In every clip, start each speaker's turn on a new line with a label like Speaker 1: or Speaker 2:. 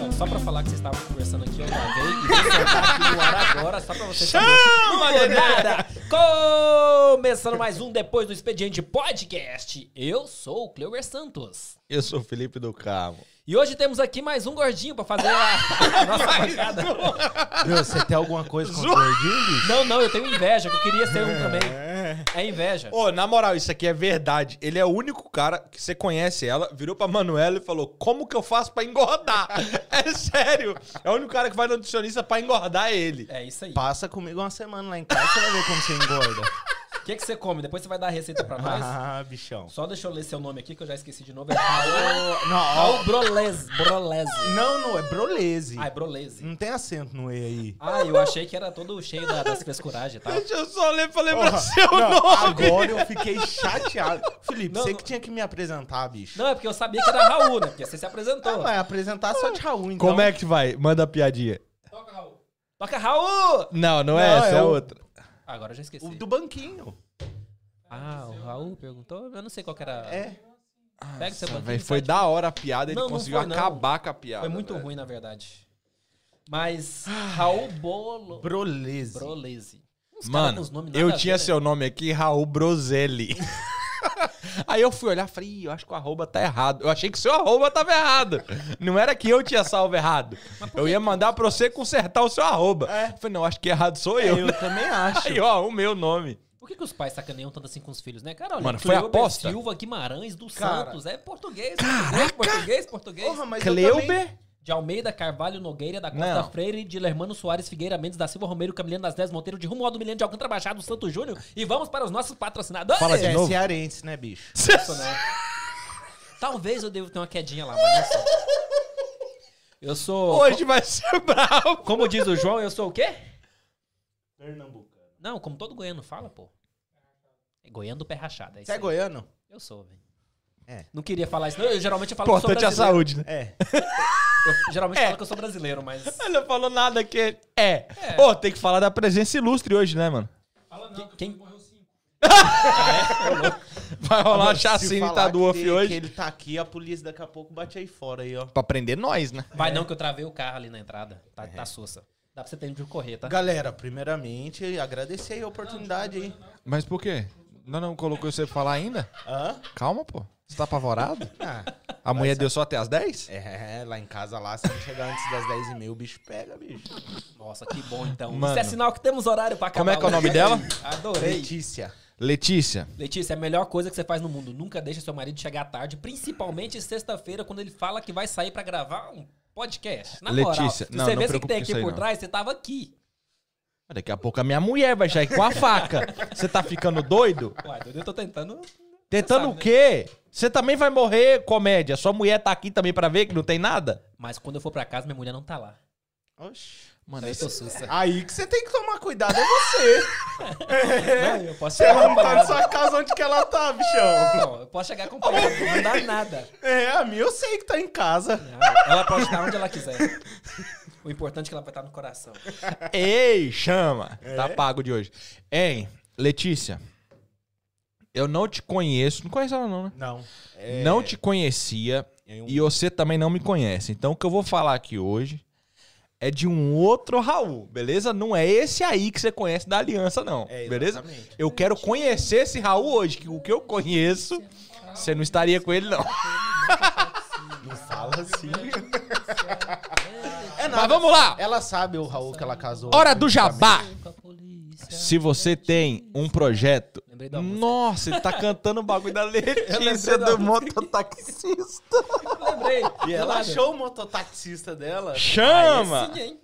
Speaker 1: Não, Só pra falar que vocês estavam conversando aqui, eu gravei e vou soltar aqui no ar agora, só pra vocês saberem. Uma dedada! Começando mais um Depois do Expediente Podcast. Eu sou o Cleuber Santos.
Speaker 2: Eu sou o Felipe do Carmo.
Speaker 1: E hoje temos aqui mais um gordinho pra fazer a, a nossa bancada.
Speaker 3: você tem alguma coisa com o gordinho, bicho?
Speaker 1: Não, não, eu tenho inveja, que eu queria ser um também. É inveja.
Speaker 2: Ô, na moral, isso aqui é verdade. Ele é o único cara que você conhece ela, virou pra Manuela e falou: Como que eu faço pra engordar? é sério. É o único cara que vai no nutricionista pra engordar é ele.
Speaker 1: É isso aí.
Speaker 3: Passa comigo uma semana lá em casa, você vai ver como você engorda.
Speaker 1: O que, que você come? Depois você vai dar a receita pra nós.
Speaker 3: Ah, bichão.
Speaker 1: Só deixa eu ler seu nome aqui, que eu já esqueci de novo. É Raul,
Speaker 3: Não, ó,
Speaker 1: Raul Brolese. Brolese.
Speaker 3: não, não, é brolese.
Speaker 1: Ah, é Brolese.
Speaker 3: Não tem acento no E aí.
Speaker 1: Ah, eu achei que era todo cheio da, das frescuragens e tal.
Speaker 2: Deixa eu só ler pra lembrar
Speaker 3: Porra,
Speaker 2: seu
Speaker 3: não,
Speaker 2: nome.
Speaker 3: agora eu fiquei chateado. Felipe,
Speaker 1: Não,
Speaker 3: você
Speaker 1: não.
Speaker 3: que tinha que me apresentar, bicho.
Speaker 1: Não, é porque eu sabia que era Raul, né? Porque você se
Speaker 3: Ah,
Speaker 1: apresentou.
Speaker 3: vai apresentar só de Raul, então.
Speaker 2: Como é que vai? Manda a piadinha.
Speaker 1: Toca, Raul. Toca, Raul!
Speaker 2: Não, não é
Speaker 3: Não,
Speaker 2: essa,
Speaker 3: é
Speaker 2: é
Speaker 3: o-
Speaker 2: outra.
Speaker 1: Ah, Agora eu já esqueci.
Speaker 3: O do banquinho.
Speaker 1: Ah, o Raul perguntou? Eu não sei qual que era.
Speaker 3: É.
Speaker 1: Pega seu banquinho.
Speaker 2: Véi,
Speaker 1: sai
Speaker 2: foi
Speaker 1: de-
Speaker 2: da hora a piada, ele
Speaker 1: Não, não
Speaker 2: conseguiu
Speaker 1: foi, não.
Speaker 2: acabar com a piada.
Speaker 1: Foi muito
Speaker 2: velho.
Speaker 1: ruim, na verdade. Mas Raul Bolo...
Speaker 3: Brolese.
Speaker 1: Brolese. Uns cara com
Speaker 2: Mano,
Speaker 1: uns nomes nada a
Speaker 2: eu
Speaker 1: ver,
Speaker 2: tinha
Speaker 1: né?
Speaker 2: seu nome aqui, Raul Broselli. Aí eu fui olhar e falei, "Ih, eu acho que o arroba tá errado. Eu achei que o seu arroba tava errado. Não era que eu tinha salvo errado. Eu ia mandar pra você consertar o seu arroba.
Speaker 3: É.
Speaker 2: Eu Falei, não, acho que errado sou
Speaker 3: É,
Speaker 2: eu.
Speaker 3: eu também acho.
Speaker 2: Aí, ó, o meu nome.
Speaker 1: Por que, que os pais sacaneiam tanto assim com os filhos, né? Cara, olha,
Speaker 2: Mano, foi
Speaker 1: Cleober
Speaker 2: aposta.
Speaker 1: Silva Guimarães dos
Speaker 3: Cara.
Speaker 1: Santos. É português, português, português, português.
Speaker 3: Porra, mas eu também-
Speaker 2: Cleuber?
Speaker 1: De Almeida, Carvalho, Nogueira, da Costa
Speaker 2: Não.
Speaker 1: Freire, de Lermano Soares, Figueira Mendes, da Silva Romero, Camileno das Dez, Monteiro, de Romualdo Mileno, de Alcântara Baixado, Santo Júnior. E vamos para os nossos patrocinadores.
Speaker 2: Fala de
Speaker 3: É
Speaker 2: novo.
Speaker 3: cearense, né, bicho?
Speaker 1: Isso, né? Talvez eu devo ter uma quedinha lá, mas não sei. Eu sou...
Speaker 2: Hoje vai ser bravo.
Speaker 1: Como diz o João, eu sou o quê?
Speaker 3: Pernambucano.
Speaker 1: Não, como todo goiano fala, pô. É goiano do pé rachado, é isso
Speaker 3: Você é
Speaker 1: aí.
Speaker 3: goiano?
Speaker 1: Eu sou, velho.
Speaker 3: É.
Speaker 1: Não queria falar isso, não. Eu geralmente falo que
Speaker 2: Importante
Speaker 1: eu
Speaker 2: a
Speaker 1: sou brasileiro.
Speaker 2: saúde, né?
Speaker 3: É.
Speaker 1: Eu geralmente
Speaker 2: É.
Speaker 1: falo que eu sou brasileiro, mas.
Speaker 2: Ele não falou nada que... É. Ô, tem que falar da presença ilustre hoje, né, mano?
Speaker 1: Quem...
Speaker 2: Vai rolar uma
Speaker 3: Se
Speaker 2: chacina em
Speaker 3: falar
Speaker 2: Itaduaf
Speaker 3: que-
Speaker 2: hoje.
Speaker 3: Que ele tá aqui, a polícia daqui a pouco bate aí fora aí, ó.
Speaker 2: Pra prender nós, né?
Speaker 1: Vai não, que eu travei o carro ali na entrada.
Speaker 2: É.
Speaker 1: Tá, tá sussa. Dá pra você ter de correr, tá?
Speaker 3: Galera, primeiramente, agradecer aí a oportunidade aí.
Speaker 2: Mas por quê? Não, não colocou você pra falar ainda?
Speaker 3: Hã?
Speaker 2: Calma, pô. Você tá apavorado?
Speaker 3: Ah,
Speaker 2: A mulher deu só até as 10?
Speaker 3: é, lá em casa, lá, se não chegar antes das 10h30, o bicho pega, bicho.
Speaker 1: Nossa, que bom então.
Speaker 2: Mano.
Speaker 1: Isso é sinal que temos horário pra acabar.
Speaker 2: Como é que é o
Speaker 1: hoje.
Speaker 2: nome dela?
Speaker 1: Adorei.
Speaker 3: Letícia.
Speaker 2: Letícia.
Speaker 1: Letícia, é a melhor coisa que você faz no mundo. Nunca deixa seu marido chegar tarde, principalmente sexta-feira, quando ele fala que vai sair pra gravar um podcast. Na moral,
Speaker 2: Letícia,
Speaker 1: se
Speaker 2: não,
Speaker 1: você
Speaker 2: não
Speaker 1: vê o que
Speaker 2: preocupa
Speaker 1: tem
Speaker 2: com
Speaker 1: aqui
Speaker 2: isso aí,
Speaker 1: por
Speaker 2: não.
Speaker 1: trás, você tava aqui.
Speaker 2: Daqui a pouco a minha mulher vai já ir com a faca. Você tá ficando doido?
Speaker 1: Uai, doido, eu tô tentando.
Speaker 2: Tentando
Speaker 1: sabe,
Speaker 2: o
Speaker 1: né?
Speaker 2: quê? Você também vai morrer, comédia. Sua mulher tá aqui também pra ver que não tem nada?
Speaker 1: Mas quando eu for pra casa, minha mulher não tá lá.
Speaker 3: Oxi.
Speaker 2: Mano,
Speaker 1: Aí eu tô sussa.
Speaker 3: Aí que você tem que tomar cuidado, é você.
Speaker 2: É.
Speaker 1: Não, eu posso
Speaker 3: Você
Speaker 1: chegar
Speaker 3: não tá na
Speaker 1: acompanhado.
Speaker 3: sua casa onde que ela tá, bichão.
Speaker 1: Não, eu posso chegar acompanhado, não dá nada.
Speaker 3: É, a minha eu sei que tá em casa.
Speaker 1: Não, ela pode estar onde ela quiser. O importante é que ela vai estar no coração.
Speaker 2: é- Ei, chama! Tá pago de hoje. Hein, Letícia. Eu não te conheço. Não conheço ela, não, né?
Speaker 3: Não.
Speaker 2: Não te conhecia
Speaker 3: Eu-
Speaker 2: e você também não me conhece. Então o que eu vou falar aqui hoje é de um outro Raul, beleza? Não é esse aí que você conhece da aliança, não.
Speaker 3: É,
Speaker 2: beleza?
Speaker 3: exatamente.
Speaker 2: Eu quero conhecer esse Raul hoje, que o que eu conheço, você não estaria com ele, não.
Speaker 3: Não fala assim. É
Speaker 2: Mas vamos lá!
Speaker 3: Ela sabe o Raul que ela
Speaker 1: É
Speaker 3: casou.
Speaker 2: Hora do jabá!
Speaker 1: Com a polícia.
Speaker 2: Se você tem um projeto.
Speaker 1: Lembrei da música.
Speaker 2: Nossa, ele tá cantando o bagulho da Letícia
Speaker 3: é
Speaker 1: lembrei da
Speaker 2: do mototaxista.
Speaker 1: Lembrei.
Speaker 3: E ela achou o mototaxista dela.
Speaker 2: Chama!
Speaker 1: Sim, hein?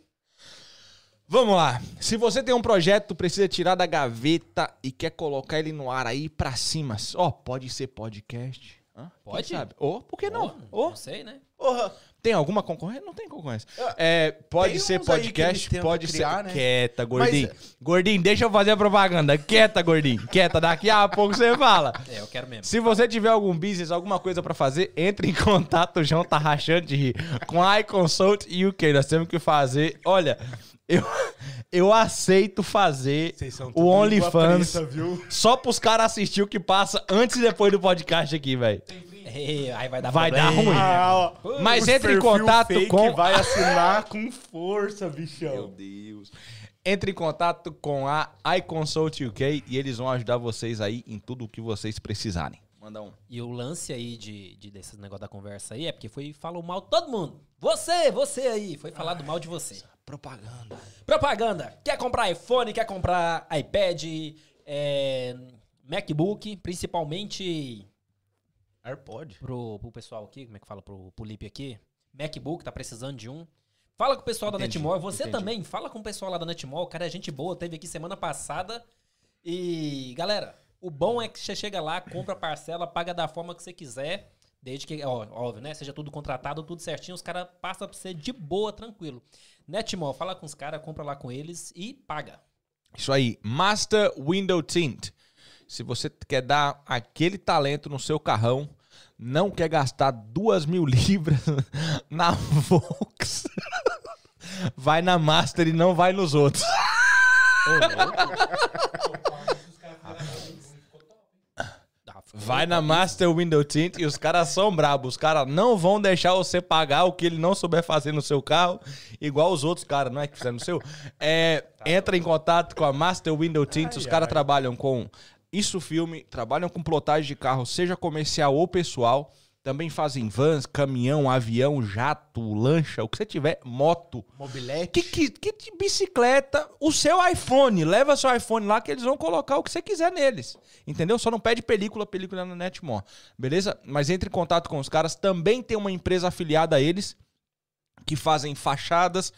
Speaker 2: Vamos lá. Se você tem um projeto, precisa tirar da gaveta e quer colocar ele no ar aí pra cima. Ó, pode ser podcast. Hã? Quem
Speaker 1: Pode?
Speaker 2: sabe? Ou, por que não?
Speaker 1: Não,
Speaker 2: Ou.
Speaker 1: não sei, né?
Speaker 3: Porra,
Speaker 2: Tem alguma concorrência? Não tem concorrência. É, pode
Speaker 4: tem
Speaker 2: ser
Speaker 4: uns aí que eles
Speaker 2: podcast,
Speaker 4: tentam
Speaker 2: pode
Speaker 4: criar,
Speaker 2: ser.
Speaker 4: né?
Speaker 2: Quieta, gordinho. Gordinho, deixa eu fazer a propaganda. Quieta, gordinho. Quieta, daqui a pouco você fala.
Speaker 1: É, eu quero mesmo.
Speaker 2: Se você tiver algum business, alguma coisa pra fazer, entre em contato, o João tá rachando de rir, com a iConsult UK. Nós temos que fazer. Olha, eu, eu aceito fazer o OnlyFans só pros caras assistir o que passa antes e depois do podcast aqui, velho.
Speaker 1: Ei, aí vai dar
Speaker 2: Vai dar
Speaker 1: problema.
Speaker 2: É ruim. Mas entre em contato com.
Speaker 3: vai assinar com força, bichão.
Speaker 2: Deus. Entre em contato com a iConsult UK e eles vão ajudar vocês aí em tudo o que vocês precisarem. Manda um.
Speaker 1: E o lance aí de, de- desse negócio da conversa aí é porque foi falou mal de todo mundo. Você, você aí, foi falado mal de você.
Speaker 2: Propaganda.
Speaker 1: Propaganda. Quer comprar iPhone, quer comprar iPad, é, MacBook, principalmente
Speaker 4: AirPod.
Speaker 1: pro, pro pessoal aqui, como é que fala, pro, pro Lipe aqui. MacBook, tá precisando de um. Fala com o pessoal da
Speaker 2: Entendi,
Speaker 1: Netmall. Você
Speaker 2: entendi.
Speaker 1: também, fala com o pessoal lá da Netmall. O cara é gente boa, teve aqui semana passada. E, galera, o bom é que você chega lá, compra a parcela, paga da forma que você quiser. Desde que, ó, óbvio, né? Seja tudo contratado, tudo certinho. Os caras passam pra você de boa, tranquilo. Netmall, fala com os caras, compra lá com eles e paga.
Speaker 2: Isso aí, Master Window Tint. Se você quer dar aquele talento no seu carrão, não quer gastar duas mil libras na Vox, vai na Master e não vai nos outros.
Speaker 1: Ah, foi-
Speaker 2: Vai na Master Window Tint e os caras são brabos. Os caras não vão deixar você pagar o que ele não souber fazer no seu carro, igual os outros caras, não é que fizeram no seu. É, entra em contato com a Master Window Tint. os caras trabalham com isso filme, trabalham com plotagem de carro, seja comercial ou pessoal. Também fazem vans, caminhão, avião, jato, lancha, o que você tiver, moto.
Speaker 4: Mobilete.
Speaker 2: Que, que, que de bicicleta? O seu iPhone. Leva seu iPhone lá que eles vão colocar o que você quiser neles. Entendeu? Só não pede película, película é na Netmore. Beleza? Mas entre em contato com os caras. Também tem uma empresa afiliada a eles que fazem fachadas,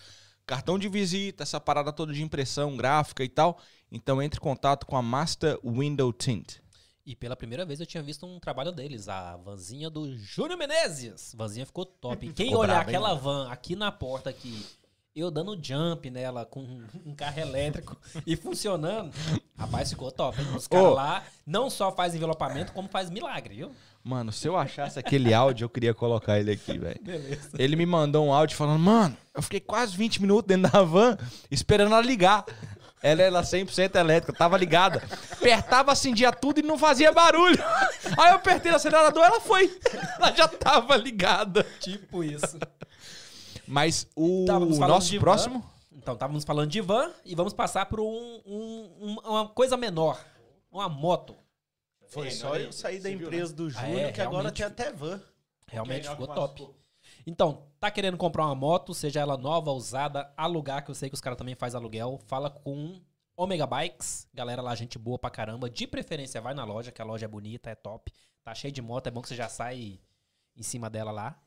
Speaker 2: cartão de visita, essa parada toda de impressão gráfica e tal. Então entre em contato com a Master Window Tint.
Speaker 1: E pela primeira vez eu tinha visto um trabalho deles, a vanzinha do Júnior Menezes. Vanzinha ficou top. E Quem
Speaker 2: Ficou
Speaker 1: olhar
Speaker 2: brava, hein,
Speaker 1: aquela van aqui na porta aqui, eu dando jump nela com um carro elétrico e funcionando, rapaz, ficou top. hein? Os caras
Speaker 2: Ô.
Speaker 1: lá não só faz envelopamento, como faz milagre, viu?
Speaker 2: Mano, se eu achasse aquele áudio, eu queria colocar ele aqui, velho. Beleza. Ele me mandou um áudio falando, mano, eu fiquei quase 20 minutos dentro da van esperando ela ligar. Ela era 100% elétrica, tava ligada. Apertava, acendia tudo e não fazia barulho. Aí eu apertei no acelerador, ela foi. Ela já tava ligada.
Speaker 1: Tipo isso.
Speaker 2: Mas o
Speaker 1: Távamos falando de
Speaker 2: nosso
Speaker 1: van.
Speaker 2: próximo...
Speaker 1: Então, estávamos falando de van e vamos passar por um- um- um- uma coisa menor. Uma moto.
Speaker 4: Foi
Speaker 2: Ei,
Speaker 4: só
Speaker 2: olha aí,
Speaker 4: eu sair da
Speaker 2: é, né? você viu,
Speaker 4: empresa do
Speaker 1: Ah, é,
Speaker 4: Júnior, que agora
Speaker 1: realmente.
Speaker 4: tem até van.
Speaker 1: Realmente
Speaker 2: Quem é que
Speaker 1: ficou
Speaker 2: machucou?
Speaker 1: top. Então, tá querendo comprar uma moto, seja ela nova, usada, alugar, que eu sei que os caras também faz aluguel, fala com Omega Bikes, galera lá, gente boa pra caramba. De preferência, vai na loja, que a loja é bonita, é top. Tá cheio de moto, é bom que você já sai em cima dela lá.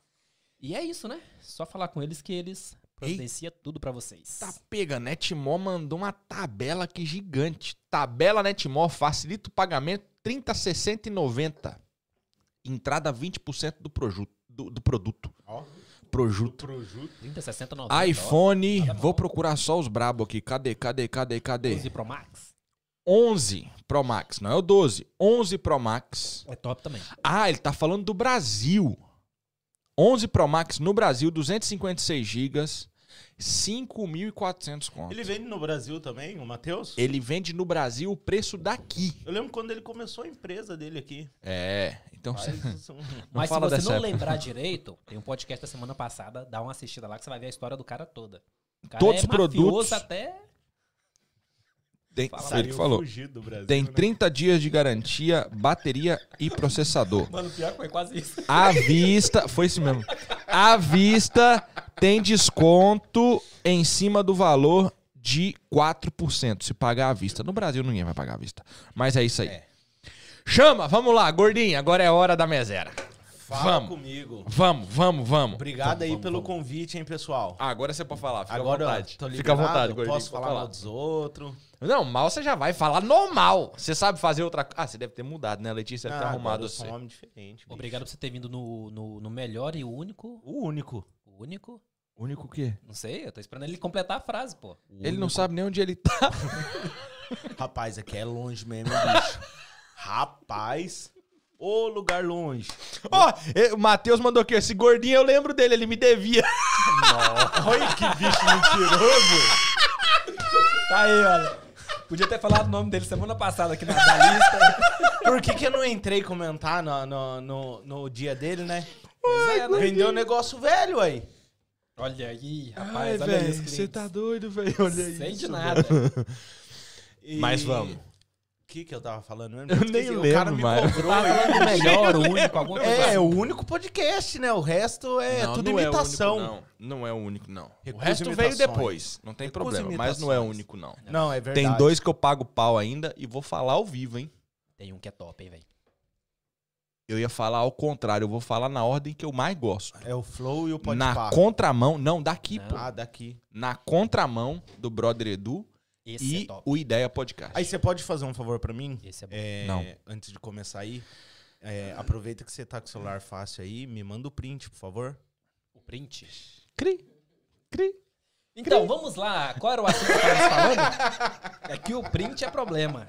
Speaker 1: E é isso, né? Só falar com eles que eles providenciam tudo pra vocês.
Speaker 2: Tá pega, Netmó mandou uma tabela aqui gigante. Tabela Netmó facilita o pagamento 30, 60 e 90. Entrada 20% do, proju- do, do produto.
Speaker 3: Ó.
Speaker 2: Projuto.
Speaker 1: 30, 60, 90. ó.
Speaker 2: iPhone,
Speaker 1: Tá bom.
Speaker 2: vou procurar só os brabo aqui. Cadê, cadê, cadê, cadê?
Speaker 1: 12 Pro Max.
Speaker 2: 11 Pro Max, não é o 12. 11 Pro Max.
Speaker 1: É top também.
Speaker 2: Ah, ele tá falando do Brasil. 11 Pro Max no Brasil, 256 GB, 5.400 conto.
Speaker 3: Ele vende no Brasil também, o Matheus?
Speaker 2: Ele vende no Brasil o preço daqui.
Speaker 3: Eu lembro quando ele começou a empresa dele aqui.
Speaker 2: É, então você.
Speaker 3: Faz um-
Speaker 1: Mas se
Speaker 2: fala
Speaker 1: você
Speaker 2: dessa
Speaker 1: não
Speaker 2: época.
Speaker 1: lembrar direito, tem um podcast da semana passada, dá uma assistida lá que você vai ver a história do cara toda. O cara
Speaker 2: Todos
Speaker 1: é
Speaker 2: os produtos-
Speaker 1: mafioso até
Speaker 2: Tem,
Speaker 1: Fala,
Speaker 2: ele que
Speaker 3: Saiu
Speaker 2: falou.
Speaker 3: fugido do Brasil,
Speaker 2: Tem
Speaker 3: né?
Speaker 2: 30 dias de garantia, bateria e processador.
Speaker 1: Mano, pior que foi quase isso.
Speaker 2: À vista. Foi isso mesmo. À vista tem desconto em cima do valor de 4%. Se pagar à vista. No Brasil ninguém vai pagar à vista. Mas é isso aí. Chama, vamos lá, gordinho. Agora é hora da mesera.
Speaker 3: Fala
Speaker 2: Vamos.
Speaker 3: comigo.
Speaker 2: Vamos, vamos, vamos.
Speaker 4: Obrigado aí
Speaker 1: vamos,
Speaker 4: pelo
Speaker 1: vamos.
Speaker 4: convite, hein, pessoal.
Speaker 2: Ah, agora você pode falar. Fica
Speaker 4: agora
Speaker 2: à
Speaker 4: eu
Speaker 2: vontade.
Speaker 4: tô
Speaker 2: Fica à
Speaker 4: liberado,
Speaker 2: vontade,
Speaker 4: eu
Speaker 2: gordinho.
Speaker 4: posso
Speaker 2: pode
Speaker 4: falar mal dos outros.
Speaker 2: Não, mal você já vai falar normal. Você sabe fazer outra coisa. Ah, você deve ter mudado, né, Letícia? Deve ter
Speaker 3: Tá,
Speaker 5: Ah,
Speaker 3: agora
Speaker 2: arrumado
Speaker 3: eu sou
Speaker 2: assim.
Speaker 3: um homem diferente. bicho.
Speaker 1: Obrigado por você ter vindo no, no, no melhor e único.
Speaker 4: O único.
Speaker 1: O Único?
Speaker 5: Único o quê?
Speaker 1: Não sei, eu tô esperando ele completar a frase, pô.
Speaker 5: Ele não sabe nem onde ele tá.
Speaker 3: Rapaz, aqui é longe mesmo, bicho. Rapaz, ô lugar longe.
Speaker 5: Ó, eh, o Matheus mandou aqui, esse gordinho eu lembro dele, ele me devia.
Speaker 3: Olha que bicho mentiroso.
Speaker 1: Tá aí, olha. Podia ter falado o nome dele semana passada aqui na lista.
Speaker 3: Por que, que eu não entrei comentar no, no, no, no dia dele, né?
Speaker 1: Pois é, né?
Speaker 3: Vendeu um negócio velho aí.
Speaker 1: Olha aí, rapaz, olha isso.
Speaker 5: você
Speaker 1: clientes.
Speaker 5: tá doido, velho, olha isso.
Speaker 1: Sei de nada.
Speaker 3: E-
Speaker 5: Mas vamos.
Speaker 3: O que, que eu tava falando mesmo?
Speaker 5: Eu nem
Speaker 3: Esqueci,
Speaker 5: lembro
Speaker 3: O cara me
Speaker 5: mais.
Speaker 3: cobrou.
Speaker 1: Tá falando melhor, o único, alguma coisa
Speaker 3: É,
Speaker 1: assim.
Speaker 3: é o único podcast, né? O resto é
Speaker 5: Não,
Speaker 3: tudo
Speaker 5: não
Speaker 3: imitação.
Speaker 5: É o único, não. não é o único, não. o
Speaker 3: Recusa
Speaker 5: resto veio
Speaker 3: imitações.
Speaker 5: depois, não tem
Speaker 3: Recusa
Speaker 5: problema, mas não é o
Speaker 3: imitações.
Speaker 5: único, não.
Speaker 3: não, é verdade.
Speaker 5: Tem dois que eu pago pau ainda e vou falar ao vivo, hein?
Speaker 1: Tem um que é top, hein, velho.
Speaker 5: Eu ia falar ao contrário, eu vou falar na ordem que eu mais gosto.
Speaker 3: É o Flow e o
Speaker 5: na
Speaker 3: Podpah.
Speaker 5: contramão, não, daqui,
Speaker 1: Não.
Speaker 5: pô.
Speaker 3: Ah, daqui.
Speaker 5: Na contramão do Brother Edu
Speaker 1: Esse
Speaker 5: e
Speaker 1: é top.
Speaker 5: o Ideia Podcast.
Speaker 3: Aí você pode fazer um favor pra mim?
Speaker 1: Esse é bom.
Speaker 3: É,
Speaker 5: Não.
Speaker 3: Antes de começar aí, é, aproveita que você tá com o celular fácil aí, me manda o print, por favor.
Speaker 1: O print.
Speaker 5: Cri, cri.
Speaker 1: Então, vamos lá. Qual era o assunto que estávamos falando? É que o print é problema.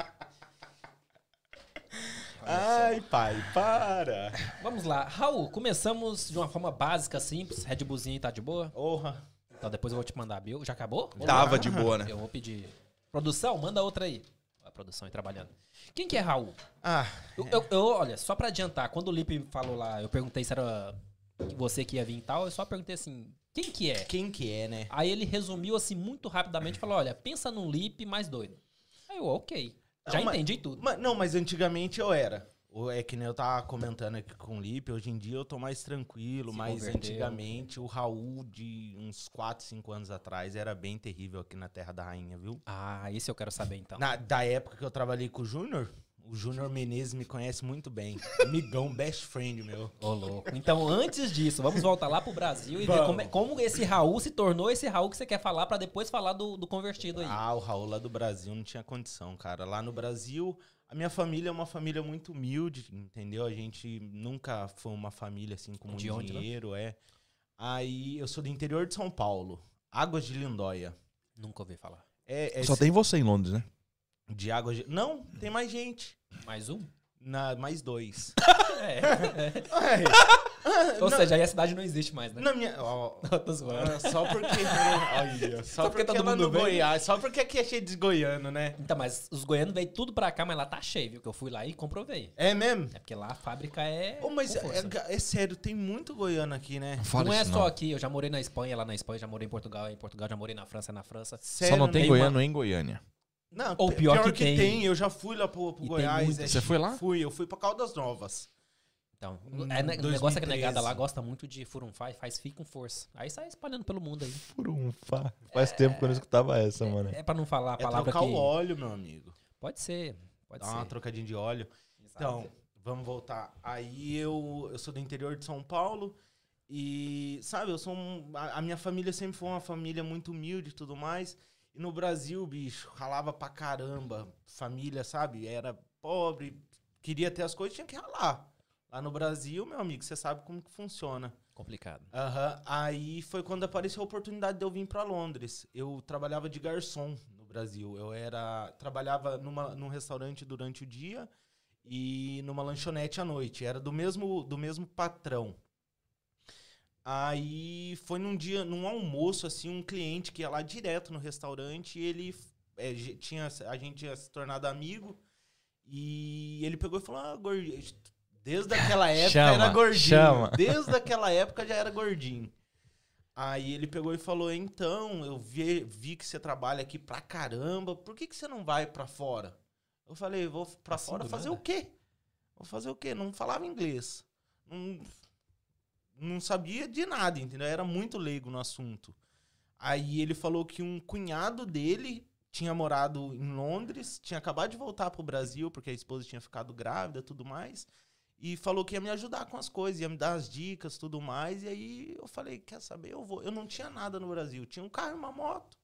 Speaker 3: Ai, pai, para.
Speaker 1: Vamos lá. Raul, começamos de uma forma básica, simples. Red Bullzinho tá de boa?
Speaker 3: Orra.
Speaker 1: Então depois eu vou te mandar a bill. Já acabou? Vou
Speaker 5: Tava
Speaker 1: lá.
Speaker 5: de boa, né?
Speaker 1: Eu vou pedir. Produção, manda outra aí. A produção aí trabalhando. Quem que é Raul?
Speaker 3: Ah,
Speaker 1: Eu, eu- eu- olha, só pra adiantar, quando o Lipe falou lá, eu perguntei se era você que ia vir e tal, eu só perguntei assim, quem que é?
Speaker 3: quem que é, né?
Speaker 1: Aí ele resumiu assim muito rapidamente, falou, olha, pensa num Lipe mais doido. Aí eu, ok. Já
Speaker 3: Não, mas-
Speaker 1: entendi tudo.
Speaker 3: Ma- não, mas antigamente eu era. Ou É que nem eu tava comentando aqui com o Lipe, hoje em dia eu tô mais tranquilo,
Speaker 1: Se
Speaker 3: mas
Speaker 1: converteu.
Speaker 3: antigamente o Raul de uns 4, 5 anos atrás era bem terrível aqui na Terra da Rainha, viu?
Speaker 1: Ah, esse eu quero saber então.
Speaker 3: Na- da época que eu trabalhei com o Júnior, o Júnior Menezes me conhece muito bem. Amigão, best friend, meu.
Speaker 1: Ô, louco. Então, antes disso, vamos voltar lá pro Brasil e ver
Speaker 3: Vamos.
Speaker 1: como, é- como esse Raul se tornou esse Raul que você quer falar pra depois falar do, do convertido aí.
Speaker 3: Ah, o Raul lá do Brasil não tinha condição, cara. Lá no Brasil, a minha família é uma família muito humilde, entendeu? A gente nunca foi uma família assim com muito
Speaker 1: De onde, né?
Speaker 3: dinheiro, é. Aí eu sou do interior de São Paulo, Águas de Lindóia.
Speaker 1: Nunca ouvi falar.
Speaker 3: É, é
Speaker 5: Só tem você em Londres, né?
Speaker 3: de Águas de... Não, tem mais gente.
Speaker 1: Mais um?
Speaker 3: Na, mais dois.
Speaker 1: É.
Speaker 3: Ai,
Speaker 1: Ou seja, aí a cidade não existe mais, né?
Speaker 3: na minha... ó,
Speaker 1: Tô zoando.
Speaker 3: Ah, só porque. né? Olha, só,
Speaker 1: porque
Speaker 3: porque, tá
Speaker 1: todo
Speaker 3: ela
Speaker 1: mundo
Speaker 3: no
Speaker 1: vem.
Speaker 3: Goiás. Só porque aqui é cheio de goiano, né?
Speaker 1: Então, mas os goianos veio tudo pra cá, mas lá tá cheio, viu? Que eu fui lá e comprovei.
Speaker 3: É mesmo?
Speaker 1: É porque lá a fábrica é.
Speaker 3: Ô, mas
Speaker 1: com
Speaker 3: é,
Speaker 1: força.
Speaker 3: é sério, tem muito goiano aqui, né?
Speaker 5: Fala
Speaker 1: não é
Speaker 5: isso,
Speaker 1: só aqui, eu já morei na Espanha, lá na Espanha, já morei em Portugal, é em Portugal, já morei na França, é na França.
Speaker 3: Sério, né?
Speaker 5: Só não tem
Speaker 1: tem
Speaker 5: goiano em Goiânia.
Speaker 3: Não,
Speaker 1: Ou
Speaker 3: pi-
Speaker 1: pior que tem.
Speaker 3: Eu já fui lá pro, pro
Speaker 1: E tem
Speaker 3: Goiás.
Speaker 1: muito.
Speaker 3: é
Speaker 5: Você foi lá?
Speaker 3: Fui, eu fui pra Caldas Novas.
Speaker 1: Então,
Speaker 3: Hum,
Speaker 1: é, ne- o negócio é que a
Speaker 3: 2013.
Speaker 1: negada lá gosta muito de furunfá e faz fi com força. Aí sai espalhando pelo mundo aí.
Speaker 5: Furunfa. Faz tempo que eu não escutava essa, mano.
Speaker 1: É pra não falar a
Speaker 3: É
Speaker 1: palavra
Speaker 3: trocar
Speaker 1: que...
Speaker 3: o óleo, meu amigo.
Speaker 1: Pode ser, pode
Speaker 3: Dá uma
Speaker 1: ser.
Speaker 3: trocadinha de óleo. Então, vamos voltar. Aí eu, eu sou do interior de São Paulo e, sabe, eu sou um, a, a minha família sempre foi uma família muito humilde e tudo mais. E no Brasil, bicho, ralava pra caramba. Família, sabe, era pobre, queria ter as coisas, tinha que ralar. Lá no Brasil, meu amigo, você sabe como que funciona.
Speaker 1: É complicado.
Speaker 3: Aham. Aí foi quando apareceu a oportunidade de eu vir pra Londres. Eu trabalhava de garçom no Brasil. Eu era trabalhava numa, num restaurante durante o dia e numa lanchonete à noite. Era do mesmo do mesmo patrão. Aí foi num dia, num almoço assim, um cliente que ia lá direto no restaurante, e ele é, ge- tinha a gente tinha se tornado amigo e ele pegou e falou: "Ah, gordinho, desde aquela época
Speaker 5: Chama,
Speaker 3: era gordinho".
Speaker 5: chama.
Speaker 3: Desde aquela época já era gordinho. Aí ele pegou e falou: Então, eu vi, vi que você trabalha aqui pra caramba, por que, que você não vai pra fora? Eu falei: Vou pra
Speaker 1: Assim,
Speaker 3: fora
Speaker 1: do
Speaker 3: fazer
Speaker 1: nada?
Speaker 3: o quê? Vou fazer o quê? Não falava inglês. Não, não sabia de nada, entendeu? Era muito leigo no assunto. Aí ele falou que um cunhado dele tinha morado em Londres, tinha acabado de voltar pro Brasil, porque a esposa tinha ficado grávida e tudo mais. E falou que ia me ajudar com as coisas, ia me dar as dicas tudo mais. E aí eu falei, quer saber? Eu vou. Eu não tinha nada no Brasil. Tinha um carro e uma moto.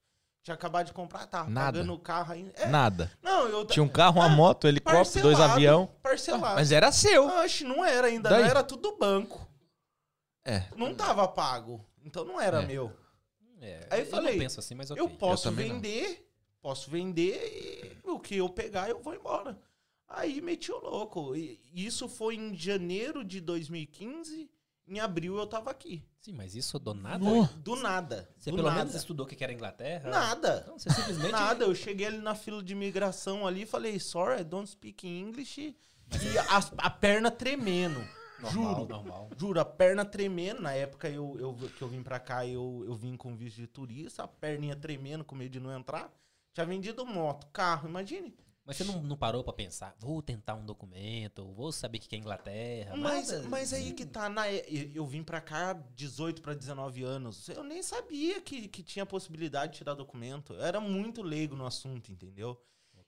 Speaker 3: Tinha acabado de comprar, tava
Speaker 5: Nada.
Speaker 3: pagando o carro ainda. É,
Speaker 5: Nada.
Speaker 3: não, eu
Speaker 5: Tinha um carro, uma moto, um helicóptero, dois
Speaker 3: Parcelado.
Speaker 5: avião.
Speaker 3: parcelado.
Speaker 5: Tipo, Mas era seu.
Speaker 3: Oxe, não era ainda,
Speaker 5: Daí?
Speaker 3: não era tudo do banco.
Speaker 5: É.
Speaker 3: Não tava pago. Então não era
Speaker 5: É.
Speaker 3: meu.
Speaker 1: É,
Speaker 3: Aí eu falei,
Speaker 1: não penso assim, mas ok.
Speaker 3: Eu posso
Speaker 5: Eu também não.
Speaker 3: vender, posso vender e o que eu pegar eu vou embora. Aí meti o louco. E isso foi em janeiro de 2015. Em abril eu tava aqui.
Speaker 1: Sim, mas isso do nada?
Speaker 5: Nossa.
Speaker 3: Do nada.
Speaker 1: Você
Speaker 3: do
Speaker 1: pelo
Speaker 3: nada. Ah.
Speaker 1: menos Então, estudou o que que era a Inglaterra?
Speaker 3: Nada.
Speaker 1: Não, você simplesmente...
Speaker 3: Nada, eu cheguei ali na fila de imigração ali e falei, sorry, I don't speak English. E
Speaker 1: é-
Speaker 3: as- a, perna tremendo.
Speaker 1: Normal,
Speaker 3: juro.
Speaker 1: normal.
Speaker 3: Juro, a perna tremendo. Na época eu, eu- que eu vim pra cá, eu, eu vim com visto de turista, a perninha tremendo, com medo de não entrar. Tinha vendido moto, carro, imagine.
Speaker 1: Mas você não, não parou pra pensar, vou tentar um documento, vou saber o que que é Inglaterra.
Speaker 3: Mas,
Speaker 1: nada?
Speaker 3: mas aí que tá. Na, e- eu vim pra cá 18 pra 19 anos. Eu nem sabia que, que tinha possibilidade de tirar documento. Eu era muito leigo no assunto, entendeu?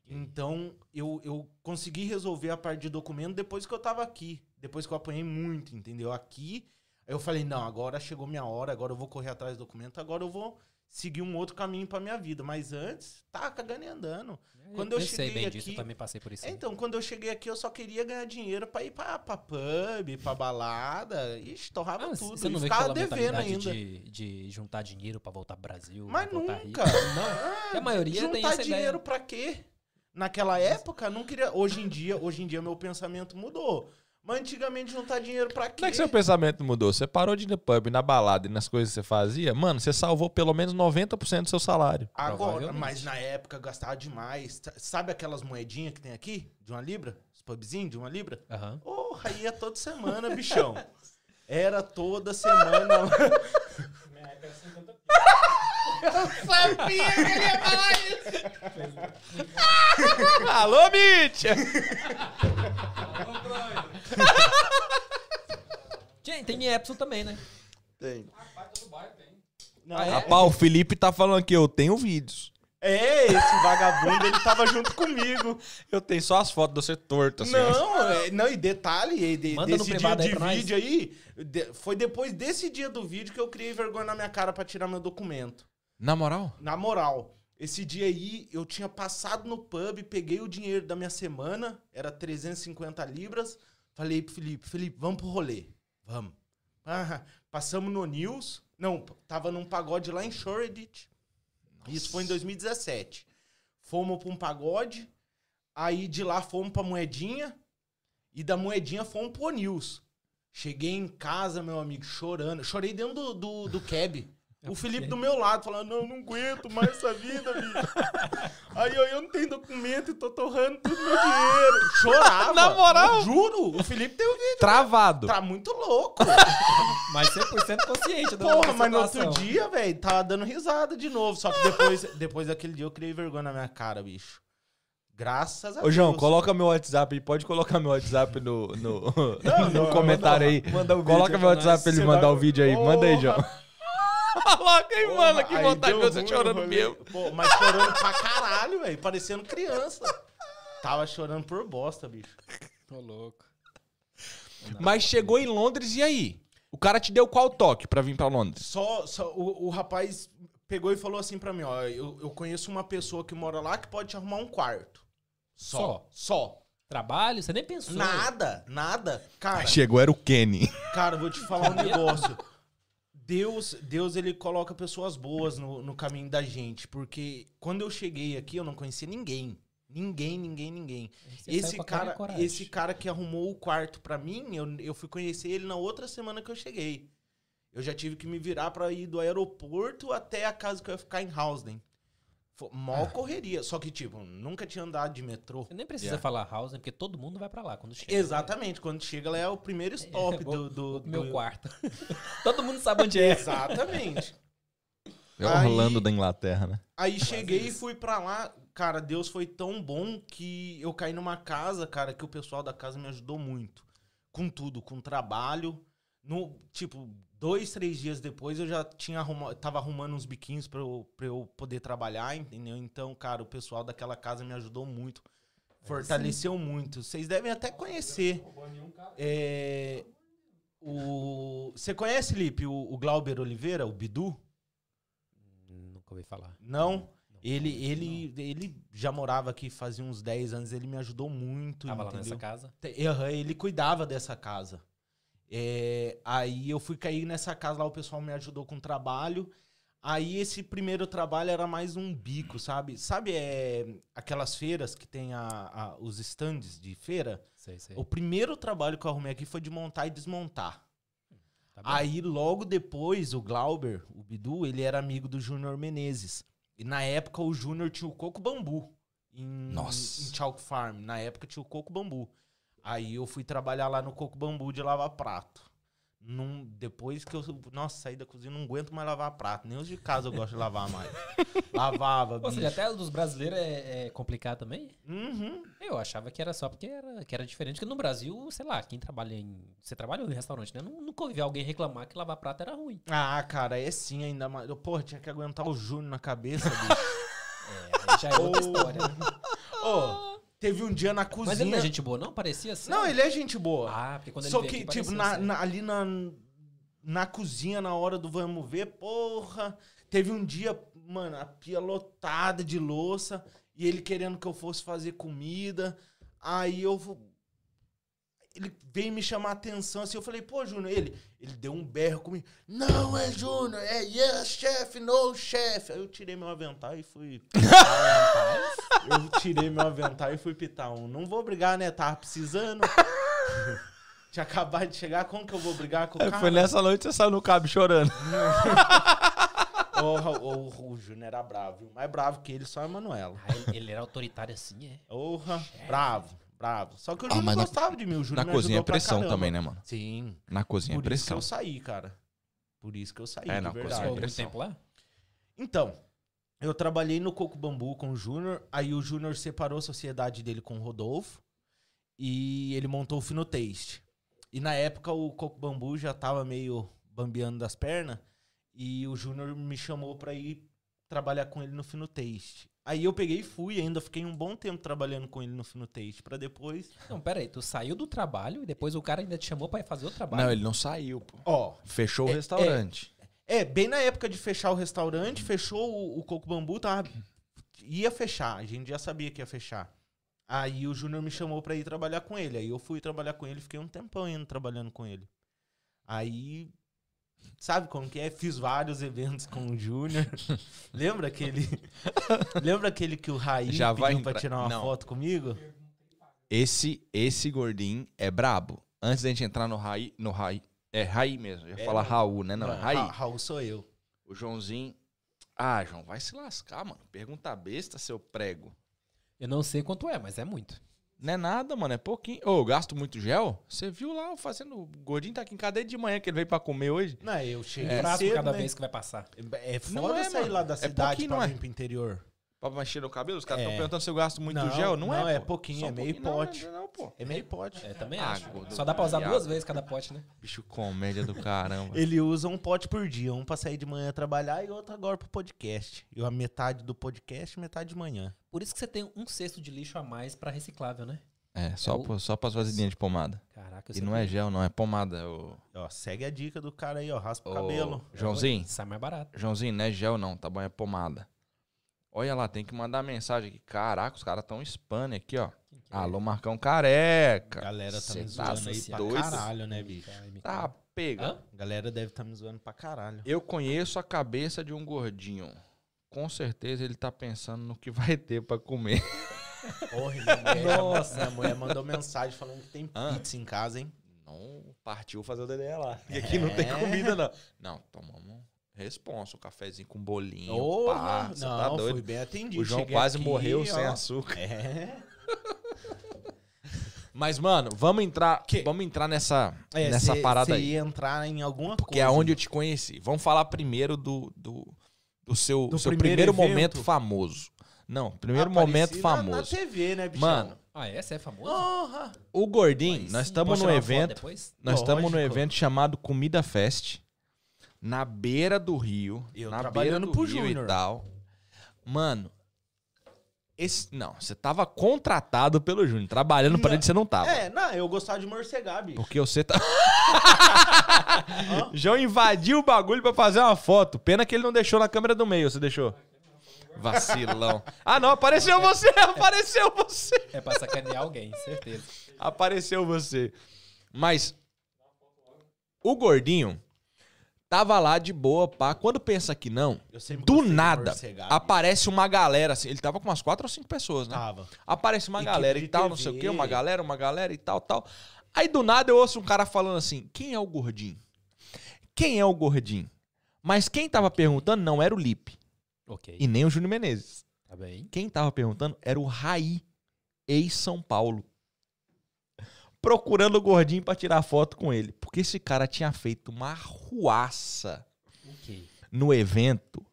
Speaker 3: Então, eu, eu consegui resolver a parte de documento depois que eu tava aqui. Depois que eu apanhei muito, entendeu? Aqui, eu falei, não, agora chegou minha hora, agora eu vou correr atrás do documento, agora eu vou seguir um outro caminho pra minha vida. Mas antes, tá cagando e andando. quando eu
Speaker 1: pensei
Speaker 3: cheguei
Speaker 1: bem
Speaker 3: aqui-
Speaker 1: disso, eu também passei por isso.
Speaker 3: É, Então, quando eu cheguei aqui, eu só queria ganhar dinheiro pra ir pra, pra pub, pra balada, e estourava
Speaker 1: Ah,
Speaker 3: tudo.
Speaker 1: Você não
Speaker 3: e
Speaker 1: vê que
Speaker 3: ficava
Speaker 1: aquela
Speaker 3: devendo
Speaker 1: mentalidade
Speaker 3: ainda.
Speaker 1: de, de juntar dinheiro pra voltar pro Brasil?
Speaker 3: Mas
Speaker 1: voltar
Speaker 3: nunca.
Speaker 1: rico?
Speaker 3: Não.
Speaker 1: E A maioria tem
Speaker 3: juntar
Speaker 1: essa
Speaker 3: dinheiro
Speaker 1: ideia.
Speaker 3: pra quê? Naquela época, não queria. Hoje em dia, hoje em dia meu pensamento mudou. Mas antigamente juntar dinheiro pra quê?
Speaker 5: Como é que seu pensamento mudou? Você parou de ir no pub, na balada e nas coisas que você fazia? Mano, você salvou pelo menos 90% do seu salário.
Speaker 3: Agora,
Speaker 1: Provavelmente.
Speaker 3: mas na época gastava demais. Sa- Sabe aquelas moedinhas que tem aqui? De uma libra? Os pubzinhos de uma libra?
Speaker 1: Aham.
Speaker 3: Porra, ia toda semana, bichão. Era toda semana.
Speaker 6: Sabia que ele ia falar isso!
Speaker 5: Alô, Mítia!
Speaker 1: Gente, tem Epson também, né? Ah,
Speaker 3: Não, é?
Speaker 5: Rapaz, o Felipe tá falando aqui, eu tenho vídeos.
Speaker 3: é, esse vagabundo, ele tava junto comigo.
Speaker 5: Eu tenho só as fotos de você
Speaker 2: Tá
Speaker 5: torto, assim. ó.
Speaker 3: Não, é- não, e detalhe, e de-
Speaker 1: Manda no
Speaker 3: desse dia
Speaker 1: privado aí
Speaker 3: de
Speaker 1: pra nós.
Speaker 3: vídeo aí, de- foi depois desse dia do vídeo que eu criei vergonha na minha cara pra tirar meu documento.
Speaker 5: Na moral?
Speaker 3: Na moral, esse dia aí eu tinha passado no pub, peguei o dinheiro da minha semana, era 350 libras. Falei pro Felipe, Felipe, vamos pro rolê. Vamos. Ah, passamos no News. Não, tava num pagode lá em Shoreditch. Isso foi em 2017. Fomos pra um pagode, aí de lá fomos pra Moedinha, e da Moedinha fomos pro News. Cheguei em casa, meu amigo, chorando. Chorei dentro do, do, do cab. O Felipe do meu lado, falando, não, não aguento mais essa vida, bicho. Aí eu, eu não tenho documento e tô torrando tudo meu dinheiro. Chorava.
Speaker 5: Na moral?
Speaker 3: eu Juro, o Felipe tem o vídeo.
Speaker 5: Travado.
Speaker 3: Tá muito louco.
Speaker 1: Mas 100% consciente da
Speaker 3: Porra, mas no
Speaker 1: situação.
Speaker 3: outro dia, velho, tava dando risada de novo. Só que depois, depois daquele dia eu criei vergonha na minha cara, bicho. Graças a
Speaker 5: Ô, João,
Speaker 3: Deus.
Speaker 5: coloca meu WhatsApp aí. Pode colocar meu WhatsApp no, no,
Speaker 3: Não,
Speaker 5: no
Speaker 3: não,
Speaker 5: comentário aí.
Speaker 1: manda um
Speaker 5: coloca meu
Speaker 1: vídeo pra nós.
Speaker 5: WhatsApp pra ele
Speaker 3: Você
Speaker 5: mandar
Speaker 3: vai-
Speaker 5: o vídeo aí. Manda aí, João. coloca aí,
Speaker 3: Porra,
Speaker 5: mano. Que
Speaker 3: aí
Speaker 5: vontade de
Speaker 3: deu
Speaker 5: você
Speaker 3: ruim,
Speaker 5: chorando
Speaker 3: eu falei,
Speaker 5: mesmo.
Speaker 3: Pô, mas chorando pra caralho, velho. Parecendo criança. Tava chorando por bosta, bicho.
Speaker 1: Tô louco.
Speaker 5: Mas chegou em Londres e aí? O cara te deu qual toque pra vir pra Londres?
Speaker 3: Só, só o, o rapaz pegou e falou assim pra mim, ó, eu, eu conheço uma pessoa que mora lá que pode te arrumar um quarto. Só. Só.
Speaker 1: Trabalho? Você nem pensou.
Speaker 3: Nada, nada. Cara,
Speaker 5: Chegou, era o Kenny.
Speaker 3: Cara, eu vou te falar um negócio. Deus, Deus ele coloca pessoas boas no, no caminho da gente, porque quando eu cheguei aqui eu não conhecia ninguém. Ninguém, ninguém, ninguém.
Speaker 1: Você saiu
Speaker 3: esse
Speaker 1: com a cara e
Speaker 3: cara,
Speaker 1: coragem.
Speaker 3: esse cara que arrumou o quarto pra mim, eu, eu fui conhecer ele na outra semana que eu cheguei. Eu já tive que me virar pra ir do aeroporto até a casa que eu ia ficar em Housden. Foi mó correria, só que tipo, nunca tinha andado de metrô.
Speaker 1: Ah. Você nem precisa
Speaker 5: Yeah.
Speaker 1: falar house, né? Porque todo mundo vai pra lá quando chega.
Speaker 3: Exatamente, quando chega lá é o primeiro stop
Speaker 1: É,
Speaker 3: do, do,
Speaker 1: Vou pro Meu
Speaker 3: do-
Speaker 1: quarto. todo mundo sabe onde é.
Speaker 3: Exatamente.
Speaker 5: É o
Speaker 3: Aí-
Speaker 5: Orlando da Inglaterra, né?
Speaker 3: Aí cheguei e fui pra lá. Cara, Deus foi tão bom que eu caí numa casa, cara, que o pessoal da casa me ajudou muito. Com tudo, com trabalho. No, tipo, dois, três dias depois eu já tinha arruma, tava arrumando uns biquinhos pra eu, pra eu poder trabalhar, entendeu? Então, cara, o pessoal daquela casa me ajudou muito. Fortaleceu muito. Vocês devem até conhecer. É, o, você conhece, Lipe, o, o Glauber Oliveira, o Bidu?
Speaker 1: Nunca ouvi falar.
Speaker 3: Não. Ele, ele, ele já morava aqui fazia uns 10 anos, ele me ajudou muito.
Speaker 1: Tava lá
Speaker 3: entendeu?
Speaker 1: nessa casa.
Speaker 3: Te- aham, Ele cuidava dessa casa. É, aí eu fui cair nessa casa lá, o pessoal me ajudou com trabalho. Aí esse primeiro trabalho era mais um bico, sabe? Sabe é, aquelas feiras que tem a, a- os stands de feira?
Speaker 1: Sei, sei.
Speaker 3: O primeiro trabalho que eu arrumei aqui foi de montar e desmontar.
Speaker 1: Tá bom.
Speaker 3: Aí logo depois, o Glauber, o Bidu, ele era amigo do Júnior Menezes. E na época o Júnior tinha o Coco Bambu em,
Speaker 2: Nossa.
Speaker 3: em Chalk Farm. Na época tinha o Coco Bambu. Aí eu fui trabalhar lá no Coco Bambu de lavar prato. Num- depois que eu. Nossa, saí da cozinha, não aguento mais lavar prato. Nem os de casa eu gosto de lavar mais. Lavava.
Speaker 1: Ou seja,
Speaker 3: bicho.
Speaker 1: até o dos brasileiros é, é complicado também?
Speaker 3: Uhum.
Speaker 1: Eu achava que era só porque era, que era diferente. Porque no Brasil, sei lá, quem trabalha em. Você trabalha em restaurante, né? Nu- Nunca ouvi alguém reclamar que lavar prato era ruim.
Speaker 3: Ah, cara, é sim ainda mais. Eu, Porra, tinha que aguentar o Júnior na cabeça. bicho.
Speaker 1: É, aí já é outra história.
Speaker 3: Ô, teve um dia na cozinha.
Speaker 1: Mas ele não é gente boa, não? Parecia ser.
Speaker 3: Não, ele é gente boa.
Speaker 1: Ah, porque quando ele
Speaker 3: Só
Speaker 1: veio
Speaker 3: que,
Speaker 1: aqui,
Speaker 3: tipo,
Speaker 1: parecia assim.
Speaker 3: na-
Speaker 1: ser.
Speaker 3: na- ali na, na cozinha, na hora do vamos ver, porra. Teve um dia, mano, a pia lotada de louça e ele querendo que eu fosse fazer comida. Aí eu. fu- Ele veio me chamar a atenção assim. Eu falei, pô, Júnior, ele, ele deu um berro comigo. Não é Júnior, é yes, chef, no chef. Aí eu tirei meu avental e fui. eu tirei meu avental e fui pitar um. Não vou brigar, né? Tava precisando. Tinha acabado de chegar, como que eu vou brigar
Speaker 5: É,
Speaker 3: com o cara?
Speaker 2: É, Foi nessa noite que você saiu no cabo chorando.
Speaker 3: Ô, Ra- ô, o Júnior era bravo, viu? Mais bravo que ele, só a Emanuela.
Speaker 1: Ah, ele- ele era autoritário assim, é.
Speaker 3: Porra, bravo, bravo. Só que o
Speaker 2: Ah,
Speaker 3: Júnior
Speaker 2: mas na-
Speaker 3: gostava de mim, o
Speaker 2: Na
Speaker 3: Júnior me
Speaker 2: cozinha é
Speaker 3: ajudou pra
Speaker 2: pressão
Speaker 3: caramba.
Speaker 2: também, né, mano?
Speaker 3: Sim,
Speaker 2: Na cozinha é
Speaker 3: por isso que
Speaker 2: pressão.
Speaker 3: eu saí, cara. Por isso que eu saí,
Speaker 2: É,
Speaker 3: de
Speaker 2: não, cozinha
Speaker 3: verdade.
Speaker 2: é
Speaker 1: Ficou muito
Speaker 2: pressão.
Speaker 1: tempo lá?
Speaker 3: Então, eu trabalhei no Coco Bambu com o Júnior, aí o Júnior separou a sociedade dele com o Rodolfo e ele montou o Finotaste. E na época o Coco Bambu já tava meio bambeando das pernas e o Júnior me chamou pra ir trabalhar com ele no Finotaste. Aí eu peguei e fui, ainda fiquei um bom tempo trabalhando com ele no Finotaste, pra depois...
Speaker 1: Não, pera aí, tu saiu do trabalho e depois o cara ainda te chamou pra ir fazer o trabalho.
Speaker 2: Não, ele não saiu, pô.
Speaker 3: Ó,
Speaker 2: Fechou o
Speaker 3: É,
Speaker 2: restaurante.
Speaker 3: É, bem na época de fechar o restaurante, fechou o, o Coco Bambu, tava, ia fechar, a gente já sabia que ia fechar. Aí o Júnior me chamou pra ir trabalhar com ele, aí eu fui trabalhar com ele, fiquei um tempão indo trabalhando com ele. Aí, sabe como que é? Fiz vários eventos com o Júnior. Lembra aquele... Lembra aquele que o Raí
Speaker 2: Já vai
Speaker 3: pediu pra
Speaker 2: entrar-
Speaker 3: tirar uma
Speaker 2: não.
Speaker 3: foto comigo?
Speaker 2: Esse, esse gordinho é brabo. Antes da gente entrar no Raí. No Raí. É Raí mesmo. Eu ia
Speaker 3: É,
Speaker 2: falar
Speaker 3: não.
Speaker 2: Raul, né? Não, é Raí.
Speaker 3: Ra- Raul sou eu.
Speaker 2: O Joãozinho. Ah, João, vai se lascar, mano. Pergunta besta, seu prego.
Speaker 1: Eu não sei quanto é, mas é muito.
Speaker 2: Não é nada, mano. É pouquinho. Ô, eu gasto muito gel? Você viu lá eu fazendo. O gordinho tá aqui em cadeia de manhã que ele veio pra comer hoje.
Speaker 3: Não, eu cheguei
Speaker 1: É, um prato
Speaker 3: cedo,
Speaker 1: cada
Speaker 3: né?
Speaker 1: vez que vai passar.
Speaker 3: É
Speaker 2: Não
Speaker 3: foda
Speaker 2: é,
Speaker 3: sair
Speaker 2: mano.
Speaker 3: lá da
Speaker 2: É
Speaker 3: cidade
Speaker 2: pouquinho, não
Speaker 3: pra
Speaker 2: é?
Speaker 3: vir pro interior.
Speaker 2: Pra mexer no cabelo. Os caras estão
Speaker 3: É.
Speaker 2: perguntando se eu gasto muito
Speaker 3: Não,
Speaker 2: gel. Não, é.
Speaker 3: não, é
Speaker 2: pô.
Speaker 3: pouquinho,
Speaker 2: Só
Speaker 3: é
Speaker 2: um
Speaker 3: meio
Speaker 2: pouquinho. Não,
Speaker 3: pote.
Speaker 2: Não, não, pô.
Speaker 3: É meio pote.
Speaker 1: É, também
Speaker 2: Ah,
Speaker 1: acho.
Speaker 2: gordo
Speaker 1: Só dá pra usar
Speaker 2: viado.
Speaker 1: duas vezes cada pote, né?
Speaker 2: Bicho, comédia do caramba.
Speaker 3: Ele usa um pote por dia, um pra sair de manhã trabalhar e outro agora pro podcast. Eu a metade do podcast, metade de manhã.
Speaker 1: Por isso que você tem um cesto de lixo a mais pra reciclável, né?
Speaker 2: É, só, pô- só pras vasilhinhas de pomada.
Speaker 1: Caraca, eu
Speaker 2: E
Speaker 1: sei
Speaker 2: não
Speaker 1: que-
Speaker 2: é gel, não. É pomada. Ô,
Speaker 3: Ó, segue a dica do cara aí, ó, raspa o
Speaker 2: ô,
Speaker 3: cabelo.
Speaker 2: É Joãozinho.
Speaker 1: Sai mais barato.
Speaker 2: Joãozinho, não é gel não, tá bom? É pomada. Olha lá, tem que mandar mensagem aqui. Caraca, os caras tão spam aqui, ó. Alô, Marcão Careca.
Speaker 3: Galera tá
Speaker 2: Cê
Speaker 3: me
Speaker 2: tá
Speaker 3: zoando aí pra
Speaker 2: doido?
Speaker 3: caralho, né, bicho?
Speaker 2: Tá, pega.
Speaker 1: Hã?
Speaker 3: Galera deve tá me zoando pra caralho.
Speaker 2: Eu conheço a cabeça de um gordinho. Com certeza ele tá pensando no que vai ter pra comer.
Speaker 3: Porra, minha mulher, Nossa. minha mulher mandou mensagem falando que tem
Speaker 2: Hã?
Speaker 3: pizza em casa, hein?
Speaker 2: Não partiu fazer o Dedé lá. Porque aqui não tem
Speaker 3: É.
Speaker 2: comida, não. Não, tomamos responsa. Um cafezinho com bolinho.
Speaker 3: Porra,
Speaker 2: pá, cê
Speaker 3: não,
Speaker 2: tá doido.
Speaker 3: fui bem atendido.
Speaker 2: O João
Speaker 3: Cheguei
Speaker 2: quase
Speaker 3: aqui,
Speaker 2: morreu
Speaker 3: ó.
Speaker 2: sem açúcar.
Speaker 3: É.
Speaker 2: Mas, mano, vamos entrar, vamos entrar nessa,
Speaker 3: É,
Speaker 2: nessa
Speaker 3: cê-
Speaker 2: parada
Speaker 3: cê
Speaker 2: aí.
Speaker 3: ia entrar em alguma
Speaker 2: Porque é
Speaker 3: coisa.
Speaker 2: onde eu te conheci. Vamos falar primeiro do, do, do seu,
Speaker 3: Do
Speaker 2: seu primeiro,
Speaker 3: primeiro evento?
Speaker 2: momento famoso. Não, primeiro
Speaker 3: Apareci
Speaker 2: momento
Speaker 3: na-
Speaker 2: famoso.
Speaker 3: Na TV, né, bichão?
Speaker 2: Mano,
Speaker 1: Ah, é? Você é famoso?
Speaker 3: Porra!
Speaker 2: o Gordinho,
Speaker 1: Aí
Speaker 2: nós
Speaker 1: sim.
Speaker 2: estamos
Speaker 1: Posso
Speaker 2: num
Speaker 1: tirar uma foto
Speaker 2: evento,
Speaker 1: depois?
Speaker 2: nós estamos num
Speaker 3: Lógico.
Speaker 2: evento chamado Comida Fest, na beira do Rio,
Speaker 3: Eu
Speaker 2: na beira
Speaker 3: trabalhando
Speaker 2: do
Speaker 3: pro
Speaker 2: Rio e
Speaker 3: Júnior.
Speaker 2: tal. Mano, esse, não, você tava contratado pelo Júnior, trabalhando pra
Speaker 3: Não.
Speaker 2: ele você não tava.
Speaker 3: É, não, eu gostava de morcegar, bicho.
Speaker 2: Porque você tá. João invadiu o bagulho pra fazer uma foto. Pena que ele não deixou na câmera do meio. Você deixou? Vacilão. Ah, não, apareceu você! Apareceu você!
Speaker 1: É pra sacanear alguém, certeza.
Speaker 2: Apareceu você. Mas. O gordinho tava lá de boa, pá. Quando pensa que não,
Speaker 3: Eu sempre
Speaker 2: do
Speaker 3: gostei de
Speaker 2: nada
Speaker 3: morcegado.
Speaker 2: aparece uma galera assim. Ele tava com umas quatro ou cinco pessoas, né?
Speaker 3: Tava.
Speaker 2: Aparece uma
Speaker 3: Equipe
Speaker 2: galera
Speaker 3: de
Speaker 2: e tal, não sei o
Speaker 3: TV.
Speaker 2: quê, uma galera, uma galera e tal, tal. Aí do nada eu ouço um cara falando assim: quem é o gordinho? Quem é o gordinho? Mas quem tava perguntando não era o Lipe
Speaker 1: Ok.
Speaker 2: e nem o Júnior Menezes.
Speaker 1: Tá bem.
Speaker 2: Quem tava perguntando era o Raí, ex-São Paulo. Procurando o gordinho pra tirar foto com ele. Porque esse cara tinha feito uma ruaça
Speaker 1: Ok.
Speaker 2: no evento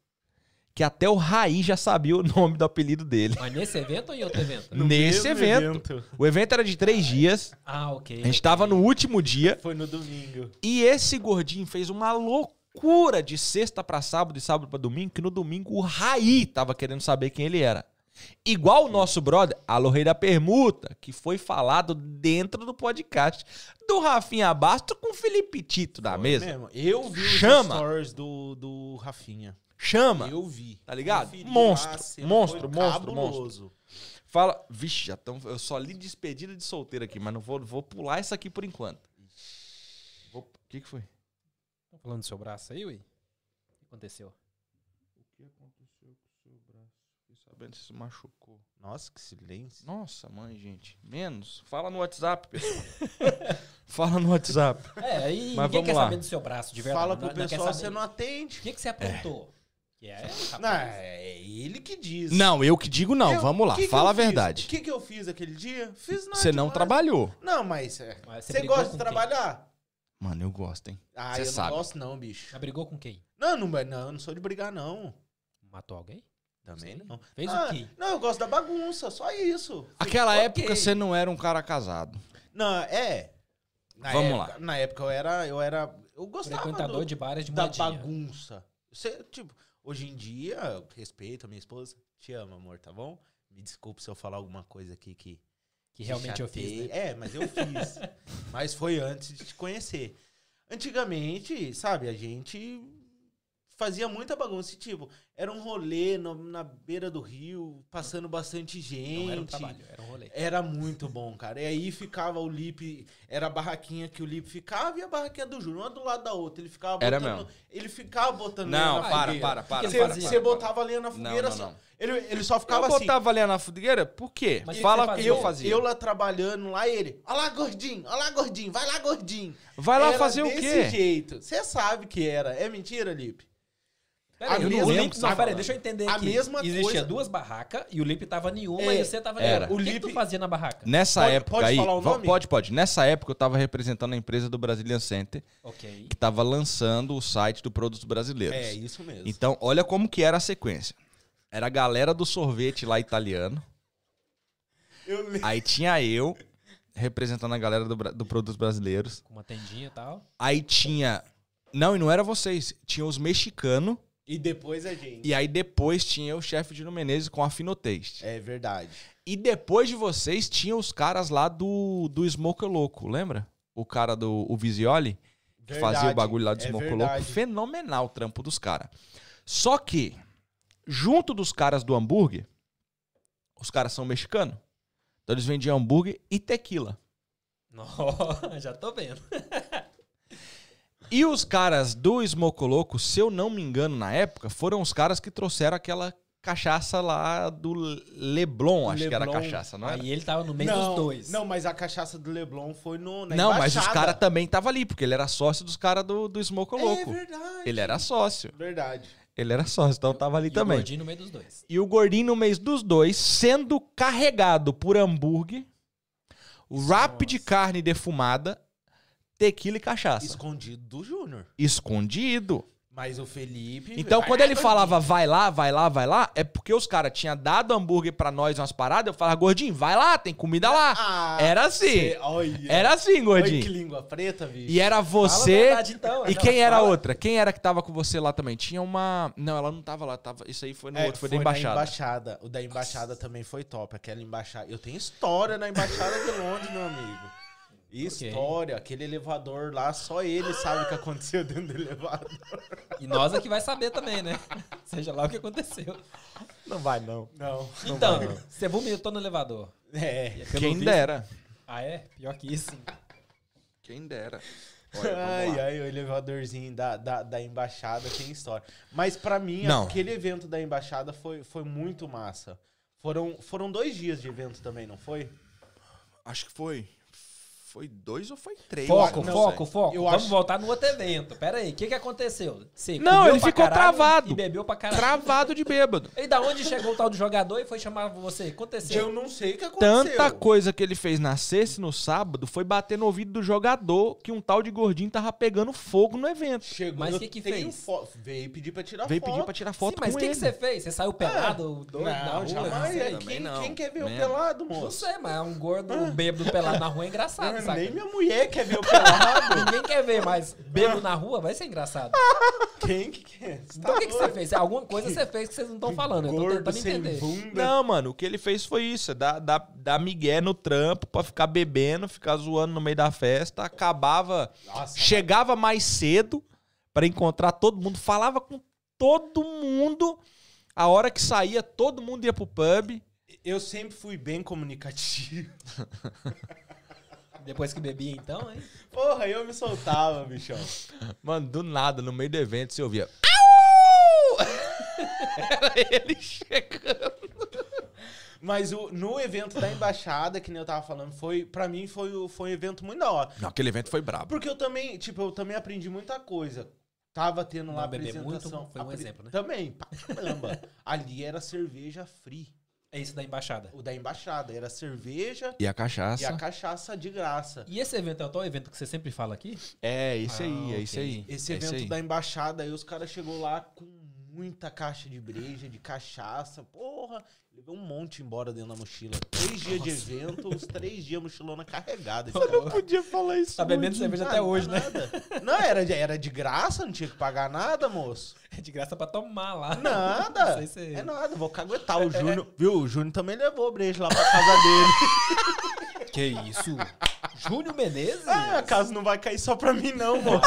Speaker 2: que até o Raí já sabia o nome do apelido dele.
Speaker 1: Mas nesse evento ou em outro evento?
Speaker 3: No
Speaker 2: Nesse
Speaker 3: mesmo
Speaker 2: evento. O evento era de três dias,
Speaker 1: Ah, ok.
Speaker 2: a gente tava no último dia,
Speaker 3: Foi no domingo.
Speaker 2: e esse gordinho fez uma loucura de sexta pra sábado e sábado pra domingo, que no domingo o Raí tava querendo saber quem ele era. Igual o nosso brother, Alô Rei da Permuta, que foi falado dentro do podcast do Rafinha Basto com o Felipe Tito da mesa.
Speaker 3: Mesmo. Eu vi
Speaker 2: Chama.
Speaker 3: os stories do, do Rafinha.
Speaker 2: Chama!
Speaker 3: Eu vi.
Speaker 2: Tá ligado?
Speaker 3: Conferi
Speaker 2: Monstro,
Speaker 3: a cena,
Speaker 2: monstro,
Speaker 3: foi
Speaker 2: monstro,
Speaker 3: cabuloso.
Speaker 2: Fala. Vixe, já tão, eu só li despedida de solteiro aqui, mas não vou, vou pular isso aqui por enquanto. Vou- O que, que foi?
Speaker 1: Tá falando do seu braço aí, Ui? O que aconteceu?
Speaker 2: Sabendo se machucou.
Speaker 3: Nossa, que silêncio.
Speaker 2: Nossa, mãe, gente. Menos. Fala no WhatsApp, pessoal. Fala no WhatsApp.
Speaker 1: É, e
Speaker 2: Mas
Speaker 1: ninguém
Speaker 2: vamos
Speaker 1: quer
Speaker 2: lá.
Speaker 1: saber do seu braço, de verdade.
Speaker 3: Fala
Speaker 1: Não-
Speaker 3: pro
Speaker 1: não quer
Speaker 3: pessoal,
Speaker 1: saber.
Speaker 3: você não atende.
Speaker 1: O que, que você aprontou? Que é, rapaz.
Speaker 3: Não, é ele que diz.
Speaker 7: Não, eu que digo não.
Speaker 3: Eu-
Speaker 7: Vamos lá,
Speaker 3: que que
Speaker 7: fala
Speaker 3: eu
Speaker 7: a
Speaker 3: fiz?
Speaker 7: verdade.
Speaker 3: O que, que eu fiz aquele dia? Fiz nada.
Speaker 2: é
Speaker 7: Você não
Speaker 3: demais.
Speaker 7: trabalhou.
Speaker 3: Não, mas. é,
Speaker 1: Mas você
Speaker 3: Você
Speaker 1: brigou
Speaker 3: gosta
Speaker 1: com
Speaker 3: de
Speaker 1: quem?
Speaker 3: trabalhar?
Speaker 7: Mano, eu gosto, hein?
Speaker 3: Ah,
Speaker 7: Você
Speaker 3: eu
Speaker 7: sabe.
Speaker 3: não gosto, não, bicho.
Speaker 1: Já brigou com quem?
Speaker 3: Não, não, não, eu não sou de brigar, não.
Speaker 1: Matou alguém?
Speaker 3: Também
Speaker 1: Sim.
Speaker 3: não.
Speaker 1: Fez
Speaker 3: Ah,
Speaker 1: o quê?
Speaker 3: Não, eu gosto da bagunça, só isso.
Speaker 7: Aquela
Speaker 1: Ok.
Speaker 7: época você não era um cara casado.
Speaker 3: Não, é. Na
Speaker 7: Vamos
Speaker 3: época- Na época eu era. Eu era. Eu gostava.
Speaker 1: Frequentador
Speaker 3: do-
Speaker 1: de bares de
Speaker 3: da
Speaker 1: moedinha.
Speaker 3: bagunça. Você, tipo, hoje em dia, eu respeito a minha esposa, te amo, amor, tá bom? Me desculpe se eu falar alguma coisa aqui que.
Speaker 1: Que realmente eu fiz,
Speaker 3: chatei.
Speaker 1: né?
Speaker 3: É, mas eu fiz. mas foi antes de te conhecer. Antigamente, sabe, a gente fazia muita bagunça. e, Tipo, era um rolê no- na beira do rio, passando bastante gente.
Speaker 1: Não era um trabalho, era um rolê.
Speaker 3: Era muito bom, cara. E aí ficava o Lipe, era a barraquinha que o Lipe ficava e a barraquinha do Júnior, uma do lado da outra. Ele ficava
Speaker 2: Era
Speaker 3: botando. Ele ficava botando lenha na fogueira.
Speaker 1: para,
Speaker 3: Você,
Speaker 1: para,
Speaker 3: você
Speaker 1: para.
Speaker 3: botava lenha na
Speaker 7: Não,
Speaker 3: fogueira
Speaker 7: não,
Speaker 3: só.
Speaker 7: não.
Speaker 3: Ele, ele só
Speaker 2: Eu
Speaker 3: ficava assim.
Speaker 2: botava ali na fogueira? Por quê?
Speaker 1: Mas o que
Speaker 2: Fala
Speaker 1: você
Speaker 2: o que
Speaker 1: fazia?
Speaker 2: eu fazia.
Speaker 3: Eu lá trabalhando, lá ele. Olha lá, gordinho, olha lá, gordinho, vai lá, gordinho.
Speaker 2: Vai lá
Speaker 3: Era
Speaker 2: fazer o
Speaker 3: Desse
Speaker 2: quê?
Speaker 3: jeito. Você sabe que era. É mentira, Lipe?
Speaker 1: Pera aí,
Speaker 3: A
Speaker 1: o
Speaker 3: mesma-
Speaker 1: Lipe, não, pera
Speaker 3: Sabe,
Speaker 1: aí,
Speaker 3: mano?
Speaker 1: deixa eu entender
Speaker 3: A
Speaker 1: aqui.
Speaker 3: mesma
Speaker 1: Existia
Speaker 3: coisa-
Speaker 1: duas barracas e o Lipe tava em uma
Speaker 3: É,
Speaker 1: e você tava
Speaker 2: era.
Speaker 1: em outra. O
Speaker 3: O
Speaker 1: que, que tu
Speaker 3: Lipe-
Speaker 1: fazia na barraca?
Speaker 2: Nessa
Speaker 3: Pode-
Speaker 2: época
Speaker 3: pode
Speaker 2: aí.
Speaker 3: falar o
Speaker 2: va-
Speaker 3: nome?
Speaker 2: Pode, pode. Nessa época eu tava representando a empresa do Brazilian Center,
Speaker 1: Ok.
Speaker 2: que tava lançando o site do Produtos Brasileiros.
Speaker 3: É, isso mesmo.
Speaker 2: Então, olha como que era a sequência. Era a galera do sorvete lá italiano.
Speaker 3: Eu lembro.
Speaker 2: Aí tinha eu, representando a galera do, Bra- do Produtos Brasileiros.
Speaker 1: Com uma tendinha e tal.
Speaker 2: Aí tinha. Não, e não era vocês. Tinha os mexicanos.
Speaker 3: E depois a gente.
Speaker 2: E aí depois tinha o chefe Dino Menezes com a Finotaste.
Speaker 3: É verdade.
Speaker 2: E depois de vocês tinha os caras lá do, do Smoke Louco, lembra? O cara do o Visioli, que
Speaker 3: Verdade,
Speaker 2: fazia o bagulho lá do
Speaker 3: é
Speaker 2: Smoke Louco.
Speaker 3: verdade.
Speaker 2: Fenomenal o trampo dos caras. Só que, junto dos caras do hambúrguer, os caras são mexicanos. Então eles vendiam hambúrguer e tequila.
Speaker 1: Nossa, já tô vendo.
Speaker 2: E os caras do Smoke Louco, se eu não me engano, na época, foram os caras que trouxeram aquela cachaça lá do Leblon, acho que era a
Speaker 3: Leblon.
Speaker 2: cachaça, não era?
Speaker 1: Aí ele tava no meio
Speaker 3: não,
Speaker 1: dos dois.
Speaker 3: Não, mas a cachaça do Leblon foi no. Na
Speaker 2: Não, mas os
Speaker 3: embaixada.
Speaker 2: caras também estavam ali, porque ele era sócio dos caras do, do Smoke
Speaker 3: É
Speaker 2: Louco.
Speaker 3: verdade.
Speaker 2: ele era sócio.
Speaker 3: Verdade.
Speaker 2: Ele era sócio, então tava ali
Speaker 1: e
Speaker 2: também.
Speaker 1: o gordinho no meio dos dois.
Speaker 2: E o gordinho no mês dos dois, sendo carregado por hambúrguer, wrap de
Speaker 1: Nossa.
Speaker 2: carne defumada, tequila e cachaça.
Speaker 3: Escondido do Júnior.
Speaker 2: Escondido.
Speaker 3: Mas o Felipe.
Speaker 2: Então,
Speaker 3: Vai
Speaker 2: quando
Speaker 3: lá,
Speaker 2: ele falava vai lá, vai lá, vai lá, é porque os caras tinham dado hambúrguer pra nós umas paradas, eu falava, gordinho, vai lá, tem comida lá.
Speaker 3: Ah,
Speaker 2: Era assim.
Speaker 3: você- Olha.
Speaker 2: Era assim,
Speaker 3: Olha que
Speaker 2: gordinho.
Speaker 3: língua preta, bicho.
Speaker 2: E era
Speaker 1: Fala a
Speaker 2: você.
Speaker 1: verdade, então.
Speaker 2: E
Speaker 1: Não,
Speaker 2: quem era a
Speaker 1: fala-
Speaker 2: outra? Quem era que tava com você lá também? Tinha uma. Não, ela não tava lá. Tava... Isso aí foi no
Speaker 3: É,
Speaker 2: outro, foi, da
Speaker 3: na
Speaker 2: embaixada.
Speaker 3: embaixada. O da embaixada também foi top. Aquela embaixada. Eu tenho história na embaixada de Londres, meu amigo. História. Aquele elevador lá, só ele sabe o que aconteceu dentro do elevador.
Speaker 1: E nós é que vai saber também, né? Seja lá o que aconteceu.
Speaker 7: Não vai, não.
Speaker 3: Não.
Speaker 1: então, você vomitou no elevador.
Speaker 3: É.
Speaker 1: E pelo
Speaker 2: Quem
Speaker 1: visto-
Speaker 2: dera.
Speaker 1: Ah, é? Pior que isso.
Speaker 2: Quem dera. spoiler. vamos
Speaker 3: Ai,
Speaker 2: lá.
Speaker 3: ai, o elevadorzinho da, da, da embaixada tem história. Mas pra mim,
Speaker 2: Não.
Speaker 3: aquele evento da embaixada foi, foi muito massa. Foram, foram dois dias de evento também, não foi?
Speaker 8: Acho que foi. Foi dois ou foi três?
Speaker 1: Foco,
Speaker 8: eu não
Speaker 1: foco,
Speaker 8: sei.
Speaker 1: foco.
Speaker 3: Eu
Speaker 1: Vamos
Speaker 3: acho-
Speaker 1: voltar no outro evento. Pera aí, o que, que aconteceu? Você
Speaker 2: Não,
Speaker 1: comeu
Speaker 2: ele
Speaker 1: pra
Speaker 2: ficou
Speaker 1: caralho
Speaker 2: travado.
Speaker 1: E bebeu pra caralho.
Speaker 2: Travado de bêbado.
Speaker 1: E da onde chegou o tal do jogador e foi chamar você? Aconteceu.
Speaker 3: Eu não sei o que aconteceu.
Speaker 2: Tanta coisa que ele fez na sexta e no sábado foi bater no ouvido do jogador que um tal de gordinho tava pegando fogo no evento.
Speaker 3: Chegou,
Speaker 1: Mas
Speaker 3: eu
Speaker 1: que que
Speaker 3: tenho
Speaker 1: fez?
Speaker 3: fo- Veio pedir pra tirar
Speaker 2: Veio
Speaker 3: foto.
Speaker 2: pedir pra tirar foto
Speaker 1: Sim, mas o
Speaker 2: com
Speaker 1: que, que
Speaker 2: ele.
Speaker 1: você fez? Você saiu pelado? doido, na
Speaker 3: Não,
Speaker 1: rua?
Speaker 3: jamais.
Speaker 1: sei.
Speaker 8: também
Speaker 3: quem,
Speaker 8: não.
Speaker 3: quem quer ver o
Speaker 2: Merda.
Speaker 3: pelado,
Speaker 1: Não
Speaker 3: moço?
Speaker 1: sei, mas é um gordo um bêbado pelado na rua é engraçado,
Speaker 3: Ah,
Speaker 1: saca?
Speaker 3: Nem minha mulher quer ver o pelado.
Speaker 1: Ninguém quer ver, mas bêbado na rua vai ser engraçado.
Speaker 3: quem que quer? Você
Speaker 1: Então o
Speaker 3: tá
Speaker 1: que, que você
Speaker 3: doido?
Speaker 1: fez? Alguma coisa você fez que vocês não estão falando. Eu tô
Speaker 3: Gordo
Speaker 1: tentando
Speaker 3: sem
Speaker 1: entender.
Speaker 3: bunda.
Speaker 2: Não, mano, o que ele fez foi isso: é dar, dar, dar migué no trampo pra ficar bebendo, ficar zoando no meio da festa. Acabava,
Speaker 3: Nossa,
Speaker 2: chegava mais cedo pra encontrar todo mundo, falava com todo mundo. A hora que saía, todo mundo ia pro pub.
Speaker 3: eu sempre fui bem comunicativo.
Speaker 1: Depois que bebia, então, hein?
Speaker 3: Porra, eu me soltava, bichão.
Speaker 2: Mano, do nada, no meio do evento, você ouvia. "Au!" Era ele chegando.
Speaker 3: Mas o- no evento da embaixada, que nem eu tava falando, foi pra mim foi, o- foi um evento muito da hora.
Speaker 2: Não, aquele evento foi brabo.
Speaker 3: Porque eu também, tipo, eu também aprendi muita coisa. Tava tendo lá a
Speaker 1: Não beber muito
Speaker 3: apresentação.
Speaker 1: foi um
Speaker 3: apre-
Speaker 1: exemplo, né?
Speaker 3: Também, pra caramba. Ali era cerveja free.
Speaker 1: É isso da embaixada.
Speaker 3: O da embaixada era cerveja
Speaker 2: E a cachaça.
Speaker 3: e a cachaça de graça.
Speaker 1: E esse evento é o tal evento que você sempre fala aqui?
Speaker 2: É, isso aí,
Speaker 1: Ah,
Speaker 2: é isso
Speaker 1: ok.
Speaker 2: aí.
Speaker 3: Esse
Speaker 2: é
Speaker 3: evento
Speaker 2: aí.
Speaker 3: da embaixada, aí os caras chegou lá com muita caixa de breja, de cachaça, porra. Levei um monte embora dentro da mochila. Três dias de evento, os três dias mochilona carregada. esse cara.
Speaker 2: podia falar isso.
Speaker 1: Tá bebendo cerveja até
Speaker 3: Ah, não
Speaker 1: hoje, né?
Speaker 3: dá nada. Não, era de, era de graça, não tinha que pagar nada, moço.
Speaker 1: É de graça pra tomar lá. Não
Speaker 3: Nada.
Speaker 1: sei se-
Speaker 3: É nada, vou caguetar o Júnior. Viu, o Júnior também levou breja lá pra casa dele.
Speaker 1: Que isso? Júnior Menezes?
Speaker 3: Ah, a casa não vai cair só pra mim não, moço.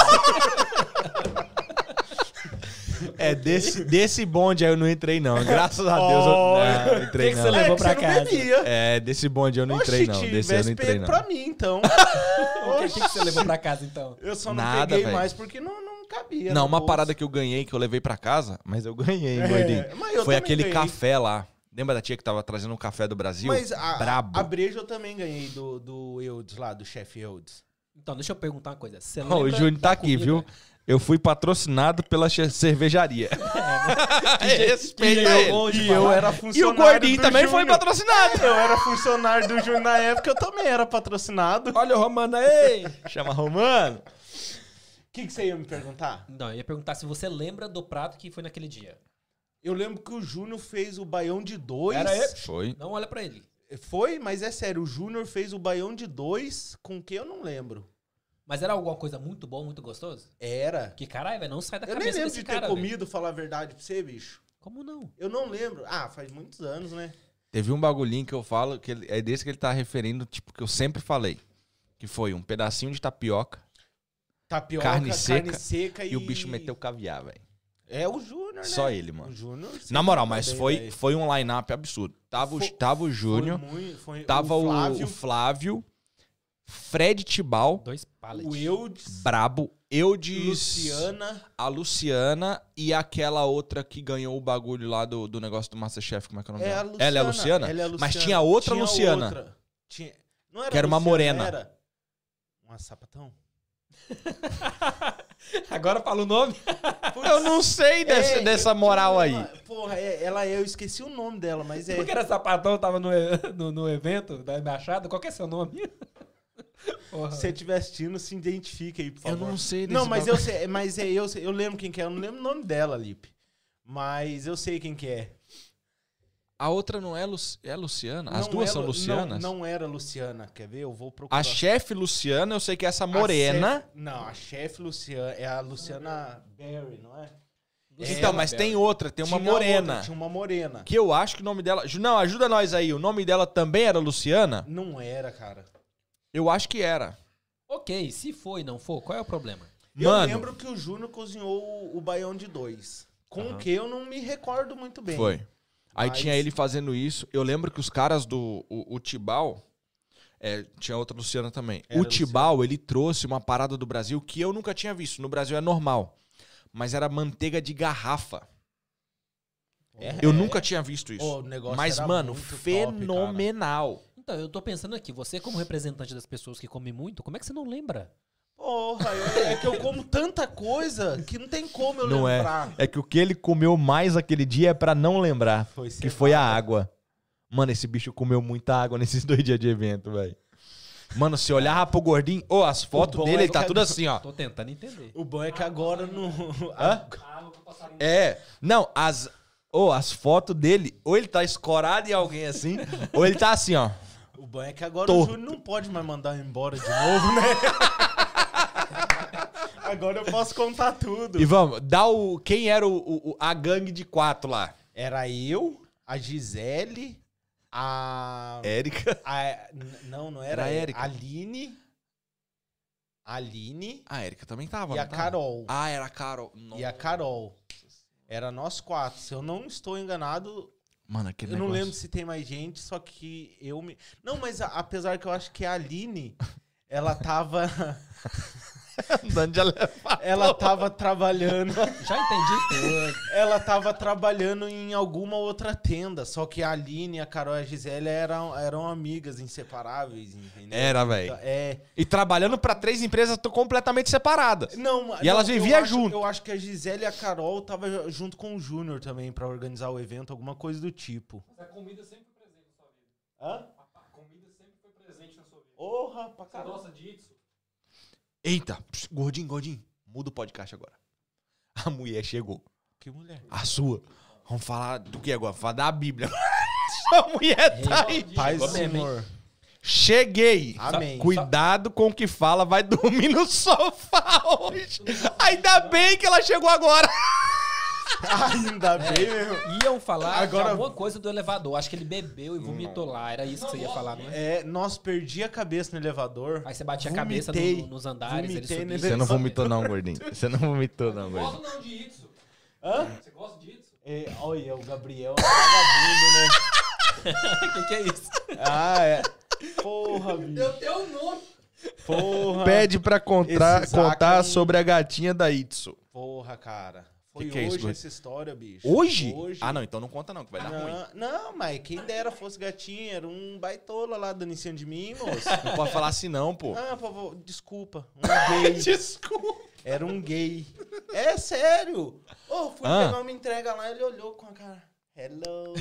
Speaker 2: É, desse, desse bonde aí eu não entrei, não. Graças a Deus eu não, não entrei,
Speaker 1: que que
Speaker 2: não.
Speaker 1: você levou
Speaker 3: é que
Speaker 1: pra
Speaker 3: você
Speaker 1: casa.
Speaker 3: não bebia.
Speaker 2: É, desse bonde eu não entrei, não.
Speaker 3: Oxi,
Speaker 2: Desse eu não
Speaker 3: tivesse
Speaker 2: entrei,
Speaker 3: pego
Speaker 2: não.
Speaker 3: pra mim, então.
Speaker 1: O que, o que que você levou pra casa, então?
Speaker 3: Eu só não
Speaker 2: Nada,
Speaker 3: peguei
Speaker 2: velho.
Speaker 3: mais porque não, não cabia. né,
Speaker 2: Não,
Speaker 3: no
Speaker 2: uma
Speaker 3: bolso.
Speaker 2: parada que eu ganhei, que eu levei pra casa, mas eu ganhei, hein,
Speaker 3: É,
Speaker 2: gordinho.
Speaker 3: mas eu
Speaker 2: Foi
Speaker 3: também
Speaker 2: aquele
Speaker 3: ganhei.
Speaker 2: café lá. Lembra da tia que tava trazendo um café do Brasil?
Speaker 3: Mas a,
Speaker 2: Brabo.
Speaker 3: a breja eu também ganhei do, do Eudes lá, do chefe Eudes.
Speaker 1: Então, deixa eu perguntar uma coisa. Você
Speaker 2: Ó, o
Speaker 1: lembra
Speaker 2: Júnior tá
Speaker 1: da
Speaker 2: aqui,
Speaker 1: comida?
Speaker 2: viu? Eu fui patrocinado pela che- cervejaria.
Speaker 1: que
Speaker 2: Respeita
Speaker 1: eu
Speaker 2: ele.
Speaker 1: vou te
Speaker 2: E
Speaker 1: falar.
Speaker 2: eu era E o gordinho
Speaker 3: do
Speaker 2: também foi
Speaker 3: Júnior.
Speaker 2: patrocinado.
Speaker 3: Eu era funcionário do Júnior na época, eu também era patrocinado. O
Speaker 1: Olha o Romano aí!
Speaker 2: Chama Romano.
Speaker 3: que, que você ia me perguntar?
Speaker 1: Não, eu ia perguntar se você lembra do prato que foi naquele dia.
Speaker 3: Eu lembro que o Júnior fez o baião de dois.
Speaker 1: Pera aí.
Speaker 2: Foi.
Speaker 1: Não olha pra ele.
Speaker 3: Foi, mas é sério, o Júnior fez o baião de dois com que eu não lembro.
Speaker 1: Mas era alguma coisa muito boa, muito gostoso?
Speaker 3: Era.
Speaker 1: Que caralho, velho, não sai da
Speaker 3: Eu nem
Speaker 1: cabeça
Speaker 3: lembro
Speaker 1: desse
Speaker 3: de ter
Speaker 1: cara, velho.
Speaker 3: comido, falar a verdade pra você, bicho.
Speaker 1: Como não?
Speaker 3: Eu não lembro. Ah, faz muitos anos, né?
Speaker 2: Teve um bagulhinho que eu falo, que ele- é desse que ele tá referindo, tipo, que eu sempre falei. Que foi um pedacinho de tapioca
Speaker 3: Tapioca,
Speaker 2: Carne
Speaker 3: carne,
Speaker 2: seca,
Speaker 3: seca,
Speaker 2: e, o bicho meteu caviar, velho.
Speaker 3: É o Júnior, né?
Speaker 2: Só ele,
Speaker 3: O
Speaker 2: mano.
Speaker 3: Júnior. sim,
Speaker 2: Na moral, mas
Speaker 3: também,
Speaker 2: foi,
Speaker 3: tá velho.
Speaker 2: foi um line-up absurdo. Tava, o
Speaker 3: Foi-
Speaker 2: tava o Júnior,
Speaker 3: Foi muito- foi
Speaker 2: tava o o Flávio, Fred Tibal,
Speaker 1: Dois pallets.
Speaker 3: o Eudes,
Speaker 2: brabo, eu de
Speaker 3: Luciana.
Speaker 2: a Luciana e aquela outra que ganhou o bagulho lá do, do negócio do Masterchef, como é que é o nome
Speaker 3: É a
Speaker 2: dela?
Speaker 3: Luciana.
Speaker 2: Ela é a Luciana?
Speaker 3: Ela é a Luciana.
Speaker 2: Mas tinha outra Luciana.
Speaker 3: outra. Tinha... Não era
Speaker 2: Que era uma
Speaker 3: Luciana,
Speaker 2: morena.
Speaker 3: Era... Uma sapatão?
Speaker 1: Agora fala o nome.
Speaker 2: Eu não sei desse-
Speaker 3: É,
Speaker 2: dessa
Speaker 3: eu-
Speaker 2: moral aí.
Speaker 3: Porra, é, ela é, eu esqueci o nome dela, mas é.
Speaker 1: Porque era sapatão, tava no, no, no evento da embaixada. Qual que é seu nome? Porra.
Speaker 3: Se você estiver assistindo, se identifica aí, por
Speaker 2: Eu
Speaker 3: favor.
Speaker 2: não sei desse
Speaker 3: Não, mas
Speaker 2: bagulho.
Speaker 3: eu sei, mas é, eu, sei- eu lembro quem que é, eu não lembro o nome dela, Lipe. Mas eu sei quem que é.
Speaker 2: A outra não é, Lu... é Luciana? As
Speaker 3: Não
Speaker 2: duas
Speaker 3: é
Speaker 2: são
Speaker 3: Lu-
Speaker 2: Lucianas?
Speaker 3: Não, não era Luciana, quer ver? Eu vou procurar.
Speaker 2: A chefe Luciana, eu sei que é essa
Speaker 3: A
Speaker 2: morena.
Speaker 3: chefe- não, a chefe Luciana, é a Luciana Berry, não é?
Speaker 1: Luciana
Speaker 2: então, mas
Speaker 1: Bell.
Speaker 2: tem outra, tem uma
Speaker 3: Tinha
Speaker 2: morena.
Speaker 3: outra, tinha uma morena.
Speaker 2: Que eu acho que o nome dela. Ju- Não, ajuda nós aí. O nome dela também era Luciana?
Speaker 3: Não era, cara.
Speaker 2: Eu acho que era.
Speaker 3: um
Speaker 1: Ok, se for e não for, qual é o problema?
Speaker 3: Eu
Speaker 2: Mano.
Speaker 3: lembro que o Júnior cozinhou o- o baião de dois. Com
Speaker 1: Aham.
Speaker 3: o que eu não me recordo muito bem.
Speaker 2: Foi. Aí
Speaker 3: Mas-
Speaker 2: tinha ele fazendo isso. Eu lembro que os caras do. O, o Tibal. É, tinha outra Luciana também.
Speaker 3: Era
Speaker 2: o Tibau, ele trouxe uma parada do Brasil que eu nunca tinha visto. No Brasil é normal. Mas era manteiga de garrafa.
Speaker 3: É.
Speaker 2: eu nunca tinha visto isso.
Speaker 3: Ô, o negócio
Speaker 2: Mas,
Speaker 3: era
Speaker 2: mano,
Speaker 3: muito top, cara.
Speaker 2: fenomenal.
Speaker 1: Então, eu tô pensando aqui, você como representante das pessoas que comem muito, como é que você não lembra?
Speaker 3: Porra, eu- é que eu como tanta coisa que não tem como eu
Speaker 5: Não é.
Speaker 3: lembrar.
Speaker 5: É que o que ele comeu mais aquele dia é pra não lembrar.
Speaker 3: Foi
Speaker 5: Que foi a água. Mano, esse bicho comeu muita água nesses dois dias de evento, velho. Mano, se olhava pro gordinho, ô, as fotos
Speaker 3: bom
Speaker 5: dele,
Speaker 3: é
Speaker 5: ele tá
Speaker 3: que a-
Speaker 5: tudo assim, ó.
Speaker 1: Tô tentando entender.
Speaker 3: O bom é que agora no.
Speaker 5: Hã?
Speaker 1: Ah,
Speaker 5: É. Não, as. Ô, as fotos dele, ou ele tá escorado em alguém assim, ou ele tá assim, ó.
Speaker 3: O bom é que agora
Speaker 5: Tô.
Speaker 3: o Júlio não pode mais mandar eu embora de novo, né? agora eu posso contar tudo.
Speaker 5: E vamos, dá o. Quem era o, o- o- a gangue de quatro lá?
Speaker 3: Era eu, a Gisele, a.
Speaker 5: Érica.
Speaker 3: a- n- não, não era.
Speaker 2: É. Era a
Speaker 3: eu.
Speaker 2: Érica.
Speaker 3: Aline. Aline
Speaker 5: Ah,
Speaker 2: A Erika também tava.
Speaker 3: e
Speaker 2: não
Speaker 3: a
Speaker 2: tava?
Speaker 3: Carol.
Speaker 2: Ah, era a Carol.
Speaker 3: E a Carol. Era nós quatro. Se eu não estou enganado,
Speaker 2: Mano, aquele
Speaker 3: Eu não
Speaker 2: negócio.
Speaker 3: lembro se tem mais gente, só que eu me. Não, mas a- apesar que eu acho que a Aline, ela tava.
Speaker 5: Andando de elefante.
Speaker 3: ela tava trabalhando.
Speaker 1: Já entendi tudo.
Speaker 3: Ela tava trabalhando em alguma outra tenda. Só que a Aline, a Carol e a Gisele eram, eram amigas inseparáveis, entendeu?
Speaker 5: Era,
Speaker 3: Então,
Speaker 5: velho.
Speaker 3: É.
Speaker 5: E trabalhando pra três empresas tô completamente separadas.
Speaker 3: Não,
Speaker 5: E elas
Speaker 3: não, eu
Speaker 5: viviam
Speaker 3: acho-
Speaker 5: junto.
Speaker 3: Eu acho que a Gisele e a Carol tava junto com o Júnior também pra organizar o evento, alguma coisa do tipo.
Speaker 1: A comida sempre foi presente na sua vida.
Speaker 3: Hã?
Speaker 1: A comida sempre foi presente na sua vida.
Speaker 3: Porra, pra caralho.
Speaker 1: disso?
Speaker 5: Eita, pss, gordinho, gordinho. Muda o podcast agora. A mulher chegou.
Speaker 3: Que mulher.
Speaker 5: A sua. Vamos falar do que agora? Falar da Bíblia. A mulher tá aí.
Speaker 3: Paz do
Speaker 1: mesmo, hein?
Speaker 3: Senhor.
Speaker 5: Cheguei.
Speaker 3: Amém.
Speaker 5: Cuidado com o que fala, vai dormir no sofá hoje. Ainda bem que ela chegou agora.
Speaker 3: Ainda bem, meu irmão.
Speaker 1: Iam falar de
Speaker 3: Agora-
Speaker 1: alguma coisa do elevador. Acho que ele bebeu e vomitou lá. Era isso que você ia falar, não é?
Speaker 3: É, nós perdi a cabeça no elevador.
Speaker 1: Aí você bate a cabeça
Speaker 3: Vomitei.
Speaker 1: no- nos andares, ele
Speaker 3: Vomitei
Speaker 1: subiu.
Speaker 3: nele. Você não vomitou
Speaker 5: não, gordinho. Você não vomitou não,
Speaker 1: não de Itsu.
Speaker 3: Hã?
Speaker 1: Você gosta de Itsu?
Speaker 3: É, olha, o Gabriel é vagabundo,
Speaker 1: O que, que é isso?
Speaker 3: né? Ah, é. Porra, bicho.
Speaker 1: tenho um nome.
Speaker 3: Porra.
Speaker 5: Pede pra contar,
Speaker 3: Esse Zaca
Speaker 1: é
Speaker 5: contar
Speaker 1: um-
Speaker 3: não-
Speaker 5: sobre a gatinha da Itsu.
Speaker 3: Porra, cara. Foi
Speaker 2: que é isso,
Speaker 3: hoje
Speaker 2: Gui?
Speaker 3: essa história, bicho.
Speaker 5: Hoje?
Speaker 3: Hoje.
Speaker 2: Ah, não, então não conta não, que vai dar ruim.
Speaker 3: Não, não, mas quem dera fosse gatinho, era um baitola lá dando em cima de mim, moço.
Speaker 2: Não pode falar assim não, pô.
Speaker 3: Ah, por favor, desculpa. Um gay.
Speaker 5: Desculpa.
Speaker 3: Era um gay. É sério. Ô, fui
Speaker 5: Ah.
Speaker 3: pegar uma entrega lá, ele olhou com a cara. Hello.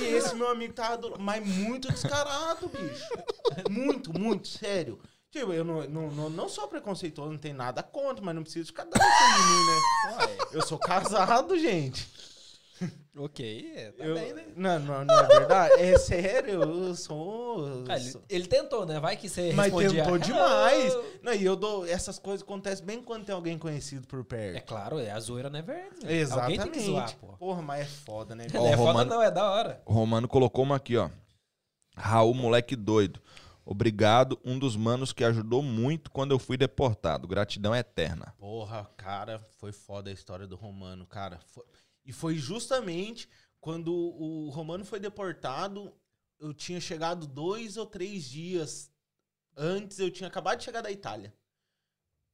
Speaker 3: E esse meu amigo tava do... Mas muito descarado, bicho. Muito, muito, sério. Tipo, eu não, não, não, não sou preconceituoso, não tem nada contra, mas não preciso ficar dando isso em mim, né? Eu sou casado, gente.
Speaker 1: Ok, é, tá
Speaker 3: Eu-
Speaker 1: bem, né?
Speaker 3: não, não, não é verdade. É sério, eu sou. eu
Speaker 1: Ah, ele,
Speaker 3: sou-
Speaker 1: ele tentou, né? Vai que você
Speaker 3: Mas
Speaker 1: respondia,
Speaker 3: tentou
Speaker 1: "Hello".
Speaker 3: demais. Não, e eu dou. Essas coisas acontecem bem quando tem alguém conhecido por perto.
Speaker 1: É claro, é a zoeira never ends. né?
Speaker 3: Exatamente.
Speaker 1: Alguém tem que zoar, pô.
Speaker 3: Porra, mas é foda, né?
Speaker 1: Não é foda
Speaker 2: Romano-
Speaker 1: não, é da hora.
Speaker 2: O Romano colocou uma aqui, ó. Raul, moleque doido. Obrigado, um dos manos que ajudou muito quando eu fui deportado. Gratidão eterna.
Speaker 3: Porra, cara, foi foda a história do Romano, cara. Foi- E foi justamente quando o Romano foi deportado, eu tinha chegado dois ou três dias antes, eu tinha acabado de chegar da Itália.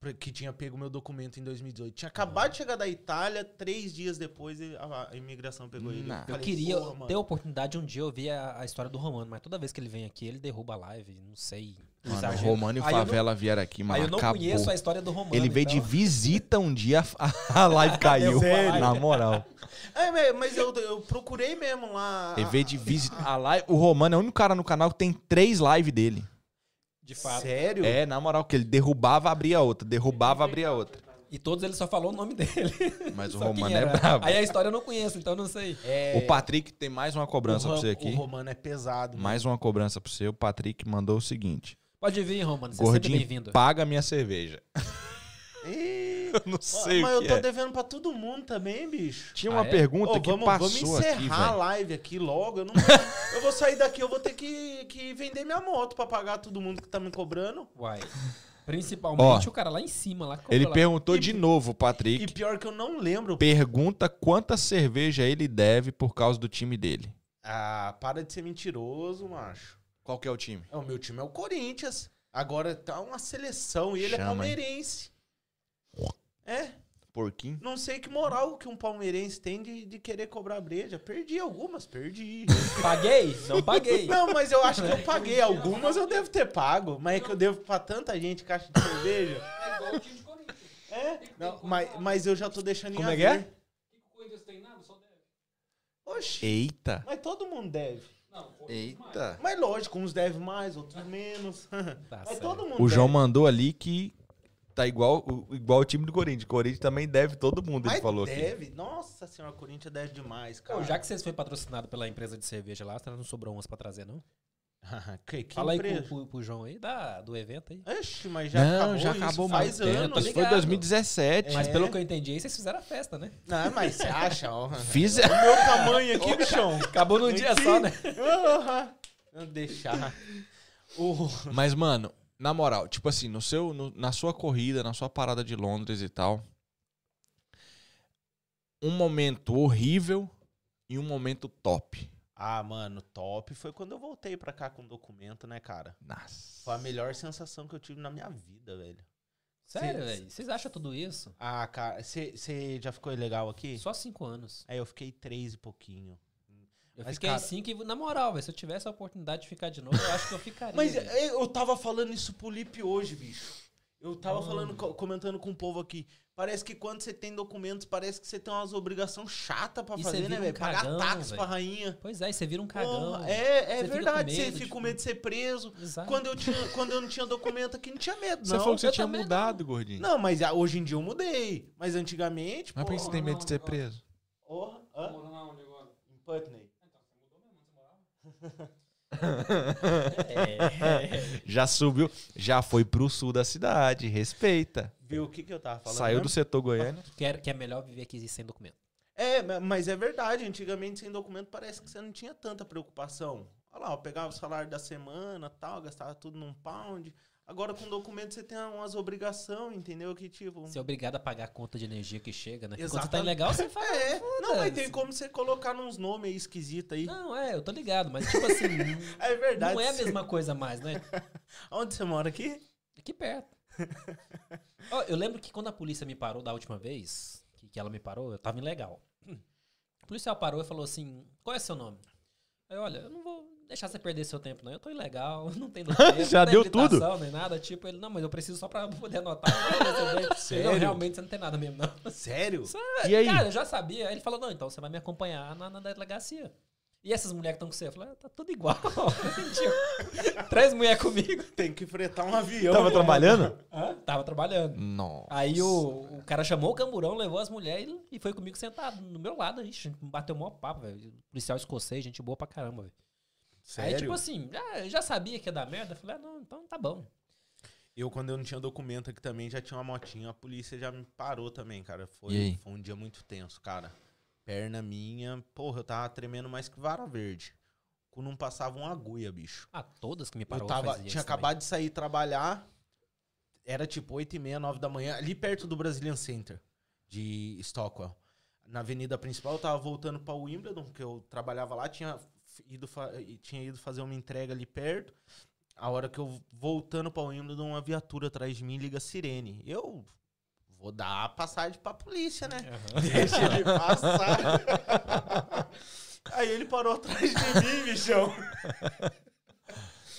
Speaker 3: pra- Que tinha pego meu documento em 2018. Tinha
Speaker 1: Uhum.
Speaker 3: acabado de chegar da Itália, três dias depois a a imigração pegou ele.
Speaker 2: Não.
Speaker 1: Eu
Speaker 3: falei,
Speaker 1: queria
Speaker 3: "Porra, mano."
Speaker 1: ter a oportunidade um dia eu ouvir a, a história do Romano, mas toda vez que ele vem aqui, ele derruba a live, não sei.
Speaker 2: Mano,
Speaker 1: exagero.
Speaker 2: Romano e
Speaker 1: Aí eu não-
Speaker 2: Favela vieram aqui, mano.
Speaker 1: Aí eu não
Speaker 2: acabou.
Speaker 1: conheço a história do Romano.
Speaker 2: Ele veio de
Speaker 1: então-
Speaker 2: visita um dia, a live caiu.
Speaker 1: Sério?
Speaker 2: Na moral.
Speaker 3: É, mas- mas eu, eu procurei mesmo lá.
Speaker 2: Ele veio de visita. A live, o Romano é o único cara no canal que tem três lives dele.
Speaker 1: De fato.
Speaker 3: Ah, Sério?
Speaker 2: É, na moral, que ele derrubava, abria outra. Derrubava, abria outra.
Speaker 1: E todos ele só falou o nome dele.
Speaker 2: Mas o
Speaker 1: Só quem
Speaker 2: Romano é
Speaker 1: era.
Speaker 2: brabo. É.
Speaker 1: Aí a história eu não conheço, então eu não sei.
Speaker 2: O Patrick tem mais uma cobrança
Speaker 3: o,
Speaker 2: pra
Speaker 3: Ram-
Speaker 2: você
Speaker 3: o
Speaker 2: aqui.
Speaker 3: Romano é pesado. mano.
Speaker 2: Mais uma cobrança pra você. O Patrick mandou o seguinte:
Speaker 1: Pode vir, Romano, você é sempre
Speaker 2: Gordinho,
Speaker 1: bem-vindo.
Speaker 2: paga minha cerveja.
Speaker 3: Ih,
Speaker 2: Eu não sei
Speaker 3: mas
Speaker 2: o
Speaker 3: eu
Speaker 2: que
Speaker 3: tô
Speaker 2: é.
Speaker 3: devendo pra todo mundo também, bicho.
Speaker 2: Tinha
Speaker 1: Ah,
Speaker 2: uma
Speaker 1: é?
Speaker 2: pergunta
Speaker 3: Ô,
Speaker 2: que
Speaker 3: vamos, vamos
Speaker 2: passou
Speaker 3: encerrar
Speaker 2: aqui,
Speaker 3: a
Speaker 2: velho.
Speaker 3: live aqui logo. Eu, não, eu vou sair daqui, eu vou ter que, que vender minha moto pra pagar todo mundo que tá me cobrando.
Speaker 1: Uai. Principalmente o cara lá em cima, lá que comprou
Speaker 2: Ele
Speaker 1: lá.
Speaker 2: perguntou
Speaker 3: E-
Speaker 2: de novo,
Speaker 3: E
Speaker 2: Patrick.
Speaker 3: pior que eu não lembro.
Speaker 2: Pergunta quanta cerveja ele deve por causa do time dele.
Speaker 3: Ah, para de ser mentiroso, macho.
Speaker 2: Qual que é o time?
Speaker 3: É, o meu time é o Corinthians. Agora tá uma seleção e ele é
Speaker 2: Chama, hein?
Speaker 3: palmeirense. É,
Speaker 2: Porquinho?
Speaker 3: não sei que moral que um palmeirense tem de, de querer cobrar breja. Perdi algumas, perdi.
Speaker 1: Paguei? Não paguei.
Speaker 3: Não, mas eu acho que eu paguei algumas, eu devo ter pago. Mas é que eu devo pra tanta gente caixa de cerveja.
Speaker 9: É igual o time de Corinthians.
Speaker 3: É, não, mas, mas eu já tô deixando
Speaker 5: Como é que
Speaker 3: em
Speaker 5: é?
Speaker 3: haver.
Speaker 9: O que o Corinthians tem nada? Só deve.
Speaker 3: Oxi,
Speaker 2: Eita!
Speaker 3: mas todo mundo deve.
Speaker 9: Não, o Corinthians mais.
Speaker 2: Eita!
Speaker 3: Mas lógico, uns devem mais, outros menos.
Speaker 1: Tá
Speaker 3: mas
Speaker 1: certo.
Speaker 3: É todo mundo
Speaker 2: O
Speaker 3: deve.
Speaker 2: João mandou ali que tá igual, o- igual o time do Corinthians. O Corinthians também deve todo mundo, ele
Speaker 3: Mas
Speaker 2: falou aqui.
Speaker 3: deve. Nossa senhora, o Corinthians deve demais, cara.
Speaker 1: Ô, já que vocês foram patrocinados pela empresa de cerveja lá, será que não sobrou umas pra trazer, não?
Speaker 3: que, que
Speaker 1: Fala aí
Speaker 3: empresa?
Speaker 1: pro, pro- pro João aí da, do evento aí.
Speaker 3: Ixi, mas já
Speaker 2: Não,
Speaker 3: acabou
Speaker 2: já
Speaker 3: isso,
Speaker 2: acabou
Speaker 3: faz
Speaker 2: mais tempo.
Speaker 1: tô
Speaker 3: anos.
Speaker 2: Isso foi
Speaker 1: ligado.
Speaker 2: 2017.
Speaker 1: Mas pelo que eu entendi aí, vocês fizeram a festa, né?
Speaker 3: Não, mas você acha, ó.
Speaker 2: Fiz. é,
Speaker 3: O meu tamanho aqui, bichão.
Speaker 1: Acabou num dia só, né?
Speaker 3: Aham. Vou deixar. O-
Speaker 2: Mas, mano, na moral, tipo assim, no seu, no- na sua corrida, na sua parada de Londres e tal, um momento horrível e um momento top.
Speaker 3: Ah, mano, top. Foi quando eu voltei pra cá com documento, né, cara? Foi a
Speaker 2: Nossa.
Speaker 3: melhor sensação que eu tive na minha vida, velho.
Speaker 1: Sério,
Speaker 3: Sim.
Speaker 1: velho. Vocês acham tudo isso?
Speaker 3: Ah, cara, você já ficou ilegal aqui?
Speaker 1: Só cinco anos.
Speaker 3: Aí eu fiquei três e pouquinho.
Speaker 1: Eu
Speaker 3: Mas,
Speaker 1: fiquei
Speaker 3: cara-
Speaker 1: cinco e, na moral, velho, se eu tivesse a oportunidade de ficar de novo, eu acho que eu ficaria.
Speaker 3: Mas
Speaker 1: velho.
Speaker 3: eh, eu tava falando isso pro Lipe hoje, bicho. Eu tava
Speaker 1: Ah.
Speaker 3: falando, co- comentando com o povo aqui. Parece que quando você tem documentos, parece que você tem umas obrigações chatas pra
Speaker 1: E cê
Speaker 3: fazer,
Speaker 1: vira
Speaker 3: né,
Speaker 1: um
Speaker 3: velho? Pagar
Speaker 1: cagão,
Speaker 3: táxi
Speaker 1: velho.
Speaker 3: pra rainha.
Speaker 1: Pois é, e você vira um cagão.
Speaker 3: Porra, é,
Speaker 1: Cê
Speaker 3: é
Speaker 1: fica com
Speaker 3: verdade, você
Speaker 1: medo, Ah.
Speaker 3: fica
Speaker 1: tipo.
Speaker 3: com medo de ser preso.
Speaker 1: Exato.
Speaker 3: Quando eu, tinha, quando eu não tinha documento aqui, não tinha medo,
Speaker 2: Você
Speaker 3: não.
Speaker 2: falou que você
Speaker 1: eu
Speaker 2: tinha
Speaker 1: também
Speaker 2: mudado, gordinho.
Speaker 3: Não, mas ah, hoje em dia eu mudei. Mas antigamente,
Speaker 2: Mas por é que
Speaker 3: porra,
Speaker 2: você tem medo de ser
Speaker 9: não,
Speaker 2: preso?
Speaker 3: porra,
Speaker 9: Tá
Speaker 3: hã?
Speaker 9: morando aonde agora?
Speaker 3: Em Putney.
Speaker 9: Então, você mudou mesmo, onde você morava?
Speaker 2: Já subiu, já foi pro sul da cidade, respeita.
Speaker 3: Viu o que que eu tava falando? né?
Speaker 2: Saiu
Speaker 3: mesmo?
Speaker 2: do setor Goiânia.
Speaker 1: Que, era- que é melhor viver aqui sem documento.
Speaker 3: É, ma- mas é verdade. Antigamente, sem documento, parece que você não tinha tanta preocupação. Olha lá, eu pegava o salário da semana, tal, gastava tudo num pound. Agora, com documento, você tem umas obrigações, entendeu? Que tipo...
Speaker 1: Você é obrigado a pagar a conta de energia que chega, né? Quando você tá
Speaker 3: Exatamente.
Speaker 1: ilegal, você fala.
Speaker 3: É, não, mas tem
Speaker 1: foda-se.
Speaker 3: como você colocar uns nomes aí esquisitos aí.
Speaker 1: Não, é, eu tô ligado, mas tipo assim, não-
Speaker 3: É verdade.
Speaker 1: não é a mesma coisa mais, né?
Speaker 3: Onde você mora aqui?
Speaker 1: Aqui perto. Ó, eu lembro que quando a polícia me parou da última vez, que, que ela me parou, eu tava ilegal. O policial parou e falou assim: qual é seu nome? Aí, eu, olha, eu não vou deixar você perder seu tempo, não. Eu tô ilegal, não tem documento,
Speaker 2: Já
Speaker 1: não tem
Speaker 2: deu
Speaker 1: habilitação, Nem nada. Tipo, ele, não, mas eu preciso só pra poder anotar. Eu, não, realmente você não tem nada mesmo, não.
Speaker 3: Sério?
Speaker 2: E aí?
Speaker 1: Cara, eu já sabia. Aí ele falou, não, então você vai me acompanhar na, na delegacia. E essas mulheres que estão com você? Eu falei, ah, tá tudo igual. Tipo, Três mulheres comigo.
Speaker 3: Tem que fretar um avião.
Speaker 2: Tava trabalhando?
Speaker 1: Tava trabalhando.
Speaker 2: Não.
Speaker 1: Aí o, o cara chamou o camburão, levou as mulheres e- e foi comigo sentado no meu lado. Ixi, bateu mó papo, velho. Policial escocês, gente boa pra caramba, velho. Aí, tipo assim, já, eu já sabia que ia dar merda. Eu falei, ah, não, então tá bom.
Speaker 3: Eu, quando eu não tinha documento aqui também, já tinha uma motinha, a polícia já me parou também, cara.
Speaker 2: E
Speaker 3: Foi,
Speaker 2: aí?
Speaker 3: foi um dia muito tenso, cara. Perna minha, porra, eu tava tremendo mais que vara verde. Quando não passava uma agulha, bicho.
Speaker 1: Ah, todas que me
Speaker 3: Eu
Speaker 1: parou
Speaker 3: tava,
Speaker 1: fazia
Speaker 3: tinha
Speaker 1: isso também.
Speaker 3: acabado de sair trabalhar, era tipo 8 e meia, 9 da manhã, ali perto do Brazilian Center, de Stockwell. Na avenida principal, eu tava voltando pra Wimbledon, que eu trabalhava lá, tinha f- ido, fa- e tinha ido fazer uma entrega ali perto. A hora que eu voltando pra Wimbledon, uma viatura atrás de mim liga sirene. Eu vou dar a passagem pra polícia, né? Deixa ele passar. Aí ele parou atrás de mim, bichão.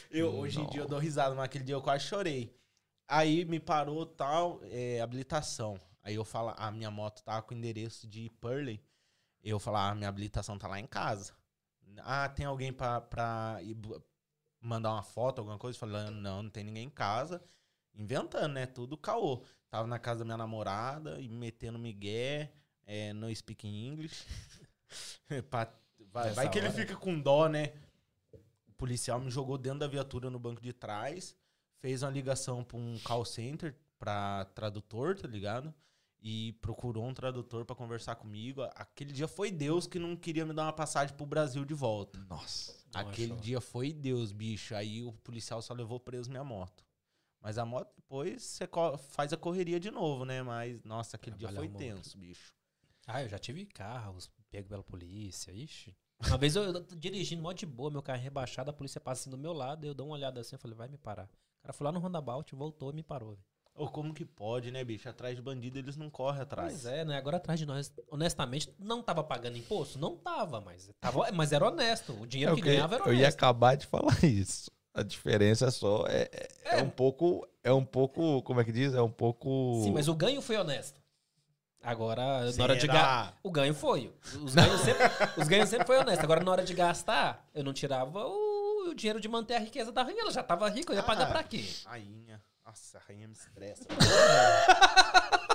Speaker 3: Eu, hoje em dia eu dou risada, mas aquele dia eu quase chorei. Aí me parou tal, é, habilitação. Aí eu falo, a minha moto tava com endereço de Purley. Eu falo, ah, minha habilitação tá lá em casa. Ah, tem alguém pra, pra ir bu- mandar uma foto, alguma coisa? Falando, não, não tem ninguém em casa. Inventando, né? Tudo caô. Tava na casa da minha namorada e metendo migué, é, no speaking English. Pra- vai,
Speaker 1: Nessa
Speaker 3: vai que ele
Speaker 1: hora.
Speaker 3: fica com dó, né? O policial me jogou dentro da viatura no banco de trás, fez uma ligação pra um call center, pra tradutor, tá ligado? E procurou um tradutor pra conversar comigo. Aquele dia foi Deus que não queria me dar uma passagem pro Brasil de volta.
Speaker 2: Nossa.
Speaker 3: Aquele
Speaker 1: Nossa.
Speaker 3: dia foi Deus, bicho. Aí o policial só levou preso minha moto. Mas a moto depois você co- faz a correria de novo, né? Mas, nossa, aquele dia
Speaker 1: Trabalhar um
Speaker 3: foi
Speaker 1: uma outra.
Speaker 3: tenso, bicho.
Speaker 1: Ah, eu já tive carros, pego pela polícia, ixi. Uma vez eu, eu tô dirigindo mó de boa, meu carro é rebaixado, a polícia passa assim do meu lado, eu dou uma olhada assim, eu falei, vai me parar. O cara foi lá no roundabout, voltou e me parou. velho.
Speaker 3: Ô, como que pode, né, bicho? Atrás de bandido eles não correm atrás.
Speaker 1: Pois é, né? Agora atrás de nós, honestamente, não tava pagando imposto? Não tava, mas, tava, mas era honesto. O
Speaker 2: É
Speaker 1: dinheiro
Speaker 5: Eu,
Speaker 1: que
Speaker 5: que-
Speaker 1: ganhava era
Speaker 5: eu ia
Speaker 1: honesto.
Speaker 5: acabar de falar isso. A diferença é só é, é- é um pouco é um pouco como é que diz é um pouco
Speaker 1: Sim, mas o ganho foi honesto. Agora, na hora de gastar.
Speaker 3: Será?
Speaker 1: O ganho foi. Os ganhos, sempre, os ganhos sempre foi honesto. Agora, na hora de gastar, eu não tirava o, o dinheiro de manter a riqueza da rainha. Ela já tava rica, eu ia pagar
Speaker 3: Ah.
Speaker 1: pra quê?
Speaker 3: Rainha. Nossa, a rainha me estressa.
Speaker 1: Essa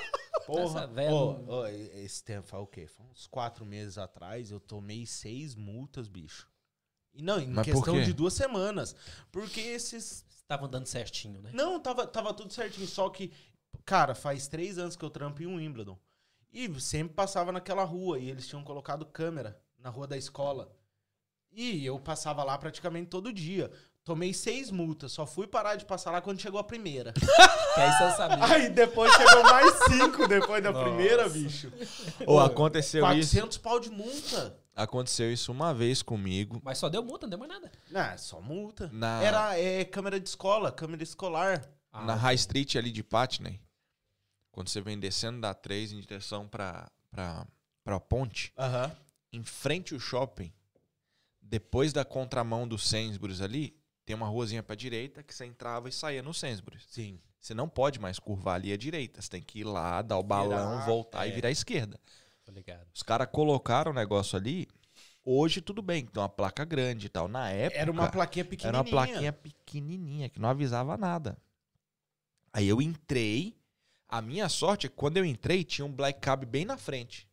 Speaker 3: Porra,
Speaker 1: velha
Speaker 3: Ô,
Speaker 1: não-
Speaker 3: ô, e- esse tempo foi o quê? Foi uns quatro meses atrás, eu tomei seis multas, bicho. E não, em
Speaker 2: Mas por
Speaker 3: questão
Speaker 2: quê?
Speaker 3: de duas semanas. Porque esses.
Speaker 1: Estavam dando certinho, né?
Speaker 3: Não, tava, tava tudo certinho, só que, cara, faz três anos que eu trampo em Wimbledon. E sempre passava naquela rua, e eles tinham colocado câmera na rua da escola. E eu passava lá praticamente todo dia. Tomei seis multas, só fui parar de passar lá quando chegou a primeira.
Speaker 1: Que aí você sabia.
Speaker 3: Aí depois chegou mais cinco depois da primeira, bicho.
Speaker 5: ou aconteceu isso
Speaker 3: 400 pau de multa.
Speaker 2: Aconteceu isso uma vez comigo.
Speaker 1: Mas só deu multa, não deu mais nada.
Speaker 3: Não, Ah, só multa.
Speaker 2: Na-
Speaker 3: Era é, câmera de escola, câmera escolar.
Speaker 1: Ah,
Speaker 2: na High Street ali de Patney, quando você vem descendo da 3 em direção pra, pra, pra ponte,
Speaker 3: Aham.
Speaker 2: em frente ao shopping, depois da contramão do Sainsbury's ali, tem uma ruazinha pra direita que você entrava e saía no Sainsbury's.
Speaker 3: Sim.
Speaker 2: Você não pode mais curvar ali à direita, você tem que ir lá, dar o balão,
Speaker 3: Virar,
Speaker 2: voltar e
Speaker 3: é.
Speaker 2: virar à esquerda.
Speaker 1: Tô ligado.
Speaker 2: Os caras colocaram o negócio ali, hoje tudo bem, que tem uma placa grande e tal. Na época...
Speaker 3: Era uma plaquinha pequenininha.
Speaker 2: Era uma plaquinha pequenininha que não avisava nada. Aí eu entrei. A minha sorte é que quando eu entrei, tinha um black cab bem na frente.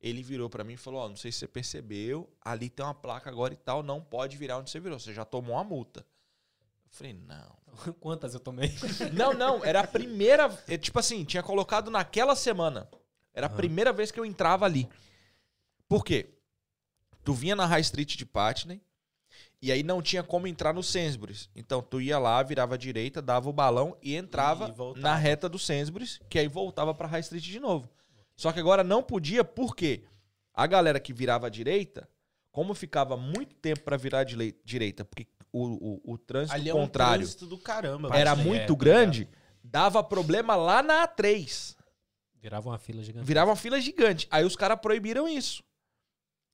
Speaker 2: Ele virou pra mim e falou: Ó, não sei se você percebeu, ali tem uma placa agora e tal, não pode virar onde você virou, você já tomou uma multa. Eu falei: Não.
Speaker 1: Quantas eu tomei?
Speaker 2: Não, não, era a primeira. é, Tipo assim, tinha colocado naquela semana. Era a
Speaker 1: Aham.
Speaker 2: primeira vez que eu entrava ali. Por quê? Tu vinha na High Street de Patney e aí não tinha como entrar no Sainsbury's. Então tu ia lá, virava à direita, dava o balão e entrava
Speaker 3: E voltava.
Speaker 2: na reta do Sainsbury's, que aí voltava pra High Street de novo. Só que agora não podia, por quê? A galera que virava à direita, como ficava muito tempo pra virar à dilei- direita, porque o, o, o trânsito
Speaker 3: Ali é um
Speaker 2: contrário
Speaker 3: trânsito do caramba.
Speaker 2: era
Speaker 1: Partner,
Speaker 2: muito
Speaker 1: é,
Speaker 2: grande, dava problema lá na A3.
Speaker 1: Virava uma fila gigante.
Speaker 2: Virava uma fila gigante. Aí os caras proibiram isso.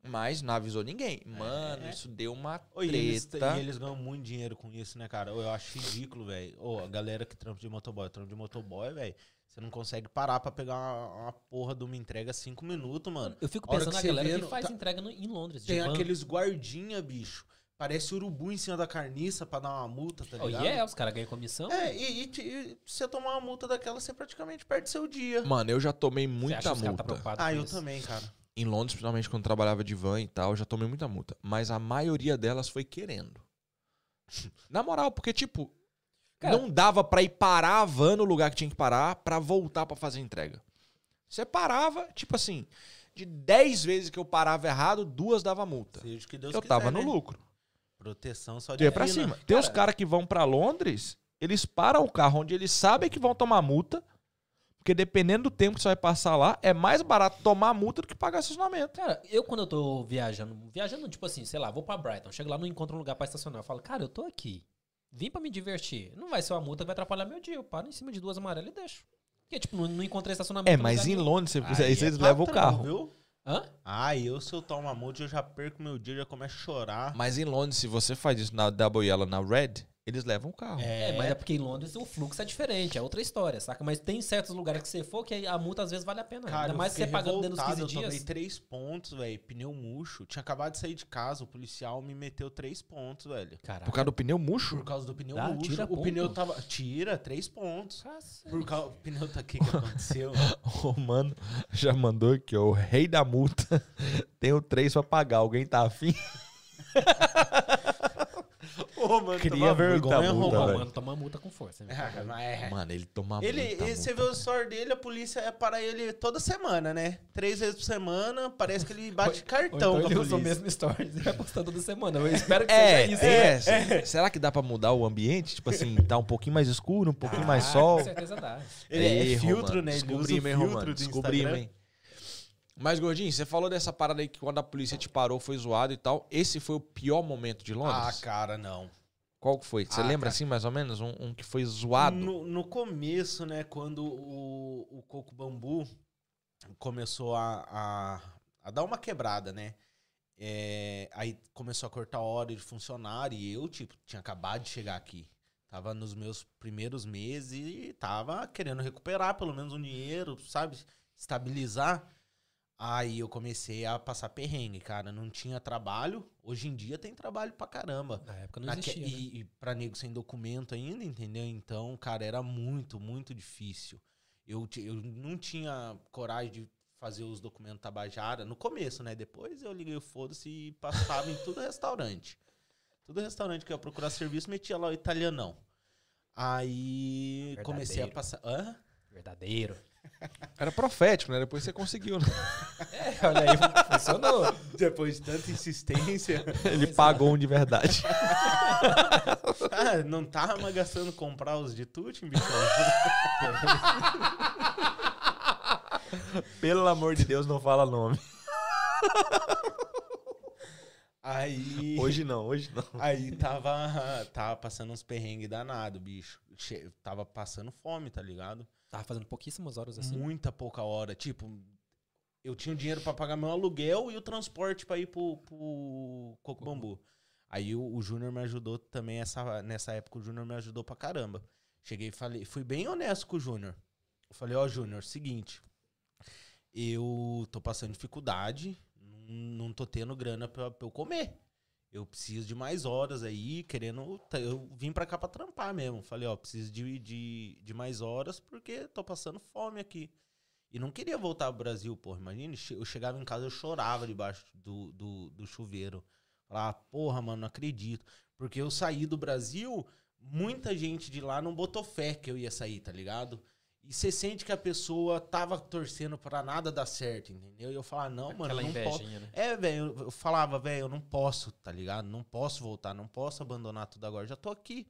Speaker 2: Mas não avisou ninguém.
Speaker 1: É.
Speaker 2: Mano, isso deu uma
Speaker 3: Ô, e, eles,
Speaker 2: treta.
Speaker 3: e eles ganham muito dinheiro com isso, né, cara? Ô, Eu acho ridículo, velho. Ô, a galera que trampa de motoboy, trampa de motoboy, velho. Você não consegue parar pra pegar uma, uma porra de uma entrega cinco minutos, mano. Tipo,
Speaker 1: Eu fico
Speaker 3: A hora
Speaker 1: pensando
Speaker 3: que
Speaker 1: na
Speaker 3: você
Speaker 1: galera
Speaker 3: vê
Speaker 1: que
Speaker 3: no-
Speaker 1: faz
Speaker 3: tá-
Speaker 1: entrega no- em Londres.
Speaker 3: Tem
Speaker 1: de van.
Speaker 3: aqueles guardinha, bicho. Parece urubu em cima da carniça pra dar uma multa, tá
Speaker 1: Oh,
Speaker 3: ligado?
Speaker 1: yeah, os caras ganham comissão.
Speaker 3: É, e, e te- e se você tomar uma multa daquela, você praticamente perde seu dia.
Speaker 2: Mano, eu já tomei
Speaker 1: Você acha que
Speaker 2: muita
Speaker 1: os caras tá
Speaker 2: multa.
Speaker 1: preocupado
Speaker 3: Ah,
Speaker 1: com
Speaker 3: eu
Speaker 1: isso?
Speaker 3: também, cara.
Speaker 2: em Londres, principalmente quando trabalhava de van e tal, eu já tomei muita multa. Mas a maioria delas foi querendo. Na moral, porque, tipo,
Speaker 1: Cara-
Speaker 2: não dava pra ir parar a van no lugar que tinha que parar pra voltar pra fazer entrega. Você parava, tipo assim, de 10 vezes que eu parava errado, duas dava multa.
Speaker 3: Seja o que Deus
Speaker 2: Eu
Speaker 3: quiser,
Speaker 2: tava no
Speaker 3: né?
Speaker 2: lucro.
Speaker 3: Proteção só
Speaker 2: Tu
Speaker 3: de
Speaker 2: ia pra cima. Tem uns caras que vão pra Londres, eles param o carro onde eles sabem que vão tomar multa, porque dependendo do tempo que você vai passar lá, é mais barato tomar multa do que pagar estacionamento.
Speaker 1: Cara, eu quando eu tô viajando, viajando tipo assim, sei lá, vou pra Brighton, chego lá, não encontro um lugar pra estacionar. Eu falo, cara, eu tô aqui. Vim pra me divertir. Não vai ser uma multa que vai atrapalhar meu dia. Eu paro em cima de duas amarelas e deixo. Porque, tipo, não, não encontrei estacionamento.
Speaker 2: É,
Speaker 1: no
Speaker 2: mas
Speaker 1: lugar
Speaker 2: em
Speaker 1: nenhum.
Speaker 2: Londres, você
Speaker 3: Aí
Speaker 2: aí, vocês
Speaker 3: é
Speaker 2: levam o
Speaker 3: patrão,
Speaker 2: carro.
Speaker 3: Viu?
Speaker 1: Hã?
Speaker 3: Ah, eu se eu tomo uma multa, eu já perco meu dia, já começo a chorar.
Speaker 2: Mas em Londres, se você faz isso na Double Yellow, na Red, eles levam o carro.
Speaker 1: É, mas é porque em Londres o fluxo é diferente, é outra história, saca? Mas tem certos lugares que você for que a multa às vezes vale a pena. né? Ainda
Speaker 3: eu
Speaker 1: mais se você
Speaker 3: fiquei
Speaker 1: pagando dentro dos
Speaker 3: revoltado,
Speaker 1: 15
Speaker 3: Eu
Speaker 1: dias.
Speaker 3: tomei três pontos, velho. Pneu murcho. Tinha acabado de sair de casa, o policial me meteu três pontos, velho.
Speaker 1: Caraca.
Speaker 2: Por causa do pneu murcho?
Speaker 3: Por causa do pneu
Speaker 2: Ah,
Speaker 1: Dá?
Speaker 3: murcho.
Speaker 1: Tira
Speaker 3: o
Speaker 1: ponto?
Speaker 3: pneu tava. Tira, três pontos.
Speaker 1: Cacete.
Speaker 3: Por causa. O pneu tá aqui que aconteceu.
Speaker 2: O mano já mandou aqui, ó. O rei da multa. Tem o 3 pra pagar. Alguém tá afim?
Speaker 3: Ô, mano,
Speaker 2: Queria
Speaker 3: toma
Speaker 2: ver
Speaker 3: vergonha,
Speaker 2: muita
Speaker 1: Tá
Speaker 2: multa,
Speaker 3: arrombado.
Speaker 2: velho.
Speaker 1: Mano, toma multa com força. né?
Speaker 3: Ah, mas é.
Speaker 2: Mano, ele toma
Speaker 3: Ele,
Speaker 2: muita
Speaker 3: e você vê o story dele, a polícia é para ele toda semana, né? Três vezes por semana, parece que ele bate
Speaker 1: Ou
Speaker 3: cartão
Speaker 1: então
Speaker 3: com a
Speaker 1: ele usa o
Speaker 3: polícia.
Speaker 1: mesmo stories e vai postando toda semana. Eu espero que
Speaker 2: É,
Speaker 1: seja isso.
Speaker 2: é, se- Será que dá pra mudar o ambiente? Tipo assim, tá um pouquinho mais escuro, um pouquinho mais
Speaker 1: Ah,
Speaker 2: sol.
Speaker 1: Com certeza dá.
Speaker 3: Ele é
Speaker 2: Ei,
Speaker 3: filtro,
Speaker 2: Romano,
Speaker 3: né? Ele usa o
Speaker 2: Descobrimos, hein,
Speaker 3: filtro
Speaker 2: Romano?
Speaker 3: do
Speaker 2: Descobrimos,
Speaker 3: Instagram.
Speaker 2: hein? Mas, Gordinho, você falou dessa parada aí que quando a polícia te parou foi zoado e tal. Esse foi o pior momento de
Speaker 3: Ah,
Speaker 2: Londres?
Speaker 3: cara, não.
Speaker 2: Qual que foi? Você
Speaker 3: Ah,
Speaker 2: lembra
Speaker 3: cara.
Speaker 2: assim, mais ou menos? Um, um que foi zoado?
Speaker 3: No, no começo, né, quando o, o coco bambu começou a, a, a dar uma quebrada, né? É, aí começou a cortar a hora de funcionário e eu, tipo, tinha acabado de chegar aqui. Tava nos meus primeiros meses e tava querendo recuperar pelo menos um dinheiro, sabe? Estabilizar. Aí eu comecei a passar perrengue, cara. Não tinha trabalho. Hoje em dia tem trabalho pra caramba.
Speaker 1: Na época não
Speaker 3: Naque-
Speaker 1: existia. né?
Speaker 3: e, e pra nego sem documento ainda, entendeu? Então, cara, era muito, muito difícil. Eu, ti- eu não tinha coragem de fazer os documentos Tabajara no começo, né? Depois eu liguei o foda-se e passava em tudo restaurante. Tudo restaurante que eu ia procurar serviço, metia lá o italianão. Aí comecei a
Speaker 1: Verdadeiro.
Speaker 3: passar. Hã?
Speaker 1: Verdadeiro.
Speaker 2: Era profético, né? Depois você conseguiu, né?
Speaker 1: É, olha aí, funcionou.
Speaker 3: Depois de tanta insistência.
Speaker 2: Ele pagou um de verdade.
Speaker 3: ah, não tava mais gastando comprar os de Tutin, bichão?
Speaker 2: Pelo amor de Deus, não fala nome.
Speaker 3: Aí.
Speaker 2: Hoje não, hoje não.
Speaker 3: Aí tava, tava passando uns perrengues danado, bicho. Che- tava passando fome, tá ligado?
Speaker 1: Tava fazendo pouquíssimas horas assim.
Speaker 3: Muita pouca hora. Tipo, eu tinha o dinheiro pra pagar meu aluguel e o transporte pra ir pro, pro Coco Bambu. Aí o, o Júnior me ajudou também, essa, nessa época o Júnior me ajudou pra caramba. Cheguei e falei, fui bem honesto com o Júnior. Eu falei, ó, Júnior, seguinte, eu tô passando dificuldade, n- não tô tendo grana pra, pra eu comer. Eu preciso de mais horas aí, querendo. tá, Eu vim pra cá pra trampar mesmo. Falei, ó, preciso de, de, de mais horas porque tô passando fome aqui. E não queria voltar pro Brasil, porra. Imagina, che- eu chegava em casa, eu chorava debaixo do, do, do chuveiro. Falava, "Ah, porra, mano, não acredito. Porque eu saí do Brasil, muita gente de lá não botou fé que eu ia sair, tá ligado? E você sente que a pessoa tava torcendo pra nada dar certo, entendeu? E eu falava, não, mano,
Speaker 1: Aquela
Speaker 3: não posso.
Speaker 1: invejinha, né?
Speaker 3: É, velho, eu- eu falava, velho, eu não posso, tá ligado? Não posso voltar, não posso abandonar tudo agora, já tô aqui.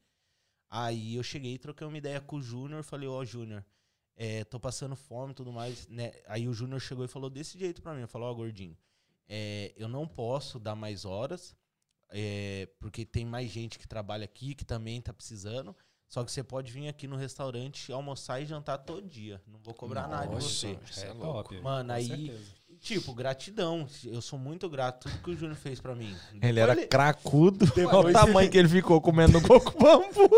Speaker 3: Aí eu cheguei, troquei uma ideia com o Júnior, falei, ó, Júnior, é, tô passando fome e tudo mais, né? Aí o Júnior chegou e falou desse jeito pra mim, falou, ó, gordinho, é, eu não posso dar mais horas, é, porque tem mais gente que trabalha aqui, que também tá precisando, só que você pode vir aqui no restaurante, almoçar e jantar todo dia, não vou cobrar nada de você.
Speaker 1: Isso é louco.
Speaker 3: Mano,
Speaker 1: Com
Speaker 3: aí-
Speaker 1: certeza.
Speaker 3: Tipo, gratidão. Eu sou muito grato tudo que o Júnior fez pra mim.
Speaker 2: Ele era cracudo. Olha o
Speaker 3: Depois-
Speaker 2: tamanho que ele ficou comendo no coco bambu.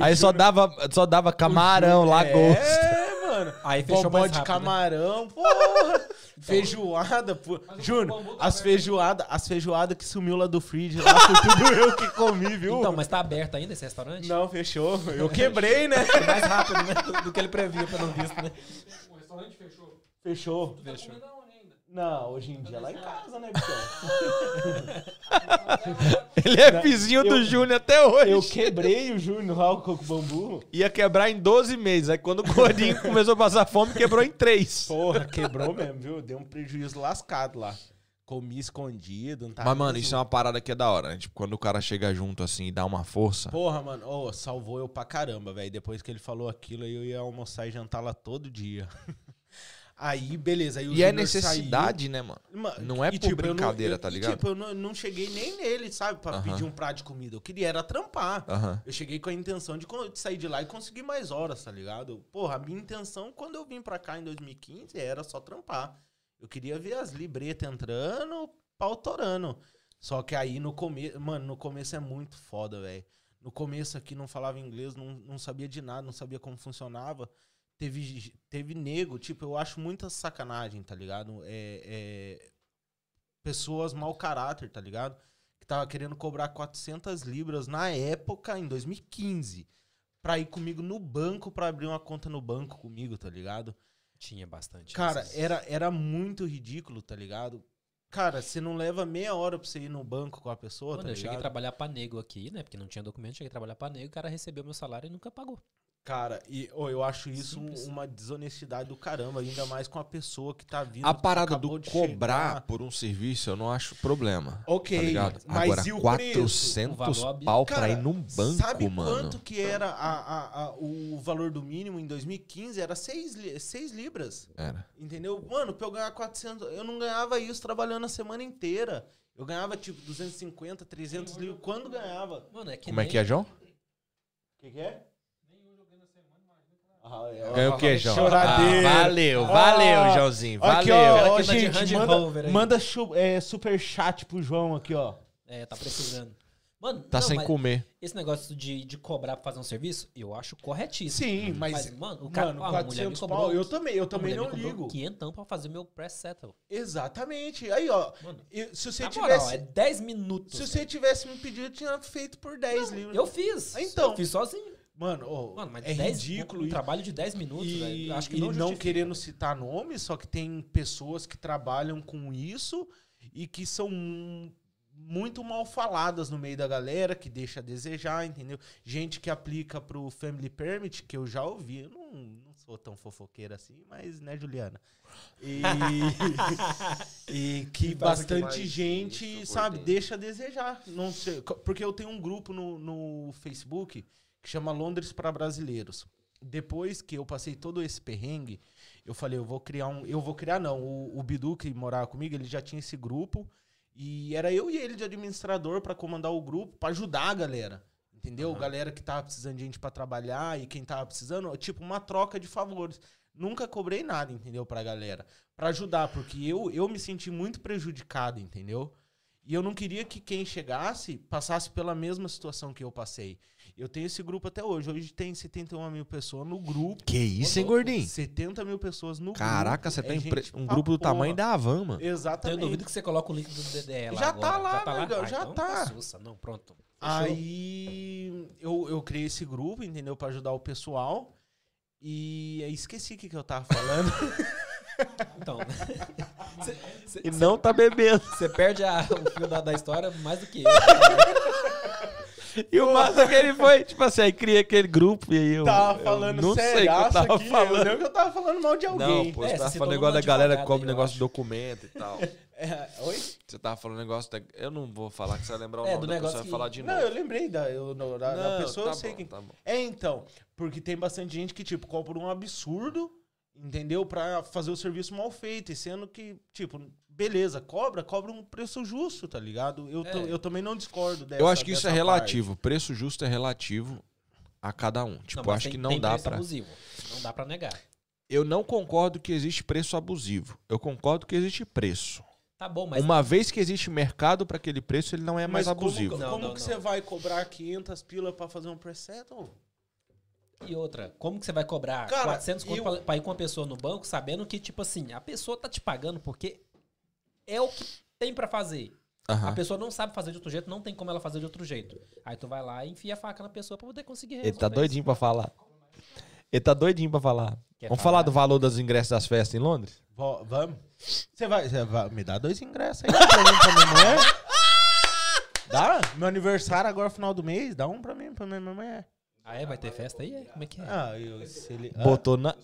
Speaker 2: Aí só dava, só dava camarão, lagosta.
Speaker 3: É, mano.
Speaker 1: Aí fechou
Speaker 3: Bobó
Speaker 1: mais
Speaker 3: de
Speaker 1: rápido. né?
Speaker 3: camarão, porra. Feijoada, pô. Júnior,
Speaker 9: Mas o bambu tá
Speaker 3: as
Speaker 9: aberto.
Speaker 3: feijoadas, as feijoadas que sumiu lá do fridge, lá foi tudo eu que comi, viu?
Speaker 1: Então, mas tá aberto ainda esse restaurante?
Speaker 3: Não, fechou. Eu quebrei, né?
Speaker 1: Foi mais rápido né? do, do que ele previa, pelo visto, né?
Speaker 9: O restaurante fechou.
Speaker 3: Fechou.
Speaker 9: Tá comendo aonde ainda?
Speaker 3: Não, hoje em dia é lá em casa, né, bichão?
Speaker 2: Ele é vizinho do
Speaker 3: Eu-
Speaker 2: Júnior até hoje.
Speaker 3: Eu quebrei o Júnior lá, o coco bambu.
Speaker 2: Ia quebrar em 12 meses. Aí quando o gordinho começou a passar fome, quebrou em 3.
Speaker 3: Porra, quebrou mesmo, viu? Deu um prejuízo lascado lá. Comi escondido, não tava
Speaker 2: Mas, mano,
Speaker 3: nem
Speaker 2: isso é uma parada que é da hora, né? Tipo, quando o cara chega junto assim e dá uma força.
Speaker 3: Porra, mano, ô, salvou eu pra caramba, velho. Depois que ele falou aquilo, aí eu ia almoçar e jantar lá todo dia. aí, beleza. Aí o
Speaker 2: e é
Speaker 3: Júnior
Speaker 2: necessidade, né, mano?
Speaker 3: saiu. Ma-
Speaker 2: Não é
Speaker 3: e,
Speaker 2: por
Speaker 3: eu não-
Speaker 2: brincadeira,
Speaker 3: eu-
Speaker 2: tá
Speaker 3: e,
Speaker 2: ligado?
Speaker 3: Tipo, eu não, não cheguei nem nele, sabe, pra
Speaker 2: Aham.
Speaker 3: pedir um prato de comida. Eu queria era trampar.
Speaker 2: Aham.
Speaker 3: Eu cheguei com a intenção de co- de sair de lá e conseguir mais horas, tá ligado? Porra, a minha intenção quando eu vim pra cá em 2015 era só trampar. Eu queria ver as libretas entrando, pau torando. Só que aí no começo, mano, no começo é muito foda, velho. No começo aqui não falava inglês, não, não sabia de nada, não sabia como funcionava. Teve, gi- teve nego, tipo, eu acho muita sacanagem, tá ligado? É, é, pessoas mau caráter, tá ligado? Que tava querendo cobrar 400 libras na época, em 2015, pra ir comigo no banco, pra abrir uma conta no banco comigo, tá ligado?
Speaker 1: Tinha bastante.
Speaker 3: Cara, é
Speaker 1: esses-
Speaker 3: era, era muito ridículo, tá ligado? Cara, você não leva meia hora pra você ir no banco com a pessoa,
Speaker 1: Mano,
Speaker 3: tá
Speaker 1: eu cheguei a
Speaker 3: ligado?
Speaker 1: trabalhar pra nego aqui, né? Porque não tinha documento, cheguei a trabalhar pra nego, o cara recebeu meu salário e nunca pagou.
Speaker 3: Cara, e, ô, eu acho isso um,
Speaker 1: Simples.
Speaker 3: uma desonestidade do caramba, ainda mais com a pessoa que tá vindo.
Speaker 2: A parada do
Speaker 3: acabou de
Speaker 2: cobrar
Speaker 3: chegar.
Speaker 2: por um serviço eu não acho problema.
Speaker 3: Ok,
Speaker 2: Tá ligado?
Speaker 3: mas
Speaker 2: Agora,
Speaker 3: e o preço?
Speaker 2: 400
Speaker 1: O valor
Speaker 2: pau pra
Speaker 3: Cara,
Speaker 2: ir num banco,
Speaker 3: Sabe
Speaker 2: mano.
Speaker 3: quanto que era a- a- a- o valor do mínimo em 2015? Era 6 libras.
Speaker 2: Era.
Speaker 3: Entendeu? Mano, pra eu ganhar 400... Eu não ganhava isso trabalhando a semana inteira. Eu ganhava, tipo, 250, 300 libras. Quando ganhava?
Speaker 1: Mano, é que
Speaker 2: Como é
Speaker 1: nem-
Speaker 2: que é, João?
Speaker 3: O que que é? Ah,
Speaker 2: Ganhou o quê, João?
Speaker 3: Choradeira.
Speaker 2: Ah, valeu, valeu,
Speaker 3: Ah,
Speaker 2: Joãozinho.
Speaker 3: Aqui,
Speaker 2: Valeu.
Speaker 3: ó, ó
Speaker 1: Cara que anda de
Speaker 3: gente,
Speaker 1: Range Rover
Speaker 3: manda,
Speaker 1: aí.
Speaker 3: manda chu- é, super chat pro João aqui, ó.
Speaker 1: É, tá precisando. Mano,
Speaker 2: Tá
Speaker 1: não,
Speaker 2: sem
Speaker 1: mas
Speaker 2: comer.
Speaker 1: esse negócio de, de cobrar pra fazer um serviço, eu acho corretíssimo.
Speaker 3: Sim,
Speaker 1: Hum, Mas, mano, o cara,
Speaker 3: mano,
Speaker 1: ah, a mulher me
Speaker 3: 400
Speaker 1: cobrou,
Speaker 3: pau, eu também, eu
Speaker 1: a mulher
Speaker 3: também
Speaker 1: me
Speaker 3: não
Speaker 1: cobrou
Speaker 3: ligo.
Speaker 1: quinhentão pra fazer meu press settle.
Speaker 3: Exatamente. Aí, ó,
Speaker 1: Mano,
Speaker 3: e se você
Speaker 1: na
Speaker 3: tivesse...
Speaker 1: moral, é 10 minutos.
Speaker 3: Se você tivesse me pedido, eu tinha feito por 10
Speaker 1: velho.
Speaker 3: livros.
Speaker 1: Eu fiz.
Speaker 3: Ah, então.
Speaker 1: Eu fiz sozinho.
Speaker 3: Mano, ô,
Speaker 1: Mano, mas
Speaker 3: é
Speaker 1: 10
Speaker 3: ridículo
Speaker 1: Um
Speaker 3: isso.
Speaker 1: trabalho de 10 minutos,
Speaker 3: E,
Speaker 1: velho. Acho que
Speaker 3: e
Speaker 1: não
Speaker 3: não,
Speaker 1: justifica.
Speaker 3: querendo citar nomes, só que tem pessoas que trabalham com isso e que são mu- muito mal faladas no meio da galera, que deixa a desejar, entendeu? Gente que aplica pro Family Permit, que eu já ouvi, eu não, não sou tão fofoqueira assim, mas né, Juliana? E, e
Speaker 6: faz o que
Speaker 3: que bastante
Speaker 6: mais
Speaker 3: gente,
Speaker 6: isso
Speaker 3: sabe,
Speaker 6: por dentro.
Speaker 3: deixa a desejar. Não sei, co- porque eu tenho um grupo no, no Facebook que chama Londres para Brasileiros. Depois que eu passei todo esse perrengue, eu falei, eu vou criar um. Eu vou criar, não. O, o Bidu, que morava comigo, ele já tinha esse grupo. E era eu e ele de administrador para comandar o grupo, para ajudar a galera. Entendeu? Galera que tava precisando de gente para trabalhar e quem tava precisando, tipo, uma troca de favores. Nunca cobrei nada, entendeu? Pra galera. Pra ajudar, porque eu, eu me senti muito prejudicado, entendeu? E eu não queria que quem chegasse passasse pela mesma situação que eu passei. Eu tenho esse grupo até hoje. Hoje tem 71 mil pessoas no grupo.
Speaker 2: Que isso, hein,
Speaker 1: louco.
Speaker 2: gordinho?
Speaker 3: 70 mil pessoas no grupo.
Speaker 2: Caraca, você
Speaker 3: É
Speaker 2: tá em
Speaker 3: gente
Speaker 2: pre- um
Speaker 3: pra
Speaker 2: grupo do
Speaker 3: porra.
Speaker 2: tamanho da Havan, mano.
Speaker 1: Tenho
Speaker 3: Exatamente.
Speaker 1: dúvida Então, que você coloca o link do DDE lá
Speaker 3: Já
Speaker 1: agora.
Speaker 3: tá lá, meu Deus,
Speaker 1: Ah,
Speaker 3: já
Speaker 1: então
Speaker 3: tá.
Speaker 1: sussa. Não, pronto. Fechou.
Speaker 3: Aí eu, eu criei esse grupo, entendeu? Pra ajudar o pessoal. E aí esqueci o que, que eu tava falando.
Speaker 1: Então,
Speaker 2: E não tá bebendo.
Speaker 1: você perde a- o fio da, da história mais do que eu.
Speaker 2: E o massa que ele foi, tipo assim, aí cria aquele grupo e aí eu.
Speaker 3: tava
Speaker 2: eu
Speaker 3: falando
Speaker 2: não sei o que eu
Speaker 3: seriaço
Speaker 2: tava
Speaker 3: aqui, Eu
Speaker 2: falando.
Speaker 3: lembro que eu tava falando mal de alguém.
Speaker 2: Não, pô,
Speaker 1: É,
Speaker 2: você
Speaker 1: você
Speaker 2: tava
Speaker 1: citou
Speaker 2: falando
Speaker 1: o
Speaker 2: negócio da
Speaker 1: nome de
Speaker 2: galera que
Speaker 1: advogado
Speaker 2: come
Speaker 1: aí, eu
Speaker 2: negócio
Speaker 1: acho.
Speaker 2: de documento e tal.
Speaker 3: É, oi?
Speaker 2: Você tava falando negócio da. Eu não vou falar que você vai lembrar o
Speaker 1: É,
Speaker 2: nome
Speaker 1: do
Speaker 2: da pessoa,
Speaker 1: negócio
Speaker 2: vai
Speaker 1: que-
Speaker 2: falar de
Speaker 3: Não,
Speaker 2: novo.
Speaker 3: eu lembrei da, eu, no- da, da pessoa,
Speaker 2: tá
Speaker 3: eu sei
Speaker 2: bom,
Speaker 3: quem.
Speaker 2: tá bom.
Speaker 3: É, então, porque tem bastante gente que, tipo, cobra um absurdo, entendeu? Pra fazer o serviço mal feito, e sendo que, tipo, beleza, cobra, cobra um preço justo, tá ligado? Eu, to-
Speaker 1: É.
Speaker 3: eu também não discordo dessa
Speaker 2: Eu acho que isso
Speaker 3: dessa
Speaker 2: é
Speaker 3: parte.
Speaker 2: relativo. Preço justo é relativo a cada um. Tipo,
Speaker 1: mas
Speaker 2: acho
Speaker 1: tem-
Speaker 2: que não
Speaker 1: tem
Speaker 2: dá
Speaker 1: preço
Speaker 2: pra.
Speaker 1: abusivo. Não dá pra negar.
Speaker 2: Eu não concordo que existe preço abusivo. Eu concordo que existe preço.
Speaker 1: Tá bom, mas
Speaker 2: Uma vez que existe mercado pra aquele preço, ele não é mais
Speaker 3: Mas como-
Speaker 2: abusivo.
Speaker 3: Como,
Speaker 1: Não, não,
Speaker 3: que
Speaker 1: não.
Speaker 3: você vai cobrar 500 pila pra fazer um presettle?
Speaker 1: e outra, como que você vai cobrar
Speaker 3: Cara,
Speaker 1: 400 conto
Speaker 3: eu-
Speaker 1: pra, pra ir com uma pessoa no banco sabendo que, tipo assim, a pessoa tá te pagando porque é o que tem pra fazer. A
Speaker 2: Aham.
Speaker 1: pessoa não sabe fazer de outro jeito, não tem como ela fazer de outro jeito. Aí tu vai lá e enfia a faca na pessoa pra poder conseguir resolver.
Speaker 2: Ele tá
Speaker 1: isso.
Speaker 2: doidinho pra falar. Ele tá doidinho pra falar.
Speaker 1: Quer
Speaker 2: Vamos falar do valor dos ingressos das festas em Londres?
Speaker 3: Vó, vamos? Você vai, você vai- Me dá dois ingressos aí pra mim, pra minha mulher. Dá? Meu aniversário agora, final do mês, dá um pra mim, pra minha mulher.
Speaker 1: Ah, é? Vai ter festa aí? É? Como é que é?
Speaker 3: Ah, eu, se ele... Ah,
Speaker 2: Botou na.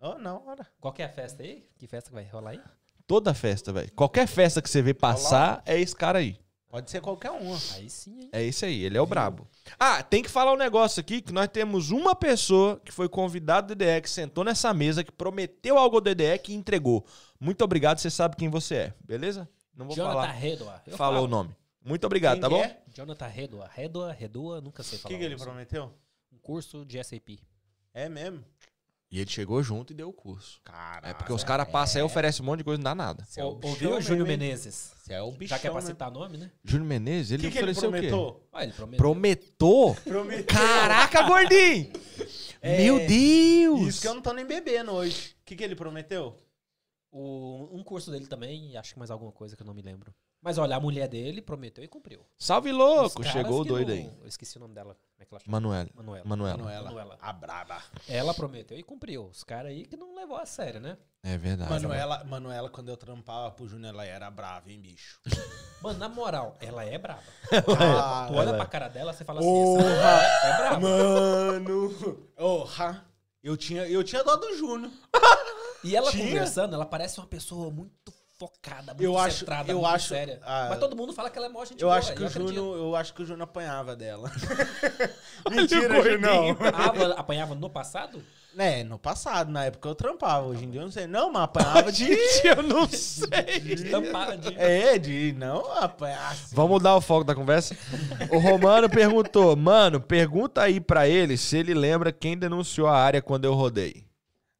Speaker 3: oh, não, ora.
Speaker 1: Qual que é a festa aí? Que festa que vai rolar aí?
Speaker 2: Toda festa, velho. Qualquer festa que você vê passar, é esse cara aí.
Speaker 3: Pode ser qualquer um.
Speaker 1: Aí sim, hein?
Speaker 2: É esse aí, ele é o brabo. Ah, tem que falar um negócio aqui, que nós temos uma pessoa que foi convidada do DDE, que sentou nessa mesa, que prometeu algo ao DDE que entregou. Muito obrigado, você sabe quem você é, beleza? Não vou
Speaker 1: Jonathan
Speaker 2: falar.
Speaker 1: Redua. Eu
Speaker 2: Falou o
Speaker 1: falo.
Speaker 2: nome. Muito obrigado,
Speaker 3: Quem
Speaker 2: tá
Speaker 3: que
Speaker 2: bom?
Speaker 3: é?
Speaker 1: Jonathan Redua. Redua, Redua, nunca sei
Speaker 3: O
Speaker 1: falar.
Speaker 3: que, que
Speaker 1: o
Speaker 3: ele
Speaker 1: nome.
Speaker 3: prometeu?
Speaker 1: Um curso de SAP.
Speaker 3: É mesmo?
Speaker 2: E ele chegou junto e deu o curso.
Speaker 3: Cara.
Speaker 2: É porque os caras passam aí e oferecem um monte de coisa e não dá nada.
Speaker 3: Você é o
Speaker 1: Ou-
Speaker 3: bichão
Speaker 1: Ouviu o
Speaker 3: mesmo,
Speaker 1: Júnior
Speaker 3: hein?
Speaker 1: Menezes?
Speaker 3: Você é o bichão.
Speaker 1: Já que é pra
Speaker 3: mesmo.
Speaker 1: citar nome, né?
Speaker 2: Júnior Menezes, ele
Speaker 3: que, que ele
Speaker 2: ofereceu o quê?
Speaker 3: prometeu?
Speaker 1: Ah, ele prometeu.
Speaker 2: Prometou?
Speaker 3: Prometeu.
Speaker 2: Caraca, gordinho! Meu Deus!
Speaker 3: É. Isso que eu não tô nem bebendo hoje. O que, que ele prometeu?
Speaker 1: o- um curso dele também, e acho que mais alguma coisa que eu não me lembro. Mas olha, a mulher dele prometeu e cumpriu.
Speaker 2: Salve,
Speaker 1: Os
Speaker 2: louco!
Speaker 1: caras
Speaker 2: Chegou o
Speaker 1: que
Speaker 2: doido
Speaker 1: não-
Speaker 2: aí.
Speaker 1: Eu esqueci o nome dela. Como é que ela chama?
Speaker 2: Manuel.
Speaker 1: Manuela.
Speaker 2: Manuela.
Speaker 3: Manuela.
Speaker 1: Manuela.
Speaker 3: A braba.
Speaker 1: Ela prometeu e cumpriu. Os caras aí que não levou a sério, né?
Speaker 2: É verdade.
Speaker 3: Manuela, Manuela, quando eu trampava pro Júnior, ela era brava, hein, bicho?
Speaker 1: Mano, na moral, ela é brava.
Speaker 3: Ah,
Speaker 1: Tu olha pra cara dela, você fala assim, essa mulher é brava.
Speaker 3: Mano! Orra! Eu tinha, eu tinha dó do Júnior.
Speaker 1: E ela
Speaker 3: Tinha?
Speaker 1: conversando, ela parece uma pessoa muito focada, muito
Speaker 3: Eu acho-
Speaker 1: centrada,
Speaker 3: eu
Speaker 1: muito
Speaker 3: acho-
Speaker 1: séria.
Speaker 3: ah,
Speaker 1: Mas todo mundo fala que ela é mó
Speaker 2: Tipo,
Speaker 1: gente
Speaker 3: Eu
Speaker 1: boa,
Speaker 3: acho, que o
Speaker 1: acredito.
Speaker 3: Júnior, eu acho que o Júnior apanhava dela.
Speaker 2: Olha o
Speaker 3: Mentira,
Speaker 2: gordinho.
Speaker 3: não.
Speaker 1: Apanhava, apanhava no passado?
Speaker 3: É, no passado, na época eu trampava. Hoje em dia eu não sei. Não, mas apanhava de.
Speaker 2: Gente, eu não sei.
Speaker 1: Estampada de...
Speaker 3: É, de não apanhar. assim.
Speaker 2: Vamos mudar o foco da conversa? O Romano perguntou, mano, pergunta aí pra ele se ele lembra quem denunciou a área quando eu rodei.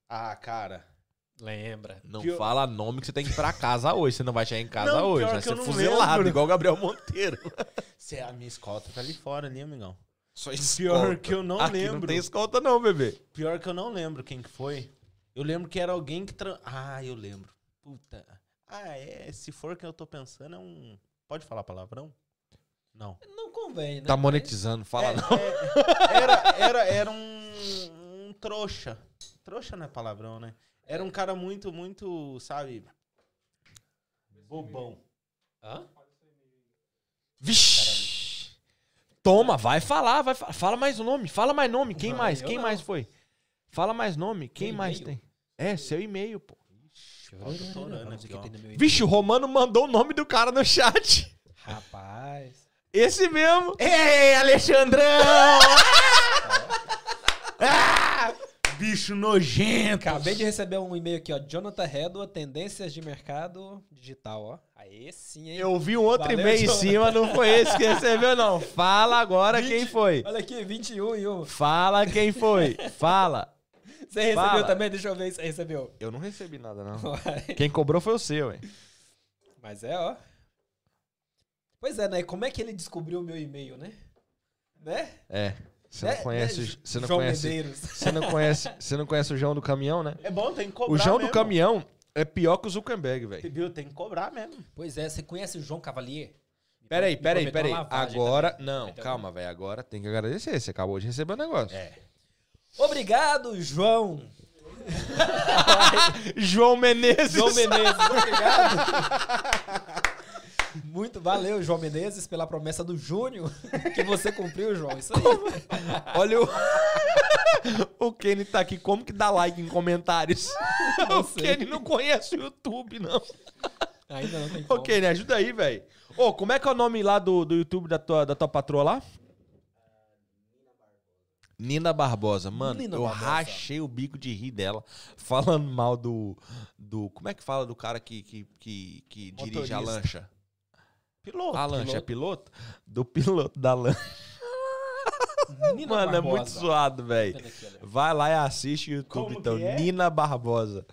Speaker 3: Ah, cara.
Speaker 1: Lembra.
Speaker 2: Não
Speaker 3: Pior-
Speaker 2: fala nome que você tem que ir pra casa hoje. Você não vai chegar em casa
Speaker 3: Não,
Speaker 2: hoje.
Speaker 3: pior
Speaker 2: Vai
Speaker 3: que eu
Speaker 2: ser
Speaker 3: não
Speaker 2: fuzilado,
Speaker 3: lembro.
Speaker 2: igual o Gabriel Monteiro.
Speaker 3: Cê, a minha escolta tá ali fora, ali, amigão.
Speaker 2: Só
Speaker 3: Pior que eu não
Speaker 2: Aqui
Speaker 3: lembro.
Speaker 2: não tem escolta não, bebê.
Speaker 3: Pior que eu não lembro quem que foi. Eu lembro que era alguém que. Tra... Ah, eu lembro. Puta. Ah, é. Se for quem eu tô pensando, é um. Pode falar palavrão? Não.
Speaker 1: Não convém, né?
Speaker 2: Tá monetizando, fala
Speaker 3: É,
Speaker 2: não.
Speaker 3: é, era, era, era um, um trouxa. Trouxa não é palavrão, né? Era um cara muito, muito, sabe? Bobão.
Speaker 1: Hã?
Speaker 2: Vixe. Toma, vai falar, vai fa- fala mais o nome, fala mais nome, quem
Speaker 1: Não,
Speaker 2: mais?
Speaker 1: eu
Speaker 2: Quem
Speaker 1: não.
Speaker 2: mais foi? Fala mais nome, quem
Speaker 1: Meu
Speaker 2: mais
Speaker 1: e-mail?
Speaker 2: tem? É, seu e-mail, pô.
Speaker 3: eu tô olhando
Speaker 1: Vamos ver
Speaker 3: aqui,
Speaker 1: o que
Speaker 3: ó.
Speaker 1: tem no meu e-mail.
Speaker 2: Vixe, o Romano mandou o nome do cara no chat.
Speaker 1: Rapaz.
Speaker 2: Esse mesmo.
Speaker 3: Ei, Alexandrão! Ah! Bicho nojento!
Speaker 1: Acabei de receber um e-mail aqui, ó. Jonathan Redua, tendências de mercado digital, ó. Aí sim, hein?
Speaker 2: Eu vi um outro
Speaker 1: Valeu,
Speaker 2: e-mail em
Speaker 1: João.
Speaker 2: cima, não foi esse que recebeu, não. Fala agora quem foi.
Speaker 1: Olha aqui, 21 e 1.
Speaker 2: Fala quem foi. Fala.
Speaker 1: Você recebeu
Speaker 2: Fala.
Speaker 1: também? Deixa eu ver se você recebeu.
Speaker 2: Eu não recebi nada, não. Quem cobrou foi o seu, hein?
Speaker 1: Mas é, ó. Pois é, né? Como é que ele descobriu o meu e-mail, né? Né?
Speaker 2: É. Você não
Speaker 1: Né?
Speaker 2: conhece.
Speaker 1: Né,
Speaker 2: os- Você não
Speaker 1: João
Speaker 2: conhece.
Speaker 1: Medeiros.
Speaker 2: Você não conhece. Você não conhece o João do caminhão, né?
Speaker 3: É bom, tem que cobrar
Speaker 2: O João do
Speaker 3: mesmo.
Speaker 2: caminhão é pior que o Zuckerberg, velho.
Speaker 3: Viu? Tem que cobrar mesmo.
Speaker 1: Pois é, você conhece o João Cavalier?
Speaker 2: Peraí,
Speaker 1: Me
Speaker 2: peraí,
Speaker 1: prometeu
Speaker 2: peraí.
Speaker 1: então uma lavagem
Speaker 2: Agora. Não,
Speaker 1: Prometeu
Speaker 2: calma, velho. Agora tem que agradecer. Você acabou de receber o negócio.
Speaker 1: É. Obrigado, João.
Speaker 2: João Menezes.
Speaker 1: João Menezes, obrigado. Muito valeu, João Menezes, pela promessa do Júnior que você cumpriu, João. Isso aí.
Speaker 2: Olha o. o Kenny tá aqui. Como que dá like em comentários?
Speaker 1: Não
Speaker 2: o
Speaker 1: sei.
Speaker 2: Kenny não conhece o YouTube, não.
Speaker 1: Ainda não tem
Speaker 2: Ô,
Speaker 1: como.
Speaker 2: Kenny, ajuda aí, velho. Ô, como é que é o nome lá do, do YouTube da tua, da tua patroa lá? Nina Barbosa, mano,
Speaker 1: Nina
Speaker 2: eu
Speaker 1: Barbosa.
Speaker 2: rachei o bico de rir dela, falando mal do. do como é que fala do cara que, que, que, que dirige a
Speaker 3: Motorista.
Speaker 2: lancha?
Speaker 3: Piloto.
Speaker 2: a lancha é piloto? Do piloto da lancha.
Speaker 1: Nina
Speaker 2: Mano, é
Speaker 1: Barbosa.
Speaker 2: muito zoado, velho.
Speaker 1: Olha aqui, olha.
Speaker 2: Vai lá e assiste o YouTube,
Speaker 3: Como
Speaker 2: então.
Speaker 3: que é?
Speaker 2: Nina Barbosa.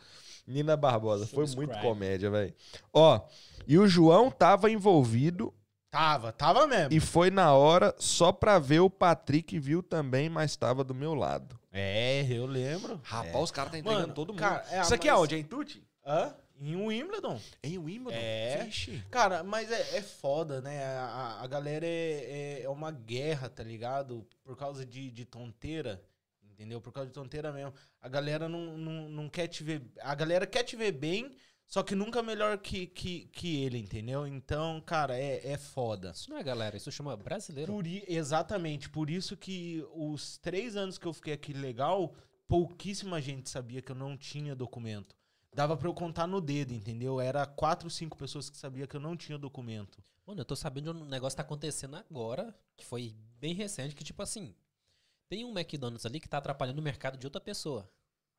Speaker 2: Nina Barbosa. Foi
Speaker 1: Subscribe.
Speaker 2: muito comédia, velho. Ó, e o João tava envolvido
Speaker 3: Tava, tava mesmo.
Speaker 2: e foi na hora só pra ver o Patrick viu também, mas tava do meu lado.
Speaker 3: É, eu lembro.
Speaker 2: Rapaz, os caras tá
Speaker 3: entregando todo mundo. Isso aqui é onde?
Speaker 2: Em Tuti?
Speaker 3: Hã? Em Wimbledon.
Speaker 2: Em Wimbledon? Vixe.
Speaker 3: Cara, mas é, é foda, né? A, a- a galera é, é, é uma guerra, tá ligado? Por causa de, de tonteira. Entendeu? Por causa de tonteira mesmo. A galera não, não, não quer te ver. A galera quer te ver bem, só que nunca melhor que, que, que ele, entendeu? Então, cara, é, é foda.
Speaker 1: Isso não é galera, isso chama brasileiro.
Speaker 3: Por i- exatamente, por isso que os três anos que eu fiquei aqui legal, pouquíssima gente sabia que eu não tinha documento. Dava pra eu contar no dedo, entendeu? Era quatro, cinco pessoas que sabia que eu não tinha documento.
Speaker 1: Mano, eu tô sabendo de um negócio que tá acontecendo agora, que foi bem recente, que tipo assim, tem um McDonald's ali que tá atrapalhando o mercado de outra pessoa.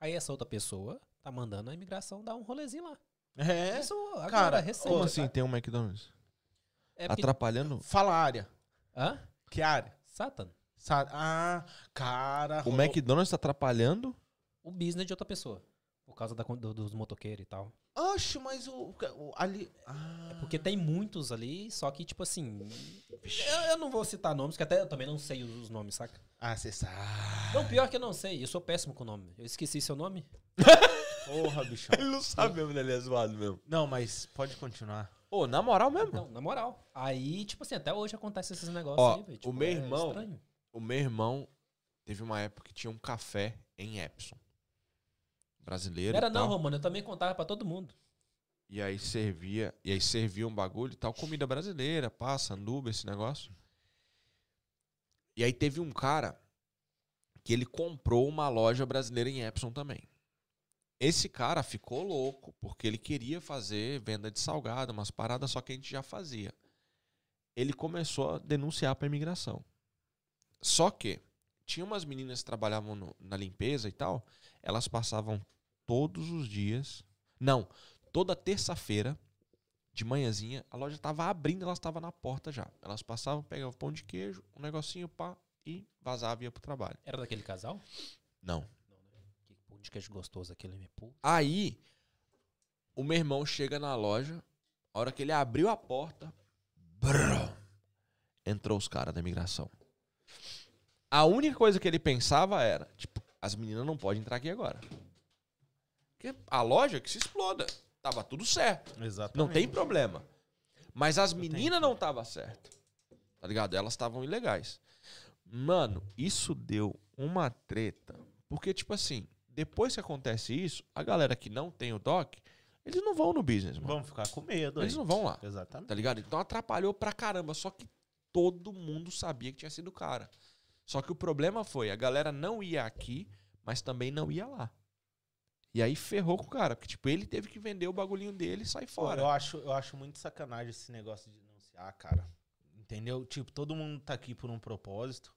Speaker 1: Aí essa outra pessoa tá mandando a imigração dar um rolezinho lá.
Speaker 3: É.
Speaker 1: Isso agora,
Speaker 3: Cara,
Speaker 1: recente.
Speaker 2: Como assim tem um McDonald's? Tá
Speaker 1: É porque...
Speaker 2: Atrapalhando?
Speaker 3: Fala a área.
Speaker 1: Hã?
Speaker 3: Que área?
Speaker 1: Satan.
Speaker 3: Sa- ah, cara.
Speaker 2: O
Speaker 3: rolou-
Speaker 2: McDonald's tá atrapalhando?
Speaker 1: O business de outra pessoa. Por causa da, con- do- dos motoqueiros e tal.
Speaker 3: Oxe, mas o. o- ali. Ah.
Speaker 1: É porque tem muitos ali, só que, tipo assim. Eu, eu não vou citar nomes, que até eu também não sei os, os nomes, saca?
Speaker 3: Ah, você sabe.
Speaker 1: Não, pior que eu não sei. Eu sou péssimo com o nome. Eu esqueci seu nome?
Speaker 3: Porra, bichão.
Speaker 2: Ele não sabe mesmo, né? Ele é zoado mesmo.
Speaker 3: Não, mas pode continuar.
Speaker 2: Ô, na moral mesmo.
Speaker 1: Não, na moral. Aí, tipo assim, até hoje acontece esses negócios
Speaker 2: Ó,
Speaker 1: aí, velho.
Speaker 2: o
Speaker 1: Tipo,
Speaker 2: meu
Speaker 1: é
Speaker 2: irmão-
Speaker 1: estranho.
Speaker 2: O meu irmão teve uma época que tinha um café em Epson. Brasileiro.
Speaker 1: Era
Speaker 2: e
Speaker 1: não,
Speaker 2: tal.
Speaker 1: Romano, eu também contava pra todo mundo.
Speaker 2: E aí servia, e aí servia um bagulho e tal, comida brasileira, passa, sanduba, esse negócio. E aí teve um cara que ele comprou uma loja brasileira em Epson também. Esse cara ficou louco porque ele queria fazer venda de salgado, umas paradas, só que a gente já fazia. Ele começou a denunciar pra imigração. Só que tinha umas meninas que trabalhavam no- na limpeza e tal, elas passavam todos os dias. Não, toda terça-feira, de manhãzinha, a loja tava abrindo, elas estavam na porta já. Elas passavam, pegavam pão de queijo, um negocinho, pá, e vazavam e ia pro trabalho.
Speaker 1: Era daquele casal?
Speaker 2: Não.
Speaker 1: Que pão de queijo gostoso aquele, me puta.
Speaker 2: Aí, o meu irmão chega na loja, a hora que ele abriu a porta, brum, entrou os caras da imigração. A única coisa que ele pensava era, tipo, as meninas não podem entrar aqui agora. Porque a loja que se exploda. Tava tudo certo.
Speaker 3: Exato.
Speaker 2: Não tem problema. Mas as meninas não estavam certo. Tá ligado? Elas estavam ilegais. Mano, isso deu uma treta. Porque, tipo assim, depois que acontece isso, a galera que não tem o DOC, eles não vão no business, mano.
Speaker 3: Vamos ficar com medo aí.
Speaker 2: Eles não vão lá.
Speaker 3: Exatamente.
Speaker 2: Tá ligado? Então atrapalhou pra caramba. Só que todo mundo sabia que tinha sido o cara. Só que o problema foi, a galera não ia aqui, mas também não ia lá. E aí ferrou com o cara. Porque, tipo, ele teve que vender o bagulhinho dele e sair
Speaker 3: Pô,
Speaker 2: fora.
Speaker 3: eu acho, eu acho muito sacanagem esse negócio de denunciar, cara. Entendeu? Tipo, todo mundo tá aqui por um propósito.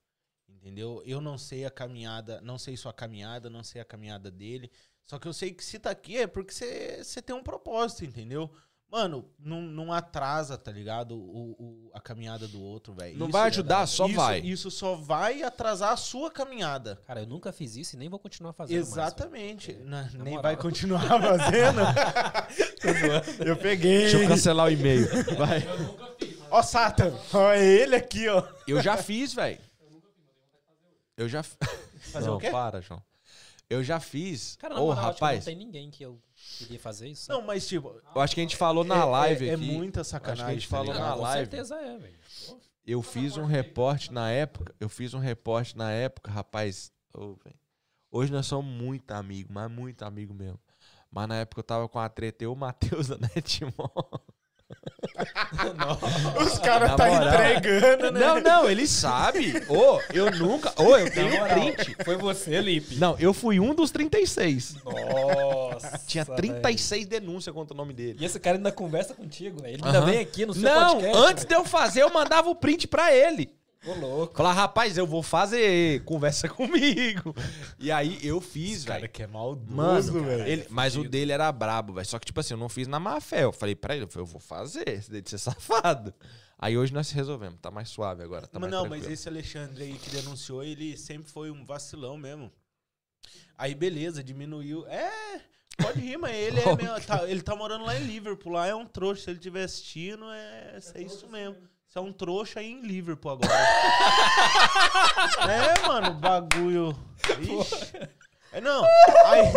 Speaker 3: Entendeu? Eu não sei a caminhada, não sei sua caminhada, não sei a caminhada dele. Só que eu sei que se tá aqui é porque você tem um propósito, entendeu? Mano, não, não atrasa, tá ligado? O, o- a caminhada do outro, velho.
Speaker 2: Não
Speaker 3: Isso- é
Speaker 2: vai ajudar, só
Speaker 3: isso-
Speaker 2: vai.
Speaker 3: Isso só vai atrasar a sua caminhada.
Speaker 1: Cara, eu nunca fiz isso e nem vou continuar fazendo. mais, velho.
Speaker 2: É,
Speaker 3: Exatamente. Na-
Speaker 1: Na
Speaker 3: nem
Speaker 1: moral.
Speaker 3: vai continuar fazendo. eu peguei.
Speaker 2: Deixa eu cancelar o e-mail.
Speaker 9: Eu nunca fiz, mas
Speaker 3: Ó, Satan. Ó, ele aqui, ó.
Speaker 2: Eu já fiz, velho. Eu já fiz.
Speaker 3: Fazer o quê?
Speaker 2: Para, João. Eu já fiz.
Speaker 1: Cara,
Speaker 2: Ô,
Speaker 1: na moral, acho que
Speaker 2: rapaz,
Speaker 1: não tem ninguém que eu queria fazer isso. sabe?
Speaker 3: Não, mas tipo.
Speaker 2: eu acho que a gente falou Tá na
Speaker 3: é-
Speaker 2: live
Speaker 3: é, é
Speaker 2: aqui.
Speaker 3: muita
Speaker 2: acho
Speaker 3: sacanagem.
Speaker 2: que a gente falou na
Speaker 3: tá ligado?
Speaker 1: com
Speaker 2: live.
Speaker 1: certeza é, velho.
Speaker 2: Eu fiz um reporte na época. Eu fiz um reporte na época, rapaz. ô, velho. Hoje nós somos muito amigos, mas muito amigo mesmo. Mas na época eu tava com a treta, eu e o Matheus né, da Netmon.
Speaker 3: Os caras
Speaker 2: Na
Speaker 3: tá
Speaker 2: moral.
Speaker 3: entregando, né?
Speaker 2: Não, não, ele sabe. Ô, eu nunca. Ô, eu tenho
Speaker 1: moral.
Speaker 2: um print.
Speaker 1: Foi você, Lipe.
Speaker 2: Não, eu fui um dos 36.
Speaker 1: Nossa.
Speaker 2: Tinha
Speaker 1: velho.
Speaker 2: 36 denúncias contra o nome dele.
Speaker 1: E esse cara ainda conversa contigo, velho. Ele ainda
Speaker 2: Aham.
Speaker 1: vem aqui no seu
Speaker 2: Não,
Speaker 1: podcast.
Speaker 2: antes de eu fazer, eu mandava o print pra ele.
Speaker 1: velho. Ô, louco.
Speaker 2: Falar, rapaz, eu vou fazer, conversa comigo. E aí eu fiz, velho.
Speaker 3: que é maldoso,
Speaker 2: Mano, ele, mas o dele era brabo, velho. Só que, tipo assim, eu não fiz na má fé. Eu falei pra ele, eu, falei, eu vou fazer, esse daí de ser safado. Aí hoje nós resolvemos, tá mais suave agora. Tá
Speaker 3: Mas
Speaker 2: mais
Speaker 3: não,
Speaker 2: tranquilo.
Speaker 3: mas esse Alexandre aí que denunciou, ele sempre foi um vacilão mesmo. Aí, beleza, diminuiu. É, pode rir, mas ele é mesmo, tá, ele tá morando lá em Liverpool, lá é um trouxa. Se ele estiver assistindo, é, é isso mesmo. Você é um trouxa aí em Liverpool agora. é, mano, bagulho. Ixi. É, não, aí,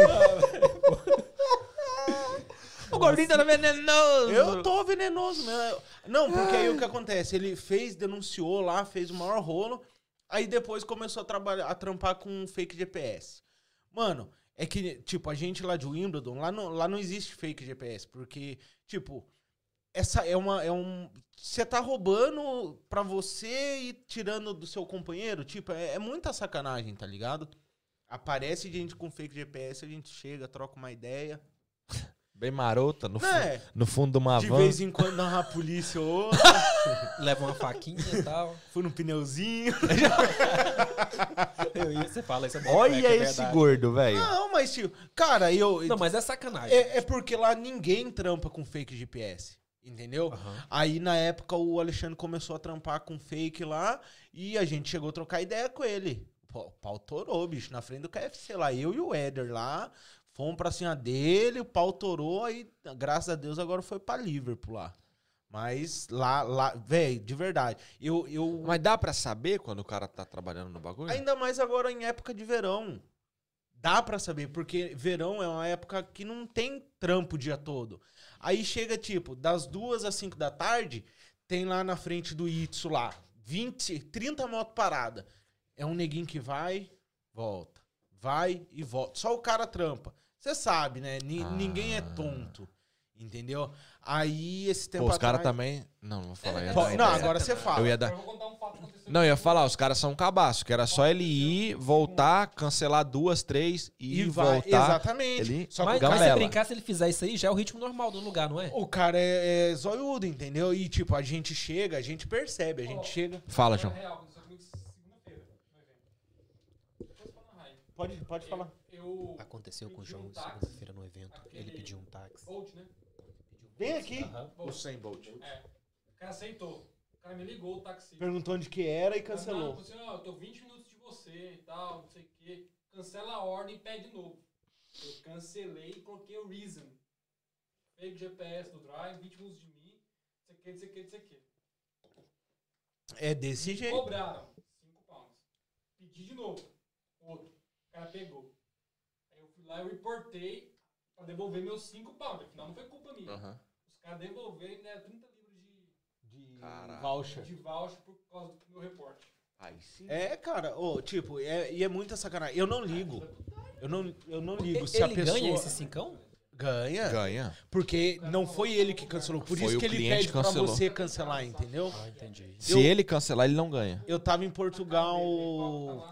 Speaker 2: O gordinho tá venenoso!
Speaker 3: assim, eu tô venenoso mesmo. Não, porque aí o que acontece? Ele fez, denunciou lá, fez o maior rolo. Aí depois começou a trabalhar, a trampar com um fake GPS. Mano, é que, tipo, a gente lá de Wimbledon, lá não, lá não existe fake GPS, porque, tipo, essa é uma. É um, você tá roubando pra você e tirando do seu companheiro, tipo, é, é muita sacanagem, tá ligado? Aparece gente com fake GPS, a gente chega, troca uma ideia.
Speaker 2: Bem marota, no, fu-
Speaker 3: É,
Speaker 2: no fundo de uma
Speaker 3: de
Speaker 2: van.
Speaker 3: vez em quando dá uma polícia ou outra.
Speaker 1: Leva uma faquinha e tal.
Speaker 3: Fui num pneuzinho.
Speaker 1: Eu ia, você fala isso. é bom, moleque,
Speaker 3: né,
Speaker 2: Olha
Speaker 1: é
Speaker 2: esse
Speaker 1: verdade.
Speaker 2: gordo, velho.
Speaker 3: Não, mas tipo, cara, eu.
Speaker 1: Não, mas é sacanagem.
Speaker 3: é, é porque lá ninguém trampa com fake GPS. Entendeu?
Speaker 1: Aham.
Speaker 3: Aí na época o Alexandre começou a trampar com fake lá e a gente chegou a trocar ideia com ele. Pô, O pau torou, bicho, na frente do KFC lá. Eu e o Éder lá fomos pra cima dele, o pau torou, aí graças a Deus agora foi pra Liverpool lá. Mas lá, lá, velho, de verdade. Eu, eu um
Speaker 2: Mas dá pra saber quando o cara tá trabalhando no bagulho?
Speaker 3: Ainda mais agora em época de verão. Dá pra saber, porque verão é uma época que não tem trampo o dia todo. Aí chega, tipo, das duas às 5 da tarde, tem lá na frente do Itsu lá, 20, 30 motos parada. É um neguinho que vai, volta, vai e volta. Só o cara trampa. Você sabe, né? Ni-
Speaker 2: Ah.
Speaker 3: Ninguém é tonto. Entendeu? Aí esse tempo
Speaker 2: Pô, os caras
Speaker 3: atrás-
Speaker 2: também. Não, não vou falar. eu ia
Speaker 3: Pô,
Speaker 2: dar-
Speaker 3: não, agora você fala.
Speaker 2: né? Eu ia dar.
Speaker 9: Eu vou contar um fato que aconteceu.
Speaker 2: Não, eu ia falar, os caras são um cabaço, que era só ele ir, voltar, cancelar duas, três e,
Speaker 3: vai-
Speaker 2: voltar.
Speaker 3: Exatamente.
Speaker 2: Ele-
Speaker 3: Só que
Speaker 1: mas,
Speaker 3: o cara,
Speaker 1: mas se
Speaker 2: Gamela.
Speaker 1: brincar, se ele fizer isso aí, já é o ritmo normal do lugar, não é?
Speaker 3: o cara é, é zoiudo, entendeu? E tipo, a gente chega, a gente percebe, a gente chega.
Speaker 2: Fala, João.
Speaker 9: real, aconteceu comigo segunda-feira, no evento. Depois pra narrar aí.
Speaker 3: Pode, pode falar.
Speaker 9: Eu.
Speaker 1: Aconteceu com o
Speaker 9: Pedi um
Speaker 1: João
Speaker 9: táxi.
Speaker 1: segunda-feira no evento. Ele pediu um táxi.
Speaker 9: Bolt, né?
Speaker 3: Vem aqui.
Speaker 1: Aham.
Speaker 3: O 100 Bolt.
Speaker 9: O cara aceitou. O cara me ligou, o taxista.
Speaker 3: Perguntou onde que era e
Speaker 9: Não,
Speaker 3: cancelou.
Speaker 9: falou assim, ó, eu tô 20 minutos de você e tal, não sei o quê. Cancela a ordem e pede novo. Eu cancelei e coloquei o Reason. Peguei o GPS do Drive, 20 minutos de mim, não sei o quê, não sei o quê, não sei o quê.
Speaker 3: É desse jeito.
Speaker 9: Cobraram 5 pounds. Pedi de novo. Outro. O cara pegou. Aí eu fui lá e reportei pra devolver meus 5 pounds. Afinal, não foi culpa minha. Os caras devolveram né, 30 livros de,
Speaker 3: De
Speaker 2: Caraca.
Speaker 3: voucher.
Speaker 9: de voucher por causa do meu reporte.
Speaker 2: Aí sim.
Speaker 3: É, cara, ô, tipo, é, e é muita sacanagem. Eu não ligo. Eu não, eu não ligo se a
Speaker 1: ele
Speaker 3: pessoa.
Speaker 1: ganha esse cincão?
Speaker 3: Ganha,
Speaker 2: Ganha.
Speaker 3: Porque não foi ele que cancelou. Por
Speaker 2: Foi
Speaker 3: isso
Speaker 2: o
Speaker 3: que ele
Speaker 2: cliente
Speaker 3: pede
Speaker 2: que cancelou.
Speaker 3: pra você cancelar, entendeu?
Speaker 1: Ah, entendi.
Speaker 2: Se ele cancelar, ele não ganha.
Speaker 3: Eu tava em Portugal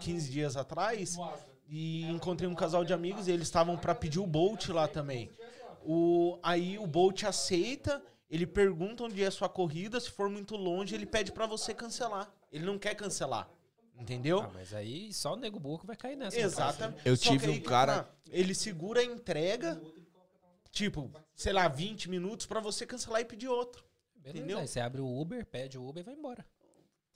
Speaker 3: 15 dias atrás
Speaker 9: No Asda.
Speaker 3: e encontrei um casal de amigos e eles estavam pra pedir o Bolt lá também. O, aí o Bolt aceita, ele pergunta onde é a sua corrida, se for muito longe, ele pede pra você cancelar. Ele não quer cancelar. Entendeu?
Speaker 1: Ah, mas aí só o nego burro que vai cair nessa. no caso, né?
Speaker 3: Exatamente.
Speaker 2: Eu
Speaker 3: Só que
Speaker 2: tive
Speaker 3: aí
Speaker 2: um
Speaker 3: que
Speaker 2: cara-
Speaker 3: tá, Ele segura a entrega, tipo, sei lá, 20 minutos pra você cancelar e pedir outro.
Speaker 1: Beleza,
Speaker 3: Entendeu?
Speaker 1: aí você abre o Uber, pede o Uber e vai embora.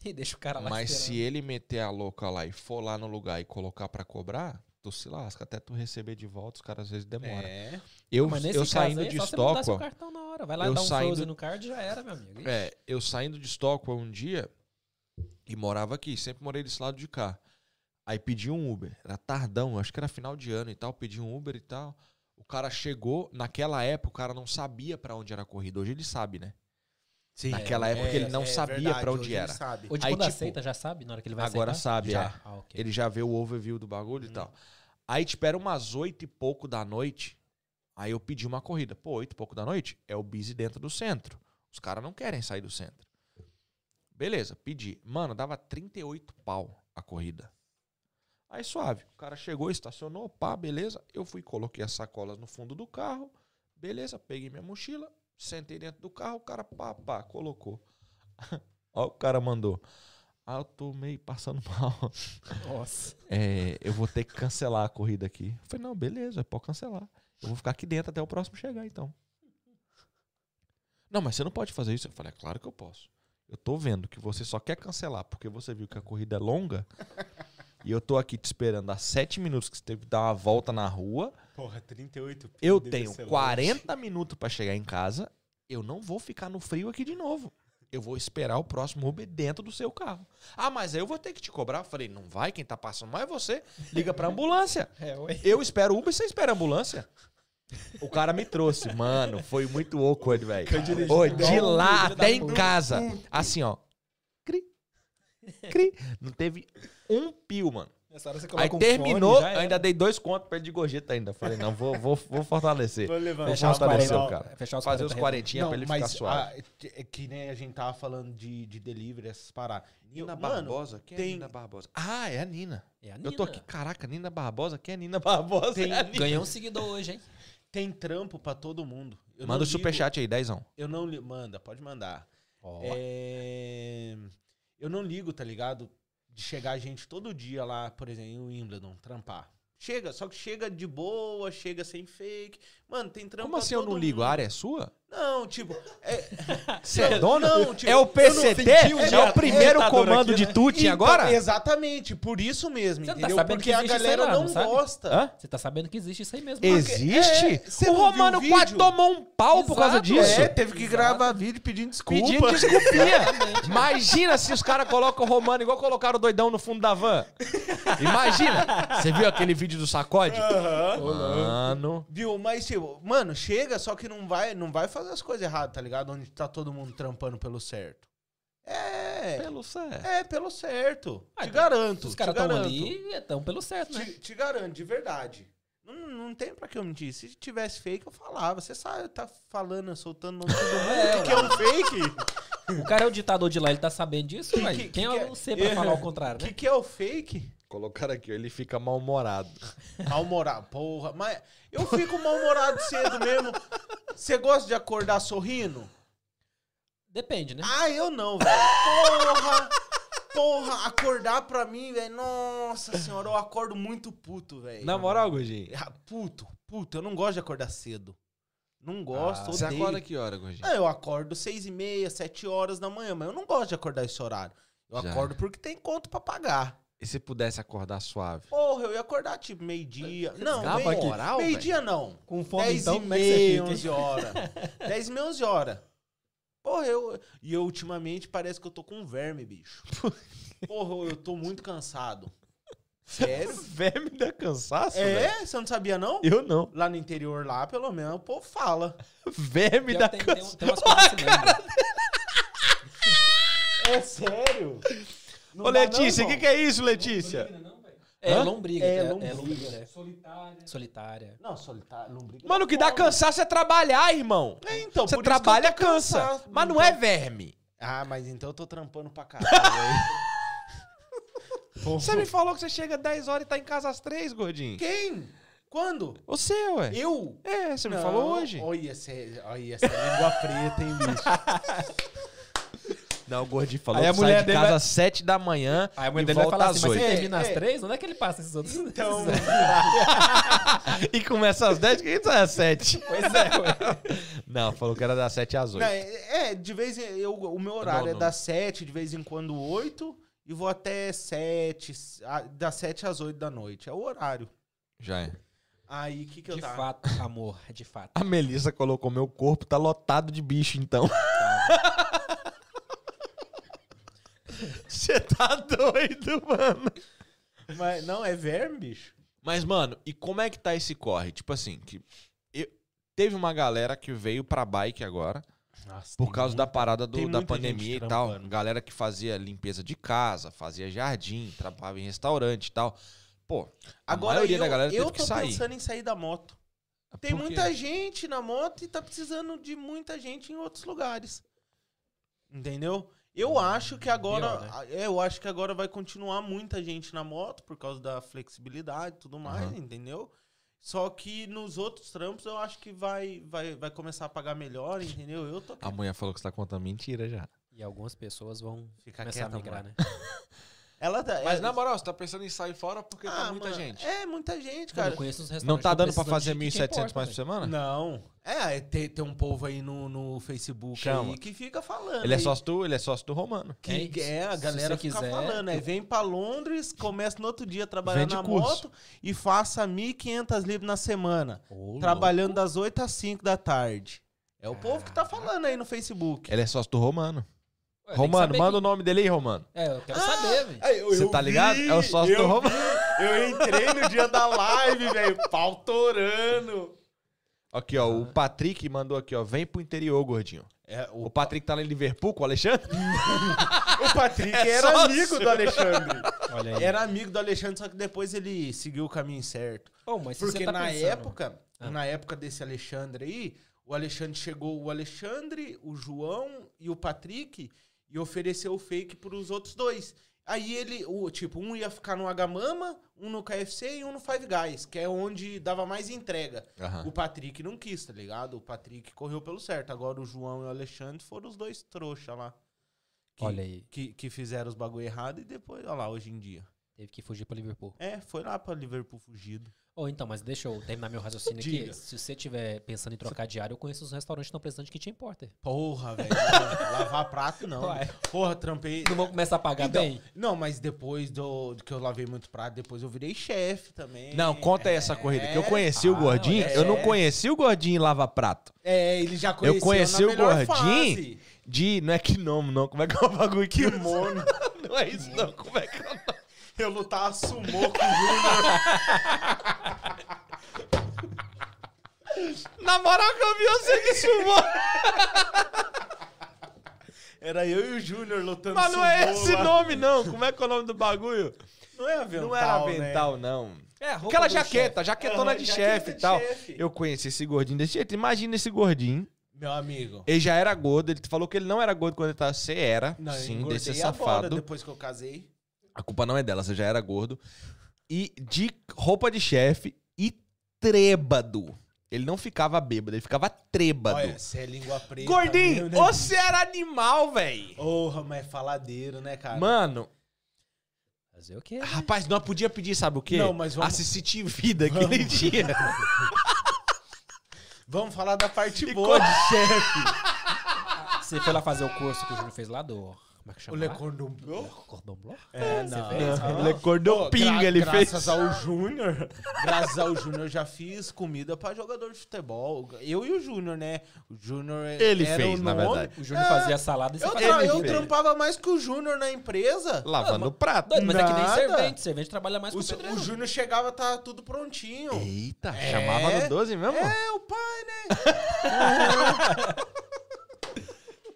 Speaker 1: E deixa o
Speaker 9: Tá
Speaker 1: cara lá
Speaker 2: Mas se
Speaker 1: esperando.
Speaker 2: ele meter a louca lá e for lá no lugar e colocar pra cobrar, tu se lasca. Até tu receber de volta, os caras às vezes demoram.
Speaker 3: É.
Speaker 2: Eu,
Speaker 1: Mas nesse
Speaker 2: eu
Speaker 1: caso
Speaker 2: saindo
Speaker 1: aí, é
Speaker 2: de
Speaker 1: só você mudar seu
Speaker 2: Stockwell.
Speaker 1: cartão na hora. Vai lá
Speaker 2: eu
Speaker 1: dar um
Speaker 2: saindo-
Speaker 1: frozen no card e já era, meu amigo. Ixi.
Speaker 2: É, eu saindo de Stockwell um dia e morava aqui, sempre morei desse lado de cá. Aí pedi um Uber, era tardão, acho que era final de ano e tal, pedi um Uber e tal. O cara chegou, naquela época o cara não sabia pra onde era a corrida, hoje ele sabe, né?
Speaker 3: Sim. é,
Speaker 2: naquela época é ele não sabia pra onde era.
Speaker 3: Sabe.
Speaker 1: Hoje
Speaker 2: Aí,
Speaker 1: quando
Speaker 2: tipo,
Speaker 1: aceita, já sabe na hora que ele vai
Speaker 2: Agora
Speaker 1: aceitar?
Speaker 2: sabe,
Speaker 1: já.
Speaker 2: é.
Speaker 1: Ah, ok.
Speaker 2: Ele já vê o overview do bagulho e tal. Aí, tipo, era umas oito e pouco da noite. Aí eu pedi uma corrida. Pô, oito e pouco da noite é o busy dentro do centro. Os caras não querem sair do centro. Beleza, pedi. Mano, dava 38 pau a corrida. Aí suave. O cara chegou, estacionou, pá, beleza. Eu fui, coloquei as sacolas no fundo do carro. Beleza, peguei minha mochila, sentei dentro do carro, o cara pá, pá, colocou. Ó, o cara mandou. Ah, eu tô meio passando mal.
Speaker 1: Nossa.
Speaker 2: É, eu vou ter que cancelar a corrida aqui. Eu falei, não, beleza, pode cancelar. Eu vou ficar aqui dentro até o próximo chegar, então. Não, mas você não pode fazer isso. Eu falei, é claro que eu posso. Eu tô vendo que você só quer cancelar porque você viu que a corrida é longa e eu tô aqui te esperando há sete minutos que você teve que dar uma volta na rua.
Speaker 3: Porra, 38.
Speaker 2: Eu
Speaker 3: deve
Speaker 2: tenho
Speaker 3: ser longe.
Speaker 2: 40 minutos pra chegar em casa. Eu não vou ficar no frio aqui de novo. Eu vou esperar o próximo Uber dentro do seu carro. Ah, mas aí eu vou ter que te cobrar. Eu falei, não vai, quem tá passando mal é você. Liga pra ambulância.
Speaker 1: É, ué.
Speaker 2: Eu espero o Uber, você espera a ambulância. O cara me trouxe. Mano, foi muito louco ele, velho. Ô, de lá até em casa. Assim, ó. Cri. Cri. Não teve um pio, mano.
Speaker 1: Nessa hora você
Speaker 2: Aí
Speaker 1: coloca um
Speaker 2: terminou,
Speaker 1: fone, já
Speaker 2: eu
Speaker 1: era.
Speaker 2: ainda dei dois contos pra ele de gorjeta ainda. Falei, não, vou, vou, vou um fortalecer.
Speaker 3: Vou levantar.
Speaker 1: Fechar os
Speaker 2: fortalecer
Speaker 1: 40,
Speaker 2: o cara.
Speaker 1: Fechar os
Speaker 2: Fazer os
Speaker 1: 40.
Speaker 2: 40 pra ele ficar suave.
Speaker 3: a- é que nem a gente tava falando de, de delivery, essas paradas. E eu-
Speaker 2: Nina
Speaker 3: mano,
Speaker 2: Barbosa? Quem
Speaker 3: tem-
Speaker 2: é Nina Barbosa? Ah, é a Nina.
Speaker 1: É a
Speaker 2: Eu tô
Speaker 1: Nina.
Speaker 2: aqui, caraca, Nina Barbosa? Quem é Nina Barbosa?
Speaker 3: Tem-
Speaker 2: É a Nina.
Speaker 1: Ganhou um seguidor hoje, hein?
Speaker 3: tem trampo pra todo mundo. Eu não
Speaker 2: Manda o
Speaker 3: ligo-
Speaker 2: superchat aí, dezão.
Speaker 3: Eu não li, manda, pode mandar. É, eu não ligo, tá ligado? De chegar gente todo dia lá, por exemplo, em Wimbledon, trampar. Chega, só que chega de boa, chega sem fake. Mano, tem trampo
Speaker 2: Como
Speaker 3: pra
Speaker 2: assim eu
Speaker 3: tá todo
Speaker 2: não ligo?
Speaker 3: mundo.
Speaker 2: A área é sua?
Speaker 3: Não, tipo,
Speaker 5: Você é dono?
Speaker 3: Não, tipo,
Speaker 5: é o PCT?
Speaker 1: fingi um
Speaker 5: É
Speaker 1: dia
Speaker 5: o primeiro
Speaker 1: ditador
Speaker 5: comando
Speaker 1: aqui,
Speaker 5: de
Speaker 1: né?
Speaker 5: Tuti
Speaker 3: Então,
Speaker 5: agora?
Speaker 3: Exatamente, por isso mesmo,
Speaker 1: Você não tá
Speaker 3: entendeu?
Speaker 1: sabendo
Speaker 3: Porque
Speaker 1: que
Speaker 3: a
Speaker 1: existe
Speaker 3: galera
Speaker 1: isso aí lá,
Speaker 3: não,
Speaker 1: não sabe?
Speaker 3: gosta.
Speaker 5: Hã?
Speaker 1: Você tá sabendo que existe isso aí mesmo. né?
Speaker 5: Existe?
Speaker 3: É, você
Speaker 5: o
Speaker 3: não viu o
Speaker 5: Romano
Speaker 3: vídeo?
Speaker 5: quase tomou um pau por causa
Speaker 1: Exato,
Speaker 5: disso.
Speaker 3: É, teve que gravar vídeo pedindo desculpa.
Speaker 5: Pedindo desculpinha. Imagina se os caras colocam o Romano igual colocaram o doidão no fundo da van. Imagina. Você viu aquele vídeo do sacode? Mano.
Speaker 3: Viu? Mas, tipo, mano, chega, só que não vai, não vai fazer as coisas erradas, tá ligado? Onde tá todo mundo trampando pelo certo. É.
Speaker 5: Pelo céu.
Speaker 3: É, pelo certo.
Speaker 1: Ah,
Speaker 3: te
Speaker 1: então,
Speaker 3: garanto.
Speaker 1: Os
Speaker 3: te
Speaker 1: caras estão
Speaker 3: garanto.
Speaker 1: ali, né? estão pelo certo, né?
Speaker 3: Te, te garanto, de verdade. Não, não tem pra que eu mentir. Se tivesse fake, eu falava. Você sabe, tá falando, soltando nome de todo mundo.
Speaker 1: É,
Speaker 3: O que, que é um fake?
Speaker 1: O cara é o ditador de lá, ele tá sabendo disso,
Speaker 3: Que-
Speaker 1: mas
Speaker 3: que-
Speaker 1: quem
Speaker 3: que-
Speaker 1: é você pra
Speaker 3: é.
Speaker 1: falar o
Speaker 3: O
Speaker 1: contrário, né?
Speaker 3: que, que é o fake?
Speaker 5: Colocaram aqui, ele fica mal-humorado.
Speaker 3: Mal-humorado, porra. Mas eu fico mal-humorado cedo mesmo. Você gosta de acordar sorrindo?
Speaker 1: Depende, né?
Speaker 3: Ah, eu não, velho. Porra! Porra, acordar pra mim, velho. Nossa senhora, eu acordo muito puto, velho.
Speaker 5: Na moral, Gordinho.
Speaker 3: Ah, Puto, puto, eu não gosto de acordar cedo. Não gosto,
Speaker 2: Ah, Você
Speaker 3: odeio.
Speaker 2: acorda que hora, Gordinho?
Speaker 3: Ah, eu acordo seis e meia, sete horas da manhã, mas eu não gosto de acordar esse horário. Eu
Speaker 2: Já.
Speaker 3: acordo porque tem conto pra pagar.
Speaker 2: E se pudesse acordar suave?
Speaker 3: Porra, eu ia acordar tipo meio-dia. Não,
Speaker 5: Dava
Speaker 3: meio-
Speaker 5: aqui.
Speaker 2: Moral, velho?
Speaker 3: meio-dia não.
Speaker 1: Com fome,
Speaker 3: 10
Speaker 1: então,
Speaker 3: e
Speaker 1: como é que
Speaker 3: meia,
Speaker 1: você fica?
Speaker 3: 11 horas. 10 e meia, 11 horas. Porra, eu... E eu, ultimamente, parece que eu tô com verme, bicho. Porra, eu tô muito cansado. Sério?
Speaker 5: Verme dá cansaço, velho.
Speaker 3: É? Você não sabia, não?
Speaker 5: Eu não.
Speaker 3: Lá no interior, lá, pelo menos, o povo fala.
Speaker 5: Verme
Speaker 1: Pior
Speaker 5: dá
Speaker 2: um-
Speaker 1: que tem, tem,
Speaker 5: cansaço.
Speaker 1: tem umas coisas assim mesmo.
Speaker 3: É sério? Não
Speaker 5: Ô,
Speaker 3: dá não,
Speaker 5: Letícia, o que,
Speaker 3: irmão.
Speaker 5: que é isso, Letícia?
Speaker 9: Não, não, velho.
Speaker 1: É,
Speaker 5: Hã?
Speaker 1: lombriga.
Speaker 3: É,
Speaker 1: É, é
Speaker 3: lombriga.
Speaker 1: lombriga, né?
Speaker 9: Solitária.
Speaker 1: Solitária.
Speaker 3: Não, solitário, não briga.
Speaker 2: tá
Speaker 5: Mano, o que dá cansaço é trabalhar, irmão.
Speaker 3: É, então,
Speaker 5: Você
Speaker 3: por isso que eu
Speaker 5: trabalha,
Speaker 3: tô
Speaker 5: cansa.
Speaker 3: cansado.
Speaker 5: Mas não é verme.
Speaker 3: Ah, mas então eu tô trampando pra caralho. aí.
Speaker 5: Você me falou que você chega 10 horas e tá em casa às 3, gordinho.
Speaker 3: Quem? Quando?
Speaker 5: Você, ué.
Speaker 3: Eu?
Speaker 5: É, você me
Speaker 3: Não,
Speaker 5: falou hoje.
Speaker 3: Olha essa, olha essa língua preta, hein, bicho?
Speaker 5: Não, o gordinho falou
Speaker 2: Aí
Speaker 5: que
Speaker 2: a mulher
Speaker 5: sai de
Speaker 2: dele
Speaker 5: casa
Speaker 2: vai-
Speaker 5: às 7 da manhã
Speaker 1: Aí a mãe
Speaker 5: e
Speaker 1: dele vai
Speaker 5: volta
Speaker 1: falar
Speaker 5: às
Speaker 1: assim, mas
Speaker 5: 8.
Speaker 1: você termina
Speaker 3: É,
Speaker 1: às
Speaker 3: é.
Speaker 1: três? Onde é que ele passa esses outros?
Speaker 3: Então,
Speaker 5: E começa às 10, que sai às 7.
Speaker 1: Pois é, ué.
Speaker 5: Não, falou que era das 7 às 8.
Speaker 3: não, é, é, de vez em eu, o meu horário é das 7, de vez em quando 8, e vou até 7, a- das 7 às 8 da noite. É o horário.
Speaker 2: Já é.
Speaker 3: Aí, o que que eu
Speaker 1: De
Speaker 3: tava?
Speaker 1: fato, amor, de fato.
Speaker 5: A Melissa colocou, meu corpo tá lotado de bicho, então. Tá. Você tá doido, mano.
Speaker 3: Mas, não, é verme, bicho.
Speaker 2: Mas, mano, e como é que tá esse corre? Tipo assim, que eu- teve uma galera que veio pra bike agora
Speaker 3: Nossa,
Speaker 2: por
Speaker 3: tem
Speaker 2: causa da parada do-
Speaker 3: tem
Speaker 2: da
Speaker 3: muita
Speaker 2: pandemia e
Speaker 3: gente
Speaker 2: tal.
Speaker 3: trampando.
Speaker 2: Galera que fazia limpeza de casa, fazia jardim, trabalhava em restaurante e tal. Pô, a
Speaker 3: Agora
Speaker 2: maioria
Speaker 3: eu,
Speaker 2: da galera
Speaker 3: eu
Speaker 2: teve que
Speaker 3: tô
Speaker 2: sair.
Speaker 3: pensando em sair da moto. Tem
Speaker 2: Por quê?
Speaker 3: muita gente na moto e tá precisando de muita gente em outros lugares. Entendeu?
Speaker 2: Hum,
Speaker 3: Eu acho que agora.
Speaker 2: né?
Speaker 3: é, Eu acho que agora vai continuar muita gente na moto por causa da flexibilidade e tudo mais, entendeu? Só que nos outros trampos eu acho que vai, vai, vai começar a pagar melhor, entendeu? Eu tô.
Speaker 2: A mulher falou que você tá contando mentira já.
Speaker 1: E algumas pessoas vão
Speaker 3: Fica
Speaker 1: começar a
Speaker 3: quieta,
Speaker 1: migrar, né?
Speaker 3: Ela tá.
Speaker 2: Mas
Speaker 3: é-
Speaker 2: na moral, você tá pensando em sair fora porque
Speaker 3: Ah,
Speaker 2: tá muita
Speaker 3: mano,
Speaker 2: gente.
Speaker 3: É, muita gente,
Speaker 1: Cara,
Speaker 3: cara.
Speaker 1: eu conheço uns
Speaker 2: Não
Speaker 1: restaurantes
Speaker 2: tá
Speaker 1: é
Speaker 2: né?
Speaker 1: que
Speaker 2: dando pra
Speaker 1: precisam
Speaker 2: fazer
Speaker 1: de quem
Speaker 2: 1.700
Speaker 1: importa,
Speaker 2: mais por semana?
Speaker 3: Não. É, tem, tem um povo aí no, no Facebook
Speaker 2: Chama.
Speaker 3: aí que fica falando.
Speaker 2: Ele é
Speaker 3: aí.
Speaker 2: sócio do, ele é sócio do Romano.
Speaker 1: É,
Speaker 3: Que é, a
Speaker 1: se
Speaker 3: galera
Speaker 1: você
Speaker 3: fica
Speaker 1: quiser,
Speaker 3: falando, é,
Speaker 1: eu-
Speaker 3: vem pra Londres, começa no outro dia trabalhando
Speaker 2: Vende
Speaker 3: na
Speaker 2: curso.
Speaker 3: moto e faça 1.500 libras na semana,
Speaker 1: Ô,
Speaker 3: trabalhando das 8 às 5 da tarde. É o povo que tá falando aí no Facebook.
Speaker 2: Ele é sócio do Romano.
Speaker 1: louco. Ué, tem que
Speaker 5: Romano,
Speaker 1: saber
Speaker 5: manda o nome dele aí, Romano.
Speaker 1: quem- É, eu quero saber, velho.
Speaker 2: Você tá ligado? É o sócio do Romano.
Speaker 3: Eu entrei no dia da live, velho, pautorando.
Speaker 2: Aqui, ó, o Patrick mandou aqui, ó, vem pro interior, gordinho.
Speaker 3: É, o,
Speaker 2: O Patrick tá lá em Liverpool com o Alexandre?
Speaker 3: o Patrick
Speaker 2: É
Speaker 3: era amigo do Alexandre.
Speaker 1: Olha
Speaker 3: Era amigo do Alexandre, só que depois ele seguiu o caminho certo.
Speaker 1: Ô, mas se
Speaker 3: Porque
Speaker 1: você tá
Speaker 3: na
Speaker 1: pensando-
Speaker 3: época,
Speaker 1: Ah.
Speaker 3: na época desse Alexandre aí, o Alexandre chegou, o Alexandre, o João e o Patrick e ofereceu o fake pros outros dois. Aí ele, o tipo, um ia ficar no Agamama, um no KFC e um no Five Guys, que é onde dava mais entrega.
Speaker 1: Ah.
Speaker 2: Aham.
Speaker 3: O Patrick não quis, tá ligado? O Patrick correu pelo certo. Agora o João e o Alexandre foram os dois trouxa lá. Que,
Speaker 1: Olha aí.
Speaker 3: Que, que fizeram os bagulho errado e depois, olha lá, hoje em dia.
Speaker 1: Teve que fugir pra Liverpool.
Speaker 3: É, foi lá pra Liverpool fugido.
Speaker 1: Ou então, mas deixa eu terminar meu raciocínio aqui. Se você tiver pensando em trocar de área, eu conheço os restaurantes que estão precisando de kitchen porter.
Speaker 3: Porra, velho. Lavar prato, não. né?
Speaker 1: Ué.
Speaker 3: Porra, trampei.
Speaker 1: Não vão começar a pagar
Speaker 3: Então,
Speaker 1: bem?
Speaker 3: Não, mas depois do, do que eu lavei muito prato, depois eu virei chefe também. É.
Speaker 2: Não, conta aí essa corrida. Que eu conheci o
Speaker 1: Ah,
Speaker 2: Gordinho.
Speaker 1: é.
Speaker 2: Eu não conheci o Gordinho em Lava Prato.
Speaker 3: É, ele já conheceu
Speaker 2: conheci
Speaker 3: na
Speaker 2: o
Speaker 3: melhor
Speaker 2: Gordinho.
Speaker 3: fase.
Speaker 2: De. Não é que nome, não. Como é que é o bagulho que mono? Não é isso, não. Como é que é o nome?
Speaker 3: Eu lutava sumô com o Júnior.
Speaker 2: Na moral, que eu vi você que é sumou.
Speaker 3: Era eu e o Júnior lutando
Speaker 2: Mas não é
Speaker 3: sumô
Speaker 2: esse
Speaker 3: lá.
Speaker 2: nome, não. Como é que é o nome do bagulho?
Speaker 3: Não é avental,
Speaker 2: Não era
Speaker 3: né?
Speaker 2: avental, não.
Speaker 1: É, roupa
Speaker 2: Aquela
Speaker 1: do
Speaker 2: jaqueta, jaquetona
Speaker 3: Aham,
Speaker 2: de
Speaker 3: jaqueta
Speaker 2: chefe e
Speaker 3: de
Speaker 2: tal.
Speaker 3: chefe.
Speaker 2: Eu conheci esse gordinho desse jeito. Imagina esse gordinho.
Speaker 3: Meu amigo.
Speaker 2: Ele já era gordo. Ele falou que ele não era gordo quando ele tava. Você era.
Speaker 3: Não, eu
Speaker 2: sim,
Speaker 3: engordei
Speaker 2: desse
Speaker 3: agora,
Speaker 2: safado.
Speaker 3: depois que eu casei.
Speaker 2: A culpa não é dela, você já era gordo. E de roupa de chefe e trêbado. Ele não ficava bêbado, ele ficava trêbado.
Speaker 3: Olha, você é língua preta.
Speaker 2: Gordinho,
Speaker 3: meu, né?
Speaker 2: você era animal, velho.
Speaker 3: Porra, mas é faladeiro, né, cara?
Speaker 2: Mano,
Speaker 1: Fazer o quê?
Speaker 2: rapaz, nós podia pedir, sabe o quê?
Speaker 3: Não, mas vamos-
Speaker 2: Assistir vida aquele dia.
Speaker 3: Vamos falar da parte
Speaker 2: E
Speaker 3: boa.
Speaker 2: quando-
Speaker 1: Você foi lá fazer o curso que o Júnior fez lá do... Como é que
Speaker 3: O
Speaker 1: chama
Speaker 3: Le
Speaker 1: lá?
Speaker 3: Cordon Bleu?
Speaker 1: Cordon Bleu?
Speaker 3: É, não. não.
Speaker 2: Ele acordou
Speaker 3: Pô,
Speaker 2: pinga,
Speaker 3: gra-
Speaker 2: ele
Speaker 3: graças
Speaker 2: fez.
Speaker 3: ao Júnior, graças ao Júnior, eu já fiz comida pra jogador de futebol. Eu e o Júnior, né? O Júnior
Speaker 2: Ele fez, na verdade.
Speaker 1: O Júnior
Speaker 3: É,
Speaker 1: fazia salada e você
Speaker 3: Eu,
Speaker 1: fazia
Speaker 3: tra- eu
Speaker 1: comida.
Speaker 3: trampava mais que o Júnior na empresa.
Speaker 2: Lavando o prato.
Speaker 1: Doido, mas é que nem
Speaker 3: Nada.
Speaker 1: servente. Servente trabalha mais
Speaker 3: O,
Speaker 1: com
Speaker 3: s-
Speaker 1: pedreiro.
Speaker 3: o Júnior chegava, tá tudo prontinho.
Speaker 2: Eita, chamava no 12 mesmo?
Speaker 3: É, o pai, né?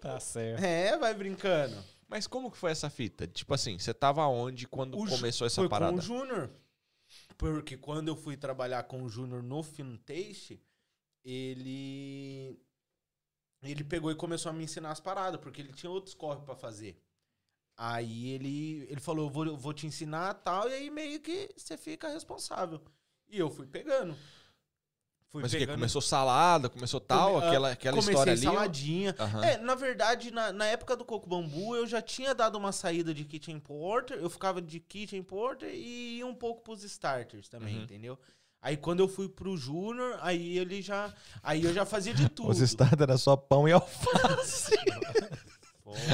Speaker 1: Tá certo.
Speaker 3: Uhum. É, vai brincando.
Speaker 2: Mas como que foi essa fita? Tipo assim, você tava onde quando
Speaker 3: O Ju-
Speaker 2: começou essa
Speaker 3: foi
Speaker 2: parada?
Speaker 3: com o Júnior. Porque quando eu fui trabalhar com o Júnior no Fintaste, ele ele pegou e começou a me ensinar as paradas, porque ele tinha outros corre pra fazer. Aí ele ele falou, eu vou, eu vou te ensinar tal, e aí meio que você fica responsável. E eu fui pegando. Fui
Speaker 2: Mas o que?
Speaker 3: pegando
Speaker 2: Começou salada, começou tal,
Speaker 3: Come- ah,
Speaker 2: aquela, aquela
Speaker 3: comecei
Speaker 2: história ali.
Speaker 3: saladinha.
Speaker 2: Aham.
Speaker 3: É, na verdade, na, na época do Coco Bambu, eu já tinha dado uma saída de Kitchen Porter. Eu ficava de Kitchen Porter e ia um pouco pros starters também,
Speaker 2: Uhum.
Speaker 3: entendeu? Aí quando eu fui pro Júnior, aí ele já. Aí eu já fazia de É tudo.
Speaker 2: era só pão e alface.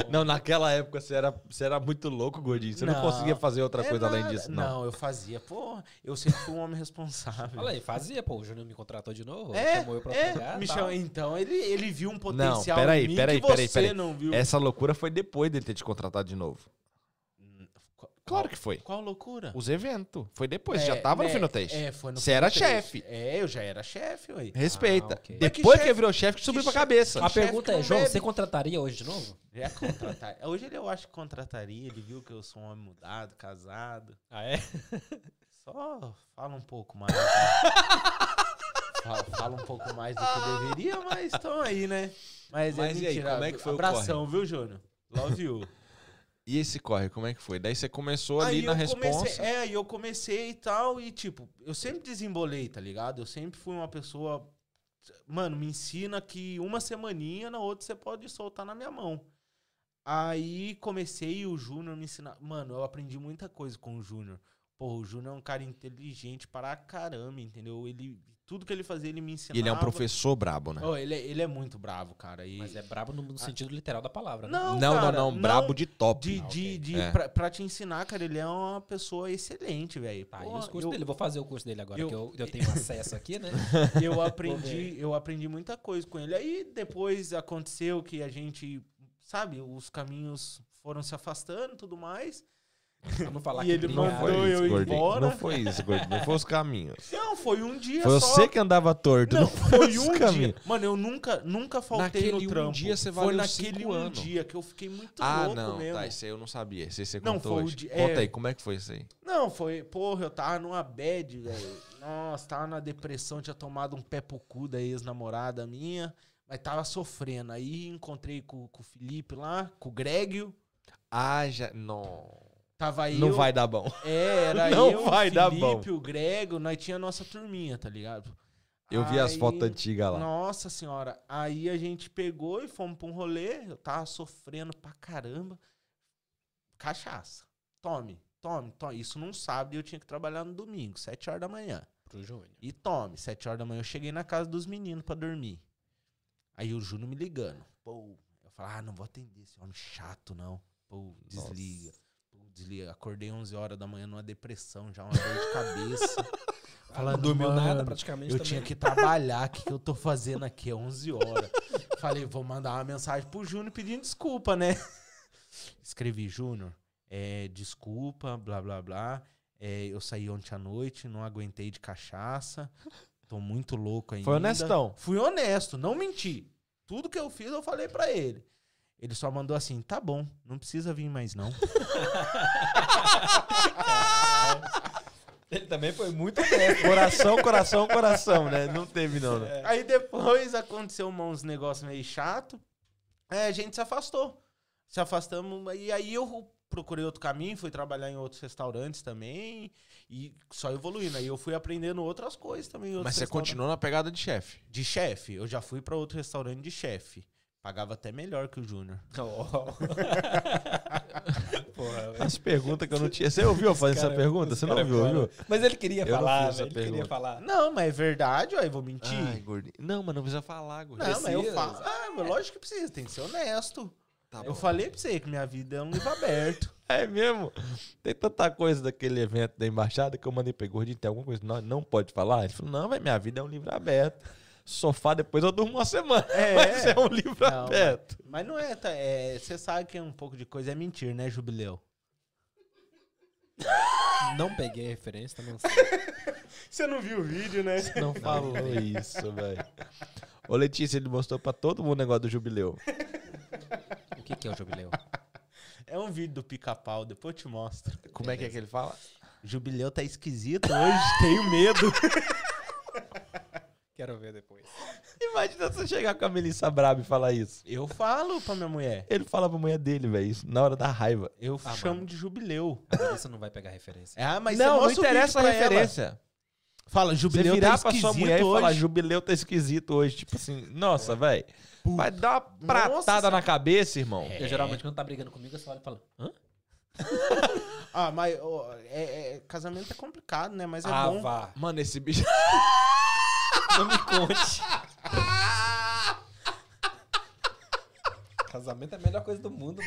Speaker 2: não, naquela época você era, você era muito louco, gordinho. Você não,
Speaker 3: Não,
Speaker 2: conseguia fazer outra
Speaker 3: É
Speaker 2: coisa além
Speaker 3: nada.
Speaker 2: disso, não.
Speaker 3: Não, eu fazia. Porra, eu sempre fui um homem responsável.
Speaker 1: Olha aí, fazia, pô. O Júnior me contratou de novo.
Speaker 3: É,
Speaker 1: chamou eu pra
Speaker 3: é
Speaker 1: pegar,
Speaker 3: me
Speaker 1: tal.
Speaker 3: chama- então ele, ele viu um potencial
Speaker 2: Não, peraí,
Speaker 3: em mim
Speaker 2: peraí,
Speaker 3: que
Speaker 2: peraí,
Speaker 3: você
Speaker 2: peraí. É
Speaker 3: não viu.
Speaker 2: Essa loucura foi depois dele ter te contratado de novo.
Speaker 3: Qual-
Speaker 2: Claro que foi.
Speaker 3: Qual loucura?
Speaker 2: Os eventos. Foi depois,
Speaker 3: É,
Speaker 2: já tava no
Speaker 3: né,
Speaker 2: Finotest.
Speaker 3: É, foi no
Speaker 2: Você era
Speaker 3: Finotest.
Speaker 2: chefe.
Speaker 3: É, eu já era chefe, ué.
Speaker 2: Respeita.
Speaker 1: Ah, ok.
Speaker 2: Depois que,
Speaker 3: chefe-
Speaker 2: virou chefe, que subiu pra
Speaker 3: chefe-
Speaker 2: cabeça.
Speaker 1: A
Speaker 3: chefe
Speaker 1: pergunta
Speaker 3: que
Speaker 1: é,
Speaker 3: não
Speaker 1: João,
Speaker 3: bebe.
Speaker 1: você contrataria hoje de novo?
Speaker 3: Já contrataria. Hoje ele, eu acho que contrataria, ele viu que eu sou um homem mudado, casado.
Speaker 1: Ah, é?
Speaker 3: Só fala um pouco mais. né? fala, fala um pouco mais do que deveria, mas estão aí, né? Mas, é
Speaker 2: Mas e aí,
Speaker 3: mentira.
Speaker 2: como é que foi o
Speaker 3: Abração, viu, Júnior? Love you.
Speaker 2: E esse corre, como é que foi? Daí você começou ali na
Speaker 3: eu comecei,
Speaker 2: resposta.
Speaker 3: é, aí eu comecei e tal, e tipo, eu sempre desembolei, tá ligado? Eu sempre fui uma pessoa. Mano, me ensina que uma semaninha, na outra você pode soltar na minha mão. Aí comecei o Júnior me ensinar. Mano, eu aprendi muita coisa com o Júnior. Porra, o Júnior é um cara inteligente para caramba, entendeu? Ele, tudo que ele fazia, ele me ensinava.
Speaker 2: E ele é um professor brabo, né?
Speaker 3: Oh, ele, é, ele é muito bravo, cara. E... Ah.
Speaker 1: Mas é brabo no, no sentido literal da palavra, né?
Speaker 3: Não,
Speaker 2: não,
Speaker 3: cara,
Speaker 2: não, não, brabo de top.
Speaker 3: de,
Speaker 1: Ah,
Speaker 3: de,
Speaker 1: ok.
Speaker 3: de-
Speaker 2: É.
Speaker 3: pra, pra te ensinar, cara, ele é uma pessoa excelente, velho.
Speaker 1: Tá, e
Speaker 3: Porra,
Speaker 1: os cursos
Speaker 3: eu,
Speaker 1: dele? Vou fazer o curso dele agora,
Speaker 3: eu-
Speaker 1: que eu, eu tenho acesso aqui, né?
Speaker 3: eu aprendi, eu aprendi muita coisa com ele. Aí depois aconteceu que a gente, sabe, os caminhos foram se afastando e tudo mais.
Speaker 1: Pra não falar
Speaker 3: E
Speaker 1: que
Speaker 3: ele
Speaker 1: brigaram.
Speaker 2: Não foi
Speaker 3: mandou
Speaker 2: isso,
Speaker 3: eu ir
Speaker 2: gordinho.
Speaker 3: embora.
Speaker 2: Não foi isso, gordinho. Não foi os caminhos.
Speaker 3: Não, foi um dia
Speaker 2: Foi
Speaker 3: só.
Speaker 2: você que andava torto. Não,
Speaker 3: Não, foi
Speaker 2: os
Speaker 3: um dia.
Speaker 2: caminhos.
Speaker 3: Mano, eu nunca, nunca faltei
Speaker 2: Naquele
Speaker 3: no
Speaker 2: um
Speaker 3: trampo.
Speaker 2: dia você
Speaker 3: foi
Speaker 2: valeu
Speaker 3: naquele
Speaker 2: cinco
Speaker 3: um
Speaker 2: anos.
Speaker 3: dia que eu fiquei muito
Speaker 2: Ah,
Speaker 3: louco
Speaker 2: não.
Speaker 3: mesmo.
Speaker 2: Tá, esse aí eu não sabia. Esse aí você
Speaker 3: Não,
Speaker 2: contou
Speaker 3: foi o
Speaker 2: hoje.
Speaker 3: dia-
Speaker 2: Conta
Speaker 3: é.
Speaker 2: aí, como é que foi isso aí?
Speaker 3: Não, foi, porra, eu tava numa bad, velho. Nossa, tava na depressão, tinha tomado um pé pro cu da ex-namorada minha, mas tava sofrendo. Aí encontrei com, com o Felipe lá, com o Grégio.
Speaker 2: Ah, já... Não.
Speaker 3: Tava aí.
Speaker 2: Não vai dar bom.
Speaker 3: É, era
Speaker 2: Não
Speaker 3: eu,
Speaker 2: vai
Speaker 3: o
Speaker 2: dar
Speaker 3: Felipe, o Grégio, nós tinha a nossa turminha, tá ligado?
Speaker 2: Eu vi as
Speaker 3: Aí-
Speaker 2: fotos antigas lá.
Speaker 3: Nossa senhora. Aí a gente pegou e fomos pra um rolê. Eu tava sofrendo pra caramba. Cachaça. Tome. Tome, tome. Isso não sábado e eu tinha que trabalhar no domingo, 7 horas da manhã.
Speaker 1: Pro Júnior.
Speaker 3: E tome, 7 horas da manhã eu cheguei na casa dos meninos pra dormir. Aí o Júnior me ligando. Pô, eu falo, ah, não vou atender esse homem chato, não. Pô, desliga. Pô, desliga. Acordei 11 horas da manhã numa depressão, já uma dor de cabeça.
Speaker 1: Não
Speaker 3: Falando,
Speaker 1: dormiu nada
Speaker 3: "Mano,
Speaker 1: praticamente
Speaker 3: eu
Speaker 1: também.
Speaker 3: tinha que trabalhar, o que, que eu tô fazendo aqui? É 11 horas. Falei, vou mandar uma mensagem pro Júnior pedindo desculpa, né? Escrevi, Júnior, é, desculpa, blá, blá, blá. É, eu saí ontem à noite, não aguentei de cachaça. Tô muito louco ainda.
Speaker 5: Foi honestão.
Speaker 3: Fui honesto, não menti. Tudo que eu fiz, eu falei pra ele. Ele só mandou assim, tá bom, não precisa vir mais não.
Speaker 1: Ele também foi muito bem.
Speaker 5: Coração, coração, coração, né? Não teve, não. né?
Speaker 3: Aí depois aconteceu um uns negócios meio chato. É, a gente se afastou. Se afastamos. E aí eu procurei outro caminho, fui trabalhar em outros restaurantes também. E só evoluindo. Aí eu fui aprendendo outras coisas também. em outros
Speaker 2: Mas você
Speaker 3: restaurantes.
Speaker 2: continuou na pegada de chefe.
Speaker 3: De chefe. Eu já fui pra outro restaurante de chefe. Pagava até melhor que o Júnior.
Speaker 1: Porra, velho.
Speaker 5: As perguntas que eu não tinha. Você ouviu eu fazer
Speaker 1: Cara, é
Speaker 5: essa
Speaker 2: é
Speaker 5: pergunta? Você não
Speaker 1: cara,
Speaker 5: ouviu,
Speaker 1: cara.
Speaker 5: ouviu?
Speaker 1: Mas ele queria
Speaker 5: Eu não
Speaker 1: falar,
Speaker 5: fiz
Speaker 1: velho.
Speaker 5: essa
Speaker 1: Ele queria
Speaker 5: pergunta.
Speaker 1: falar.
Speaker 3: Não, mas é verdade, ó, eu vou mentir.
Speaker 2: Ai, gordinho. Não, mas não precisa falar,
Speaker 3: não,
Speaker 2: gordinho.
Speaker 3: mas eu
Speaker 1: precisa.
Speaker 3: falo. Ah, mas lógico que precisa, tem que ser honesto.
Speaker 2: Tá
Speaker 3: eu falei pra você que minha vida é um livro aberto.
Speaker 5: É mesmo? Tem tanta coisa daquele evento da embaixada que eu mandei pra ele, gordinho, tem alguma coisa que nós não pode falar? Ele falou, não, velho, minha vida é um livro aberto. Sofá, depois eu durmo uma semana.
Speaker 3: É.
Speaker 5: Mas é um livro
Speaker 3: Não,
Speaker 5: aberto.
Speaker 3: Mas não é, tá, você sabe que é um pouco de coisa é mentir, né, Jubileu?
Speaker 1: Não peguei a referência, também não sei.
Speaker 3: Você não viu o vídeo, né?
Speaker 5: Não falou isso, velho. Ô, Letícia, ele mostrou pra todo mundo o negócio do jubileu.
Speaker 1: O que, que é o jubileu?
Speaker 3: É um vídeo do pica-pau, depois eu te mostro.
Speaker 5: Como é que é que ele fala?
Speaker 3: Jubileu tá esquisito hoje, tenho medo.
Speaker 1: Quero ver depois.
Speaker 5: Imagina você chegar com a Melissa Braba e falar isso.
Speaker 3: Eu falo pra minha mulher.
Speaker 5: Ele fala pra mulher dele, velho, isso na hora da raiva.
Speaker 3: Eu
Speaker 1: Ah,
Speaker 3: chamo
Speaker 1: mano.
Speaker 3: de jubileu.
Speaker 1: Isso não vai pegar a referência.
Speaker 3: Ah, mas
Speaker 5: não,
Speaker 3: você
Speaker 5: não
Speaker 3: mostra o vídeo
Speaker 5: interessa a
Speaker 3: pra ela.
Speaker 5: referência.
Speaker 3: Fala,
Speaker 5: Você
Speaker 3: jubileu tá
Speaker 5: virar pra
Speaker 3: esquisito
Speaker 5: sua mulher
Speaker 3: hoje.
Speaker 5: e falar, jubileu tá esquisito hoje. Tipo assim, nossa, velho. Vai dar uma pratada na cabeça, irmão.
Speaker 1: Eu geralmente, quando tá brigando comigo, eu só olho e falo, hã?
Speaker 3: Ah, mas ó, é- é- casamento é complicado, né? Mas é
Speaker 5: Ah,
Speaker 3: bom.
Speaker 1: vá.
Speaker 5: Mano, esse bicho.
Speaker 1: Não me conte. Casamento é a melhor coisa do mundo.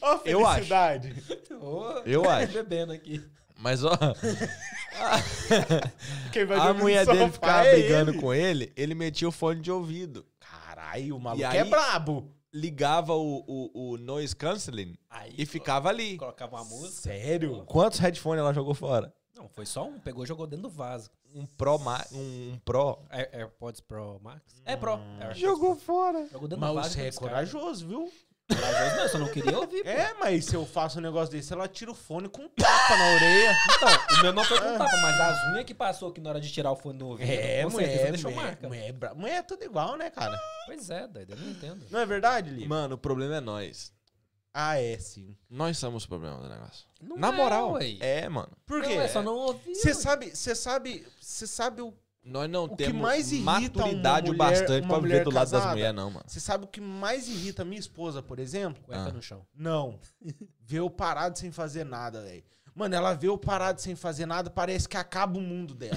Speaker 3: Ó,
Speaker 5: Eu acho.
Speaker 3: felicidade.
Speaker 1: Tô
Speaker 5: Eu acho.
Speaker 1: Bebendo aqui.
Speaker 5: Mas ó,
Speaker 3: Quem vai
Speaker 5: a
Speaker 3: dormir no
Speaker 5: mulher dele
Speaker 3: sofá
Speaker 5: ficava
Speaker 3: é
Speaker 5: brigando
Speaker 3: ele.
Speaker 5: com ele, ele metia o fone de ouvido.
Speaker 3: Caralho, o maluco
Speaker 5: aí-
Speaker 3: é brabo.
Speaker 5: Ligava o, o, o noise canceling
Speaker 1: Aí,
Speaker 5: e ficava ali.
Speaker 1: Colocava uma música.
Speaker 3: Sério?
Speaker 5: Quantos headphones ela jogou fora?
Speaker 1: Não, foi só um. Pegou e jogou dentro do vaso.
Speaker 5: Um Pro, Ma- um, um Pro.
Speaker 1: Air- AirPods Pro Max? É Pro. AirPods
Speaker 5: Jogou fora.
Speaker 1: Pro. Jogou dentro do
Speaker 3: Mas
Speaker 1: vaso.
Speaker 3: você é
Speaker 1: jogou nos caras.
Speaker 3: corajoso, viu?
Speaker 1: Corajoso não, eu só não queria ouvir.
Speaker 3: É, mas se eu faço um negócio desse, ela tira o fone com um tapa na orelha. Ah.
Speaker 1: Então, o meu não foi com tapa, mas as unhas que passou aqui na hora de tirar o fone do ouvido.
Speaker 3: É,
Speaker 1: com certeza
Speaker 3: mulher,
Speaker 1: deixou
Speaker 3: mulher,
Speaker 1: marca.
Speaker 3: mulher, é bra- mulher é tudo igual, né, cara?
Speaker 1: Pois é, doido, eu não entendo.
Speaker 3: Não é verdade, Li?
Speaker 2: Mano, o problema é nós.
Speaker 3: Ah, é, sim.
Speaker 2: Nós somos o problema do negócio.
Speaker 1: Não
Speaker 2: Na
Speaker 1: é,
Speaker 2: moral.
Speaker 1: ué.
Speaker 2: É, mano.
Speaker 3: Por quê?
Speaker 1: Não, é só não ouvir.
Speaker 3: Você
Speaker 1: ué.
Speaker 3: sabe, você sabe, você sabe o,
Speaker 2: Nós não
Speaker 3: O que
Speaker 2: temos
Speaker 3: mais irrita
Speaker 2: maturidade
Speaker 3: uma mulher-
Speaker 2: o bastante
Speaker 3: uma
Speaker 2: pra
Speaker 3: mulher
Speaker 2: viver do lado
Speaker 3: casada?
Speaker 2: das mulheres, não, mano.
Speaker 3: você sabe o que mais irrita minha esposa, por exemplo?
Speaker 1: Cueca
Speaker 2: Ah.
Speaker 1: no chão.
Speaker 3: Não. Ver eu parado sem fazer nada, velho. Mano, ela vê eu parado sem fazer nada, parece que acaba o mundo dela.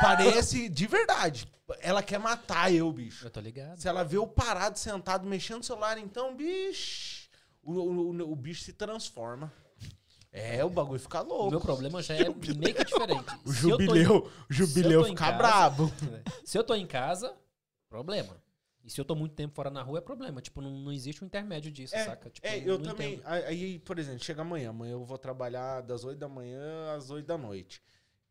Speaker 3: parece de verdade. Ela quer matar eu, bicho.
Speaker 1: Eu tô ligado.
Speaker 3: Se ela vê o parado, sentado, mexendo no celular, então, bicho. O, o- o bicho se transforma. É, o bagulho fica
Speaker 1: O meu
Speaker 3: louco.
Speaker 1: problema já é meio que diferente.
Speaker 3: O
Speaker 1: Se eu tô em-
Speaker 3: jubileu, o
Speaker 1: se eu
Speaker 3: jubileu
Speaker 1: tô em
Speaker 3: fica
Speaker 1: casa- né?
Speaker 3: brabo.
Speaker 1: Se eu tô em casa, problema. E se eu tô muito tempo fora na rua, é problema. Tipo, não, não existe um intermédio disso, saca? Tipo,
Speaker 3: É, eu
Speaker 1: não
Speaker 3: também.
Speaker 1: entendo.
Speaker 3: a- Aí, por exemplo, chega amanhã. Amanhã eu vou trabalhar das 8 da manhã às 8 da noite.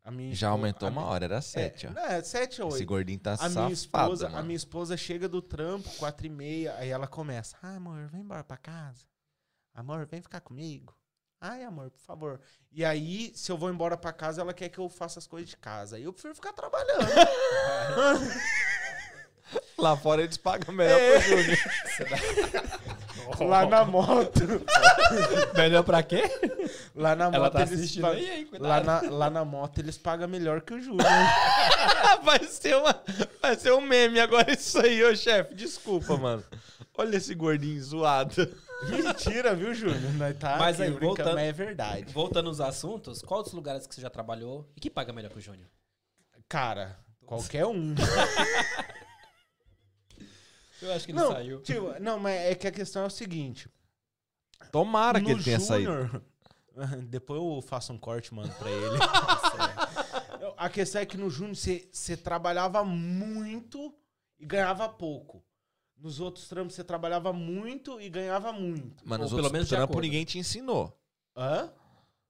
Speaker 3: A minha
Speaker 2: Já
Speaker 3: espo-
Speaker 2: aumentou
Speaker 3: a
Speaker 2: uma
Speaker 3: mi-
Speaker 2: hora, era
Speaker 3: É,
Speaker 2: sete, ó.
Speaker 3: não, é 7 ou 8.
Speaker 2: Esse gordinho tá
Speaker 1: É
Speaker 3: A minha,
Speaker 2: safado,
Speaker 3: esposa,
Speaker 2: mano.
Speaker 3: a minha esposa chega do trampo, quatro e meia, aí ela começa. Ah, amor, vem embora pra casa. Amor, vem ficar comigo. Ai, amor, por favor. E aí, se eu vou embora pra casa, ela quer que eu faça as coisas de casa. Aí eu prefiro ficar trabalhando.
Speaker 2: É,
Speaker 5: Lá fora eles pagam melhor pro Júnior.
Speaker 3: Lá na moto.
Speaker 1: Melhor pra quê?
Speaker 3: Lá na
Speaker 1: Ela
Speaker 3: moto
Speaker 1: tá
Speaker 3: eles
Speaker 1: assistindo
Speaker 3: pagam-
Speaker 1: aí, hein? Cuidado.
Speaker 3: Lá na, lá na moto eles pagam melhor que o Júlio.
Speaker 2: Vai ser, uma, vai ser um meme agora isso aí, ô chefe. Desculpa, mano. Olha esse gordinho zoado.
Speaker 3: Mentira, viu, Júlio? Nós tá
Speaker 1: Mas aí,
Speaker 3: aqui brincando,
Speaker 1: voltando-
Speaker 3: mas é verdade.
Speaker 1: Voltando aos assuntos, qual dos lugares que você já trabalhou e que paga melhor que o Júnior?
Speaker 3: Cara, qualquer um.
Speaker 1: Eu acho que ele
Speaker 3: Não,
Speaker 1: saiu.
Speaker 3: tio, não, mas é que a questão é o seguinte.
Speaker 2: Tomara que
Speaker 3: no
Speaker 2: ele tenha saído.
Speaker 3: Júnior- Depois eu faço um corte, mano, pra ele. a questão é que no Júnior você você trabalhava muito e ganhava pouco. Nos outros trampos você trabalhava muito e ganhava muito.
Speaker 2: Mano,
Speaker 1: Ou
Speaker 2: os
Speaker 1: pelo menos
Speaker 2: outros
Speaker 1: de
Speaker 2: trampos
Speaker 1: acordo.
Speaker 2: ninguém te ensinou.
Speaker 3: Hã?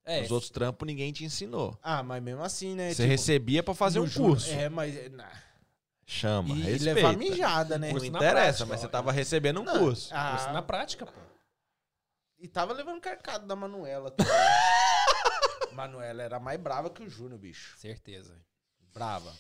Speaker 1: É,
Speaker 2: Os outros trampos ninguém te ensinou.
Speaker 3: Ah, mas mesmo assim, né?
Speaker 2: Você
Speaker 3: tipo,
Speaker 2: recebia pra fazer
Speaker 3: no
Speaker 2: um
Speaker 3: Júnior-
Speaker 2: curso.
Speaker 3: É, mas. é, na-
Speaker 2: Chama,
Speaker 3: E, e
Speaker 2: respeita.
Speaker 3: levar mijada, né?
Speaker 2: Não
Speaker 1: Curso na
Speaker 2: interessa,
Speaker 1: prática,
Speaker 2: mas você
Speaker 1: ó.
Speaker 2: tava recebendo um curso.
Speaker 1: Isso tipo assim, na
Speaker 3: Ah,
Speaker 1: prática, pô.
Speaker 3: e tava levando carcado da Manuela também. Manuela era mais brava que o Júnior, bicho.
Speaker 1: Certeza.
Speaker 3: Brava.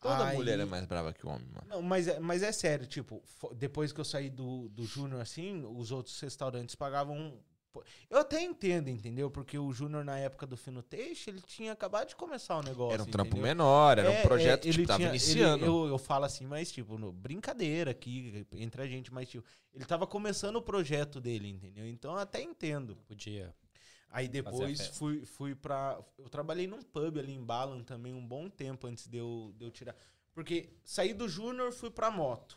Speaker 2: Toda
Speaker 3: Aí-
Speaker 2: mulher é mais brava que o homem, mano.
Speaker 3: Não, mas, é- mas é sério, tipo, fo- depois que eu saí do, do Júnior, assim, os outros restaurantes pagavam. pô, Eu até entendo, entendeu? Porque o Júnior, na época do Fino Teixe, ele tinha acabado de começar o negócio.
Speaker 2: Era um trampo
Speaker 3: entendeu?
Speaker 2: menor, era
Speaker 3: É,
Speaker 2: um projeto
Speaker 3: é,
Speaker 2: que tipo, tava
Speaker 3: tinha-
Speaker 2: iniciando.
Speaker 3: ele- eu, eu falo assim, mas tipo, no- brincadeira aqui entre a gente, mas tipo, ele tava começando o projeto dele, entendeu? Então eu até entendo.
Speaker 1: Podia.
Speaker 3: Aí depois
Speaker 1: festa.
Speaker 3: fui, fui pra. Eu trabalhei num pub ali em Balan também um bom tempo antes de eu, de eu tirar. Porque saí do Júnior, fui pra moto.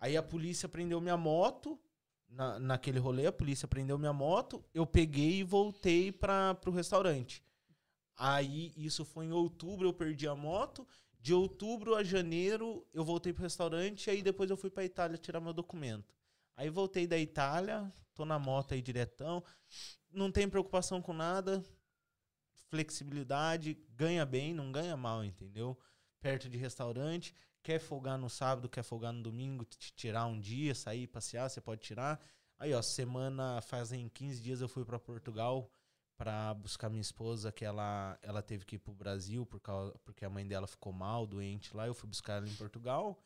Speaker 3: Aí a polícia prendeu minha moto. Na, naquele rolê, a polícia prendeu minha moto. Eu peguei e voltei pra, pro restaurante. Aí isso foi em outubro, eu perdi a moto. De outubro a janeiro, eu voltei pro restaurante. Aí depois eu fui pra Itália tirar meu documento. Aí voltei da Itália, tô na moto aí diretão não tem preocupação com nada, flexibilidade, ganha bem, não ganha mal, entendeu? Perto de restaurante, quer folgar no sábado, quer folgar no domingo, t- t- tirar um dia, sair, passear, você pode tirar. Aí, ó, semana, fazem 15 dias eu fui pra Portugal pra buscar minha esposa, que ela, ela teve que ir pro Brasil por causa, porque a mãe dela ficou mal, doente lá, eu fui buscar ela em Portugal.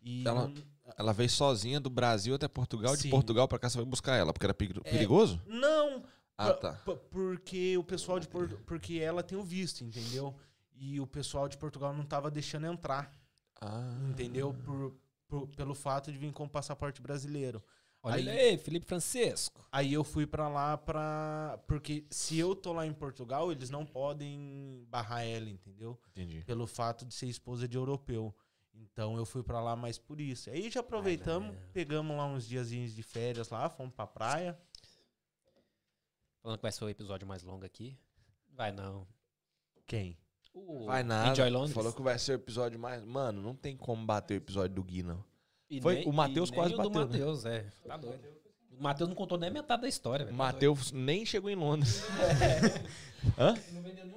Speaker 3: E
Speaker 2: Ela-
Speaker 3: não-
Speaker 2: Ela veio sozinha do Brasil até Portugal, de
Speaker 3: Sim. É.
Speaker 2: Portugal pra cá você foi buscar ela, porque era peri- perigoso?
Speaker 3: não,
Speaker 2: Ah, tá.
Speaker 3: P- Porque o pessoal de Porto, porque ela tem o visto, entendeu? E o pessoal de Portugal não tava deixando entrar,
Speaker 2: Ah.
Speaker 3: entendeu? Por- por- pelo fato de vir com o passaporte brasileiro.
Speaker 1: Olha
Speaker 3: Aí-
Speaker 1: ele aí, Felipe Francisco.
Speaker 3: Aí eu fui pra lá pra porque se eu tô lá em Portugal, eles não podem barrar ela, entendeu?
Speaker 2: Entendi.
Speaker 3: Pelo fato de ser esposa de europeu. Então eu fui pra lá mais por isso. Aí já aproveitamos, pegamos lá uns diazinhos de férias lá, fomos pra praia.
Speaker 1: Falando que vai ser o episódio mais longo aqui. Vai não.
Speaker 3: Quem?
Speaker 1: O
Speaker 2: Vai nada.
Speaker 1: Enjoy Londres.
Speaker 2: Falou que vai ser o episódio mais. Mano, não tem como bater o episódio do Gui, não.
Speaker 1: E
Speaker 2: foi-
Speaker 1: nem-
Speaker 2: o Matheus
Speaker 1: e
Speaker 2: quase
Speaker 1: nem o do
Speaker 2: bateu, né?
Speaker 1: Matheus, é. Tá doido. O Matheus não contou nem a metade da história, velho. Tá doido.
Speaker 2: Matheus nem chegou em Londres.
Speaker 10: Não vendeu nenhum iPhone.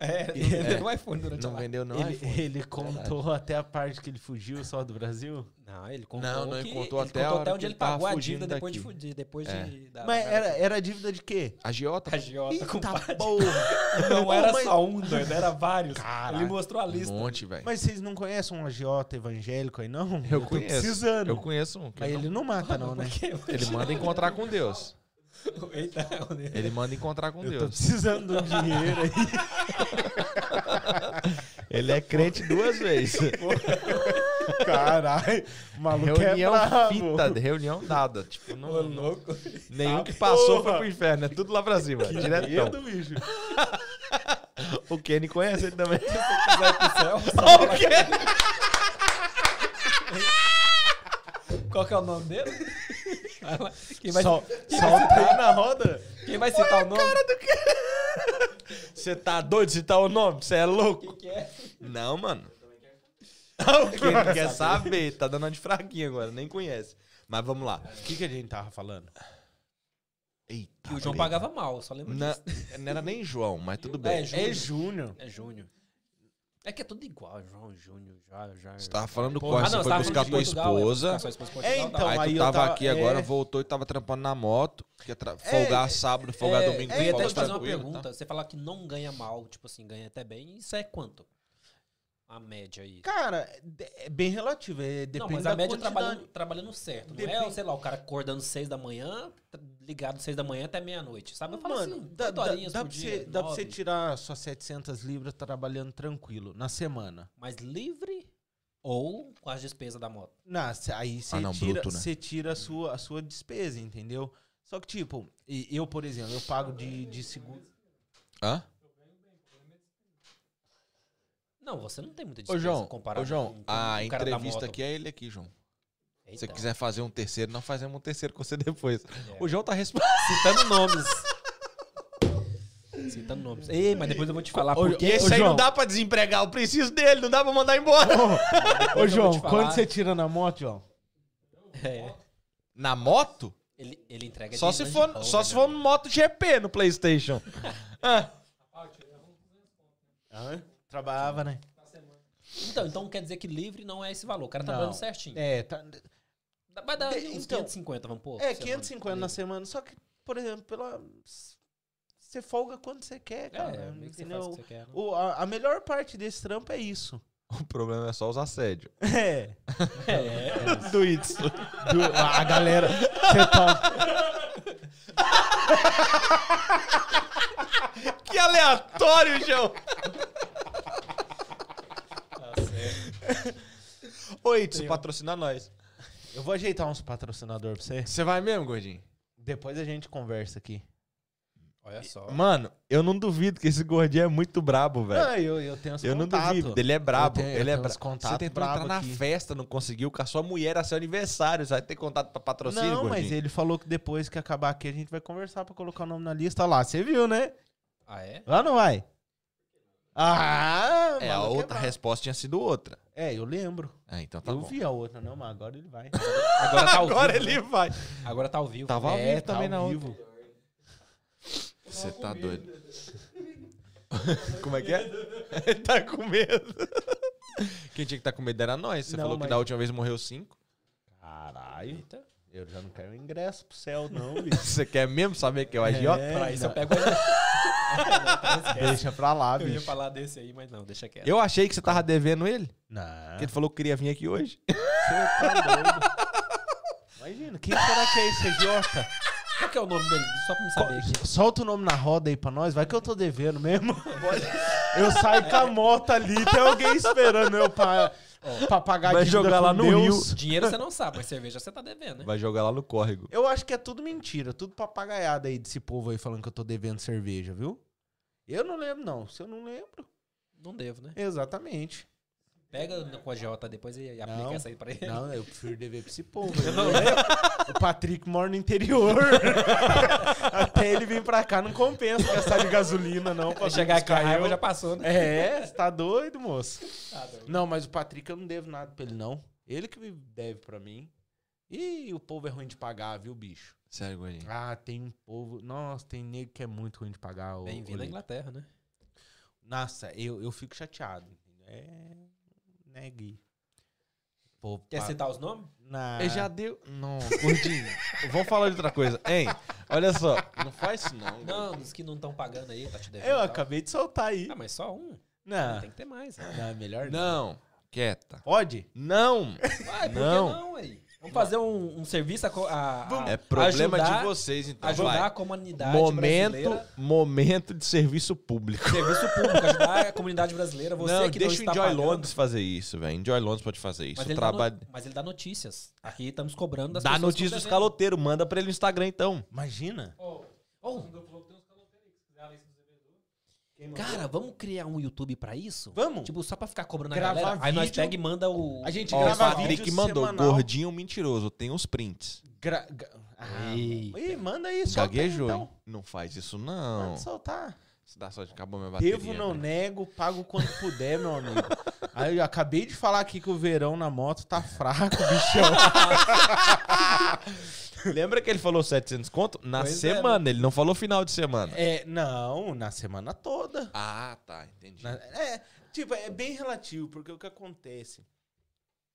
Speaker 1: É, ele vendeu no iPhone durante
Speaker 2: Não é.
Speaker 1: a live.
Speaker 2: vendeu, não.
Speaker 3: ele,
Speaker 2: iPhone.
Speaker 3: ele contou até a parte que ele fugiu só do Brasil?
Speaker 1: Não, ele contou.
Speaker 2: Não, não, ele
Speaker 1: que-
Speaker 2: contou até a hora
Speaker 1: até
Speaker 2: que
Speaker 1: onde ele
Speaker 2: ele tava
Speaker 1: pagou a
Speaker 2: fugindo
Speaker 1: dívida depois de
Speaker 2: daqui. É.
Speaker 1: fudir, depois de. da-
Speaker 3: Mas
Speaker 1: da-
Speaker 3: era, era dívida de quê? tá
Speaker 2: A Giota.
Speaker 1: agiota, compadre.
Speaker 3: porra!
Speaker 1: Não era
Speaker 3: mas-
Speaker 1: só um, doido, era vários.
Speaker 3: Caraca.
Speaker 1: Ele mostrou a
Speaker 2: Um
Speaker 1: lista.
Speaker 2: monte, velho.
Speaker 3: Mas vocês não conhecem um agiota evangélico aí, não?
Speaker 2: Eu
Speaker 3: tô
Speaker 2: conheço.
Speaker 3: precisando.
Speaker 2: Eu conheço um. que
Speaker 3: Mas ele não mata, não, né?
Speaker 1: Porque
Speaker 2: Ele manda encontrar com Deus.
Speaker 1: Eita, né?
Speaker 2: Ele manda encontrar com
Speaker 3: Eu tô
Speaker 2: Deus.
Speaker 3: precisando de um dinheiro aí.
Speaker 2: Ele é crente duas vezes.
Speaker 3: Caralho. O maluco
Speaker 2: reunião
Speaker 3: é bravo.
Speaker 2: fita, reunião dada. Tipo, não,
Speaker 1: Ô, louco.
Speaker 2: nenhum que passou foi pro inferno. É tudo lá pra cima. Diretão.
Speaker 3: Medo, bicho.
Speaker 2: O Kenny conhece ele também.
Speaker 1: Qual que é o nome dele? Vai lá. Quem vai,
Speaker 3: Sol-
Speaker 1: quem vai
Speaker 3: Solta
Speaker 1: citar,
Speaker 3: aí na roda.
Speaker 1: quem vai citar o nome?
Speaker 2: Você tá doido de citar o nome? Você é louco? Ah,
Speaker 1: Quem que é?
Speaker 2: Não, mano. O Kenny quer saber. Tá dando uma de fraquinho agora, nem conhece. Mas vamos lá.
Speaker 3: O que, que a gente tava falando?
Speaker 2: Eita,
Speaker 1: Que o João
Speaker 2: moleque.
Speaker 1: pagava mal, só lembro
Speaker 2: Na-
Speaker 1: disso.
Speaker 2: não era nem João, mas tudo bem.
Speaker 1: Júnior.
Speaker 3: É Júnior.
Speaker 1: É Júnior. É que é tudo igual, João, Júnior, já, já. Ah,
Speaker 2: Você
Speaker 3: tá
Speaker 2: tava falando do
Speaker 3: Porra,
Speaker 2: Corte, você
Speaker 1: você
Speaker 2: foi
Speaker 1: tava
Speaker 2: buscar
Speaker 1: falando de
Speaker 2: tua
Speaker 1: Portugal, é,
Speaker 2: esposa.
Speaker 1: buscar sua esposa em
Speaker 3: É,
Speaker 1: Portugal,
Speaker 3: então,
Speaker 1: tá.
Speaker 2: Aí,
Speaker 3: Aí
Speaker 2: tu
Speaker 3: eu
Speaker 2: tava,
Speaker 3: tava-
Speaker 2: aqui agora,
Speaker 3: é.
Speaker 2: voltou e tava trampando na moto. Quer tra- folgar sábado, folgar
Speaker 1: É,
Speaker 2: domingo,
Speaker 1: eu ia até
Speaker 2: folgar
Speaker 3: tá?
Speaker 1: te fazer uma
Speaker 2: tranquilo,
Speaker 1: pergunta.
Speaker 2: tá?
Speaker 1: Você falar que não ganha mal, tipo assim, ganha até bem, isso é quanto? A média aí.
Speaker 3: Cara, é é bem relativo. É, depende
Speaker 1: não, mas
Speaker 3: da
Speaker 1: a média
Speaker 3: quantidade.
Speaker 1: trabalhando, trabalhando certo. Não é,
Speaker 3: Depende-
Speaker 1: sei lá, o cara acordando seis da manhã, tá ligado seis da manhã até meia-noite. Sabe? Eu falo
Speaker 3: Mano,
Speaker 1: assim,
Speaker 3: dá,
Speaker 1: oito
Speaker 3: dá,
Speaker 1: horinhas
Speaker 3: dá,
Speaker 1: por
Speaker 3: pra
Speaker 1: dia,
Speaker 3: você, dá pra você
Speaker 1: nove.
Speaker 3: tirar suas 700 libras trabalhando tranquilo, na semana.
Speaker 1: Mas livre ou com as despesas da moto?
Speaker 3: Na, cê- aí você
Speaker 2: Ah, não,
Speaker 3: tira,
Speaker 2: bruto, né?
Speaker 3: você tira a, sua, a sua despesa, entendeu? Só que, tipo, e- eu, por exemplo, eu pago de, de seguro.
Speaker 2: Hã?
Speaker 1: Não, você não tem muita
Speaker 2: Ô,
Speaker 1: despesa
Speaker 2: João,
Speaker 1: comparado
Speaker 2: ô, João
Speaker 1: com- com
Speaker 2: a
Speaker 1: o cara da
Speaker 2: entrevista
Speaker 1: moto.
Speaker 2: aqui é ele aqui, João. Se você
Speaker 1: Eita,
Speaker 2: quiser fazer um terceiro, nós fazemos um terceiro com você depois.
Speaker 1: é.
Speaker 2: O João tá respondendo.
Speaker 1: Citando nomes. Citando nomes. Ei, mas depois eu vou te falar por quê.
Speaker 2: Esse
Speaker 3: ô,
Speaker 2: aí não
Speaker 3: João.
Speaker 2: dá pra desempregar, eu preciso dele, não dá pra mandar embora.
Speaker 3: Ô,
Speaker 1: Depois eu vou
Speaker 3: João,
Speaker 1: te falar.
Speaker 3: quando você tira na moto, João?
Speaker 1: É,
Speaker 2: Na moto?
Speaker 1: ele, ele entrega
Speaker 2: Só
Speaker 1: de né?
Speaker 2: se
Speaker 1: Land
Speaker 2: for,
Speaker 1: Rover,
Speaker 2: só se
Speaker 1: meu
Speaker 2: for no MotoGP no PlayStation.
Speaker 3: Trabalhava, né?
Speaker 1: Então, então quer dizer que livre não é esse valor. O cara tá
Speaker 3: Não.
Speaker 1: dando certinho.
Speaker 3: É, tá,
Speaker 1: Dá- Vai dar
Speaker 3: De-
Speaker 1: uns
Speaker 3: então,
Speaker 1: 550, vamos pôr.
Speaker 3: é
Speaker 1: semana.
Speaker 3: 550 na semana. Só que, por exemplo, pela. Você folga quando você quer, cara.
Speaker 1: É, meio que você faz o
Speaker 3: entendeu?
Speaker 1: que você quer. né?
Speaker 3: O- a, a melhor parte desse trampo é isso.
Speaker 2: O problema é só os assédios.
Speaker 3: É.
Speaker 1: É,
Speaker 2: Do Itz.
Speaker 3: Do- a galera. Você tá.
Speaker 2: Que aleatório, João.
Speaker 3: Tá
Speaker 2: Ô, Itz,
Speaker 3: um-
Speaker 2: patrocinar nós.
Speaker 3: Eu vou ajeitar uns patrocinador pra você.
Speaker 2: Você vai mesmo, gordinho?
Speaker 3: Depois a gente conversa aqui.
Speaker 1: Olha só.
Speaker 2: Mano, eu não duvido que esse gordinho é muito brabo, velho.
Speaker 3: Ah, eu, eu tenho uns
Speaker 2: Eu não
Speaker 3: contato.
Speaker 2: duvido, ele é brabo,
Speaker 3: Eu tenho- eu
Speaker 2: ele é
Speaker 3: tenho uns
Speaker 2: brabo.
Speaker 3: contato
Speaker 2: Você tentou
Speaker 3: brabo
Speaker 2: entrar na
Speaker 3: aqui.
Speaker 2: festa, não conseguiu, com a sua mulher a seu aniversário, você vai ter contato pra patrocínio,
Speaker 3: Não,
Speaker 2: assim, gordinho?
Speaker 3: mas ele falou que depois que acabar aqui a gente vai conversar pra colocar o nome na lista. Olha lá, você viu, né?
Speaker 1: Ah, é?
Speaker 3: Lá não vai. Ah,
Speaker 2: É, a
Speaker 3: maluco
Speaker 2: outra
Speaker 3: brabo.
Speaker 2: resposta tinha sido outra.
Speaker 3: É, eu lembro.
Speaker 2: Ah, então tá
Speaker 3: eu
Speaker 2: bom.
Speaker 3: vi a outra, não, mas agora ele vai.
Speaker 1: Agora tá ao
Speaker 2: Agora
Speaker 1: vivo. né?
Speaker 2: ele vai.
Speaker 1: Agora tá ao vivo.
Speaker 2: Tava ao
Speaker 1: É,
Speaker 2: vivo
Speaker 1: tá
Speaker 2: também
Speaker 1: ao
Speaker 2: na
Speaker 1: vivo.
Speaker 2: outra. Você tá doido. Como é que é? Ele tá com medo. Quem tinha que tá com medo era nós. Você
Speaker 3: Não,
Speaker 2: falou que
Speaker 3: mas-
Speaker 2: da última vez morreu cinco.
Speaker 3: Caralho. Eu já não quero ingresso pro céu, não, bicho.
Speaker 2: Você quer mesmo saber que é o agiota?
Speaker 3: É,
Speaker 1: Pra isso eu
Speaker 3: não.
Speaker 1: pego.
Speaker 3: Deixa pra lá,
Speaker 1: Eu ia
Speaker 3: bicho.
Speaker 1: falar desse aí, mas não, deixa quieto.
Speaker 2: Eu achei que você tava devendo ele.
Speaker 3: Não.
Speaker 2: Porque ele falou que queria vir aqui hoje.
Speaker 3: Você tá doido. Imagina, quem será que é esse idiota?
Speaker 1: Qual que é o nome dele? Só pra me saber aqui.
Speaker 3: Solta o nome na roda aí pra nós, vai que eu tô devendo mesmo. Eu saio com a moto ali, tem alguém esperando eu pra, pra pagar
Speaker 2: Vai
Speaker 3: dívida
Speaker 2: jogar
Speaker 3: com
Speaker 2: lá no
Speaker 3: Deus.
Speaker 1: Dinheiro você não sabe, mas cerveja você tá devendo, né?
Speaker 2: Vai jogar lá no córrego.
Speaker 3: Eu acho que é tudo mentira, tudo papagaiada aí desse povo aí falando que eu tô devendo cerveja, viu? Eu não lembro, não. Se eu não lembro.
Speaker 1: Não devo, né?
Speaker 3: Exatamente.
Speaker 1: Pega no- com a Jota depois e aplica
Speaker 3: Não.
Speaker 1: essa aí pra ele.
Speaker 3: Não, eu prefiro dever pra esse povo. Eu não lembro. O Patrick mora no interior. Até ele vir pra cá não compensa gastar de gasolina, não. pra
Speaker 1: Vai
Speaker 3: vir
Speaker 1: chegar aqui,
Speaker 3: buscar
Speaker 1: a raiva
Speaker 3: eu.
Speaker 1: já passou, né?
Speaker 3: É, você tá doido, moço?
Speaker 1: Tá doido.
Speaker 3: Não, mas o Patrick eu não devo nada pra ele, não. Ele que me deve pra mim. Ih, o povo é ruim de pagar, viu, bicho?
Speaker 2: Sério, gordinho.
Speaker 3: Ah, tem um povo. Nossa, tem nego que é muito ruim de pagar. ô- ô,
Speaker 1: Bem-vindo à
Speaker 3: Lico.
Speaker 1: Inglaterra, né?
Speaker 3: Nossa, eu, eu fico chateado. É. Né, Gui? Pô,
Speaker 1: Quer
Speaker 3: pa-
Speaker 1: citar os nomes?
Speaker 3: na...
Speaker 2: Ele já deu.
Speaker 1: Hum.
Speaker 2: Não, gordinho. Vamos falar de outra coisa. Hein? Olha só. Não faz isso, não.
Speaker 1: Não, os que não estão pagando aí, tá te devendo.
Speaker 3: Eu
Speaker 1: e tal.
Speaker 3: acabei de soltar aí.
Speaker 1: Ah, mas só um?
Speaker 3: Não,
Speaker 1: Tem que ter mais. né?
Speaker 3: não, melhor não.
Speaker 2: Não. Quieta.
Speaker 3: Pode?
Speaker 2: Não.
Speaker 1: Vai, por que
Speaker 2: Não.
Speaker 1: não, aí? Vamos fazer um, um serviço a, co- a- a-
Speaker 2: É problema
Speaker 1: Ah. ajudar,
Speaker 2: de vocês, então.
Speaker 1: Ajudar
Speaker 2: vai.
Speaker 1: a comunidade
Speaker 2: Momento,
Speaker 1: brasileira.
Speaker 2: momento de serviço público.
Speaker 1: Serviço público, ajudar a comunidade brasileira. Você
Speaker 2: não,
Speaker 1: que
Speaker 2: deixa
Speaker 1: não está
Speaker 2: o Enjoy
Speaker 1: pagando.
Speaker 2: Londres fazer isso, velho. Enjoy Londres pode fazer isso.
Speaker 1: Mas
Speaker 2: O
Speaker 1: ele,
Speaker 2: trabalho...
Speaker 1: dá no- mas ele dá notícias. Aqui estamos cobrando das
Speaker 2: Dá
Speaker 1: pessoas que
Speaker 2: notícia dos
Speaker 1: estão devendo.
Speaker 2: caloteiros. Manda pra ele no Instagram, então.
Speaker 3: Imagina.
Speaker 1: Oh, cara, vamos criar um YouTube pra isso?
Speaker 3: Vamos.
Speaker 1: Tipo, só pra ficar cobrando a
Speaker 3: Gravar
Speaker 1: galera. Aí nós
Speaker 3: vídeo.
Speaker 1: pega e manda o...
Speaker 3: A gente
Speaker 2: Ó, o
Speaker 3: grava
Speaker 2: Patrick
Speaker 3: vídeo
Speaker 2: mandou.
Speaker 3: semanal.
Speaker 2: Gordinho mentiroso. Tem os prints.
Speaker 3: Gra... ga- Ah,
Speaker 1: Ei.
Speaker 3: Ih, manda aí, solta aí,
Speaker 2: Gaguejou,
Speaker 3: então.
Speaker 2: hein? Não faz isso, não.
Speaker 3: Pode soltar.
Speaker 2: Se dá sorte, acabou minha bateria. né?
Speaker 3: Devo, não
Speaker 2: velho.
Speaker 3: nego, pago quando puder, meu amigo. Aí eu acabei de falar aqui que o verão na moto tá fraco, bichão.
Speaker 2: Lembra que ele falou 700 conto? Na
Speaker 1: Pois é,
Speaker 2: semana. Ele não falou final de semana.
Speaker 3: É, não, na semana toda.
Speaker 2: Ah, tá. Entendi.
Speaker 3: Na- é, tipo, é bem relativo, porque o que acontece?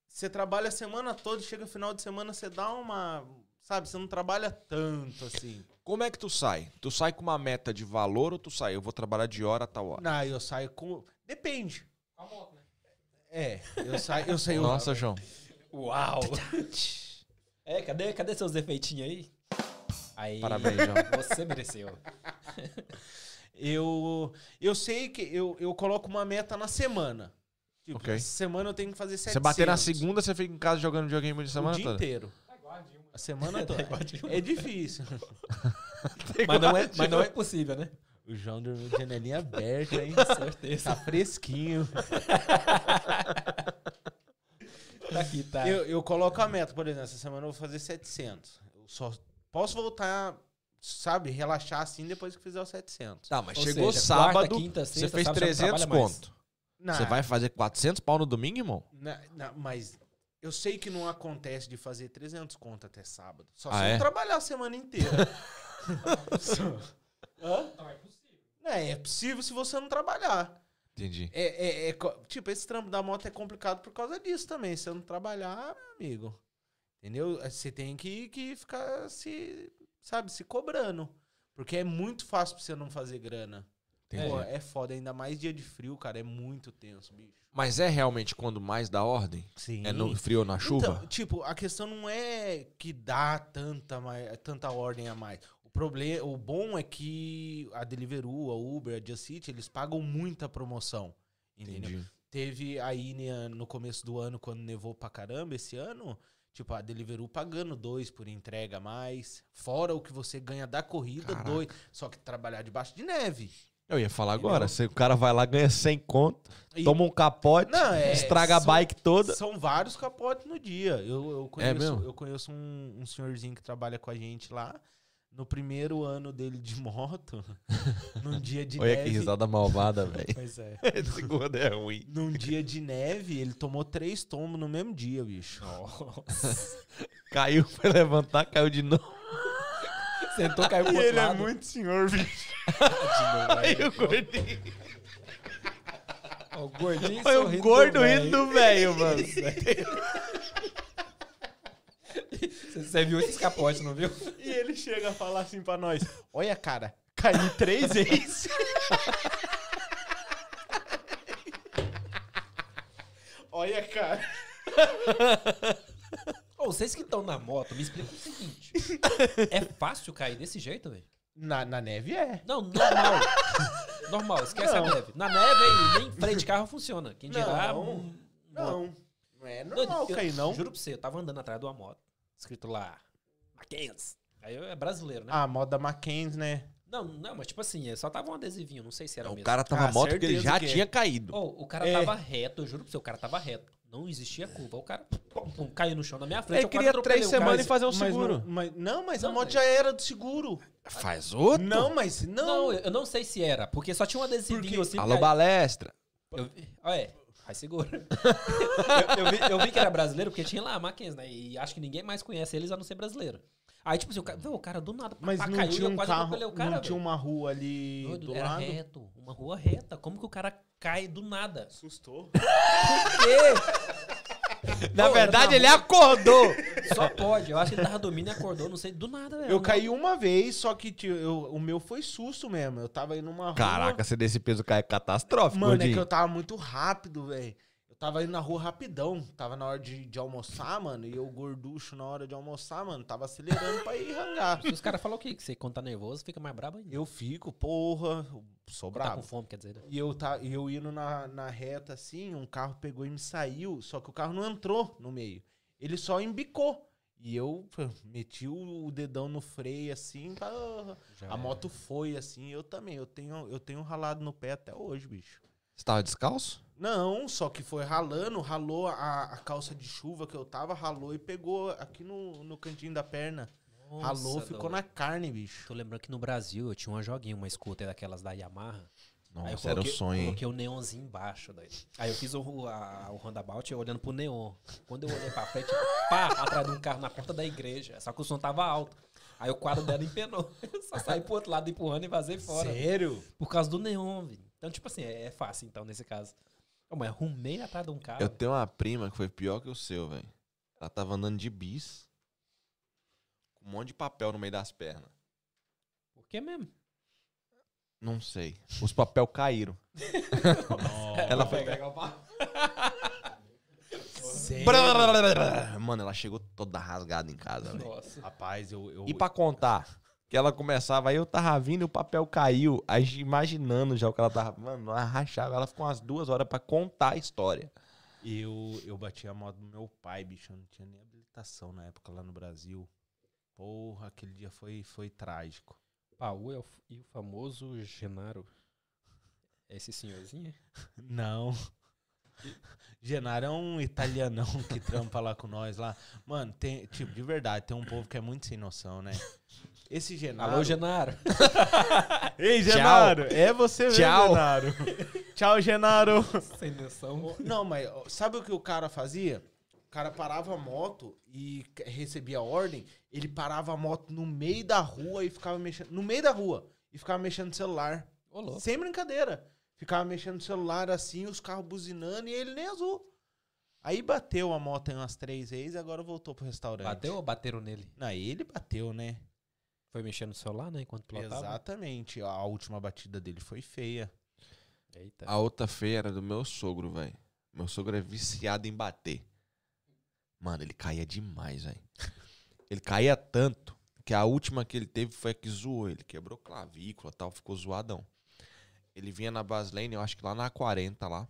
Speaker 3: Você trabalha a semana toda, chega final de semana, você dá uma. Sabe, você não trabalha tanto assim.
Speaker 2: Como é que tu sai? Tu sai com uma meta de valor ou tu sai? Eu vou trabalhar de hora a tal hora.
Speaker 3: Não, eu saio com. Depende. É, eu saí. Eu saí
Speaker 2: Nossa, João.
Speaker 1: Uau! É, cadê, cadê seus defeitinhos aí? Aí.
Speaker 2: Parabéns, João.
Speaker 1: Você mereceu.
Speaker 3: Eu, eu sei que eu, eu coloco uma meta na semana. Tipo,
Speaker 2: Ok.
Speaker 3: essa semana eu tenho que fazer 700.
Speaker 2: Você bater na segunda, você fica em casa jogando videogame de
Speaker 3: o
Speaker 2: semana
Speaker 3: dia
Speaker 2: toda?
Speaker 3: inteiro. A semana toda. é difícil.
Speaker 1: mas, não é, mas não é possível, né?
Speaker 3: O João dormiu de janelinha aberta, hein?
Speaker 1: Certeza.
Speaker 3: Tá fresquinho.
Speaker 1: Tá aqui, tá.
Speaker 3: Eu, eu coloco a meta, por exemplo, essa semana eu vou fazer 700. Eu só posso voltar, sabe, relaxar assim depois que fizer os 700.
Speaker 2: Tá, mas
Speaker 1: Ou
Speaker 2: chegou
Speaker 1: seja,
Speaker 2: sábado,
Speaker 1: quarta, quinta, sexta,
Speaker 2: você fez
Speaker 1: sábado, já não
Speaker 2: 300
Speaker 1: trabalha mais.
Speaker 2: conto.
Speaker 3: Na-
Speaker 2: Você vai fazer 400 pau no domingo, irmão?
Speaker 3: na- na- mas eu sei que não acontece de fazer 300 conto até sábado. Só
Speaker 2: Ah,
Speaker 3: se eu
Speaker 2: é?
Speaker 3: trabalhar a semana inteira.
Speaker 11: Então é possível.
Speaker 3: É, é possível se você não trabalhar.
Speaker 2: Entendi.
Speaker 3: É, é- é co- tipo, esse trampo da moto é complicado por causa disso também. Se você não trabalhar, meu amigo. Entendeu? Você tem que, que ficar se, sabe, se cobrando. Porque é muito fácil pra você não fazer grana.
Speaker 2: Entendi.
Speaker 3: Pô, é foda, ainda mais dia de frio, cara. É muito tenso, bicho.
Speaker 2: Mas é realmente quando mais dá ordem?
Speaker 3: Sim.
Speaker 2: É no frio ou na chuva?
Speaker 3: Então, tipo, a questão não é que dá tanta, mai- tanta ordem a mais. O problema, o bom é que a Deliveroo, a Uber, a Just Eat, eles pagam muita promoção. Entendeu?
Speaker 2: Entendi.
Speaker 3: Teve a Inia no começo do ano, quando nevou pra caramba esse ano. Tipo, a Deliveroo pagando dois por entrega a mais. Fora o que você ganha da corrida,
Speaker 2: Caraca.
Speaker 3: dois. Só que trabalhar debaixo de neve.
Speaker 2: Eu ia falar agora, se o cara vai lá, ganha 100 conto,
Speaker 3: E-
Speaker 2: toma um capote,
Speaker 3: Não, é,
Speaker 2: estraga a
Speaker 3: são-
Speaker 2: bike toda.
Speaker 3: São vários capotes no dia. Eu, eu conheço,
Speaker 2: É mesmo?
Speaker 3: eu conheço um, um senhorzinho que trabalha com a gente lá. No primeiro ano dele de moto, num dia de
Speaker 2: Olha que
Speaker 3: neve.
Speaker 2: risada malvada, velho.
Speaker 1: Pois é.
Speaker 2: Esse gordo é ruim.
Speaker 3: Num dia de neve, ele tomou três tombos no mesmo dia, bicho.
Speaker 2: Caiu, foi levantar, caiu de novo.
Speaker 1: Sentou, caiu pro outro
Speaker 3: é
Speaker 1: lado.
Speaker 2: é senhor, bicho. Aí o gordinho.
Speaker 1: O gordinho
Speaker 2: Foi um
Speaker 1: sorrindo
Speaker 2: gordo
Speaker 1: do
Speaker 2: rindo do velho, mano.
Speaker 1: velho. Você viu esses capotes, não viu?
Speaker 3: E ele chega a falar assim pra nós: Olha, cara, caí três vezes. Olha, cara.
Speaker 1: Ô, vocês que estão na moto, me explica o seguinte. É fácil cair desse jeito, velho?
Speaker 3: Na, na neve é.
Speaker 1: Não, normal. normal, esquece
Speaker 3: Não.
Speaker 1: a neve. Na neve, aí, nem freio de carro funciona. Quem dirá...
Speaker 3: Não.
Speaker 1: um-
Speaker 3: Não. Não é
Speaker 1: Não,
Speaker 3: normal
Speaker 1: eu-
Speaker 3: cair, não.
Speaker 1: Juro pra você, eu tava andando atrás de uma moto, escrito lá, Mackenzie. Aí eu- é brasileiro, né?
Speaker 3: Ah, moda Mackenzie, né?
Speaker 1: Não, não, mas tipo assim, é, só tava um adesivinho, não sei se era
Speaker 2: O
Speaker 1: mesmo.
Speaker 2: cara tava
Speaker 3: Ah,
Speaker 2: moto porque ele
Speaker 3: certeza
Speaker 2: já
Speaker 3: que é.
Speaker 2: tinha caído.
Speaker 1: Ô, o cara
Speaker 3: É.
Speaker 1: tava reto, eu juro pra você, o cara tava reto. Não existia curva. O cara pum, pum, caiu no chão na minha frente.
Speaker 12: Ele
Speaker 1: eu quase
Speaker 12: queria
Speaker 1: atropelei
Speaker 12: três
Speaker 1: o cara.
Speaker 12: semanas e fazer um
Speaker 3: Mas não-
Speaker 12: seguro.
Speaker 3: mas- não, mas
Speaker 1: Não,
Speaker 3: a moto
Speaker 1: mas-
Speaker 3: já era do seguro.
Speaker 2: Faz outro?
Speaker 3: Não, mas
Speaker 1: Não,
Speaker 3: não.
Speaker 1: eu eu não sei se era, porque só tinha um adesivinho
Speaker 3: Porque-
Speaker 1: assim.
Speaker 2: Alô,
Speaker 1: cara.
Speaker 2: balestra.
Speaker 1: Eu- Ah, é. Aí segura. eu, eu vi, eu vi que era brasileiro, porque tinha lá a Mackenzie, né? E acho que ninguém mais conhece eles a não ser brasileiro. Aí, tipo assim, o cara, Vê, o cara do nada
Speaker 3: Mas
Speaker 1: pá,
Speaker 3: não
Speaker 1: caiu,
Speaker 3: tinha
Speaker 1: eu
Speaker 3: um
Speaker 1: quase
Speaker 3: carro,
Speaker 1: atropelei o cara,
Speaker 3: não tinha
Speaker 1: velho.
Speaker 3: uma rua ali
Speaker 1: Doido,
Speaker 3: do
Speaker 1: era
Speaker 3: lado.
Speaker 1: reto, uma rua reta. Como que o cara cai do nada?
Speaker 3: Assustou.
Speaker 2: Na
Speaker 1: Pô,
Speaker 2: verdade,
Speaker 1: na
Speaker 2: ele acordou.
Speaker 1: Só pode. Eu acho que ele tava dormindo e acordou, não sei, do nada, velho.
Speaker 3: Eu caí uma vez, só que tio, eu- o meu foi susto mesmo. Eu tava indo numa rua.
Speaker 2: Caraca, você desse peso cai é catastrófico,
Speaker 3: Mano, é
Speaker 2: gordinho.
Speaker 3: que eu tava muito rápido, velho. Eu tava indo na rua rapidão. Tava na hora de, de almoçar, mano. E eu gorducho na hora de almoçar, mano. Tava acelerando pra ir rangar.
Speaker 1: Se os caras falam o quê? Que você quando tá nervoso, fica mais brabo ainda.
Speaker 3: Eu fico, porra, eu sou
Speaker 1: Quando tá
Speaker 3: brabo.
Speaker 1: com fome, quer dizer. né?
Speaker 3: E eu, tá, e eu indo na, na reta assim, um carro pegou e me saiu, só que o carro não entrou no meio. Ele só embicou. E eu pô, meti o, o dedão no freio assim, pá, a moto foi assim. Eu também, eu tenho, eu tenho ralado no pé até hoje, bicho.
Speaker 2: Você tava descalço?
Speaker 3: Não, só que foi ralando, ralou a, a calça de chuva que eu tava, ralou e pegou aqui no, no cantinho da perna.
Speaker 1: Nossa,
Speaker 3: ralou, ficou
Speaker 1: doido.
Speaker 3: na carne, bicho.
Speaker 1: Tô lembrando que no Brasil eu tinha uma joguinha, uma scooter daquelas da Yamaha. Aí eu
Speaker 2: Nossa, era o
Speaker 1: coloquei-
Speaker 2: sonho, hein?
Speaker 1: Coloquei o neonzinho embaixo. Daí. Aí eu fiz o, ru- a, o roundabout olhando pro neon. Quando eu olhei pra frente, pá, atrás de um carro na porta da igreja. Só que o som tava alto. Aí o quadro dela empenou. Eu Só saí pro outro lado empurrando e vazei fora.
Speaker 3: Sério?
Speaker 1: Por causa do neon, velho. Então, tipo assim, é, é fácil então nesse caso. Ô, mas arrumei atrás de um carro.
Speaker 2: Eu tenho uma prima que foi pior que o seu, velho. Ela tava andando de bis. Com um monte de papel no meio das pernas.
Speaker 1: Por que mesmo?
Speaker 2: Não sei. Os papel caíram. ela foi,
Speaker 1: Legal, pá. Sério?
Speaker 2: Brrr. Mano, ela chegou toda rasgada em casa, velho.
Speaker 13: Nossa.
Speaker 3: Rapaz, eu. eu
Speaker 2: E pra contar, que ela começava, aí eu tava vindo, o papel caiu, aí imaginando já o que ela tava. Mano, ela rachava. Ela ficou umas duas horas pra contar a história.
Speaker 3: Eu, eu bati a moto do meu pai, bicho. Eu não tinha nem habilitação na época lá no Brasil. Porra, aquele dia foi, foi trágico.
Speaker 1: Paú é o f- e o famoso Genaro. É esse senhorzinho?
Speaker 3: Não. Genaro é um italianão que trampa lá com nós lá. Mano, tem, tipo, de verdade, tem um povo que é muito sem noção, né? Esse Genaro.
Speaker 1: Alô, Genaro.
Speaker 3: Ei, Genaro! É você mesmo,
Speaker 2: Tchau.
Speaker 3: Genaro. Tchau, Genaro.
Speaker 1: Sem noção.
Speaker 3: Não, mas ó, sabe o que o cara fazia? O cara parava a moto e c- recebia ordem, ele parava a moto no meio da rua e ficava mexendo. No meio da rua e ficava mexendo no celular.
Speaker 1: Ô, louco.
Speaker 3: Sem brincadeira. Ficava mexendo no celular assim, os carros buzinando e ele nem azul. Aí bateu a moto em umas três vezes e agora voltou pro restaurante.
Speaker 1: Bateu ou bateram nele?
Speaker 3: Não, ele bateu, né?
Speaker 1: Foi mexendo no celular, né? Enquanto plotava?
Speaker 3: Exatamente. A última batida dele foi feia.
Speaker 1: Eita.
Speaker 2: A outra feia era do meu sogro, velho. Meu sogro é viciado em bater. Mano, ele caía demais, velho. Ele caía tanto que a última que ele teve foi a que zoou. Ele quebrou clavícula e tal, ficou zoadão. Ele vinha na Baslane, eu acho que lá na 40 lá.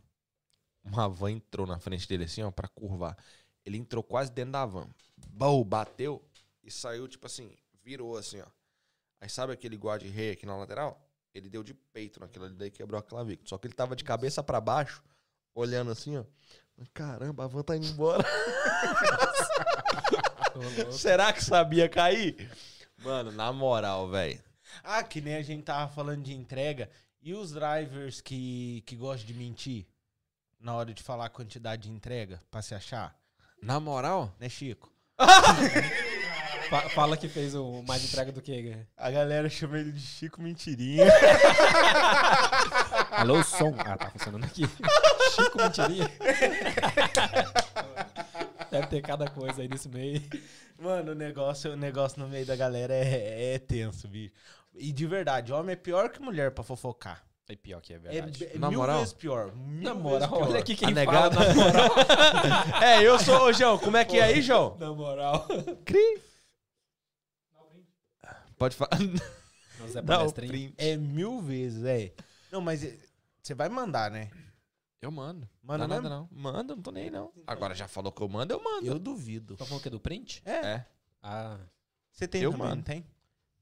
Speaker 2: Uma van entrou na frente dele assim, ó, pra curvar. Ele entrou quase dentro da van. Bom, bateu e saiu, tipo assim, virou assim, ó. Aí sabe aquele guarda-rei aqui na lateral? Ele deu de peito naquilo ali, daí quebrou a clavícula. Só que ele tava de cabeça pra baixo, olhando assim, ó. Caramba, a van tá indo embora.
Speaker 1: Ô, louco.
Speaker 2: Será que sabia cair? Mano, na moral, velho.
Speaker 3: Ah, que nem a gente tava falando de entrega. E os drivers que, que gostam de mentir na hora de falar a quantidade de entrega pra se achar?
Speaker 2: Na moral?
Speaker 3: Né, Chico?
Speaker 1: Fa- fala que fez o mais entrega do que. né?
Speaker 3: A galera chama ele de Chico Mentirinha.
Speaker 1: Alô, som. Ah, tá funcionando aqui. Chico mentiria. Deve ter cada coisa aí nesse meio.
Speaker 3: Mano, o negócio, o negócio no meio da galera é, é tenso, bicho. E de verdade, homem é pior que mulher pra fofocar.
Speaker 1: É pior que é
Speaker 3: É,
Speaker 1: verdade.
Speaker 3: é
Speaker 2: Na
Speaker 3: mil
Speaker 2: moral?
Speaker 3: vezes pior. Mil
Speaker 1: na
Speaker 3: vezes
Speaker 1: moral,
Speaker 3: pior.
Speaker 1: olha aqui quem
Speaker 2: A
Speaker 1: fala
Speaker 2: negada-
Speaker 1: na moral.
Speaker 2: É, eu sou. Ô, João, como é que é aí, João?
Speaker 1: Na moral.
Speaker 2: Pode falar.
Speaker 1: Não, Zé
Speaker 2: Dá o
Speaker 1: Palestra, hein?
Speaker 2: print.
Speaker 3: É mil vezes, é. Não, mas é- você vai mandar, né?
Speaker 2: Eu mando.
Speaker 3: Manda
Speaker 2: Manda nada,
Speaker 3: mesmo?
Speaker 2: não. Manda, não tô nem aí, não. Agora já falou que eu mando, eu mando.
Speaker 3: Eu duvido.
Speaker 1: Tá falando que é do print?
Speaker 2: É.
Speaker 1: Ah,
Speaker 3: Você tem
Speaker 2: Eu
Speaker 3: também,
Speaker 2: mando.
Speaker 3: não tem?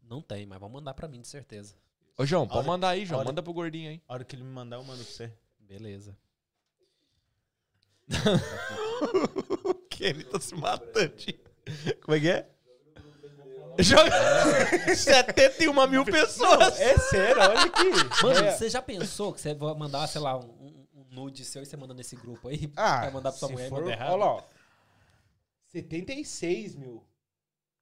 Speaker 1: não tem, mas vão mandar pra mim, de certeza.
Speaker 2: Ô, João, pode
Speaker 3: Olha-
Speaker 2: mandar aí, João.
Speaker 3: olha-
Speaker 2: Manda pro gordinho aí.
Speaker 3: A hora que ele me mandar, eu mando pra você.
Speaker 1: Beleza.
Speaker 2: O que? Ele tá se matando. Como é que é? Joga 71 mil pessoas.
Speaker 3: É sério, olha aqui. É.
Speaker 1: Mano, você já pensou que você vai mandar, sei lá, um, um nude seu e você manda nesse grupo aí?
Speaker 3: Ah,
Speaker 1: vai mandar pra sua
Speaker 3: se
Speaker 1: mulher
Speaker 3: for,
Speaker 1: e manda errado?
Speaker 3: Olha lá, ó. 76 mil.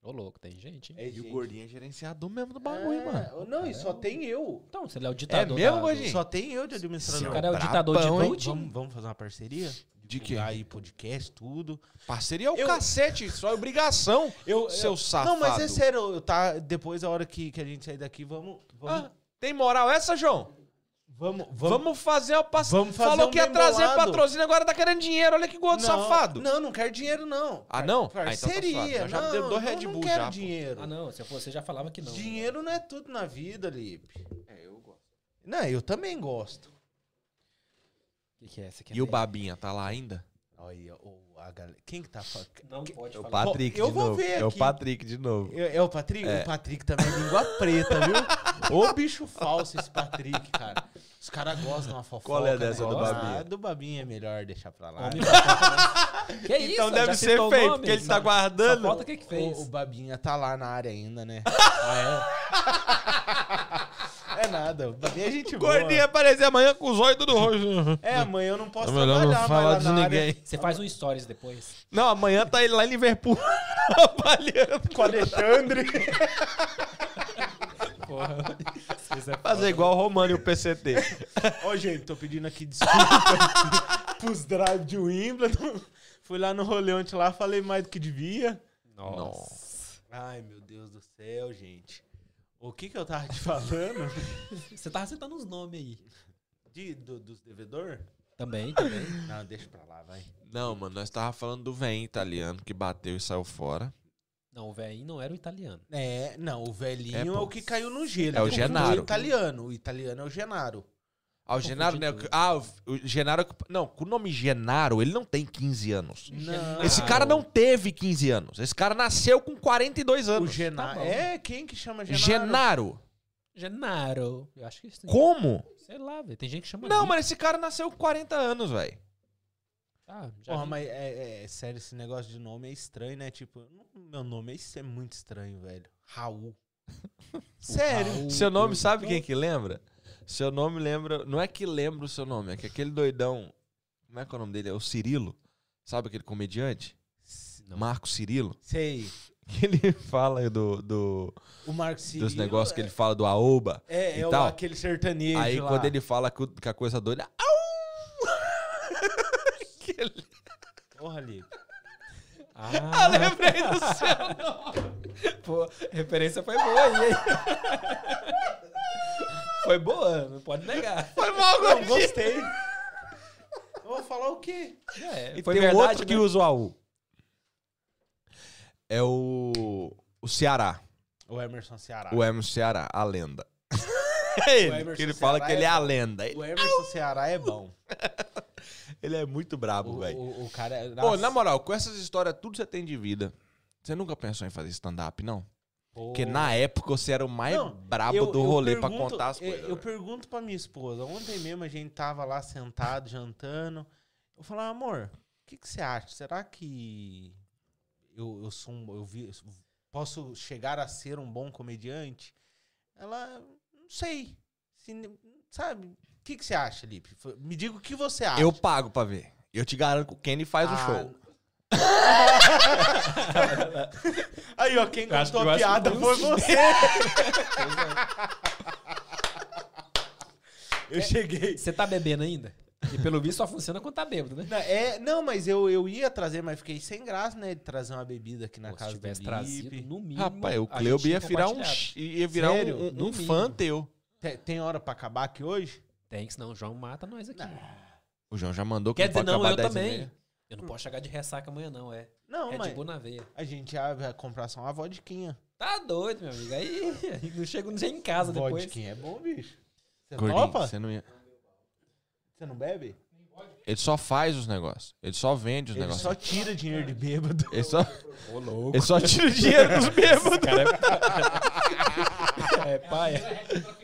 Speaker 1: Ô, louco, tem gente. hein?
Speaker 3: É,
Speaker 2: E o
Speaker 3: gente.
Speaker 2: gordinho é gerenciador mesmo do
Speaker 3: É,
Speaker 2: bagulho, mano.
Speaker 3: Não, e só tem eu.
Speaker 1: Então, se ele é o ditador.
Speaker 2: mesmo,
Speaker 1: da- do-
Speaker 2: Gordinho? Sim.
Speaker 3: Só tem eu de
Speaker 1: Se o
Speaker 3: administrador.
Speaker 1: cara é o
Speaker 2: Brabão,
Speaker 1: ditador de
Speaker 2: hein?
Speaker 1: nude,
Speaker 3: Vamos, vamos fazer uma parceria?
Speaker 2: De quê?
Speaker 3: Divulgar Aí, podcast, tudo.
Speaker 2: Parceria é o
Speaker 3: Eu-
Speaker 2: cacete, só é obrigação,
Speaker 3: Eu,
Speaker 2: seu Tá safado.
Speaker 3: Não, mas é sério, eu tá, depois, a hora que, que a gente sair daqui, vamos. Vamos,
Speaker 2: Ah, tem moral essa, João?
Speaker 3: vamos, vamos,
Speaker 2: Vamos, fazer o parceiro.
Speaker 3: vamos fazer
Speaker 2: Falou
Speaker 3: um
Speaker 2: que ia trazer
Speaker 3: embolado.
Speaker 2: patrocínio, agora tá querendo dinheiro. Olha que gordo safado.
Speaker 3: Não, não quero dinheiro, não.
Speaker 2: Ah, não? Ah, então tá
Speaker 3: Parceria.
Speaker 2: suave. Nós já
Speaker 3: não,
Speaker 2: deu dois
Speaker 3: não,
Speaker 2: Red Bull
Speaker 3: não quero
Speaker 2: já, pô.
Speaker 3: dinheiro.
Speaker 1: Ah, não, se eu fosse, você já falava que não.
Speaker 3: Dinheiro não é tudo na vida, Lipe. É, eu gosto. Não, eu também gosto.
Speaker 1: O que, que é? Você quer
Speaker 2: E o
Speaker 1: ver?
Speaker 2: Babinha tá lá ainda?
Speaker 3: Olha, ô, a galera. Quem que tá falando?
Speaker 1: Não
Speaker 2: Então
Speaker 1: pode
Speaker 2: É
Speaker 1: falar.
Speaker 3: Eu vou ver aqui.
Speaker 2: Patrick de novo.
Speaker 3: É, é o Patrick? O Patrick também é língua preta, viu? Ô bicho falso esse Patrick, cara. Os caras gostam de uma fofoca.
Speaker 2: Qual é dessa do
Speaker 3: gostam.
Speaker 2: Babinha?
Speaker 3: Ah, do Babinha é melhor deixar pra lá.
Speaker 1: Homem pra fofoca, né? que isso?
Speaker 2: Então deve
Speaker 1: já
Speaker 2: ser
Speaker 1: citou o
Speaker 2: feio,
Speaker 1: nome?
Speaker 2: porque ele tá
Speaker 1: Só-
Speaker 2: guardando.
Speaker 1: Só falta o que que fez.
Speaker 3: O, o Babinha tá lá na área ainda, né? é? nada. O Babinha é gente boa.
Speaker 2: Gordinho aparecer amanhã com os olhos tudo roxo.
Speaker 3: É, amanhã eu não posso
Speaker 2: É melhor não
Speaker 3: trabalhar,
Speaker 2: falar
Speaker 3: mas
Speaker 2: de
Speaker 3: lá na área...
Speaker 2: ninguém.
Speaker 1: Você faz um stories depois.
Speaker 2: Não, amanhã tá ele lá em Liverpool trabalhando.
Speaker 3: Com o Alexandre.
Speaker 1: Porra. Se quiser
Speaker 2: Fazer igual o Romano e o PCT.
Speaker 3: Ó, gente, tô pedindo aqui desculpa pros drive de Wimbledon. Fui lá no rolê ontem lá, falei mais do que devia.
Speaker 1: Nossa.
Speaker 3: Ai, meu Deus do céu, gente. O que que eu tava te falando?
Speaker 1: Você tava citando os nomes aí.
Speaker 3: De, do- dos devedor?
Speaker 1: Também, também.
Speaker 3: Não, deixa pra lá, vai.
Speaker 2: Não, mano, nós tava falando do vem italiano que bateu e saiu fora.
Speaker 1: Não, o velhinho não era o italiano.
Speaker 3: É, não, o velhinho
Speaker 2: É,
Speaker 3: é,
Speaker 2: pô.
Speaker 3: o que caiu no gelo.
Speaker 2: É o
Speaker 3: Ele confundiu
Speaker 2: Genaro.
Speaker 3: O italiano. O italiano é o Genaro.
Speaker 2: Ah, o Genaro, né?
Speaker 1: tudo.
Speaker 2: Ah, o o Genaro. Não, com o nome Genaro, ele não tem 15 anos.
Speaker 3: Não.
Speaker 2: Esse cara não teve 15 anos. Esse cara nasceu com 42
Speaker 3: O
Speaker 2: anos.
Speaker 3: Genaro.
Speaker 1: bom.
Speaker 3: é, quem que chama Genaro?
Speaker 2: Genaro.
Speaker 1: Genaro. Eu acho que isso tem.
Speaker 2: Como?
Speaker 1: Sei lá, velho. Tem gente que chama.
Speaker 2: Não,
Speaker 1: Nico.
Speaker 2: mano, esse cara nasceu com 40 anos, velho.
Speaker 1: Tá, já
Speaker 3: Porra,
Speaker 1: vi.
Speaker 3: mas é, é- é sério, esse negócio de nome é estranho, né? Tipo, não- meu nome é, isso é muito estranho, velho. Raul. sério.
Speaker 1: Raul,
Speaker 2: Seu nome, sabe quem que lembra? Seu nome lembra. Não é que lembra o seu nome, é que aquele doidão. Como é que é o nome dele? É o Cirilo. Sabe aquele comediante?
Speaker 1: Não.
Speaker 2: Marco Cirilo.
Speaker 3: Sei.
Speaker 2: Que ele fala do, do-
Speaker 3: O Marcos Cirilo.
Speaker 2: dos negócios que ele fala do Aoba.
Speaker 3: É,
Speaker 2: e
Speaker 3: é o-
Speaker 2: tal.
Speaker 3: aquele sertanejo
Speaker 2: Aí
Speaker 3: lá.
Speaker 2: quando ele fala com, com a coisa doida. "Au!" que ele-
Speaker 3: Porra, ali.
Speaker 1: Ah,
Speaker 2: Lembrei do seu.
Speaker 1: pô, referência foi boa aí, hein? Foi boa, não pode negar.
Speaker 2: Foi mal,
Speaker 3: Não, gostei. Eu vou falar o quê?
Speaker 1: É,
Speaker 2: E
Speaker 1: foi
Speaker 2: tem
Speaker 1: verdade,
Speaker 2: um outro que
Speaker 1: né?
Speaker 2: usa o AU. É o. O Ceará.
Speaker 3: O Emerson Ceará.
Speaker 2: O Emerson Ceará, a lenda. É ele,
Speaker 3: Emerson
Speaker 2: que ele fala
Speaker 3: Ceará
Speaker 2: que ele
Speaker 3: é
Speaker 2: é a
Speaker 3: bom.
Speaker 2: lenda. Ele,
Speaker 3: O Emerson Ceará é bom.
Speaker 2: ele é muito brabo,
Speaker 3: O,
Speaker 2: velho.
Speaker 3: o, o cara. é
Speaker 2: Pô,
Speaker 3: Nossa,
Speaker 2: na moral, com essas histórias, tudo você tem de vida. Você nunca pensou em fazer stand-up, não?
Speaker 3: pô.
Speaker 2: Porque na época você era o mais
Speaker 3: Não,
Speaker 2: brabo
Speaker 3: Eu-
Speaker 2: do
Speaker 3: eu
Speaker 2: rolê pra
Speaker 3: pergunto-
Speaker 2: contar as
Speaker 3: eu-
Speaker 2: coisas.
Speaker 3: Eu,
Speaker 2: velho.
Speaker 3: pergunto pra minha esposa. Ontem mesmo a gente tava lá sentado, jantando. Eu falava, amor, o que, que você acha? Será que eu, eu sou um. Eu vi, eu posso chegar a ser um bom comediante? Ela. Não sei. Se- sabe? O que, que você acha, Lipe? Foi- Me diga o que você acha.
Speaker 2: Eu pago pra ver. Eu te garanto que o Kenny faz o
Speaker 3: Ah,
Speaker 2: show.
Speaker 3: Aí, ó, quem
Speaker 1: acho
Speaker 3: contou
Speaker 1: que- um eu
Speaker 3: a
Speaker 1: acho que
Speaker 3: piada
Speaker 1: foi
Speaker 3: foi você.
Speaker 2: É.
Speaker 3: eu cheguei.
Speaker 1: Você tá bebendo ainda? E pelo visto só funciona quando tá bêbado, né?
Speaker 3: Não, é, não, mas eu, eu ia trazer, mas fiquei sem graça, né? De trazer uma bebida aqui na
Speaker 1: Pô,
Speaker 3: casa
Speaker 1: se
Speaker 3: do
Speaker 1: tivesse
Speaker 3: Lipe.
Speaker 1: trazido, né? no mínimo.
Speaker 2: Rapaz, o
Speaker 1: a
Speaker 2: Cleub
Speaker 1: gente
Speaker 2: ia
Speaker 1: tinha
Speaker 2: virar um,
Speaker 1: compartilhado.
Speaker 2: chi- ia virar um-
Speaker 1: Sério?
Speaker 2: um-
Speaker 1: No
Speaker 2: um fã
Speaker 1: mínimo.
Speaker 2: teu.
Speaker 3: Tem, tem hora pra acabar aqui hoje?
Speaker 1: Tem, que senão o João mata nós aqui.
Speaker 2: O João já mandou que
Speaker 1: Quer dizer,
Speaker 2: pode
Speaker 1: não,
Speaker 2: acabar
Speaker 1: eu
Speaker 2: 10 e
Speaker 1: também.
Speaker 2: meia.
Speaker 1: Eu não posso chegar de ressaca amanhã, não, é.
Speaker 3: Não,
Speaker 1: é de
Speaker 3: mas
Speaker 1: boa na veia.
Speaker 3: a gente ia vai comprar só uma vodquinha.
Speaker 1: Tá doido, meu amigo. Aí, aí não chego nem em casa depois.
Speaker 3: Vodquinha é bom, bicho. Você
Speaker 2: Gordinho,
Speaker 3: topa?
Speaker 2: você não ia-
Speaker 3: Você não bebe?
Speaker 2: Ele só faz os negócios. Ele só vende os
Speaker 3: Ele
Speaker 2: negócios.
Speaker 1: é-
Speaker 3: só tira dinheiro de bêbado.
Speaker 2: Ele só... Ele só tira o dinheiro dos bêbados.
Speaker 1: É, pai.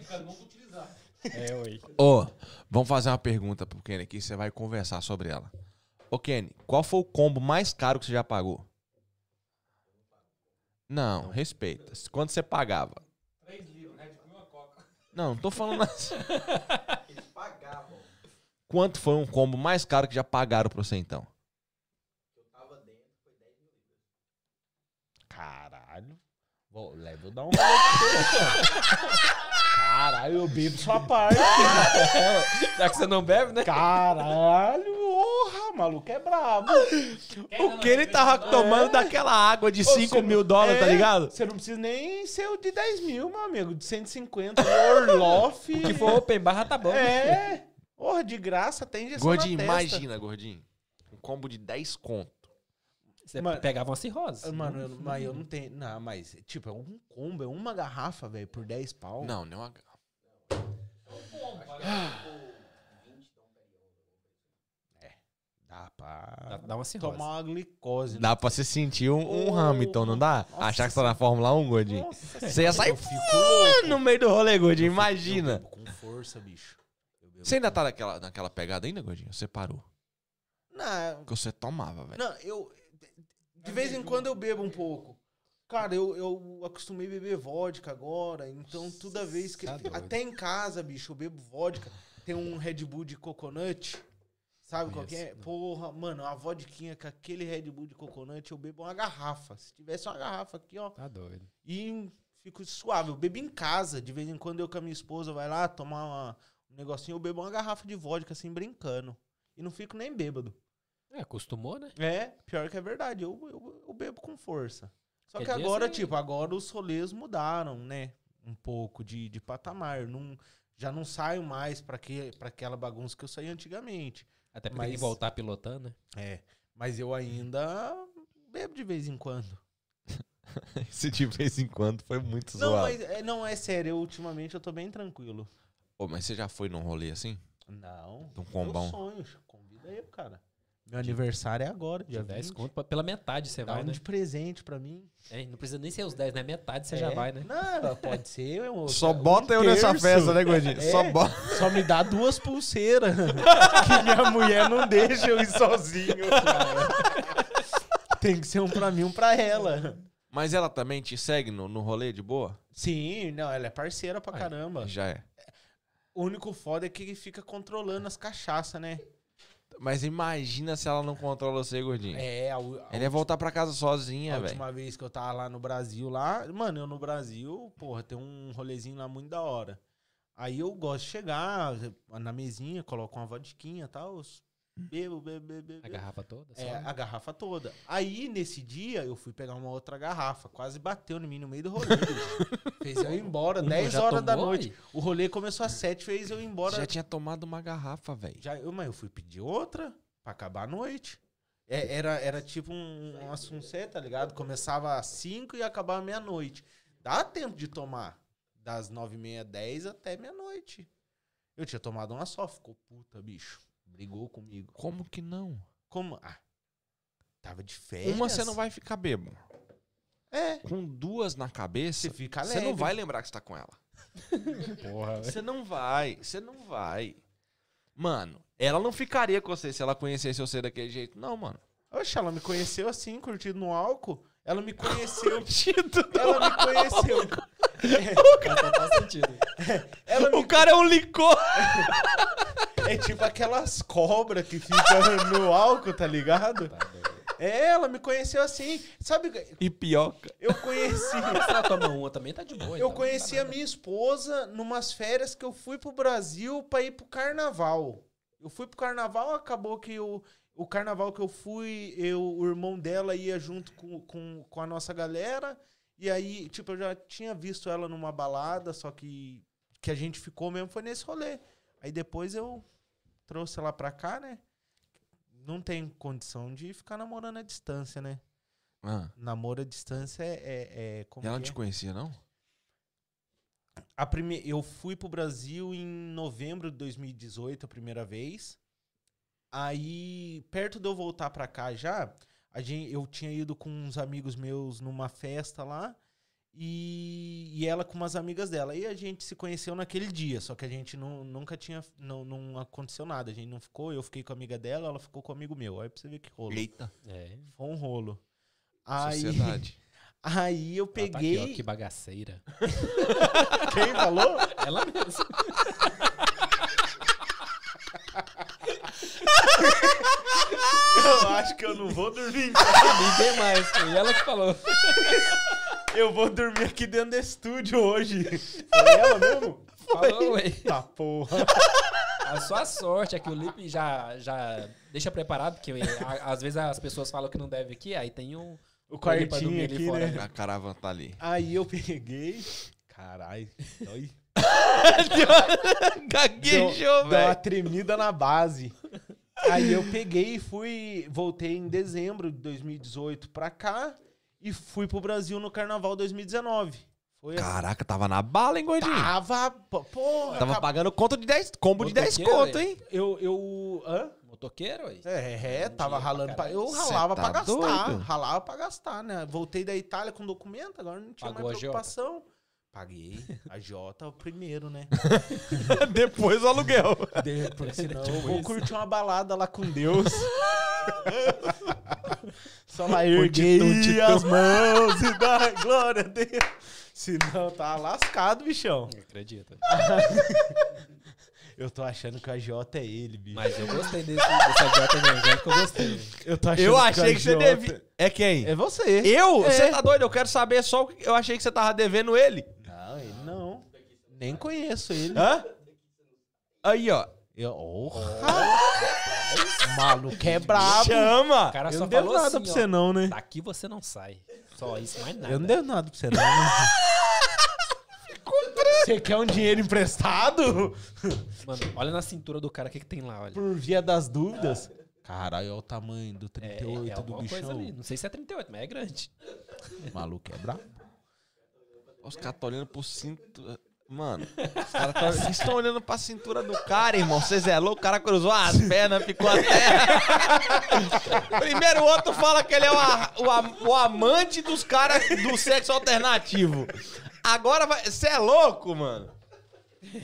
Speaker 14: Vamos utilizar.
Speaker 1: É, oi.
Speaker 2: Ô, vamos fazer uma pergunta pro Kenny aqui. Você vai conversar sobre ela. Ô, Kenny, qual foi o combo mais caro que você já pagou? Não, respeita. Quanto você pagava?
Speaker 14: Três livros, né? De comer uma coca.
Speaker 2: Não, não tô falando assim. Eles pagavam. Quanto foi um combo mais caro que já pagaram pra você, então?
Speaker 3: Caralho. Vou, leva eu dar um. Caralho, eu bebo sua parte.
Speaker 1: Já que você não bebe, né?
Speaker 3: Caralho, porra, maluco é brabo.
Speaker 2: O Kenny tava tomando daquela água de 5 mil dólares, tá
Speaker 3: É,
Speaker 2: ligado?
Speaker 3: Você não precisa nem ser o de 10 mil, meu amigo. De 150, o um Orloff.
Speaker 1: Que for open bar, já tá bom.
Speaker 3: É. Porra, de graça, tem injeção
Speaker 2: Gordinho,
Speaker 3: na testa.
Speaker 2: imagina, gordinho. Um combo de 10 conto.
Speaker 1: Você
Speaker 3: Mano-
Speaker 1: pegava uma cirrose.
Speaker 3: Ah, Mano, eu, mas eu não tenho... Não, mas, tipo, é um combo, é uma garrafa, velho, por 10 pau.
Speaker 2: Não, não é uma...
Speaker 3: Dá pra
Speaker 1: Dá, dá uma cirrose.
Speaker 3: tomar uma glicose.
Speaker 2: Dá pra você sentir um, um
Speaker 3: Porra.
Speaker 2: Hamilton, não dá?
Speaker 3: Nossa
Speaker 2: Achar que você tá na Fórmula 1,
Speaker 3: né?
Speaker 2: gordinho?
Speaker 3: Nossa,
Speaker 2: Você ia sair
Speaker 3: eu fico louco.
Speaker 2: no meio do rolê, gordinho,
Speaker 3: Eu
Speaker 2: imagina.
Speaker 3: bebo com força, bicho. Eu bebo
Speaker 2: Você ainda tá naquela, naquela pegada ainda, gordinho? Você parou.
Speaker 3: Não,
Speaker 2: Porque você tomava, velho.
Speaker 3: Não, eu. De vez em quando eu bebo um pouco. Cara, eu, eu acostumei a beber vodka agora, então toda vez que. Até em casa, bicho, eu bebo vodka. Tem um Red Bull de coconut. Sabe qual que é? Porra, mano, uma vodquinha com aquele Red Bull de coconut, eu bebo uma garrafa. Se tivesse uma garrafa aqui, ó.
Speaker 1: Tá doido.
Speaker 3: E fico suave. Eu bebo em casa. De vez em quando eu com a minha esposa vai lá tomar uma- um negocinho, eu bebo uma garrafa de vodka assim, brincando. E não fico nem bêbado.
Speaker 1: É, acostumou, né?
Speaker 3: É, pior que é verdade. Eu, eu, eu bebo com força. Só
Speaker 1: Quer
Speaker 3: que
Speaker 1: dizer,
Speaker 3: agora,
Speaker 1: assim-
Speaker 3: tipo, agora os rolês mudaram, né? Um pouco de, de patamar. Não, já não saio mais pra, que, pra aquela bagunça que eu saí antigamente.
Speaker 1: Até porque
Speaker 3: Mas-
Speaker 1: tem que voltar pilotando, né?
Speaker 3: É. Mas eu ainda bebo de vez em quando.
Speaker 2: Esse de vez em quando foi muito
Speaker 3: Não,
Speaker 2: zoado.
Speaker 3: mas é, não, é sério. eu, ultimamente eu tô bem tranquilo.
Speaker 2: Ô, mas você já foi num rolê assim?
Speaker 3: Não.
Speaker 2: Num
Speaker 3: Meu
Speaker 1: um.
Speaker 2: combão?
Speaker 3: sonho. Convida eu, cara. Meu aniversário é agora,
Speaker 1: De
Speaker 3: dia
Speaker 1: 10
Speaker 3: 10
Speaker 1: conto, pra- pela metade você
Speaker 3: Dá
Speaker 1: vai,
Speaker 3: um
Speaker 1: né?
Speaker 3: de presente pra mim.
Speaker 1: É, não precisa nem ser os 10, né? Metade você já
Speaker 3: É.
Speaker 1: vai, né?
Speaker 3: Não, pode ser. Eu,
Speaker 2: Só
Speaker 3: um
Speaker 2: bota eu nessa
Speaker 3: terço.
Speaker 2: festa, né, Gordinho?
Speaker 3: É.
Speaker 2: Só bota.
Speaker 3: Só me dá duas pulseiras. que minha mulher não deixa eu ir sozinho, cara. Tem que ser um pra mim, um pra ela.
Speaker 2: Mas ela também te segue no, no rolê de boa?
Speaker 3: Sim, não, ela é parceira pra
Speaker 1: Ai,
Speaker 3: caramba.
Speaker 2: Já é.
Speaker 3: O único foda é que fica controlando as cachaças, né?
Speaker 2: Mas imagina se ela não controla você, Gordinho.
Speaker 3: É, a, u- a
Speaker 2: Ela ia voltar pra casa
Speaker 3: A
Speaker 2: sozinha, velho.
Speaker 3: última vez que eu tava lá no Brasil, lá, mano, eu no Brasil, porra, tem um rolezinho lá muito da hora. Aí eu gosto de chegar na mesinha, coloco uma vodquinha e tal, os- bebo, bebo, bebo, bebo.
Speaker 1: A garrafa toda. só.
Speaker 3: É, a garrafa toda. Aí, nesse dia, eu fui pegar uma outra garrafa. Quase bateu em mim no meio do rolê. bicho. fez eu ir embora,
Speaker 1: Uma
Speaker 3: 10
Speaker 1: já
Speaker 3: horas da
Speaker 1: tomou,
Speaker 3: noite.
Speaker 1: aí?
Speaker 3: O rolê começou às 7, fez eu ir embora.
Speaker 2: Já tinha tomado uma garrafa, velho.
Speaker 3: Já, eu, mas eu fui pedir outra pra acabar a noite. É, era, era tipo um, um assunção, tá ligado? Começava às 5 e acabava meia-noite. Dá tempo de tomar. Das 9 e meia, 10 até meia-noite. Eu tinha tomado uma só, ficou puta, bicho. Brigou comigo.
Speaker 2: Como que não?
Speaker 3: Como? Ah, tava de férias.
Speaker 2: Uma você não vai ficar bêbado.
Speaker 3: É,
Speaker 2: Com duas na cabeça,
Speaker 3: você fica
Speaker 2: você
Speaker 3: leve.
Speaker 2: não vai lembrar que você tá com ela.
Speaker 1: Porra,
Speaker 2: Você não vai, você não vai. Mano, ela não ficaria com você se ela conhecesse você daquele jeito. Não, mano.
Speaker 3: Oxe, ela me conheceu assim, curtido no álcool. Ela me conheceu. ela me conheceu. É,
Speaker 1: faz sentido.
Speaker 3: Ela me
Speaker 2: O cara é um licor!
Speaker 3: É tipo aquelas cobras que ficam no álcool, tá ligado? É, ela me conheceu assim. Sabe,
Speaker 2: E pioca.
Speaker 3: eu conheci.
Speaker 1: Se ela toma uma também, tá de boa.
Speaker 3: Eu
Speaker 1: então,
Speaker 3: conheci
Speaker 1: não dá
Speaker 3: a
Speaker 1: nada.
Speaker 3: minha esposa numas férias que eu fui pro Brasil pra ir pro carnaval. Eu fui pro carnaval, acabou que eu, o carnaval que eu fui, eu, o irmão dela ia junto com, com, com a nossa galera. E aí, tipo, eu já tinha visto ela numa balada, só que que a gente ficou mesmo foi nesse rolê. Aí depois eu trouxe ela pra cá, né? Não tem condição de ficar namorando à distância, né?
Speaker 2: Ah,
Speaker 3: Namoro à distância é. é, é como
Speaker 2: ela não
Speaker 3: que é?
Speaker 2: te conhecia, não?
Speaker 3: A prime... Eu fui pro Brasil em novembro de 2018, a primeira vez. Aí, perto de eu voltar pra cá já, a gente... eu tinha ido com uns amigos meus numa festa lá. E... e ela com umas amigas dela. E a gente se conheceu naquele dia, só que a gente não, nunca tinha. Não, não aconteceu nada. A gente não ficou, eu fiquei com a amiga dela, ela ficou com o amigo meu. Aí pra você ver que rolo.
Speaker 2: Eita.
Speaker 1: É.
Speaker 3: Foi um rolo. Aí,
Speaker 2: Sociedade.
Speaker 3: aí eu
Speaker 1: Ela tá aqui,
Speaker 3: peguei.
Speaker 1: ó, que bagaceira.
Speaker 3: Quem falou?
Speaker 1: Ela mesma.
Speaker 3: eu acho que eu não vou dormir
Speaker 1: Ninguém mais. Foi ela que falou.
Speaker 3: Eu vou dormir aqui dentro do estúdio hoje. Foi ela mesmo?
Speaker 1: Falou, ué.
Speaker 3: Tá porra.
Speaker 1: A sua sorte é que o Lipe já, já deixa preparado, porque a- às vezes as pessoas falam que não deve aqui, aí tem um.
Speaker 3: O
Speaker 1: quartinho Pra dormir
Speaker 3: quartinho
Speaker 1: ali aqui,
Speaker 3: aqui,
Speaker 1: fora, né?
Speaker 3: né?
Speaker 2: A caravana tá ali.
Speaker 3: Aí eu peguei. Caralho, dói.
Speaker 2: Gaguejou,
Speaker 3: Dá uma
Speaker 2: velho.
Speaker 3: tremida na base. Aí eu peguei e fui. Voltei em dezembro de 2018 pra cá e fui pro Brasil no carnaval 2019. Foi assim.
Speaker 2: Caraca, tava na bala, hein, gordinho?
Speaker 3: Tava. po- Porra,
Speaker 2: tava
Speaker 3: acabou-
Speaker 2: pagando conta de 10, combo de 10
Speaker 1: Motoqueiro,
Speaker 2: conto,
Speaker 1: hein?
Speaker 2: hein?
Speaker 3: Eu. eu hã?
Speaker 1: Motoqueiro, ué?
Speaker 3: É,
Speaker 1: Era um dinheiro pra
Speaker 3: tava ralando. Pra
Speaker 1: caralho.
Speaker 3: eu
Speaker 2: Cê
Speaker 3: ralava
Speaker 2: tá
Speaker 3: pra gastar.
Speaker 2: doido?
Speaker 3: Ralava pra gastar, né? Voltei da Itália com documento, agora não tinha
Speaker 1: Pagou a
Speaker 3: mais
Speaker 1: agiota?
Speaker 3: preocupação. Paguei. A Jota o primeiro, né?
Speaker 2: Depois o aluguel.
Speaker 3: Depois, senão eu vou curtir uma balada lá com Deus. Só lá erguei as mãos e dá glória a Deus. Senão tá lascado, bichão.
Speaker 1: Não acredito.
Speaker 3: Eu tô achando que a Jota é ele, bicho.
Speaker 1: Mas eu gostei desse, desse agiota evangélico, eu gostei.
Speaker 3: Eu, tô
Speaker 2: Eu achei que
Speaker 3: a
Speaker 2: você
Speaker 3: Jota-
Speaker 2: devia. É quem?
Speaker 3: É você.
Speaker 2: Eu?
Speaker 3: É.
Speaker 2: Você tá doido? Eu quero saber só o que eu achei que você tava devendo ele.
Speaker 3: Não, ele não. Nem conheço ele.
Speaker 2: Hã? Aí, ó.
Speaker 3: Eu,
Speaker 1: Oh,
Speaker 3: orra! Maluco é brabo.
Speaker 2: Chama!
Speaker 1: O cara
Speaker 3: Eu
Speaker 1: só
Speaker 3: não devo
Speaker 1: falou
Speaker 3: nada
Speaker 1: assim,
Speaker 3: pra
Speaker 1: ó,
Speaker 3: você não, né?
Speaker 1: Daqui você não sai. Só isso, mais nada.
Speaker 3: Eu não devo nada pra você não. né? Você quer um dinheiro emprestado?
Speaker 1: Mano, olha na cintura do cara, o que, que tem lá, olha.
Speaker 3: Por via das dúvidas? Caralho, olha o tamanho do
Speaker 1: É,
Speaker 3: 38
Speaker 1: é
Speaker 3: do
Speaker 1: alguma coisa ali.
Speaker 3: bichão.
Speaker 1: Não sei se é 38, mas é grande.
Speaker 3: O maluco é brabo.
Speaker 2: Os caras tá olhando pro cinto. Mano, os caras tá- vocês estão olhando pra cintura do cara, irmão. Vocês é louco, o cara cruzou as pernas, ficou até. Primeiro o outro fala que ele é o, a- o am- o amante dos caras do sexo alternativo. Agora vai. Você é louco, mano?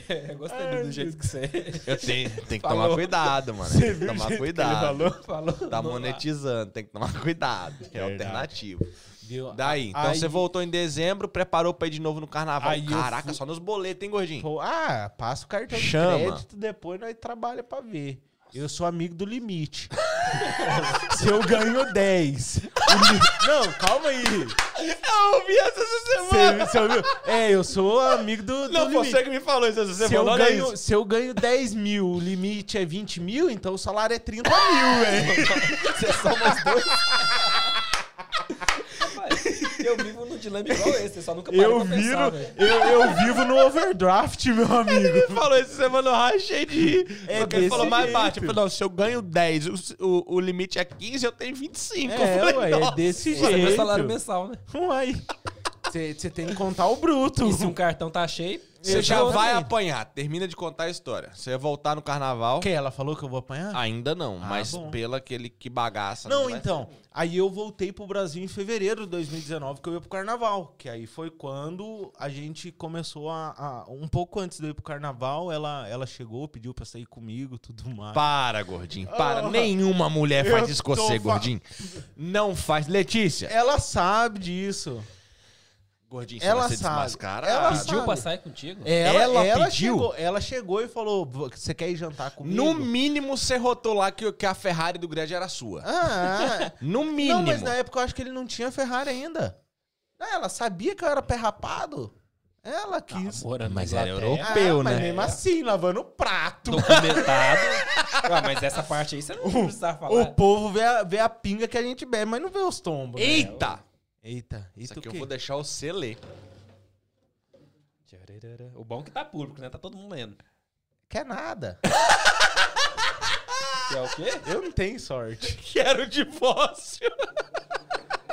Speaker 1: É, eu gostei do, do jeito que você
Speaker 2: Eu tenho. Tem que
Speaker 1: Falou.
Speaker 2: tomar cuidado, mano. Tem que tomar tá, cuidado.
Speaker 1: falou.
Speaker 2: Tá
Speaker 1: Vamos lá.
Speaker 2: monetizando, tem que tomar cuidado. que É alternativo.
Speaker 3: Viu?
Speaker 2: Daí, então
Speaker 3: Aí-
Speaker 2: você voltou em dezembro, preparou pra ir de novo no carnaval.
Speaker 3: Aí eu
Speaker 2: Caraca,
Speaker 3: fui-
Speaker 2: só nos boletos, hein, gordinho?
Speaker 3: Pô, ah, passa o cartão
Speaker 2: Chama.
Speaker 3: de crédito, depois nós trabalha pra ver. Eu sou amigo do limite. Se eu ganho 10. o li- Não, calma aí.
Speaker 2: Eu ouvi essa semana.
Speaker 3: Você, você ouviu? É, eu sou amigo do, do
Speaker 2: Não,
Speaker 3: limite.
Speaker 2: você que me falou isso. Você
Speaker 3: se, eu
Speaker 2: falou, olha
Speaker 3: ganho,
Speaker 2: isso.
Speaker 3: se eu ganho 10 mil, o limite é 20 mil, então o salário é 30 mil, velho.
Speaker 1: Você soma os dois. Rapaz, eu vivo num dilema igual esse, eu só nunca parei
Speaker 3: Eu
Speaker 1: pra
Speaker 3: viro,
Speaker 1: pensar, velho.
Speaker 3: eu, eu vivo no overdraft, meu amigo.
Speaker 2: Ele falou isso semana, eu rachei de rir.
Speaker 3: É
Speaker 2: Só que ele
Speaker 3: desse
Speaker 2: falou mais
Speaker 3: jeito.
Speaker 2: baixo. Ele falou, não, se eu ganho 10, o, o, o limite é 15, eu tenho 25. eu
Speaker 3: É,
Speaker 2: falei,
Speaker 3: ué, é
Speaker 2: nossa.
Speaker 3: desse
Speaker 1: Isso é meu salário
Speaker 3: jeito.
Speaker 1: mensal, né?
Speaker 3: Uai. Você tem que contar o bruto.
Speaker 1: E se um cartão tá cheio,
Speaker 2: Você
Speaker 1: eu
Speaker 2: já
Speaker 1: vou-
Speaker 2: vai apanhar. Termina de contar a história. Você ia voltar no carnaval.
Speaker 3: Que ela falou que eu vou apanhar?
Speaker 2: Ainda não, mas
Speaker 3: bom.
Speaker 2: pela aquele que bagaça.
Speaker 3: não,
Speaker 2: né?
Speaker 3: então. Aí eu voltei pro Brasil em fevereiro de 2019, que eu ia pro carnaval. Que aí foi quando a gente começou a. a- um pouco antes de eu ir pro carnaval, ela, ela chegou, pediu pra sair comigo tudo mais.
Speaker 2: Para, gordinho. Para. Nenhuma mulher faz isso com
Speaker 3: Ah. tô
Speaker 2: você,
Speaker 3: fa- É,
Speaker 2: gordinho. Não faz. Letícia.
Speaker 3: Ela sabe disso.
Speaker 2: Gordinho,
Speaker 3: Ela
Speaker 2: vai ser
Speaker 3: sabe.
Speaker 2: desmascarado.
Speaker 3: Ela
Speaker 1: pediu
Speaker 3: sabe.
Speaker 1: pra sair contigo?
Speaker 2: É. Ela pediu?
Speaker 3: Chegou, ela chegou e falou: Você quer ir jantar comigo?
Speaker 2: No mínimo, você rotou lá que, que a Ferrari do Greg era sua.
Speaker 3: Ah, ah.
Speaker 2: No mínimo.
Speaker 3: não, mas na época eu acho que ele não tinha Ferrari ainda. Ah, Ela sabia que eu era perrapado. Ela quis.
Speaker 1: Morando
Speaker 2: Mas
Speaker 1: na
Speaker 2: era
Speaker 1: Inglaterra.
Speaker 2: europeu.
Speaker 3: Ah,
Speaker 2: Peu,
Speaker 3: mas
Speaker 2: né?
Speaker 3: mesmo assim, lavando o prato.
Speaker 1: Documentado. Ah, mas essa parte aí você não
Speaker 2: Uh,
Speaker 1: precisava falar.
Speaker 3: O povo vê a, vê a pinga que a gente bebe, mas não vê os tombos. né?
Speaker 2: Eita!
Speaker 3: Eita,
Speaker 2: Isso
Speaker 3: eita
Speaker 2: aqui
Speaker 3: o
Speaker 2: eu
Speaker 3: quê?
Speaker 2: vou deixar você ler.
Speaker 1: O bom é que tá público, né? Tá todo mundo lendo.
Speaker 3: Quer nada.
Speaker 1: Que é o quê?
Speaker 3: Eu não tenho sorte.
Speaker 2: Quero divórcio.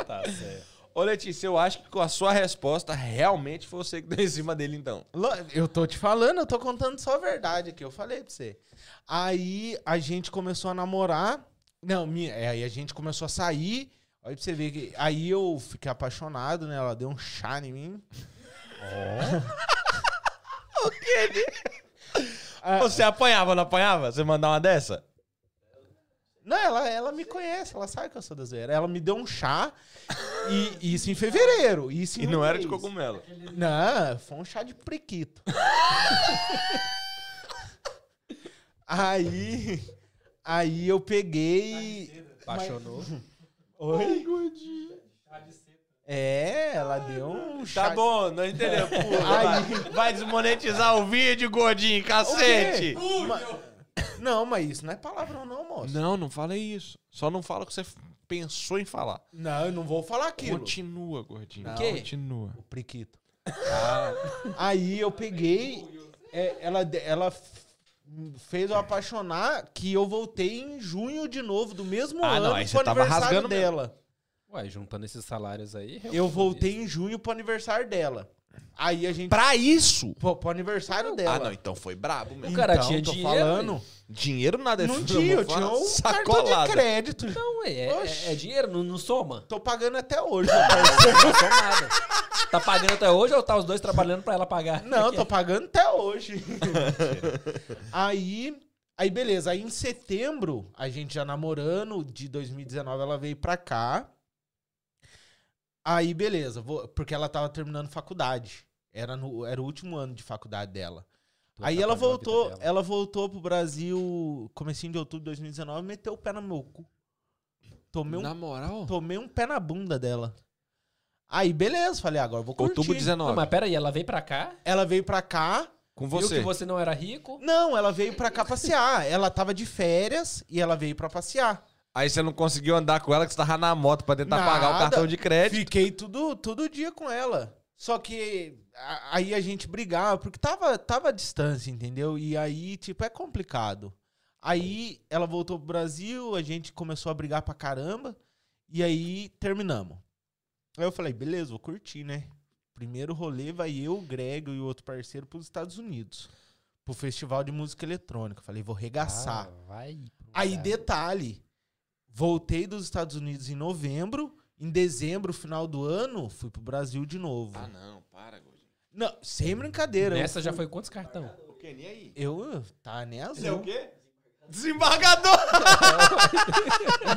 Speaker 1: Tá certo.
Speaker 2: Ô, Letícia, eu acho que com a sua resposta realmente foi você que deu em cima dele, então.
Speaker 3: Lo- Eu tô te falando, eu tô contando só a verdade aqui. Eu falei pra você. Aí a gente começou a namorar. Não, minha, é, aí a gente começou a sair. Aí pra você ver que. Aí eu fiquei apaixonado, né? Ela deu um chá em mim.
Speaker 2: Você apanhava, não apanhava? Você mandar uma dessa?
Speaker 3: Não, ela, ela me conhece, ela sabe que eu sou da zoeira. Ela me deu um chá, e isso em fevereiro. Isso em
Speaker 2: E
Speaker 3: um
Speaker 2: não era de
Speaker 3: mês.
Speaker 2: cogumelo.
Speaker 3: Não, foi um chá de prequito. aí, aí eu peguei.
Speaker 1: Apaixonou.
Speaker 3: Oi, É, ela deu um chá.
Speaker 2: Tá bom, não entendeu.
Speaker 3: Ai.
Speaker 2: Vai, vai desmonetizar o vídeo, gordinho, cacete.
Speaker 3: Não, mas isso não é palavrão, não, moço.
Speaker 2: Não, não fala isso. Só não fala o que você pensou em falar.
Speaker 3: Não, eu não vou falar aquilo.
Speaker 2: Continua, gordinho.
Speaker 3: Não.
Speaker 2: Continua.
Speaker 3: O priquito. Ah. Aí eu peguei, é, ela, de- ela f- fez eu apaixonar que eu voltei em junho de novo do mesmo
Speaker 2: Ah,
Speaker 3: ano
Speaker 2: não, aí você tava rasgando mesmo.
Speaker 3: dela.
Speaker 1: Uai, juntando esses salários aí.
Speaker 3: Eu
Speaker 1: realmente,
Speaker 3: voltei em junho pro aniversário dela. Aí a gente
Speaker 2: Pra isso?
Speaker 3: pro, pro aniversário dela.
Speaker 2: Ah, não, então foi brabo mesmo.
Speaker 1: O cara
Speaker 3: Então,
Speaker 1: tinha
Speaker 3: tô
Speaker 1: dinheiro,
Speaker 3: falando.
Speaker 2: Dinheiro nada. é
Speaker 3: Não
Speaker 2: filho,
Speaker 3: tinha,
Speaker 2: vou
Speaker 3: eu
Speaker 2: falar
Speaker 3: tinha um cartão de
Speaker 2: sacolada.
Speaker 3: crédito.
Speaker 1: Não, é, é,
Speaker 3: Oxi.
Speaker 1: é dinheiro, não, não soma.
Speaker 3: Tô pagando até hoje, meu parceiro.
Speaker 1: Não soma nada. Tá pagando até hoje ou tá os dois trabalhando pra ela pagar? é
Speaker 3: Não,
Speaker 1: Aqui,
Speaker 3: tô pagando até hoje. aí, aí beleza. Aí em setembro, a gente já namorando, de 2019 ela veio pra cá. Aí beleza, vou- porque ela tava terminando faculdade. Era, no, era o último ano de faculdade dela.
Speaker 1: tô
Speaker 3: aí ela
Speaker 1: atrapalhando a vida
Speaker 3: voltou,
Speaker 1: dela.
Speaker 3: ela voltou pro Brasil comecinho de outubro de 2019 meteu o pé no meu cu. Tomei um,
Speaker 2: Na moral?
Speaker 3: tomei um pé na bunda dela. Aí beleza, falei, "Ah, agora eu vou curtir.
Speaker 2: Outubro
Speaker 1: é? Não,
Speaker 2: 19.
Speaker 1: mas peraí, ela veio pra cá,
Speaker 3: Ela veio pra cá,
Speaker 2: Com
Speaker 1: viu
Speaker 2: você.
Speaker 1: que você não era rico.
Speaker 3: Não, ela veio pra cá passear. Ela tava de férias e ela veio pra passear.
Speaker 2: Aí você não conseguiu andar com ela, que você tava na moto pra tentar
Speaker 3: Nada.
Speaker 2: É pagar o cartão de crédito.
Speaker 3: Fiquei tudo, todo dia com ela. Só que a- aí a gente brigava, porque tava, tava à distância, entendeu? E aí, tipo, é complicado. Aí ela voltou pro Brasil, a gente começou a brigar pra caramba, e aí terminamos. Aí eu falei, beleza, vou curtir, né? Primeiro rolê vai eu, o Grego e o outro parceiro pros Estados Unidos. Pro festival de música eletrônica. Falei, vou regaçar.
Speaker 1: vai.
Speaker 3: Aí, detalhe. Voltei dos Estados Unidos em novembro. Em dezembro, final do ano, fui pro Brasil de novo.
Speaker 2: Ah, não, para, Gordinho.
Speaker 3: Não, sem brincadeira. eu
Speaker 2: um
Speaker 1: Nessa já
Speaker 3: fui-
Speaker 1: foi quantos cartão?
Speaker 2: O que? Nem aí.
Speaker 3: Eu. Tá nem
Speaker 2: é
Speaker 3: azul.
Speaker 2: quê? Desembargador!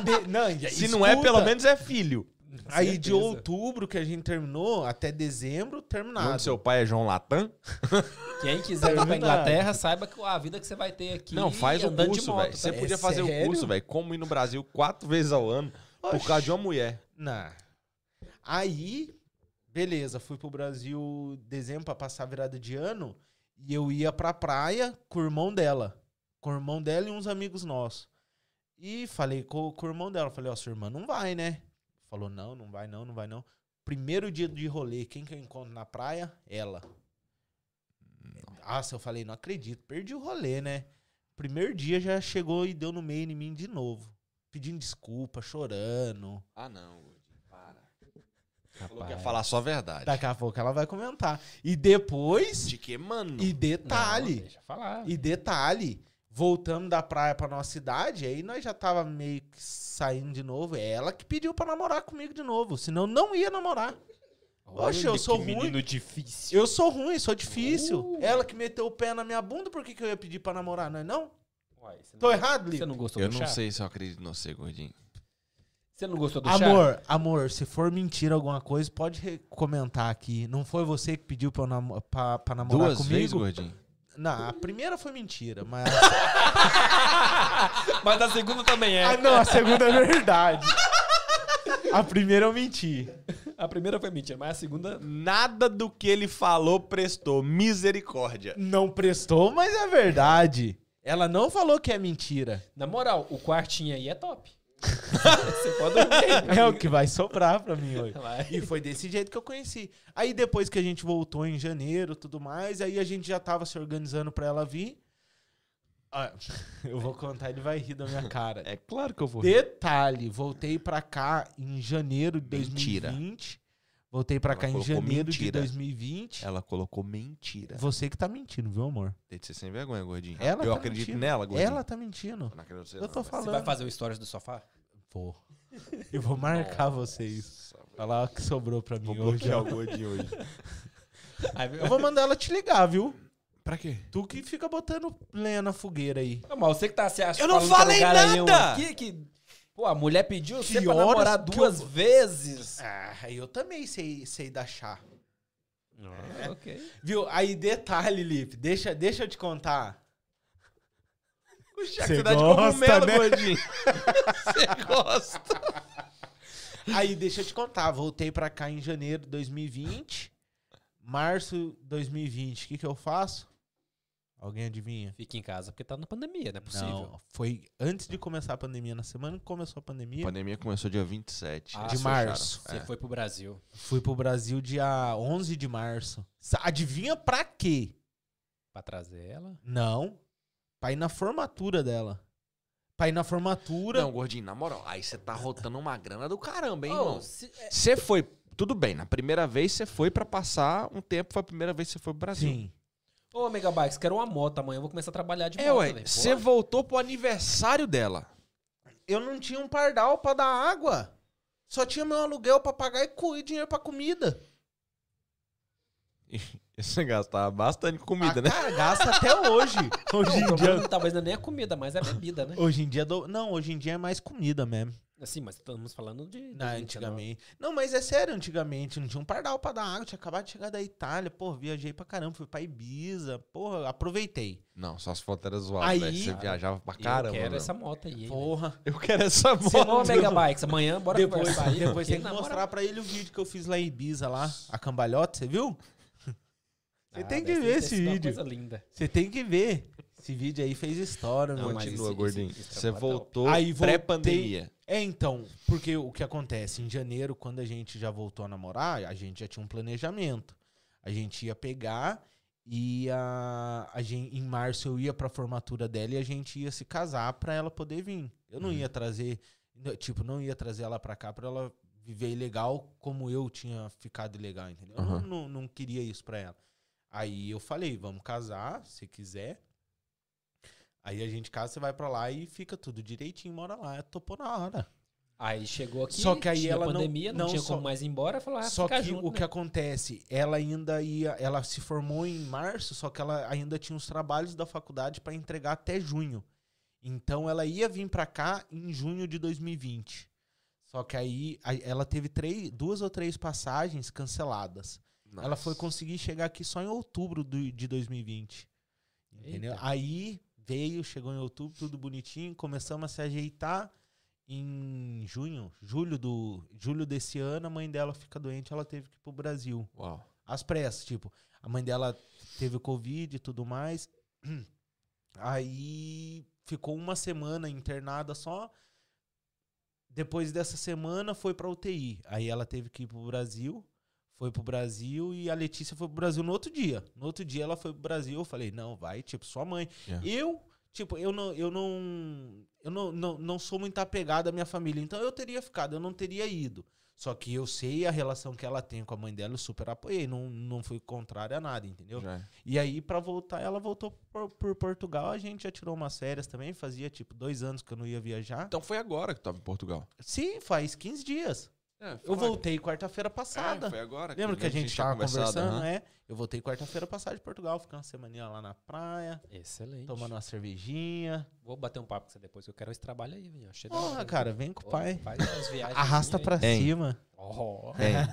Speaker 3: De- não, e-
Speaker 15: Se não é,
Speaker 3: escuta,
Speaker 15: pelo menos é filho.
Speaker 3: Aí de
Speaker 1: Certeza.
Speaker 3: outubro que a gente terminou até dezembro,
Speaker 2: O nome
Speaker 3: terminado.
Speaker 2: do seu pai é João Latam?
Speaker 1: Quem quiser ir pra Inglaterra, saiba que a vida que você vai ter aqui.
Speaker 2: Não, faz o
Speaker 1: andando de
Speaker 2: curso,
Speaker 1: moto,
Speaker 2: velho.
Speaker 1: tá?
Speaker 2: Você
Speaker 1: É
Speaker 2: podia fazer o
Speaker 1: sério?
Speaker 2: curso, velho. Como ir no Brasil quatro vezes ao ano por causa de uma mulher.
Speaker 3: Não. Aí, beleza, fui pro Brasil em dezembro pra passar a virada de ano e eu ia pra praia com o irmão dela. Com o irmão dela e uns amigos nossos. E falei com, com o irmão dela, falei, ó, sua irmã não vai, né? Falou, não, não vai não, não vai não. Primeiro dia de rolê, quem que eu encontro na praia? Ela. Nossa, eu falei, não acredito, perdi o rolê, né? Primeiro dia já chegou e deu no meio em mim de novo. Pedindo desculpa, chorando.
Speaker 2: Ah, não, Gordinho. Para. Falou que ia
Speaker 1: Rapaz.
Speaker 2: falar só a verdade.
Speaker 3: Daqui a pouco ela vai comentar. E depois.
Speaker 2: De que, mano?
Speaker 3: E
Speaker 1: Não,
Speaker 2: tá
Speaker 3: detalhe.
Speaker 1: deixa eu falar.
Speaker 3: E detalhe. Voltando da praia pra nossa cidade, aí nós já tava meio que saindo de novo. É ela que pediu pra namorar comigo de novo. Senão não ia namorar. Oxe, eu
Speaker 1: Olha
Speaker 3: sou
Speaker 1: que
Speaker 3: ruim.
Speaker 1: Menino difícil.
Speaker 3: Eu sou ruim, sou difícil.
Speaker 1: Uh.
Speaker 3: Ela que meteu o pé na minha bunda, por que, que eu ia pedir pra namorar, não é não?
Speaker 1: Uai, você,
Speaker 3: Tô
Speaker 1: não,
Speaker 3: errado,
Speaker 1: você
Speaker 3: Lico?
Speaker 1: não gostou
Speaker 2: Eu
Speaker 1: do
Speaker 2: não
Speaker 1: chá?
Speaker 2: sei se eu acredito em você, Gordinho.
Speaker 1: Você não gostou do chá?
Speaker 3: Amor, amor, se for mentira alguma coisa, pode re- comentar aqui. Não foi você que pediu pra, eu namo- pra- pra namorar
Speaker 2: Duas
Speaker 3: comigo?
Speaker 2: vezes, Gordinho?
Speaker 3: Não, a primeira foi mentira, mas...
Speaker 1: Mas da segunda também é.
Speaker 3: Ah, não, a segunda é verdade. A primeira eu menti.
Speaker 1: A primeira foi mentira, mas a segunda.
Speaker 15: Nada do que ele falou prestou. Misericórdia.
Speaker 3: Não prestou, mas é verdade. Ela não falou que é mentira.
Speaker 1: Na moral, o quartinho aí é top. você pode dormir aí.
Speaker 3: É o que vai sobrar pra mim hoje.
Speaker 1: Vai.
Speaker 3: E foi desse jeito que eu conheci. Aí depois que a gente voltou em janeiro tudo mais, aí a gente já tava se organizando pra ela vir. Ah, eu vou contar, ele vai rir da minha cara.
Speaker 15: É claro que eu vou.
Speaker 3: Detalhe, voltei pra cá em janeiro de
Speaker 2: Mentira.
Speaker 3: 2020. Voltei pra
Speaker 2: Ela
Speaker 3: cá em
Speaker 2: colocou
Speaker 3: janeiro de
Speaker 2: mentira.
Speaker 3: 2020.
Speaker 2: Ela colocou mentira.
Speaker 3: Você que tá mentindo, viu, amor?
Speaker 2: Tem que ser sem vergonha, Gordinho.
Speaker 3: Ela
Speaker 2: eu
Speaker 3: tá
Speaker 2: acredito
Speaker 3: mentindo.
Speaker 2: nela, Gordinho.
Speaker 3: Ela tá mentindo.
Speaker 2: Eu não acredito em você,
Speaker 3: Eu
Speaker 2: não,
Speaker 3: tô
Speaker 2: velho.
Speaker 1: Você vai
Speaker 3: falando.
Speaker 1: fazer o stories do sofá?
Speaker 3: Vou. Eu vou marcar vocês. Falar o que sobrou pra mim hoje.
Speaker 2: bloquear o Gordinho hoje.
Speaker 1: Aí,
Speaker 3: Eu vou mandar ela te ligar, viu?
Speaker 2: pra quê?
Speaker 3: Tu que fica botando lenha na fogueira aí.
Speaker 1: Não, mas você que tá se achando.
Speaker 15: Eu não
Speaker 1: falando que
Speaker 15: falei
Speaker 1: é lugar aí,
Speaker 15: nada!
Speaker 1: um aqui que- Pô, a mulher pediu você
Speaker 3: Que
Speaker 1: pra
Speaker 3: horas
Speaker 1: namorar
Speaker 3: que
Speaker 1: duas vezes.
Speaker 3: Ah, eu também sei, sei dar chá.
Speaker 1: É, ok.
Speaker 3: Viu? Aí, detalhe, Lipe. Deixa, deixa eu te contar.
Speaker 15: Puxa,
Speaker 3: Cê
Speaker 15: você dá de
Speaker 3: gosta,
Speaker 15: cogumelo,
Speaker 3: né?
Speaker 15: Gordinho. Você gosta.
Speaker 3: Aí, deixa eu te contar. Voltei pra cá em janeiro de 2020. Março de 2020. O que, que eu faço? Alguém adivinha?
Speaker 1: Fica em casa porque tá na pandemia, não é possível.
Speaker 3: Não, foi antes de começar a pandemia, na semana que começou a pandemia.
Speaker 2: A pandemia começou dia 27.
Speaker 1: Ah,
Speaker 2: Eles
Speaker 3: de
Speaker 2: fecharam.
Speaker 3: março.
Speaker 1: Você foi pro Brasil.
Speaker 3: Fui pro Brasil dia 11 de março. Sa- Adivinha pra quê?
Speaker 1: Pra trazer ela.
Speaker 3: Não. Pra ir na formatura dela. Pra ir na formatura.
Speaker 2: Não, Gordinho, na moral, aí você tá rotando uma grana do caramba, hein,
Speaker 1: Oh,
Speaker 2: irmão?
Speaker 1: se- é,
Speaker 2: Você foi, tudo bem, na primeira vez você foi pra passar um tempo, foi a primeira vez que você foi pro Brasil.
Speaker 3: Sim.
Speaker 1: Ô, Mega Bikes, quero uma moto amanhã. Eu vou começar a trabalhar de
Speaker 2: É,
Speaker 1: moto. né?
Speaker 2: ué,
Speaker 1: velho.
Speaker 2: você
Speaker 1: Pô,
Speaker 2: voltou pro aniversário dela.
Speaker 3: Eu não tinha um pardal pra dar água. Só tinha meu aluguel pra pagar e cu- e dinheiro pra comida.
Speaker 2: Você gastava tá bastante né? comida,
Speaker 3: Ah, Cara, gasta até hoje. Hoje
Speaker 1: o
Speaker 3: em
Speaker 1: problema
Speaker 3: dia.
Speaker 1: não, talvez não é nem a comida, mas é a bebida, né?
Speaker 3: Hoje em dia. do- Não, hoje em dia é mais comida mesmo.
Speaker 1: Assim, mas estamos falando de.
Speaker 3: Não,
Speaker 1: 2019.
Speaker 3: antigamente. Não, mas é sério, antigamente. Não tinha um pardal pra dar água. Tinha acabado de chegar da Itália. Pô, viajei pra caramba. Fui pra Ibiza. Porra, aproveitei.
Speaker 2: Não, só as fotos eram zoadas,
Speaker 3: Aí-
Speaker 2: velho. Você viajava pra
Speaker 1: Eu
Speaker 2: caramba,
Speaker 1: quero
Speaker 2: velho.
Speaker 1: essa moto aí. né? hein,
Speaker 3: Porra.
Speaker 2: Eu quero essa
Speaker 1: velho. Você não, é Mega Bikes, amanhã bora
Speaker 3: Depois,
Speaker 1: conversar aí.
Speaker 3: depois tem que
Speaker 1: porque, na
Speaker 3: mostrar
Speaker 1: moral-
Speaker 3: pra ele o vídeo que eu fiz lá em Ibiza, lá. A cambalhota, você viu? Você
Speaker 1: Ah,
Speaker 3: tem que
Speaker 1: deve ter
Speaker 3: ver esse
Speaker 1: sido uma
Speaker 3: vídeo.
Speaker 1: coisa linda.
Speaker 3: Você tem que ver. Esse vídeo aí fez história,
Speaker 2: Não,
Speaker 3: meu
Speaker 1: mas
Speaker 3: tio.
Speaker 2: continua,
Speaker 1: esse-
Speaker 2: gordinho.
Speaker 1: esse- esse
Speaker 2: você
Speaker 1: trabalho tá
Speaker 2: voltou
Speaker 3: Aí voltei-
Speaker 2: pré-pandemia.
Speaker 3: É, então, porque o que acontece? Em janeiro, quando a gente já voltou a namorar, a gente já tinha um planejamento. A gente ia pegar e a, a gente, em março eu ia pra formatura dela e a gente ia se casar pra ela poder vir. Eu não ia trazer, n- tipo, não ia trazer ela pra cá pra ela viver ilegal como eu tinha ficado ilegal, entendeu? Eu não, não, não queria isso pra ela. Aí eu falei, vamos casar, se quiser. Aí a gente casa, você vai pra lá e fica tudo direitinho, mora lá. Topou na hora.
Speaker 1: Aí chegou aqui,
Speaker 3: Só que aí
Speaker 1: tinha
Speaker 3: ela não-
Speaker 1: pandemia, não,
Speaker 3: não,
Speaker 1: tinha
Speaker 3: só-
Speaker 1: como mais ir embora, falou, ah,
Speaker 3: só
Speaker 1: fica
Speaker 3: que
Speaker 1: junto,
Speaker 3: o
Speaker 1: né?
Speaker 3: que acontece? Ela ainda ia. Ela se formou em março, só que ela ainda tinha os trabalhos da faculdade pra entregar até junho. Então ela ia vir pra cá em junho de 2020. Só que aí a- ela teve três, duas ou três passagens canceladas. Ela foi conseguir chegar aqui só em outubro do- de 2020. Entendeu?
Speaker 1: Eita.
Speaker 3: Aí veio, chegou em outubro, tudo bonitinho, começamos a se ajeitar. Em junho, julho do julho desse ano, a mãe dela fica doente, ela teve que ir pro Brasil.
Speaker 2: Uau.
Speaker 3: Às pressas, tipo, a mãe dela teve Covid e tudo mais. Aí ficou uma semana internada só. Depois dessa semana foi pra UTI. Aí ela teve que ir pro Brasil. Foi pro Brasil e a Letícia foi pro Brasil no outro dia. No outro dia ela foi pro Brasil. Eu falei, não, vai, tipo, sua mãe.
Speaker 2: Yeah.
Speaker 3: Eu, tipo, eu não. Eu não. Eu não, não, não sou muito apegado à minha família. Então eu teria ficado, eu não teria ido. Só que eu sei a relação que ela tem com a mãe dela, eu super apoiei. Não, não fui contrário a nada, entendeu?
Speaker 2: Já é.
Speaker 3: E aí, pra voltar, ela voltou por, por Portugal. A gente já tirou umas férias também. Fazia, tipo, dois anos que eu não ia viajar.
Speaker 2: Então foi agora que tu tava em Portugal.
Speaker 3: Sim, faz 15 dias. Eu voltei quarta-feira passada.
Speaker 2: É, foi agora.
Speaker 3: Lembra É, que a gente, tava conversando,
Speaker 2: né?
Speaker 3: né? Eu voltei quarta-feira passada de Portugal. Fiquei uma semaninha lá na praia,
Speaker 1: Excelente.
Speaker 3: tomando uma cervejinha.
Speaker 1: Vou bater um papo com você depois, que eu quero esse trabalho aí, menino. Chega
Speaker 3: Porra,
Speaker 1: lá,
Speaker 3: cara, vem com o
Speaker 1: Pô,
Speaker 3: pai.
Speaker 1: Faz umas viagens.
Speaker 3: Arrasta pra
Speaker 2: Hein?
Speaker 3: cima.
Speaker 1: Oh,
Speaker 2: Tem. É.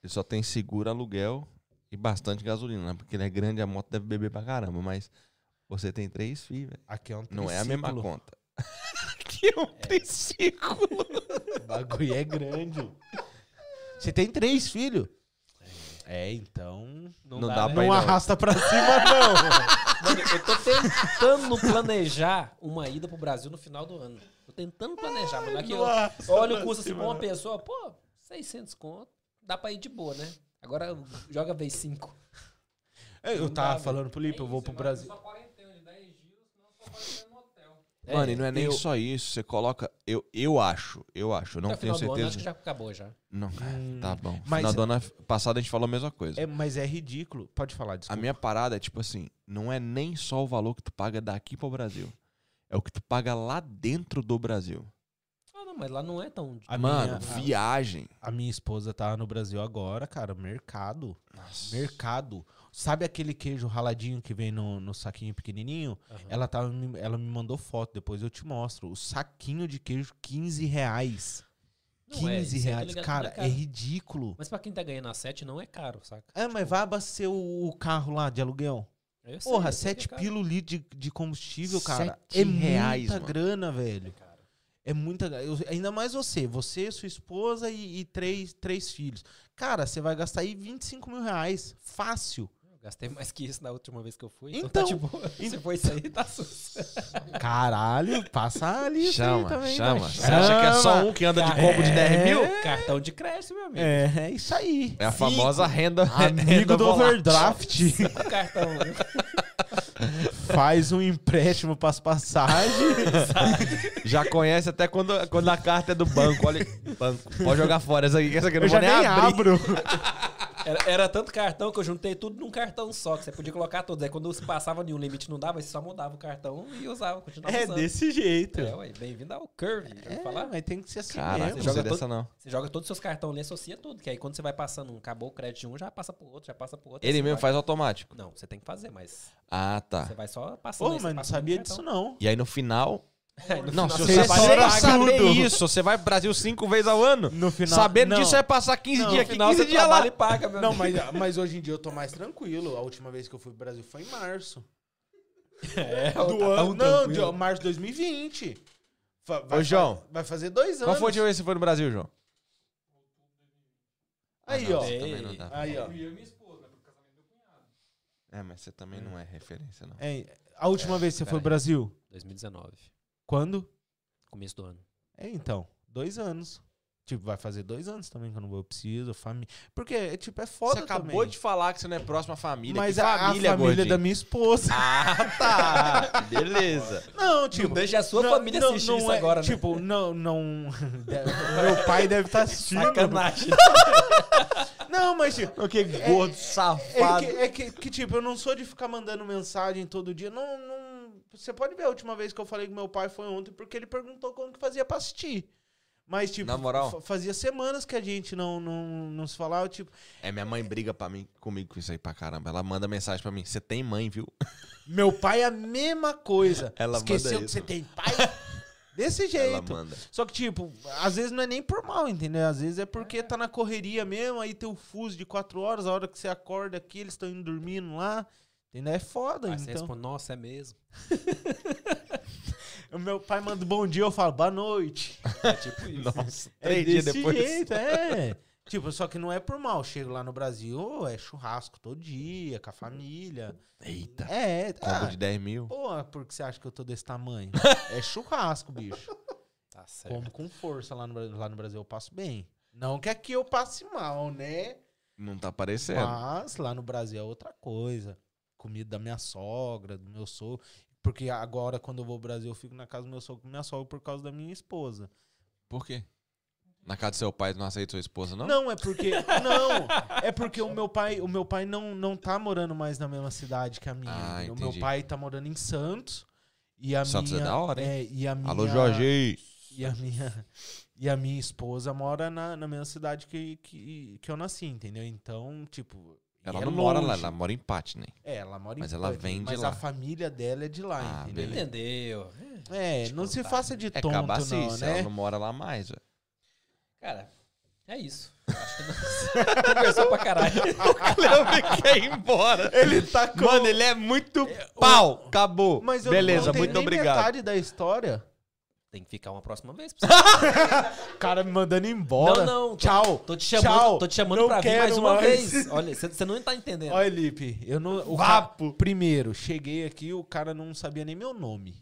Speaker 2: Ele só tem seguro, aluguel e bastante gasolina, né? Porque ele é grande, a moto deve beber pra caramba, mas você tem três filhos, velho.
Speaker 3: Aqui é um
Speaker 2: Não é a mesma
Speaker 3: triciclo.
Speaker 2: conta. que é um triciclo.
Speaker 3: O bagulho é grande. Você tem três filhos? É, então.
Speaker 2: Não, dá,
Speaker 1: né?
Speaker 2: pra ir
Speaker 3: Não
Speaker 2: não.
Speaker 3: arrasta pra cima, não.
Speaker 1: Mano, eu tô tentando planejar uma ida pro Brasil no final do ano. Tô tentando planejar, mano. Aqui eu olha o custo assim pra
Speaker 3: né?
Speaker 1: uma pessoa, pô, 600 conto, dá pra ir de boa, né? Agora joga vez 5.
Speaker 3: Eu
Speaker 1: Não dá,
Speaker 3: tava
Speaker 1: velho.
Speaker 3: falando pro Lipe, eu vou pro Brasil.
Speaker 16: Só quarentena de 10 dias, senão só quarentena no hotel.
Speaker 2: Mano, e não é nem
Speaker 1: eu-
Speaker 2: só isso. Você coloca. Eu, eu acho, eu acho. Eu não
Speaker 1: Até o
Speaker 2: tenho
Speaker 1: final do ano, acho
Speaker 2: certeza.
Speaker 1: que já acabou já.
Speaker 2: Não, tá bom.
Speaker 3: mas-
Speaker 2: Na dona passada a gente falou a mesma coisa.
Speaker 3: É, mas é ridículo. Pode falar,
Speaker 2: A
Speaker 3: desculpa.
Speaker 2: minha parada é tipo assim, não é nem só o valor que tu paga daqui pro Brasil. É o que tu paga lá dentro do Brasil.
Speaker 1: Ah, não, mas lá não é tão.
Speaker 3: A
Speaker 2: Mano,
Speaker 3: minha-
Speaker 2: viagem.
Speaker 3: A minha esposa tava no Brasil agora, cara. Mercado.
Speaker 2: Nossa.
Speaker 3: Mercado. Sabe aquele queijo raladinho que vem no, no saquinho pequenininho? Ela, tava, me- ela me mandou foto, depois eu te mostro. O saquinho de queijo, 15 reais.
Speaker 1: Não é,
Speaker 3: 15
Speaker 1: isso aí eu tô ligado
Speaker 3: reais.
Speaker 1: que não
Speaker 3: Cara,
Speaker 1: é
Speaker 3: é
Speaker 1: caro.
Speaker 3: ridículo.
Speaker 1: Mas pra quem tá ganhando a 7 não é caro, saca?
Speaker 3: É, mas vai abastecer o, o carro lá de aluguel?
Speaker 1: Eu sei,
Speaker 3: Porra,
Speaker 1: eu sei que é
Speaker 3: 7
Speaker 1: caro.
Speaker 3: pila o litro de, de combustível, cara.
Speaker 2: Sete
Speaker 3: é
Speaker 2: reais,
Speaker 3: muita
Speaker 2: mano.
Speaker 3: grana, velho. É muita grana. Eu- Ainda mais você. Você, sua esposa e, e três, três filhos. Cara, você vai gastar aí 25 mil reais. Fácil.
Speaker 1: Eu Gastei mais que isso na última vez que eu fui.
Speaker 3: Então,
Speaker 1: tá de boa. Se for isso aí, tá sucesso.
Speaker 3: Caralho, passa ali. isso aí
Speaker 2: Chama,
Speaker 3: também,
Speaker 2: chama.
Speaker 3: né?
Speaker 2: Você acha que é só
Speaker 3: Chama.
Speaker 2: um que anda de combo de 10 mil?
Speaker 1: É. Cartão de crédito, meu amigo.
Speaker 3: É, é isso aí.
Speaker 2: É a famosa renda.
Speaker 3: É Amigo do overdraft.
Speaker 1: O cartão. né?
Speaker 3: Faz um empréstimo pras passagens.
Speaker 2: Já conhece até quando, quando a carta é do banco. Olha, banco. Pode jogar fora essa aqui, que essa aqui eu não
Speaker 3: Eu
Speaker 2: vou
Speaker 3: já
Speaker 2: nem
Speaker 3: nem
Speaker 2: abrir.
Speaker 3: abro.
Speaker 1: Era, era tanto cartão que eu juntei tudo num cartão só, que você podia colocar todos. Aí quando você passava nenhum limite não dava, você só mudava o cartão e usava, continuava
Speaker 3: É
Speaker 1: usando.
Speaker 3: desse jeito.
Speaker 1: É, ué, bem-vindo ao Curve. já ouviu
Speaker 3: É,
Speaker 1: falar?
Speaker 3: mas tem que ser assim
Speaker 2: Caraca,
Speaker 3: mesmo.
Speaker 2: não
Speaker 1: Joga
Speaker 2: sei
Speaker 1: todo-
Speaker 2: dessa não.
Speaker 1: Você joga todos os seus cartões ali, associa tudo. Que aí quando você vai passando um, acabou o crédito de um, já passa pro outro, já passa pro outro.
Speaker 2: Ele
Speaker 1: assim
Speaker 2: mesmo
Speaker 1: vai.
Speaker 2: faz automático.
Speaker 1: Não, você tem que fazer, mas
Speaker 2: Ah, tá.
Speaker 1: você vai só passando.
Speaker 3: Pô,
Speaker 1: aí, você
Speaker 3: mas não
Speaker 1: passa no
Speaker 3: sabia
Speaker 1: cartão.
Speaker 3: disso não.
Speaker 2: E aí no final. Não, se
Speaker 1: final
Speaker 2: você
Speaker 3: você
Speaker 2: vai
Speaker 3: chora
Speaker 2: saber
Speaker 3: tudo.
Speaker 2: isso, você vai pro Brasil cinco vezes ao ano?
Speaker 3: No final-
Speaker 2: Sabendo
Speaker 3: não.
Speaker 2: disso, é passar 15
Speaker 3: Não,
Speaker 2: dias
Speaker 1: No
Speaker 2: aqui,
Speaker 1: final
Speaker 2: 15
Speaker 1: você
Speaker 2: dias lá.
Speaker 1: trabalha e paga, meu
Speaker 3: Não,
Speaker 1: amigo.
Speaker 3: mas, ah, mas hoje em dia eu tô mais tranquilo. A última vez que eu fui pro Brasil foi em março.
Speaker 1: É, tá
Speaker 3: Do
Speaker 1: tão
Speaker 3: ano. Não,
Speaker 1: tranquilo.
Speaker 3: de, março de 2020. Fa-
Speaker 2: Ô,
Speaker 3: fa-
Speaker 2: João.
Speaker 3: Vai fazer dois anos.
Speaker 2: Qual foi a última vez que você foi no Brasil, João?
Speaker 3: Aí, ó.
Speaker 1: Ei.
Speaker 2: Também Ah, não dá.
Speaker 3: Aí, ó.
Speaker 16: Eu ia e minha esposa, né? Pro casamento do cunhado.
Speaker 2: É, mas você também não é referência, não.
Speaker 3: É, a última vez que você
Speaker 1: pera
Speaker 3: foi pro
Speaker 1: aí.
Speaker 3: Brasil?
Speaker 1: 2019,
Speaker 3: Quando?
Speaker 1: começo do ano.
Speaker 3: É, então. Dois anos. Tipo, vai fazer dois anos também que eu não vou. Eu preciso, família. Porque, tipo, é
Speaker 2: Você
Speaker 3: foda
Speaker 2: acabou
Speaker 3: também.
Speaker 2: de falar que você não é próximo à família.
Speaker 3: Mas
Speaker 2: que
Speaker 3: a- a família, é
Speaker 2: gordinho?
Speaker 3: da minha esposa.
Speaker 2: Ah, tá. Beleza.
Speaker 3: Não,
Speaker 1: Não
Speaker 3: tipo.
Speaker 1: deixa a sua família assistir isso
Speaker 3: é-
Speaker 1: agora, né?
Speaker 3: Tipo, não, não. deve- Meu pai deve estar assistindo.
Speaker 1: Sacanagem.
Speaker 3: Não, mas tipo,
Speaker 17: Que gordo,
Speaker 3: É
Speaker 17: safado.
Speaker 3: que, é que- que, tipo, eu não sou de ficar mandando mensagem todo dia. Não, não- Você pode ver a última vez que eu falei com meu pai foi ontem, porque ele perguntou como que fazia pra assistir. Mas, tipo,
Speaker 2: Na moral?
Speaker 3: fa- fazia semanas que a gente não, não, não se falava, tipo.
Speaker 2: É, minha mãe briga pra mim, comigo com isso aí pra caramba. Ela manda mensagem pra mim. Você tem mãe, viu?
Speaker 3: Meu pai é a mesma coisa.
Speaker 2: Ela
Speaker 3: Esqueceu
Speaker 2: manda
Speaker 3: que
Speaker 2: isso.
Speaker 3: você tem pai? Desse
Speaker 2: Ela
Speaker 3: jeito.
Speaker 2: manda.
Speaker 3: Só que, tipo, às vezes não é nem por mal, entendeu? Às vezes é porque tá na correria mesmo, aí tem o fuso de quatro horas, a hora que você acorda aqui, eles estão indo dormindo lá. Entendeu? É foda,
Speaker 1: Aí você
Speaker 3: então.
Speaker 1: responde, nossa, é mesmo.
Speaker 3: O meu pai manda bom dia, eu falo boa noite.
Speaker 1: É tipo isso.
Speaker 2: Nossa,
Speaker 3: É
Speaker 2: três dias
Speaker 3: desse
Speaker 2: depois.
Speaker 3: jeito, é. tipo, só que não é por mal. Chego lá no Brasil, é churrasco todo dia, com a família.
Speaker 2: Eita,
Speaker 3: É,
Speaker 2: combo
Speaker 3: ah,
Speaker 2: de 10 mil.
Speaker 3: Pô, por que você acha que eu tô desse tamanho? É churrasco, bicho.
Speaker 1: Tá certo.
Speaker 3: Como com força lá no, Bra- lá no Brasil eu passo bem. Não que aqui eu passe mal, né?
Speaker 2: Não tá aparecendo.
Speaker 3: Mas lá no Brasil é outra coisa. Comida da minha sogra, do meu sogro. Porque agora, quando eu vou ao Brasil, eu fico na casa do meu sogro com minha sogra por causa da minha esposa.
Speaker 2: Por quê? Na casa do seu pai, não aceita sua esposa, não?
Speaker 3: Não, é porque. Não! É porque o meu pai, o meu pai não, não tá morando mais na mesma cidade que a minha.
Speaker 2: Ah,
Speaker 3: entendeu? o
Speaker 2: entendi.
Speaker 3: meu pai tá morando em Santos. E a
Speaker 2: Santos é
Speaker 3: minha,
Speaker 2: da hora, hein?
Speaker 3: é, e a minha,
Speaker 2: Alô, Jorge.
Speaker 3: E a minha, e a minha esposa mora na, na mesma cidade que, que, que eu nasci, entendeu? Então, tipo. e
Speaker 2: Ela
Speaker 3: é
Speaker 2: não mora lá,
Speaker 3: longe.
Speaker 2: ela mora em né? Patney.
Speaker 3: É, ela mora em
Speaker 2: mas ela
Speaker 3: Putney,
Speaker 2: vem de
Speaker 3: Mas
Speaker 2: lá.
Speaker 3: a família dela é de lá,
Speaker 2: Ah,
Speaker 3: entendeu?
Speaker 2: beleza.
Speaker 1: Entendeu?
Speaker 3: É, não se faça de
Speaker 2: É
Speaker 3: tonto, não,
Speaker 2: cabacice, ela
Speaker 3: né?
Speaker 2: não mora lá mais, velho.
Speaker 1: Cara, é isso. Acho que nós- Conversou pra caralho.
Speaker 2: Leandro quer ir embora. Ele tá com... Mano, ele é muito pau. Acabou.
Speaker 3: Mas eu
Speaker 2: Beleza,
Speaker 3: não contei
Speaker 2: muito
Speaker 3: nem
Speaker 2: obrigado.
Speaker 3: metade da história.
Speaker 1: Tem que ficar uma próxima vez. pra você.
Speaker 3: O cara me mandando embora.
Speaker 1: Não, não. Tô,
Speaker 3: Tchau.
Speaker 1: Tô te chamando,
Speaker 3: Tchau.
Speaker 1: tô te chamando
Speaker 3: Não
Speaker 1: pra vir
Speaker 3: quero
Speaker 1: mais uma
Speaker 3: mais.
Speaker 1: vez. Olha, você não tá entendendo.
Speaker 3: Olha, Lipe, eu não. O Vapo. primeiro, cheguei aqui, o cara não sabia nem meu nome.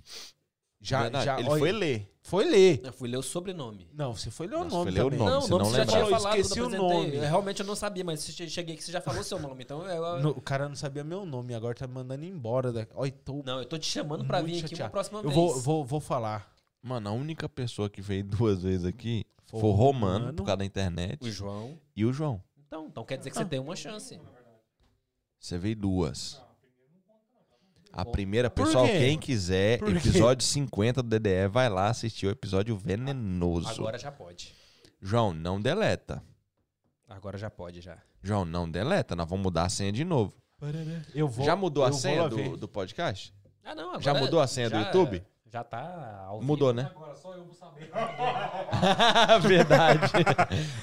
Speaker 3: Já,
Speaker 2: Verdade,
Speaker 3: já.
Speaker 2: ele
Speaker 3: olha,
Speaker 2: foi ler.
Speaker 3: foi ler.
Speaker 1: Eu fui ler o sobrenome.
Speaker 3: Não, você foi ler o
Speaker 2: Nossa,
Speaker 3: nome.
Speaker 2: foi ler o
Speaker 3: também.
Speaker 2: nome.
Speaker 1: não,
Speaker 2: você
Speaker 1: o nome
Speaker 2: não
Speaker 1: você já
Speaker 2: lembrava.
Speaker 1: tinha falado
Speaker 3: Esqueci
Speaker 1: quando eu
Speaker 3: o
Speaker 1: apresentei.
Speaker 3: nome.
Speaker 1: Eu realmente eu não sabia, mas che- cheguei aqui você já falou seu nome. Então eu- eu-
Speaker 3: No- o cara não sabia meu nome, agora tá me mandando embora. Da... Olha, tô.
Speaker 1: Não, eu tô te chamando pra
Speaker 3: Muito
Speaker 1: vir aqui uma
Speaker 3: chateado.
Speaker 1: próxima
Speaker 3: eu
Speaker 1: vez.
Speaker 3: vou, vou, vou falar.
Speaker 2: Mano, a única pessoa que veio duas vezes aqui
Speaker 3: Foi
Speaker 2: foi,
Speaker 3: o
Speaker 2: o Romano,
Speaker 3: Romano.
Speaker 2: por causa da internet,
Speaker 1: O João.
Speaker 2: e o João.
Speaker 1: Então, então quer dizer que você tem uma chance.
Speaker 2: Você veio duas. A primeira,
Speaker 3: Por
Speaker 2: pessoal,
Speaker 3: quê?
Speaker 2: quem quiser,
Speaker 3: Por quê?
Speaker 2: episódio 50 do DDE, vai lá assistir o episódio venenoso.
Speaker 1: Agora já pode.
Speaker 2: João, não deleta.
Speaker 1: Agora já pode, já.
Speaker 2: João, não deleta. Nós vamos mudar a senha de novo.
Speaker 3: Eu vou.
Speaker 2: Já mudou
Speaker 3: eu
Speaker 2: a
Speaker 3: vou
Speaker 2: senha
Speaker 3: lá ver.
Speaker 2: do, do podcast?
Speaker 1: Ah, não, agora
Speaker 2: Já mudou a senha do
Speaker 1: já-
Speaker 2: YouTube?
Speaker 1: Já tá ao vivo.
Speaker 2: Mudou, né?
Speaker 18: Agora só eu vou saber.
Speaker 2: Verdade.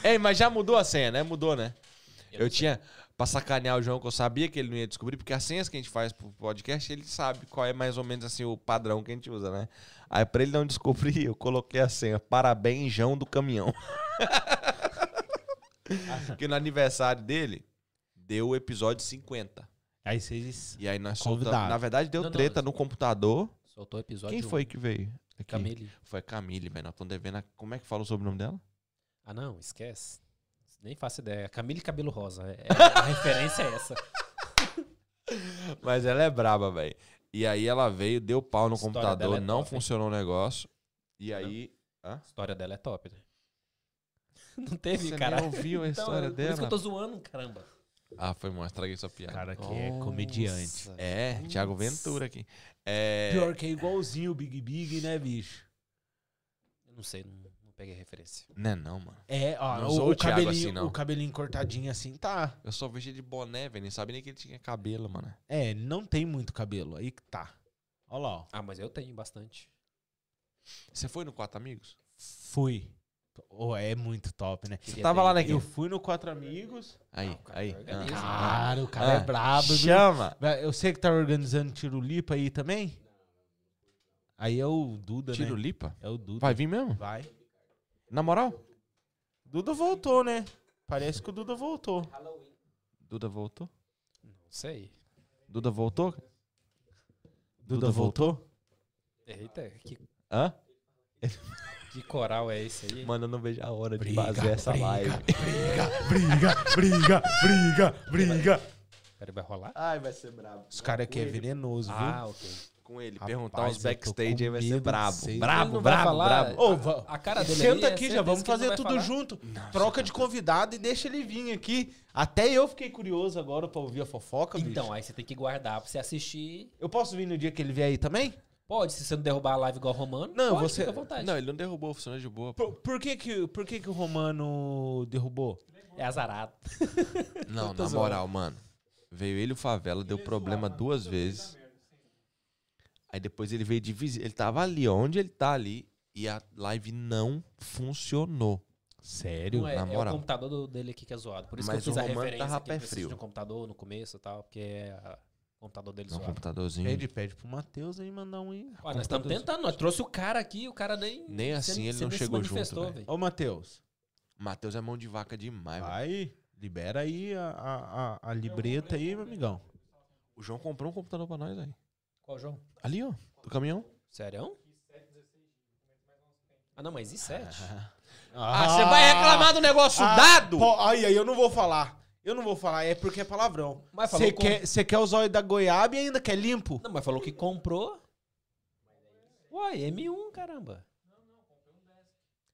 Speaker 2: Ei, mas já mudou a senha, né? Mudou, né? Eu tinha. Pra sacanear o João, que eu sabia que ele não ia descobrir, porque as senhas que a gente faz pro podcast, ele sabe qual é mais ou menos assim o padrão que a gente usa, né? Aí pra ele não descobrir, eu coloquei a senha. Parabéns, João do caminhão. porque no aniversário dele, deu o episódio 50.
Speaker 3: Aí vocês.
Speaker 2: E aí nós soltamos.
Speaker 3: Convidado.
Speaker 2: Na verdade, deu
Speaker 1: Não, não,
Speaker 2: treta
Speaker 1: não.
Speaker 2: no computador.
Speaker 1: Soltou o episódio.
Speaker 2: Quem
Speaker 1: um.
Speaker 2: foi que veio? aqui?
Speaker 1: Camille.
Speaker 2: Foi a Camille, velho. Nós estamos devendo. a- Como é que fala o sobrenome dela?
Speaker 1: Ah, não, esquece. Nem faço ideia. Camille Cabelo Rosa. É- é- a referência é essa.
Speaker 2: Mas ela é braba, velho. E aí ela veio, deu pau no
Speaker 1: História
Speaker 2: computador,
Speaker 1: dela é
Speaker 2: não
Speaker 1: top, hein?
Speaker 2: funcionou o negócio. E aí.
Speaker 1: A história dela é top, né? Não teve,
Speaker 2: Você
Speaker 1: cara. é
Speaker 2: nem ouviu a história
Speaker 1: Então, Por isso que
Speaker 2: dela?
Speaker 1: eu tô zoando, caramba.
Speaker 2: Ah, foi mal, estraguei sua piada.
Speaker 3: Cara que é comediante.
Speaker 2: É, Thiago Ventura aqui. É.
Speaker 3: Pior que é igualzinho o Big Big, né, bicho?
Speaker 1: Eu não sei, não, não peguei a referência.
Speaker 2: Não é não, mano.
Speaker 3: É,
Speaker 2: Não
Speaker 3: ó,
Speaker 2: sou
Speaker 3: o,
Speaker 2: o
Speaker 3: o,
Speaker 2: Thiago
Speaker 3: cabelinho,
Speaker 2: assim, não.
Speaker 3: o cabelinho cortadinho assim, tá.
Speaker 2: Eu só vejo ele de boné, velho. Nem sabia nem que ele tinha cabelo, mano.
Speaker 3: É, não tem muito cabelo. Aí que tá. Olha lá, ó.
Speaker 1: Ah, mas eu tenho bastante.
Speaker 2: Você foi no Quatro Amigos?
Speaker 3: Fui. Oh, é muito top, né?
Speaker 1: Queria
Speaker 2: tava
Speaker 1: ter
Speaker 2: lá
Speaker 1: ido.
Speaker 2: naquele-
Speaker 3: Eu fui no Quatro Amigos.
Speaker 2: Aí,
Speaker 1: Ah, o cara
Speaker 2: aí.
Speaker 1: organiza,
Speaker 2: ah.
Speaker 3: Cara, o cara
Speaker 2: Ah,
Speaker 3: é brabo. viu?
Speaker 2: Chama!
Speaker 3: Vai, Eu sei que tá organizando Tirulipa aí também. Aí é o Duda,
Speaker 2: Tiro
Speaker 3: né?
Speaker 2: Lipa?
Speaker 3: É o Duda.
Speaker 2: Vai vir mesmo?
Speaker 3: Vai.
Speaker 2: Na moral?
Speaker 3: Duda voltou, né? Parece que o Duda voltou.
Speaker 2: Duda voltou?
Speaker 1: Não sei.
Speaker 2: Duda voltou?
Speaker 3: Duda, voltou?
Speaker 1: Eita, que
Speaker 2: Hã?
Speaker 1: Que coral é esse aí?
Speaker 9: Mano, eu não vejo a hora de fazer essa live.
Speaker 1: Peraí, vai rolar?
Speaker 2: Ai, vai ser brabo.
Speaker 3: Os caras aqui é venenoso,
Speaker 1: Ah, ok.
Speaker 2: Com ele,
Speaker 3: Rapaz,
Speaker 2: perguntar os
Speaker 3: eu tô com
Speaker 2: backstage aí vai ser
Speaker 3: medo de
Speaker 2: brabo.
Speaker 3: ser.
Speaker 1: Ele
Speaker 9: Bravo,
Speaker 1: não vai
Speaker 9: bravo,
Speaker 1: falar-
Speaker 9: bravo.
Speaker 3: viu? Ô, va-
Speaker 1: A cara dele
Speaker 3: Senta
Speaker 1: ali, é
Speaker 3: aqui já,
Speaker 1: certeza
Speaker 3: vamos
Speaker 1: que ele
Speaker 3: fazer
Speaker 1: não vai
Speaker 3: tudo
Speaker 1: falar.
Speaker 3: junto. Troca de convidado e deixa ele vir aqui. Até eu fiquei curioso agora pra ouvir a fofoca, bicho.
Speaker 1: Então, aí você tem que guardar pra você assistir.
Speaker 3: Eu posso vir no dia que ele vier aí também?
Speaker 1: Pode, se você não derrubar a live igual o Romano.
Speaker 3: Não,
Speaker 1: pode,
Speaker 3: você-
Speaker 1: Fica à vontade.
Speaker 2: Não, ele não derrubou, funcionou de boa.
Speaker 3: Por, por que, que, por que que o Romano derrubou?
Speaker 1: É azarado.
Speaker 2: Não,
Speaker 3: tô
Speaker 2: na
Speaker 3: zoando.
Speaker 2: moral, mano. Veio ele e o Favela, deu problema duas vezes. Aí depois ele veio de visita. Ele tava ali, onde ele tá ali. E a live não funcionou.
Speaker 1: Não
Speaker 2: Sério?
Speaker 1: é,
Speaker 2: na
Speaker 1: é o
Speaker 2: moral.
Speaker 1: computador do- dele aqui que é zoado. Por isso
Speaker 2: Mas
Speaker 1: que eu
Speaker 2: o
Speaker 1: fiz a
Speaker 2: Romano
Speaker 1: referência
Speaker 2: tava
Speaker 1: que
Speaker 2: pé
Speaker 1: ele precisa
Speaker 2: frio.
Speaker 1: de um computador no começo e tal, porque é ah, o computador dele
Speaker 2: Não,
Speaker 1: zoado.
Speaker 2: Um computadorzinho.
Speaker 3: Pede, pede pro Matheus aí mandar um aí.
Speaker 1: Ó, nós estamos tentando, nós trouxe o cara aqui, o cara nem.
Speaker 2: Nem assim ele não
Speaker 1: se
Speaker 2: chegou
Speaker 1: manifestou,
Speaker 2: junto, né?
Speaker 1: velho.
Speaker 3: Ô, Matheus,
Speaker 2: Matheus é mão de vaca demais, velho.
Speaker 3: vai, libera aí a, a, a, a libreta aí, meu amigão.
Speaker 2: O João comprou um computador pra nós aí.
Speaker 1: Qual jogo?
Speaker 2: Ali, ó. Do caminhão.
Speaker 1: Sério? Ah, não, mas e 7?
Speaker 2: Ah, você vai reclamar do negócio
Speaker 1: Ah.
Speaker 2: dado?
Speaker 3: Ah, Pô, aí, aí eu não vou falar. Eu não vou falar, é porque é palavrão.
Speaker 1: Mas falou
Speaker 3: Você
Speaker 1: com-
Speaker 3: quer, cê quer o zóio da goiaba e ainda quer limpo?
Speaker 1: Não, mas falou que comprou. Uai, M1, caramba.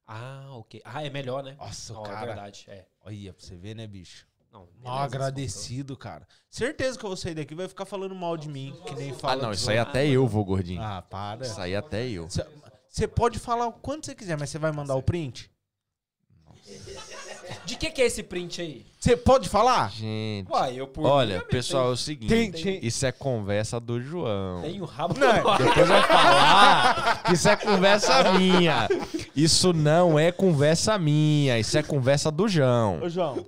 Speaker 1: Ah, ok. Ah, é melhor, né?
Speaker 3: Nossa,
Speaker 1: Não, é
Speaker 3: cara.
Speaker 1: verdade, é.
Speaker 3: Olha, pra você ver, né, bicho?
Speaker 1: Não,
Speaker 3: Mal
Speaker 1: beleza,
Speaker 3: agradecido, cara. Certeza que eu vou sair daqui e vai ficar falando mal de mim, que nem
Speaker 2: Ah,
Speaker 3: fala.
Speaker 2: não.
Speaker 3: dos
Speaker 2: Isso aí
Speaker 3: outros.
Speaker 2: até eu vou, gordinho.
Speaker 3: Ah, para.
Speaker 2: Isso aí até eu.
Speaker 3: Você pode falar o quanto você quiser, mas você vai
Speaker 1: Tá
Speaker 3: mandar o print?
Speaker 1: De que que é esse print aí?
Speaker 3: Você pode falar?
Speaker 2: Gente.
Speaker 1: Uai, eu por
Speaker 2: Olha, pessoal, é o seguinte.
Speaker 3: Tem- tem-
Speaker 2: Isso é conversa do João.
Speaker 1: Tem o rabo
Speaker 3: Não,
Speaker 1: no ar.
Speaker 2: Depois vai falar que isso é conversa minha. Isso não é conversa minha. Isso é conversa do João.
Speaker 3: Ô, João,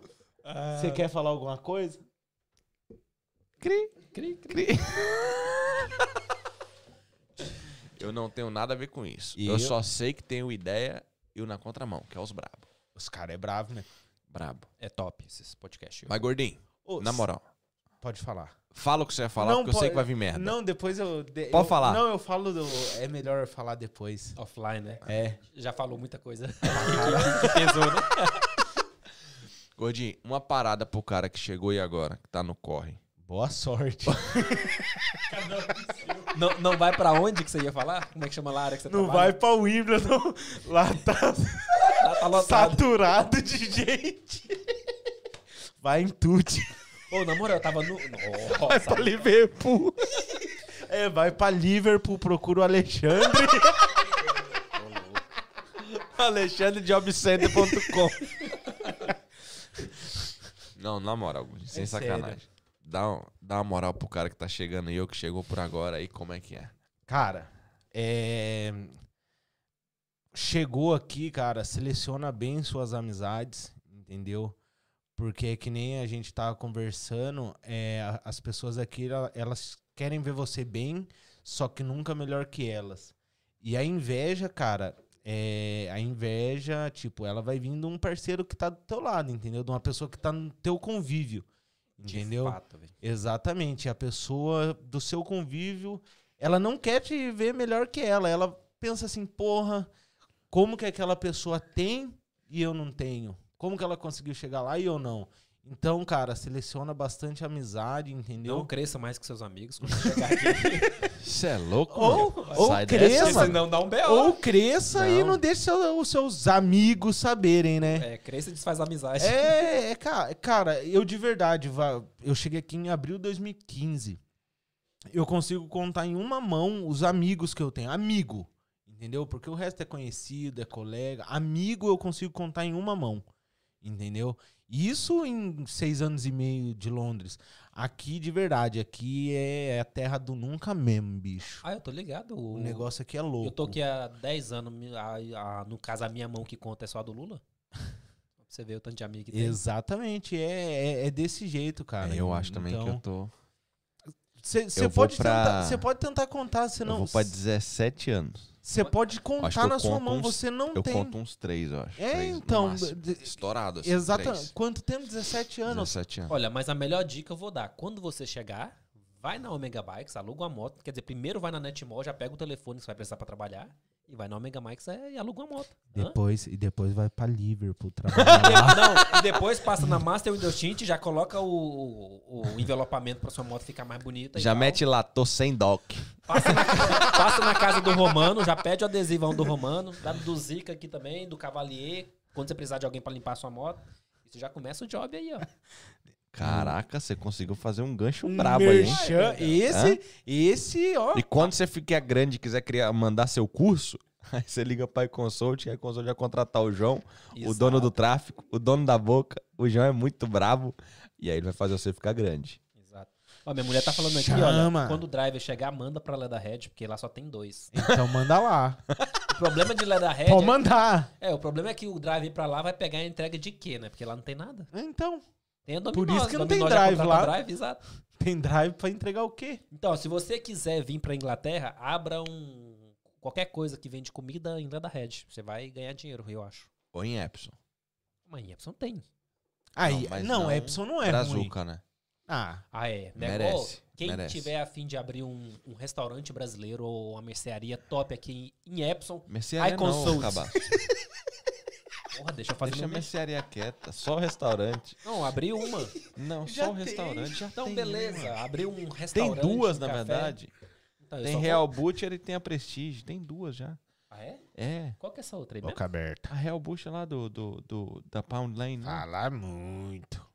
Speaker 3: você quer falar alguma coisa?
Speaker 2: Eu não tenho nada a ver com isso.
Speaker 3: E
Speaker 2: eu,
Speaker 3: eu?
Speaker 2: só sei que tenho ideia e o na contramão, que é os brabo.
Speaker 3: Os caras é bravo, né?
Speaker 2: Brabo.
Speaker 1: É top esses podcasts.
Speaker 2: Mas, gordinho,
Speaker 3: Ô,
Speaker 2: na moral,
Speaker 3: Pode falar.
Speaker 2: fala o que você vai falar,
Speaker 3: Não
Speaker 2: porque eu
Speaker 3: pode-
Speaker 2: sei que vai vir merda.
Speaker 3: Não, depois eu. de-
Speaker 2: Pode
Speaker 3: eu-
Speaker 2: falar.
Speaker 3: Não, eu falo. do- é melhor eu falar depois.
Speaker 1: Offline, né?
Speaker 3: É.
Speaker 1: Já falou muita coisa.
Speaker 2: Gordinho, uma parada pro cara que chegou e agora, que tá no corre.
Speaker 3: Boa sorte.
Speaker 1: não, não vai pra onde que você ia falar? Como é que chama lá a área que você
Speaker 3: Não vai
Speaker 1: trabalha?
Speaker 3: pra Wimbledon. Lá tá
Speaker 1: Lá tá lotado.
Speaker 3: saturado de gente. Vai em Tuti.
Speaker 1: Ô, na moral, eu tava no... Nossa.
Speaker 3: Liverpool. É, vai pra Liverpool, procura o Alexandre.
Speaker 2: AlexandreJobCenter.com Não, na moral, Gordinho, sem
Speaker 3: É sério.
Speaker 2: sacanagem. Dá, um- dá uma moral pro cara que tá chegando aí, ou que chegou por agora aí, como é que é?
Speaker 3: Cara, é... chegou aqui, cara, seleciona bem suas amizades, entendeu? Porque é que nem a gente tava conversando, é, a- as pessoas aqui, ela- elas querem ver você bem, só que nunca melhor que elas. E a inveja, cara, é, a inveja, tipo, ela vai vindo de um parceiro que tá do teu lado, entendeu? De uma pessoa que tá no teu convívio, entendeu?
Speaker 1: De fato, velho.
Speaker 3: Exatamente. A pessoa do seu convívio, ela não quer te ver melhor que ela. Ela pensa assim, porra, como que aquela pessoa tem e eu não tenho? Como que ela conseguiu chegar lá e eu não? Então, cara, seleciona bastante amizade, entendeu?
Speaker 1: Não cresça mais que seus amigos quando chegar
Speaker 3: É
Speaker 1: aqui.
Speaker 2: Você é louco,
Speaker 3: Ou-
Speaker 2: mano?
Speaker 3: ou
Speaker 2: Sai
Speaker 3: cresça,
Speaker 2: dessa,
Speaker 3: mano.
Speaker 1: Senão dá um B.O.
Speaker 3: Ou cresça e
Speaker 2: Não.
Speaker 3: não deixe seu- os seus amigos saberem, né?
Speaker 1: É, cresça e desfaz amizade.
Speaker 3: É, é, ca- cara, eu de verdade, va- eu cheguei aqui em abril de 2015. Eu consigo contar em uma mão os amigos que eu tenho. Amigo, entendeu? Porque o resto é conhecido, é colega. Amigo eu consigo contar em uma mão, entendeu? Isso em seis anos e meio de Londres. Aqui, de verdade, aqui é a terra do nunca mesmo, bicho.
Speaker 1: Ah, eu tô ligado.
Speaker 3: O negócio aqui é louco.
Speaker 1: Eu tô aqui há 10 anos. mi- a- a- no caso, a minha mão que conta é só a do Lula. Pra você ver o tanto de amigo que tem.
Speaker 3: Exatamente, é, é, é desse jeito, cara.
Speaker 2: Eu acho também que
Speaker 3: Então-
Speaker 2: eu tô.
Speaker 3: Você
Speaker 2: Eu vou
Speaker 3: pode,
Speaker 2: pra-
Speaker 3: tentar- cê pode tentar contar, você
Speaker 2: eu
Speaker 3: não.
Speaker 2: vou pra 17 anos.
Speaker 3: Você pode
Speaker 2: Acho que
Speaker 3: contar
Speaker 2: eu
Speaker 3: na sua
Speaker 2: conto
Speaker 3: mão,
Speaker 2: uns-
Speaker 3: você não
Speaker 2: eu
Speaker 3: tem.
Speaker 2: conto uns 3, eu acho.
Speaker 3: É,
Speaker 2: três no
Speaker 3: então,
Speaker 2: máximo.
Speaker 3: de-
Speaker 2: Estourado, assim.
Speaker 3: Exatamente.
Speaker 2: três.
Speaker 3: Quanto tempo? 17 anos.
Speaker 2: 17 anos.
Speaker 1: Olha, mas a melhor dica eu vou dar. Quando você chegar, Vai na Omega Bikes, aluga uma moto. Quer dizer, primeiro vai na Netmall, já pega o telefone que você vai precisar pra trabalhar. E vai na Omega Bikes é, e aluga uma moto. Hã? Ah,
Speaker 3: Depois, e depois vai pra Liverpool trabalhar.
Speaker 1: Não, e depois passa na Master Windows Tint, já coloca o, o, o envelopamento pra sua moto ficar mais bonita. e
Speaker 2: Já
Speaker 1: tal.
Speaker 2: mete lá, tô sem doc.
Speaker 1: Passa na, passa na casa do Romano, já pede o adesivão do Romano, dá do Zica aqui também, do Cavalier, quando você precisar de alguém pra limpar a sua moto. e Você já começa o job aí, ó.
Speaker 2: Caraca, você conseguiu fazer um gancho
Speaker 3: Um
Speaker 2: brabo aí, hein?
Speaker 3: merchan. Esse, esse, ó.
Speaker 2: E quando você ficar grande e quiser criar, mandar seu curso, aí você liga pra iConsult, e a iConsult vai contratar o João, o dono do tráfico, o dono da boca. O João é muito brabo e aí ele vai fazer você ficar grande.
Speaker 1: Exato. Ó, minha mulher tá falando aqui,
Speaker 3: Chama.
Speaker 1: olha, quando o driver chegar, manda pra Leatherhead, porque lá só tem dois.
Speaker 3: Então manda lá.
Speaker 1: O problema de Leatherhead
Speaker 3: Pode mandar.
Speaker 1: é, é, o problema é que o driver ir pra lá vai pegar a entrega de quê, né? Porque lá não tem nada.
Speaker 3: Então,
Speaker 1: Tem a
Speaker 3: Por
Speaker 1: Dominós,
Speaker 3: isso que não tem
Speaker 1: Dominós já
Speaker 3: drive
Speaker 1: contrata
Speaker 3: lá.
Speaker 1: drive, exato.
Speaker 3: tem drive pra entregar o quê?
Speaker 1: Então, se você quiser vir pra Inglaterra, abra um qualquer coisa que vende comida em Leatherhead. Você vai ganhar dinheiro, eu acho.
Speaker 2: Ou em Epson.
Speaker 1: Mas em Epson tem.
Speaker 3: Aí,
Speaker 2: Não, mas
Speaker 3: não,
Speaker 2: não
Speaker 3: Epson não é ruim.
Speaker 2: Brazuca, né?
Speaker 3: Ah,
Speaker 1: Ah, é.
Speaker 2: Merece,
Speaker 1: Negó- Quem
Speaker 2: merece.
Speaker 1: tiver a fim de abrir um, um restaurante brasileiro ou uma mercearia top aqui em Epson,
Speaker 2: Mercearia não,
Speaker 1: iConsult.
Speaker 2: cabaço.
Speaker 1: porra, deixa eu fazer
Speaker 2: Deixa a
Speaker 1: meu merchan.
Speaker 2: mercearia quieta, só o restaurante.
Speaker 1: Não, abriu uma.
Speaker 2: Não,
Speaker 19: Já
Speaker 2: só o
Speaker 19: tem.
Speaker 2: restaurante. Já
Speaker 1: Então,
Speaker 2: tem,
Speaker 1: beleza.
Speaker 2: né?
Speaker 1: Abriu um restaurante.
Speaker 2: Tem duas,
Speaker 1: um
Speaker 2: na
Speaker 1: café.
Speaker 2: verdade.
Speaker 1: Então, eu
Speaker 2: Tem
Speaker 1: só vou-
Speaker 2: Real Butcher e tem a Prestige. Tem duas já.
Speaker 1: Ah, é?
Speaker 2: É.
Speaker 1: Qual que é essa outra aí mesmo?
Speaker 3: boca aberta.
Speaker 2: A Real Butcher lá do, do, do- da Pound Lane, né?
Speaker 3: Fala muito.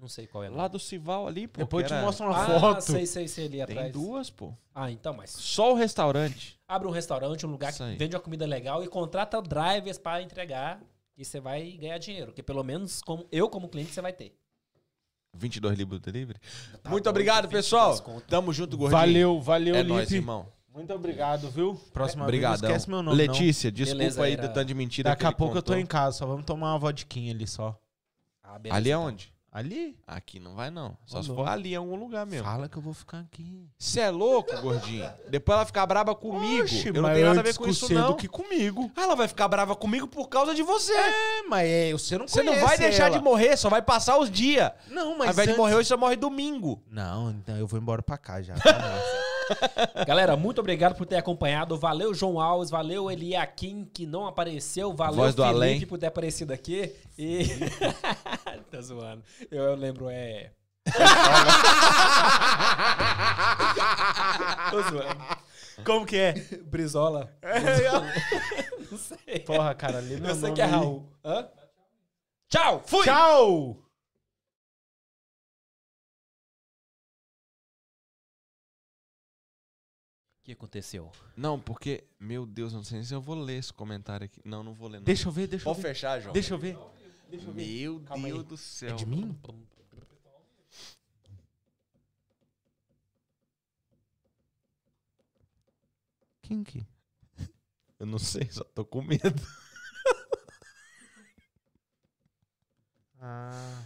Speaker 1: Não sei qual é. não.
Speaker 2: Lá do Cival ali, pô.
Speaker 3: Depois eu
Speaker 2: que
Speaker 3: te
Speaker 2: era-
Speaker 3: mostro uma
Speaker 1: ah,
Speaker 3: foto.
Speaker 1: sei, sei, sei ali
Speaker 2: Tem
Speaker 1: atrás.
Speaker 2: duas, pô.
Speaker 1: Ah, então, mas
Speaker 2: Só o restaurante.
Speaker 1: abre um restaurante, um lugar
Speaker 2: Isso
Speaker 1: que
Speaker 2: aí.
Speaker 1: vende uma comida legal e contrata drivers para entregar e você vai ganhar dinheiro, que pelo menos como eu como cliente você vai ter.
Speaker 2: 22 libras do delivery.
Speaker 1: Tá
Speaker 2: Muito
Speaker 1: doido,
Speaker 2: obrigado,
Speaker 1: 22
Speaker 2: pessoal.
Speaker 1: conto.
Speaker 2: Tamo junto, gordinho.
Speaker 3: Valeu, valeu,
Speaker 2: É
Speaker 3: Lipe.
Speaker 2: nóis, irmão.
Speaker 3: Muito obrigado, viu? Próxima vez
Speaker 2: Obrigadão.
Speaker 3: não esquece meu nome,
Speaker 2: Letícia, desculpa
Speaker 1: Beleza,
Speaker 2: aí
Speaker 1: era-
Speaker 2: do tanto de
Speaker 3: não.
Speaker 2: mentira
Speaker 3: Daqui
Speaker 2: que
Speaker 3: a
Speaker 2: ele
Speaker 3: pouco
Speaker 2: contou.
Speaker 3: eu tô em casa, só vamos tomar uma vodquinha ali só.
Speaker 1: Ah, beleza,
Speaker 2: Ali
Speaker 1: então.
Speaker 2: aonde?
Speaker 3: Ali?
Speaker 2: Aqui não vai, não. Só
Speaker 3: Ô,
Speaker 2: se
Speaker 3: louco.
Speaker 2: for ali em algum lugar mesmo.
Speaker 3: Fala que eu vou ficar aqui.
Speaker 2: Você é louco, gordinho? Depois ela fica brava comigo.
Speaker 3: Oxe,
Speaker 2: eu não
Speaker 3: mas
Speaker 2: tenho nada a ver
Speaker 3: antes
Speaker 2: com
Speaker 3: com
Speaker 2: isso,
Speaker 3: cedo
Speaker 2: não.
Speaker 3: que comigo.
Speaker 2: Ah, Ela vai ficar brava comigo por causa de você.
Speaker 3: É, mas é, você não
Speaker 2: você não vai deixar de morrer, só vai passar os dias.
Speaker 3: morrer. Não,
Speaker 2: Ao
Speaker 3: mas
Speaker 2: invés de morrer hoje, você morre domingo.
Speaker 3: Não, então eu vou embora pra cá já. Tá bom.
Speaker 1: Galera, muito obrigado por ter acompanhado. Valeu, João Alves. Valeu, Eliakim, que não apareceu. Valeu,
Speaker 2: Voz do
Speaker 1: Felipe,
Speaker 2: além.
Speaker 1: por ter aparecido aqui. E. tá zoando. Eu, eu lembro, é. Tô zoando.
Speaker 3: Como que é?
Speaker 1: Brizola. não sei.
Speaker 3: Porra, cara, ali
Speaker 1: Eu sei que é Raul. Hã? Tchau! Fui!
Speaker 3: Tchau!
Speaker 1: O que aconteceu?
Speaker 2: Não, porque, meu Deus, eu não sei nem se eu vou ler esse comentário aqui. Não, não vou ler. Não.
Speaker 3: Deixa eu ver, deixa eu
Speaker 2: Pode
Speaker 3: ver.
Speaker 2: fechar, João.
Speaker 3: Deixa eu ver.
Speaker 2: Meu
Speaker 3: Calma
Speaker 2: Deus
Speaker 3: aí.
Speaker 2: do céu.
Speaker 3: de mim? Quem que?
Speaker 2: Eu não sei, só tô com medo.
Speaker 3: Ah.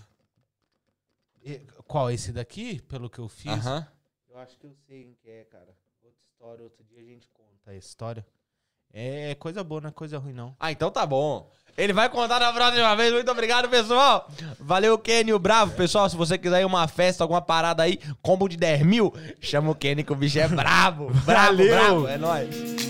Speaker 3: E- Qual, esse daqui? Pelo que eu fiz?
Speaker 2: Aham.
Speaker 3: Eu acho que eu sei quem que é, cara. Outra história, outro dia a gente conta a história. É coisa boa, não é coisa ruim, não.
Speaker 2: Ah, então tá bom. Ele vai contar na próxima vez. Muito obrigado, pessoal. Valeu, Kenny, o bravo. Pessoal, se você quiser ir uma festa, alguma parada aí, combo de 10 mil, chama o Kenny que o bicho é brabo. brabo,
Speaker 3: Valeu.
Speaker 2: brabo. É nóis.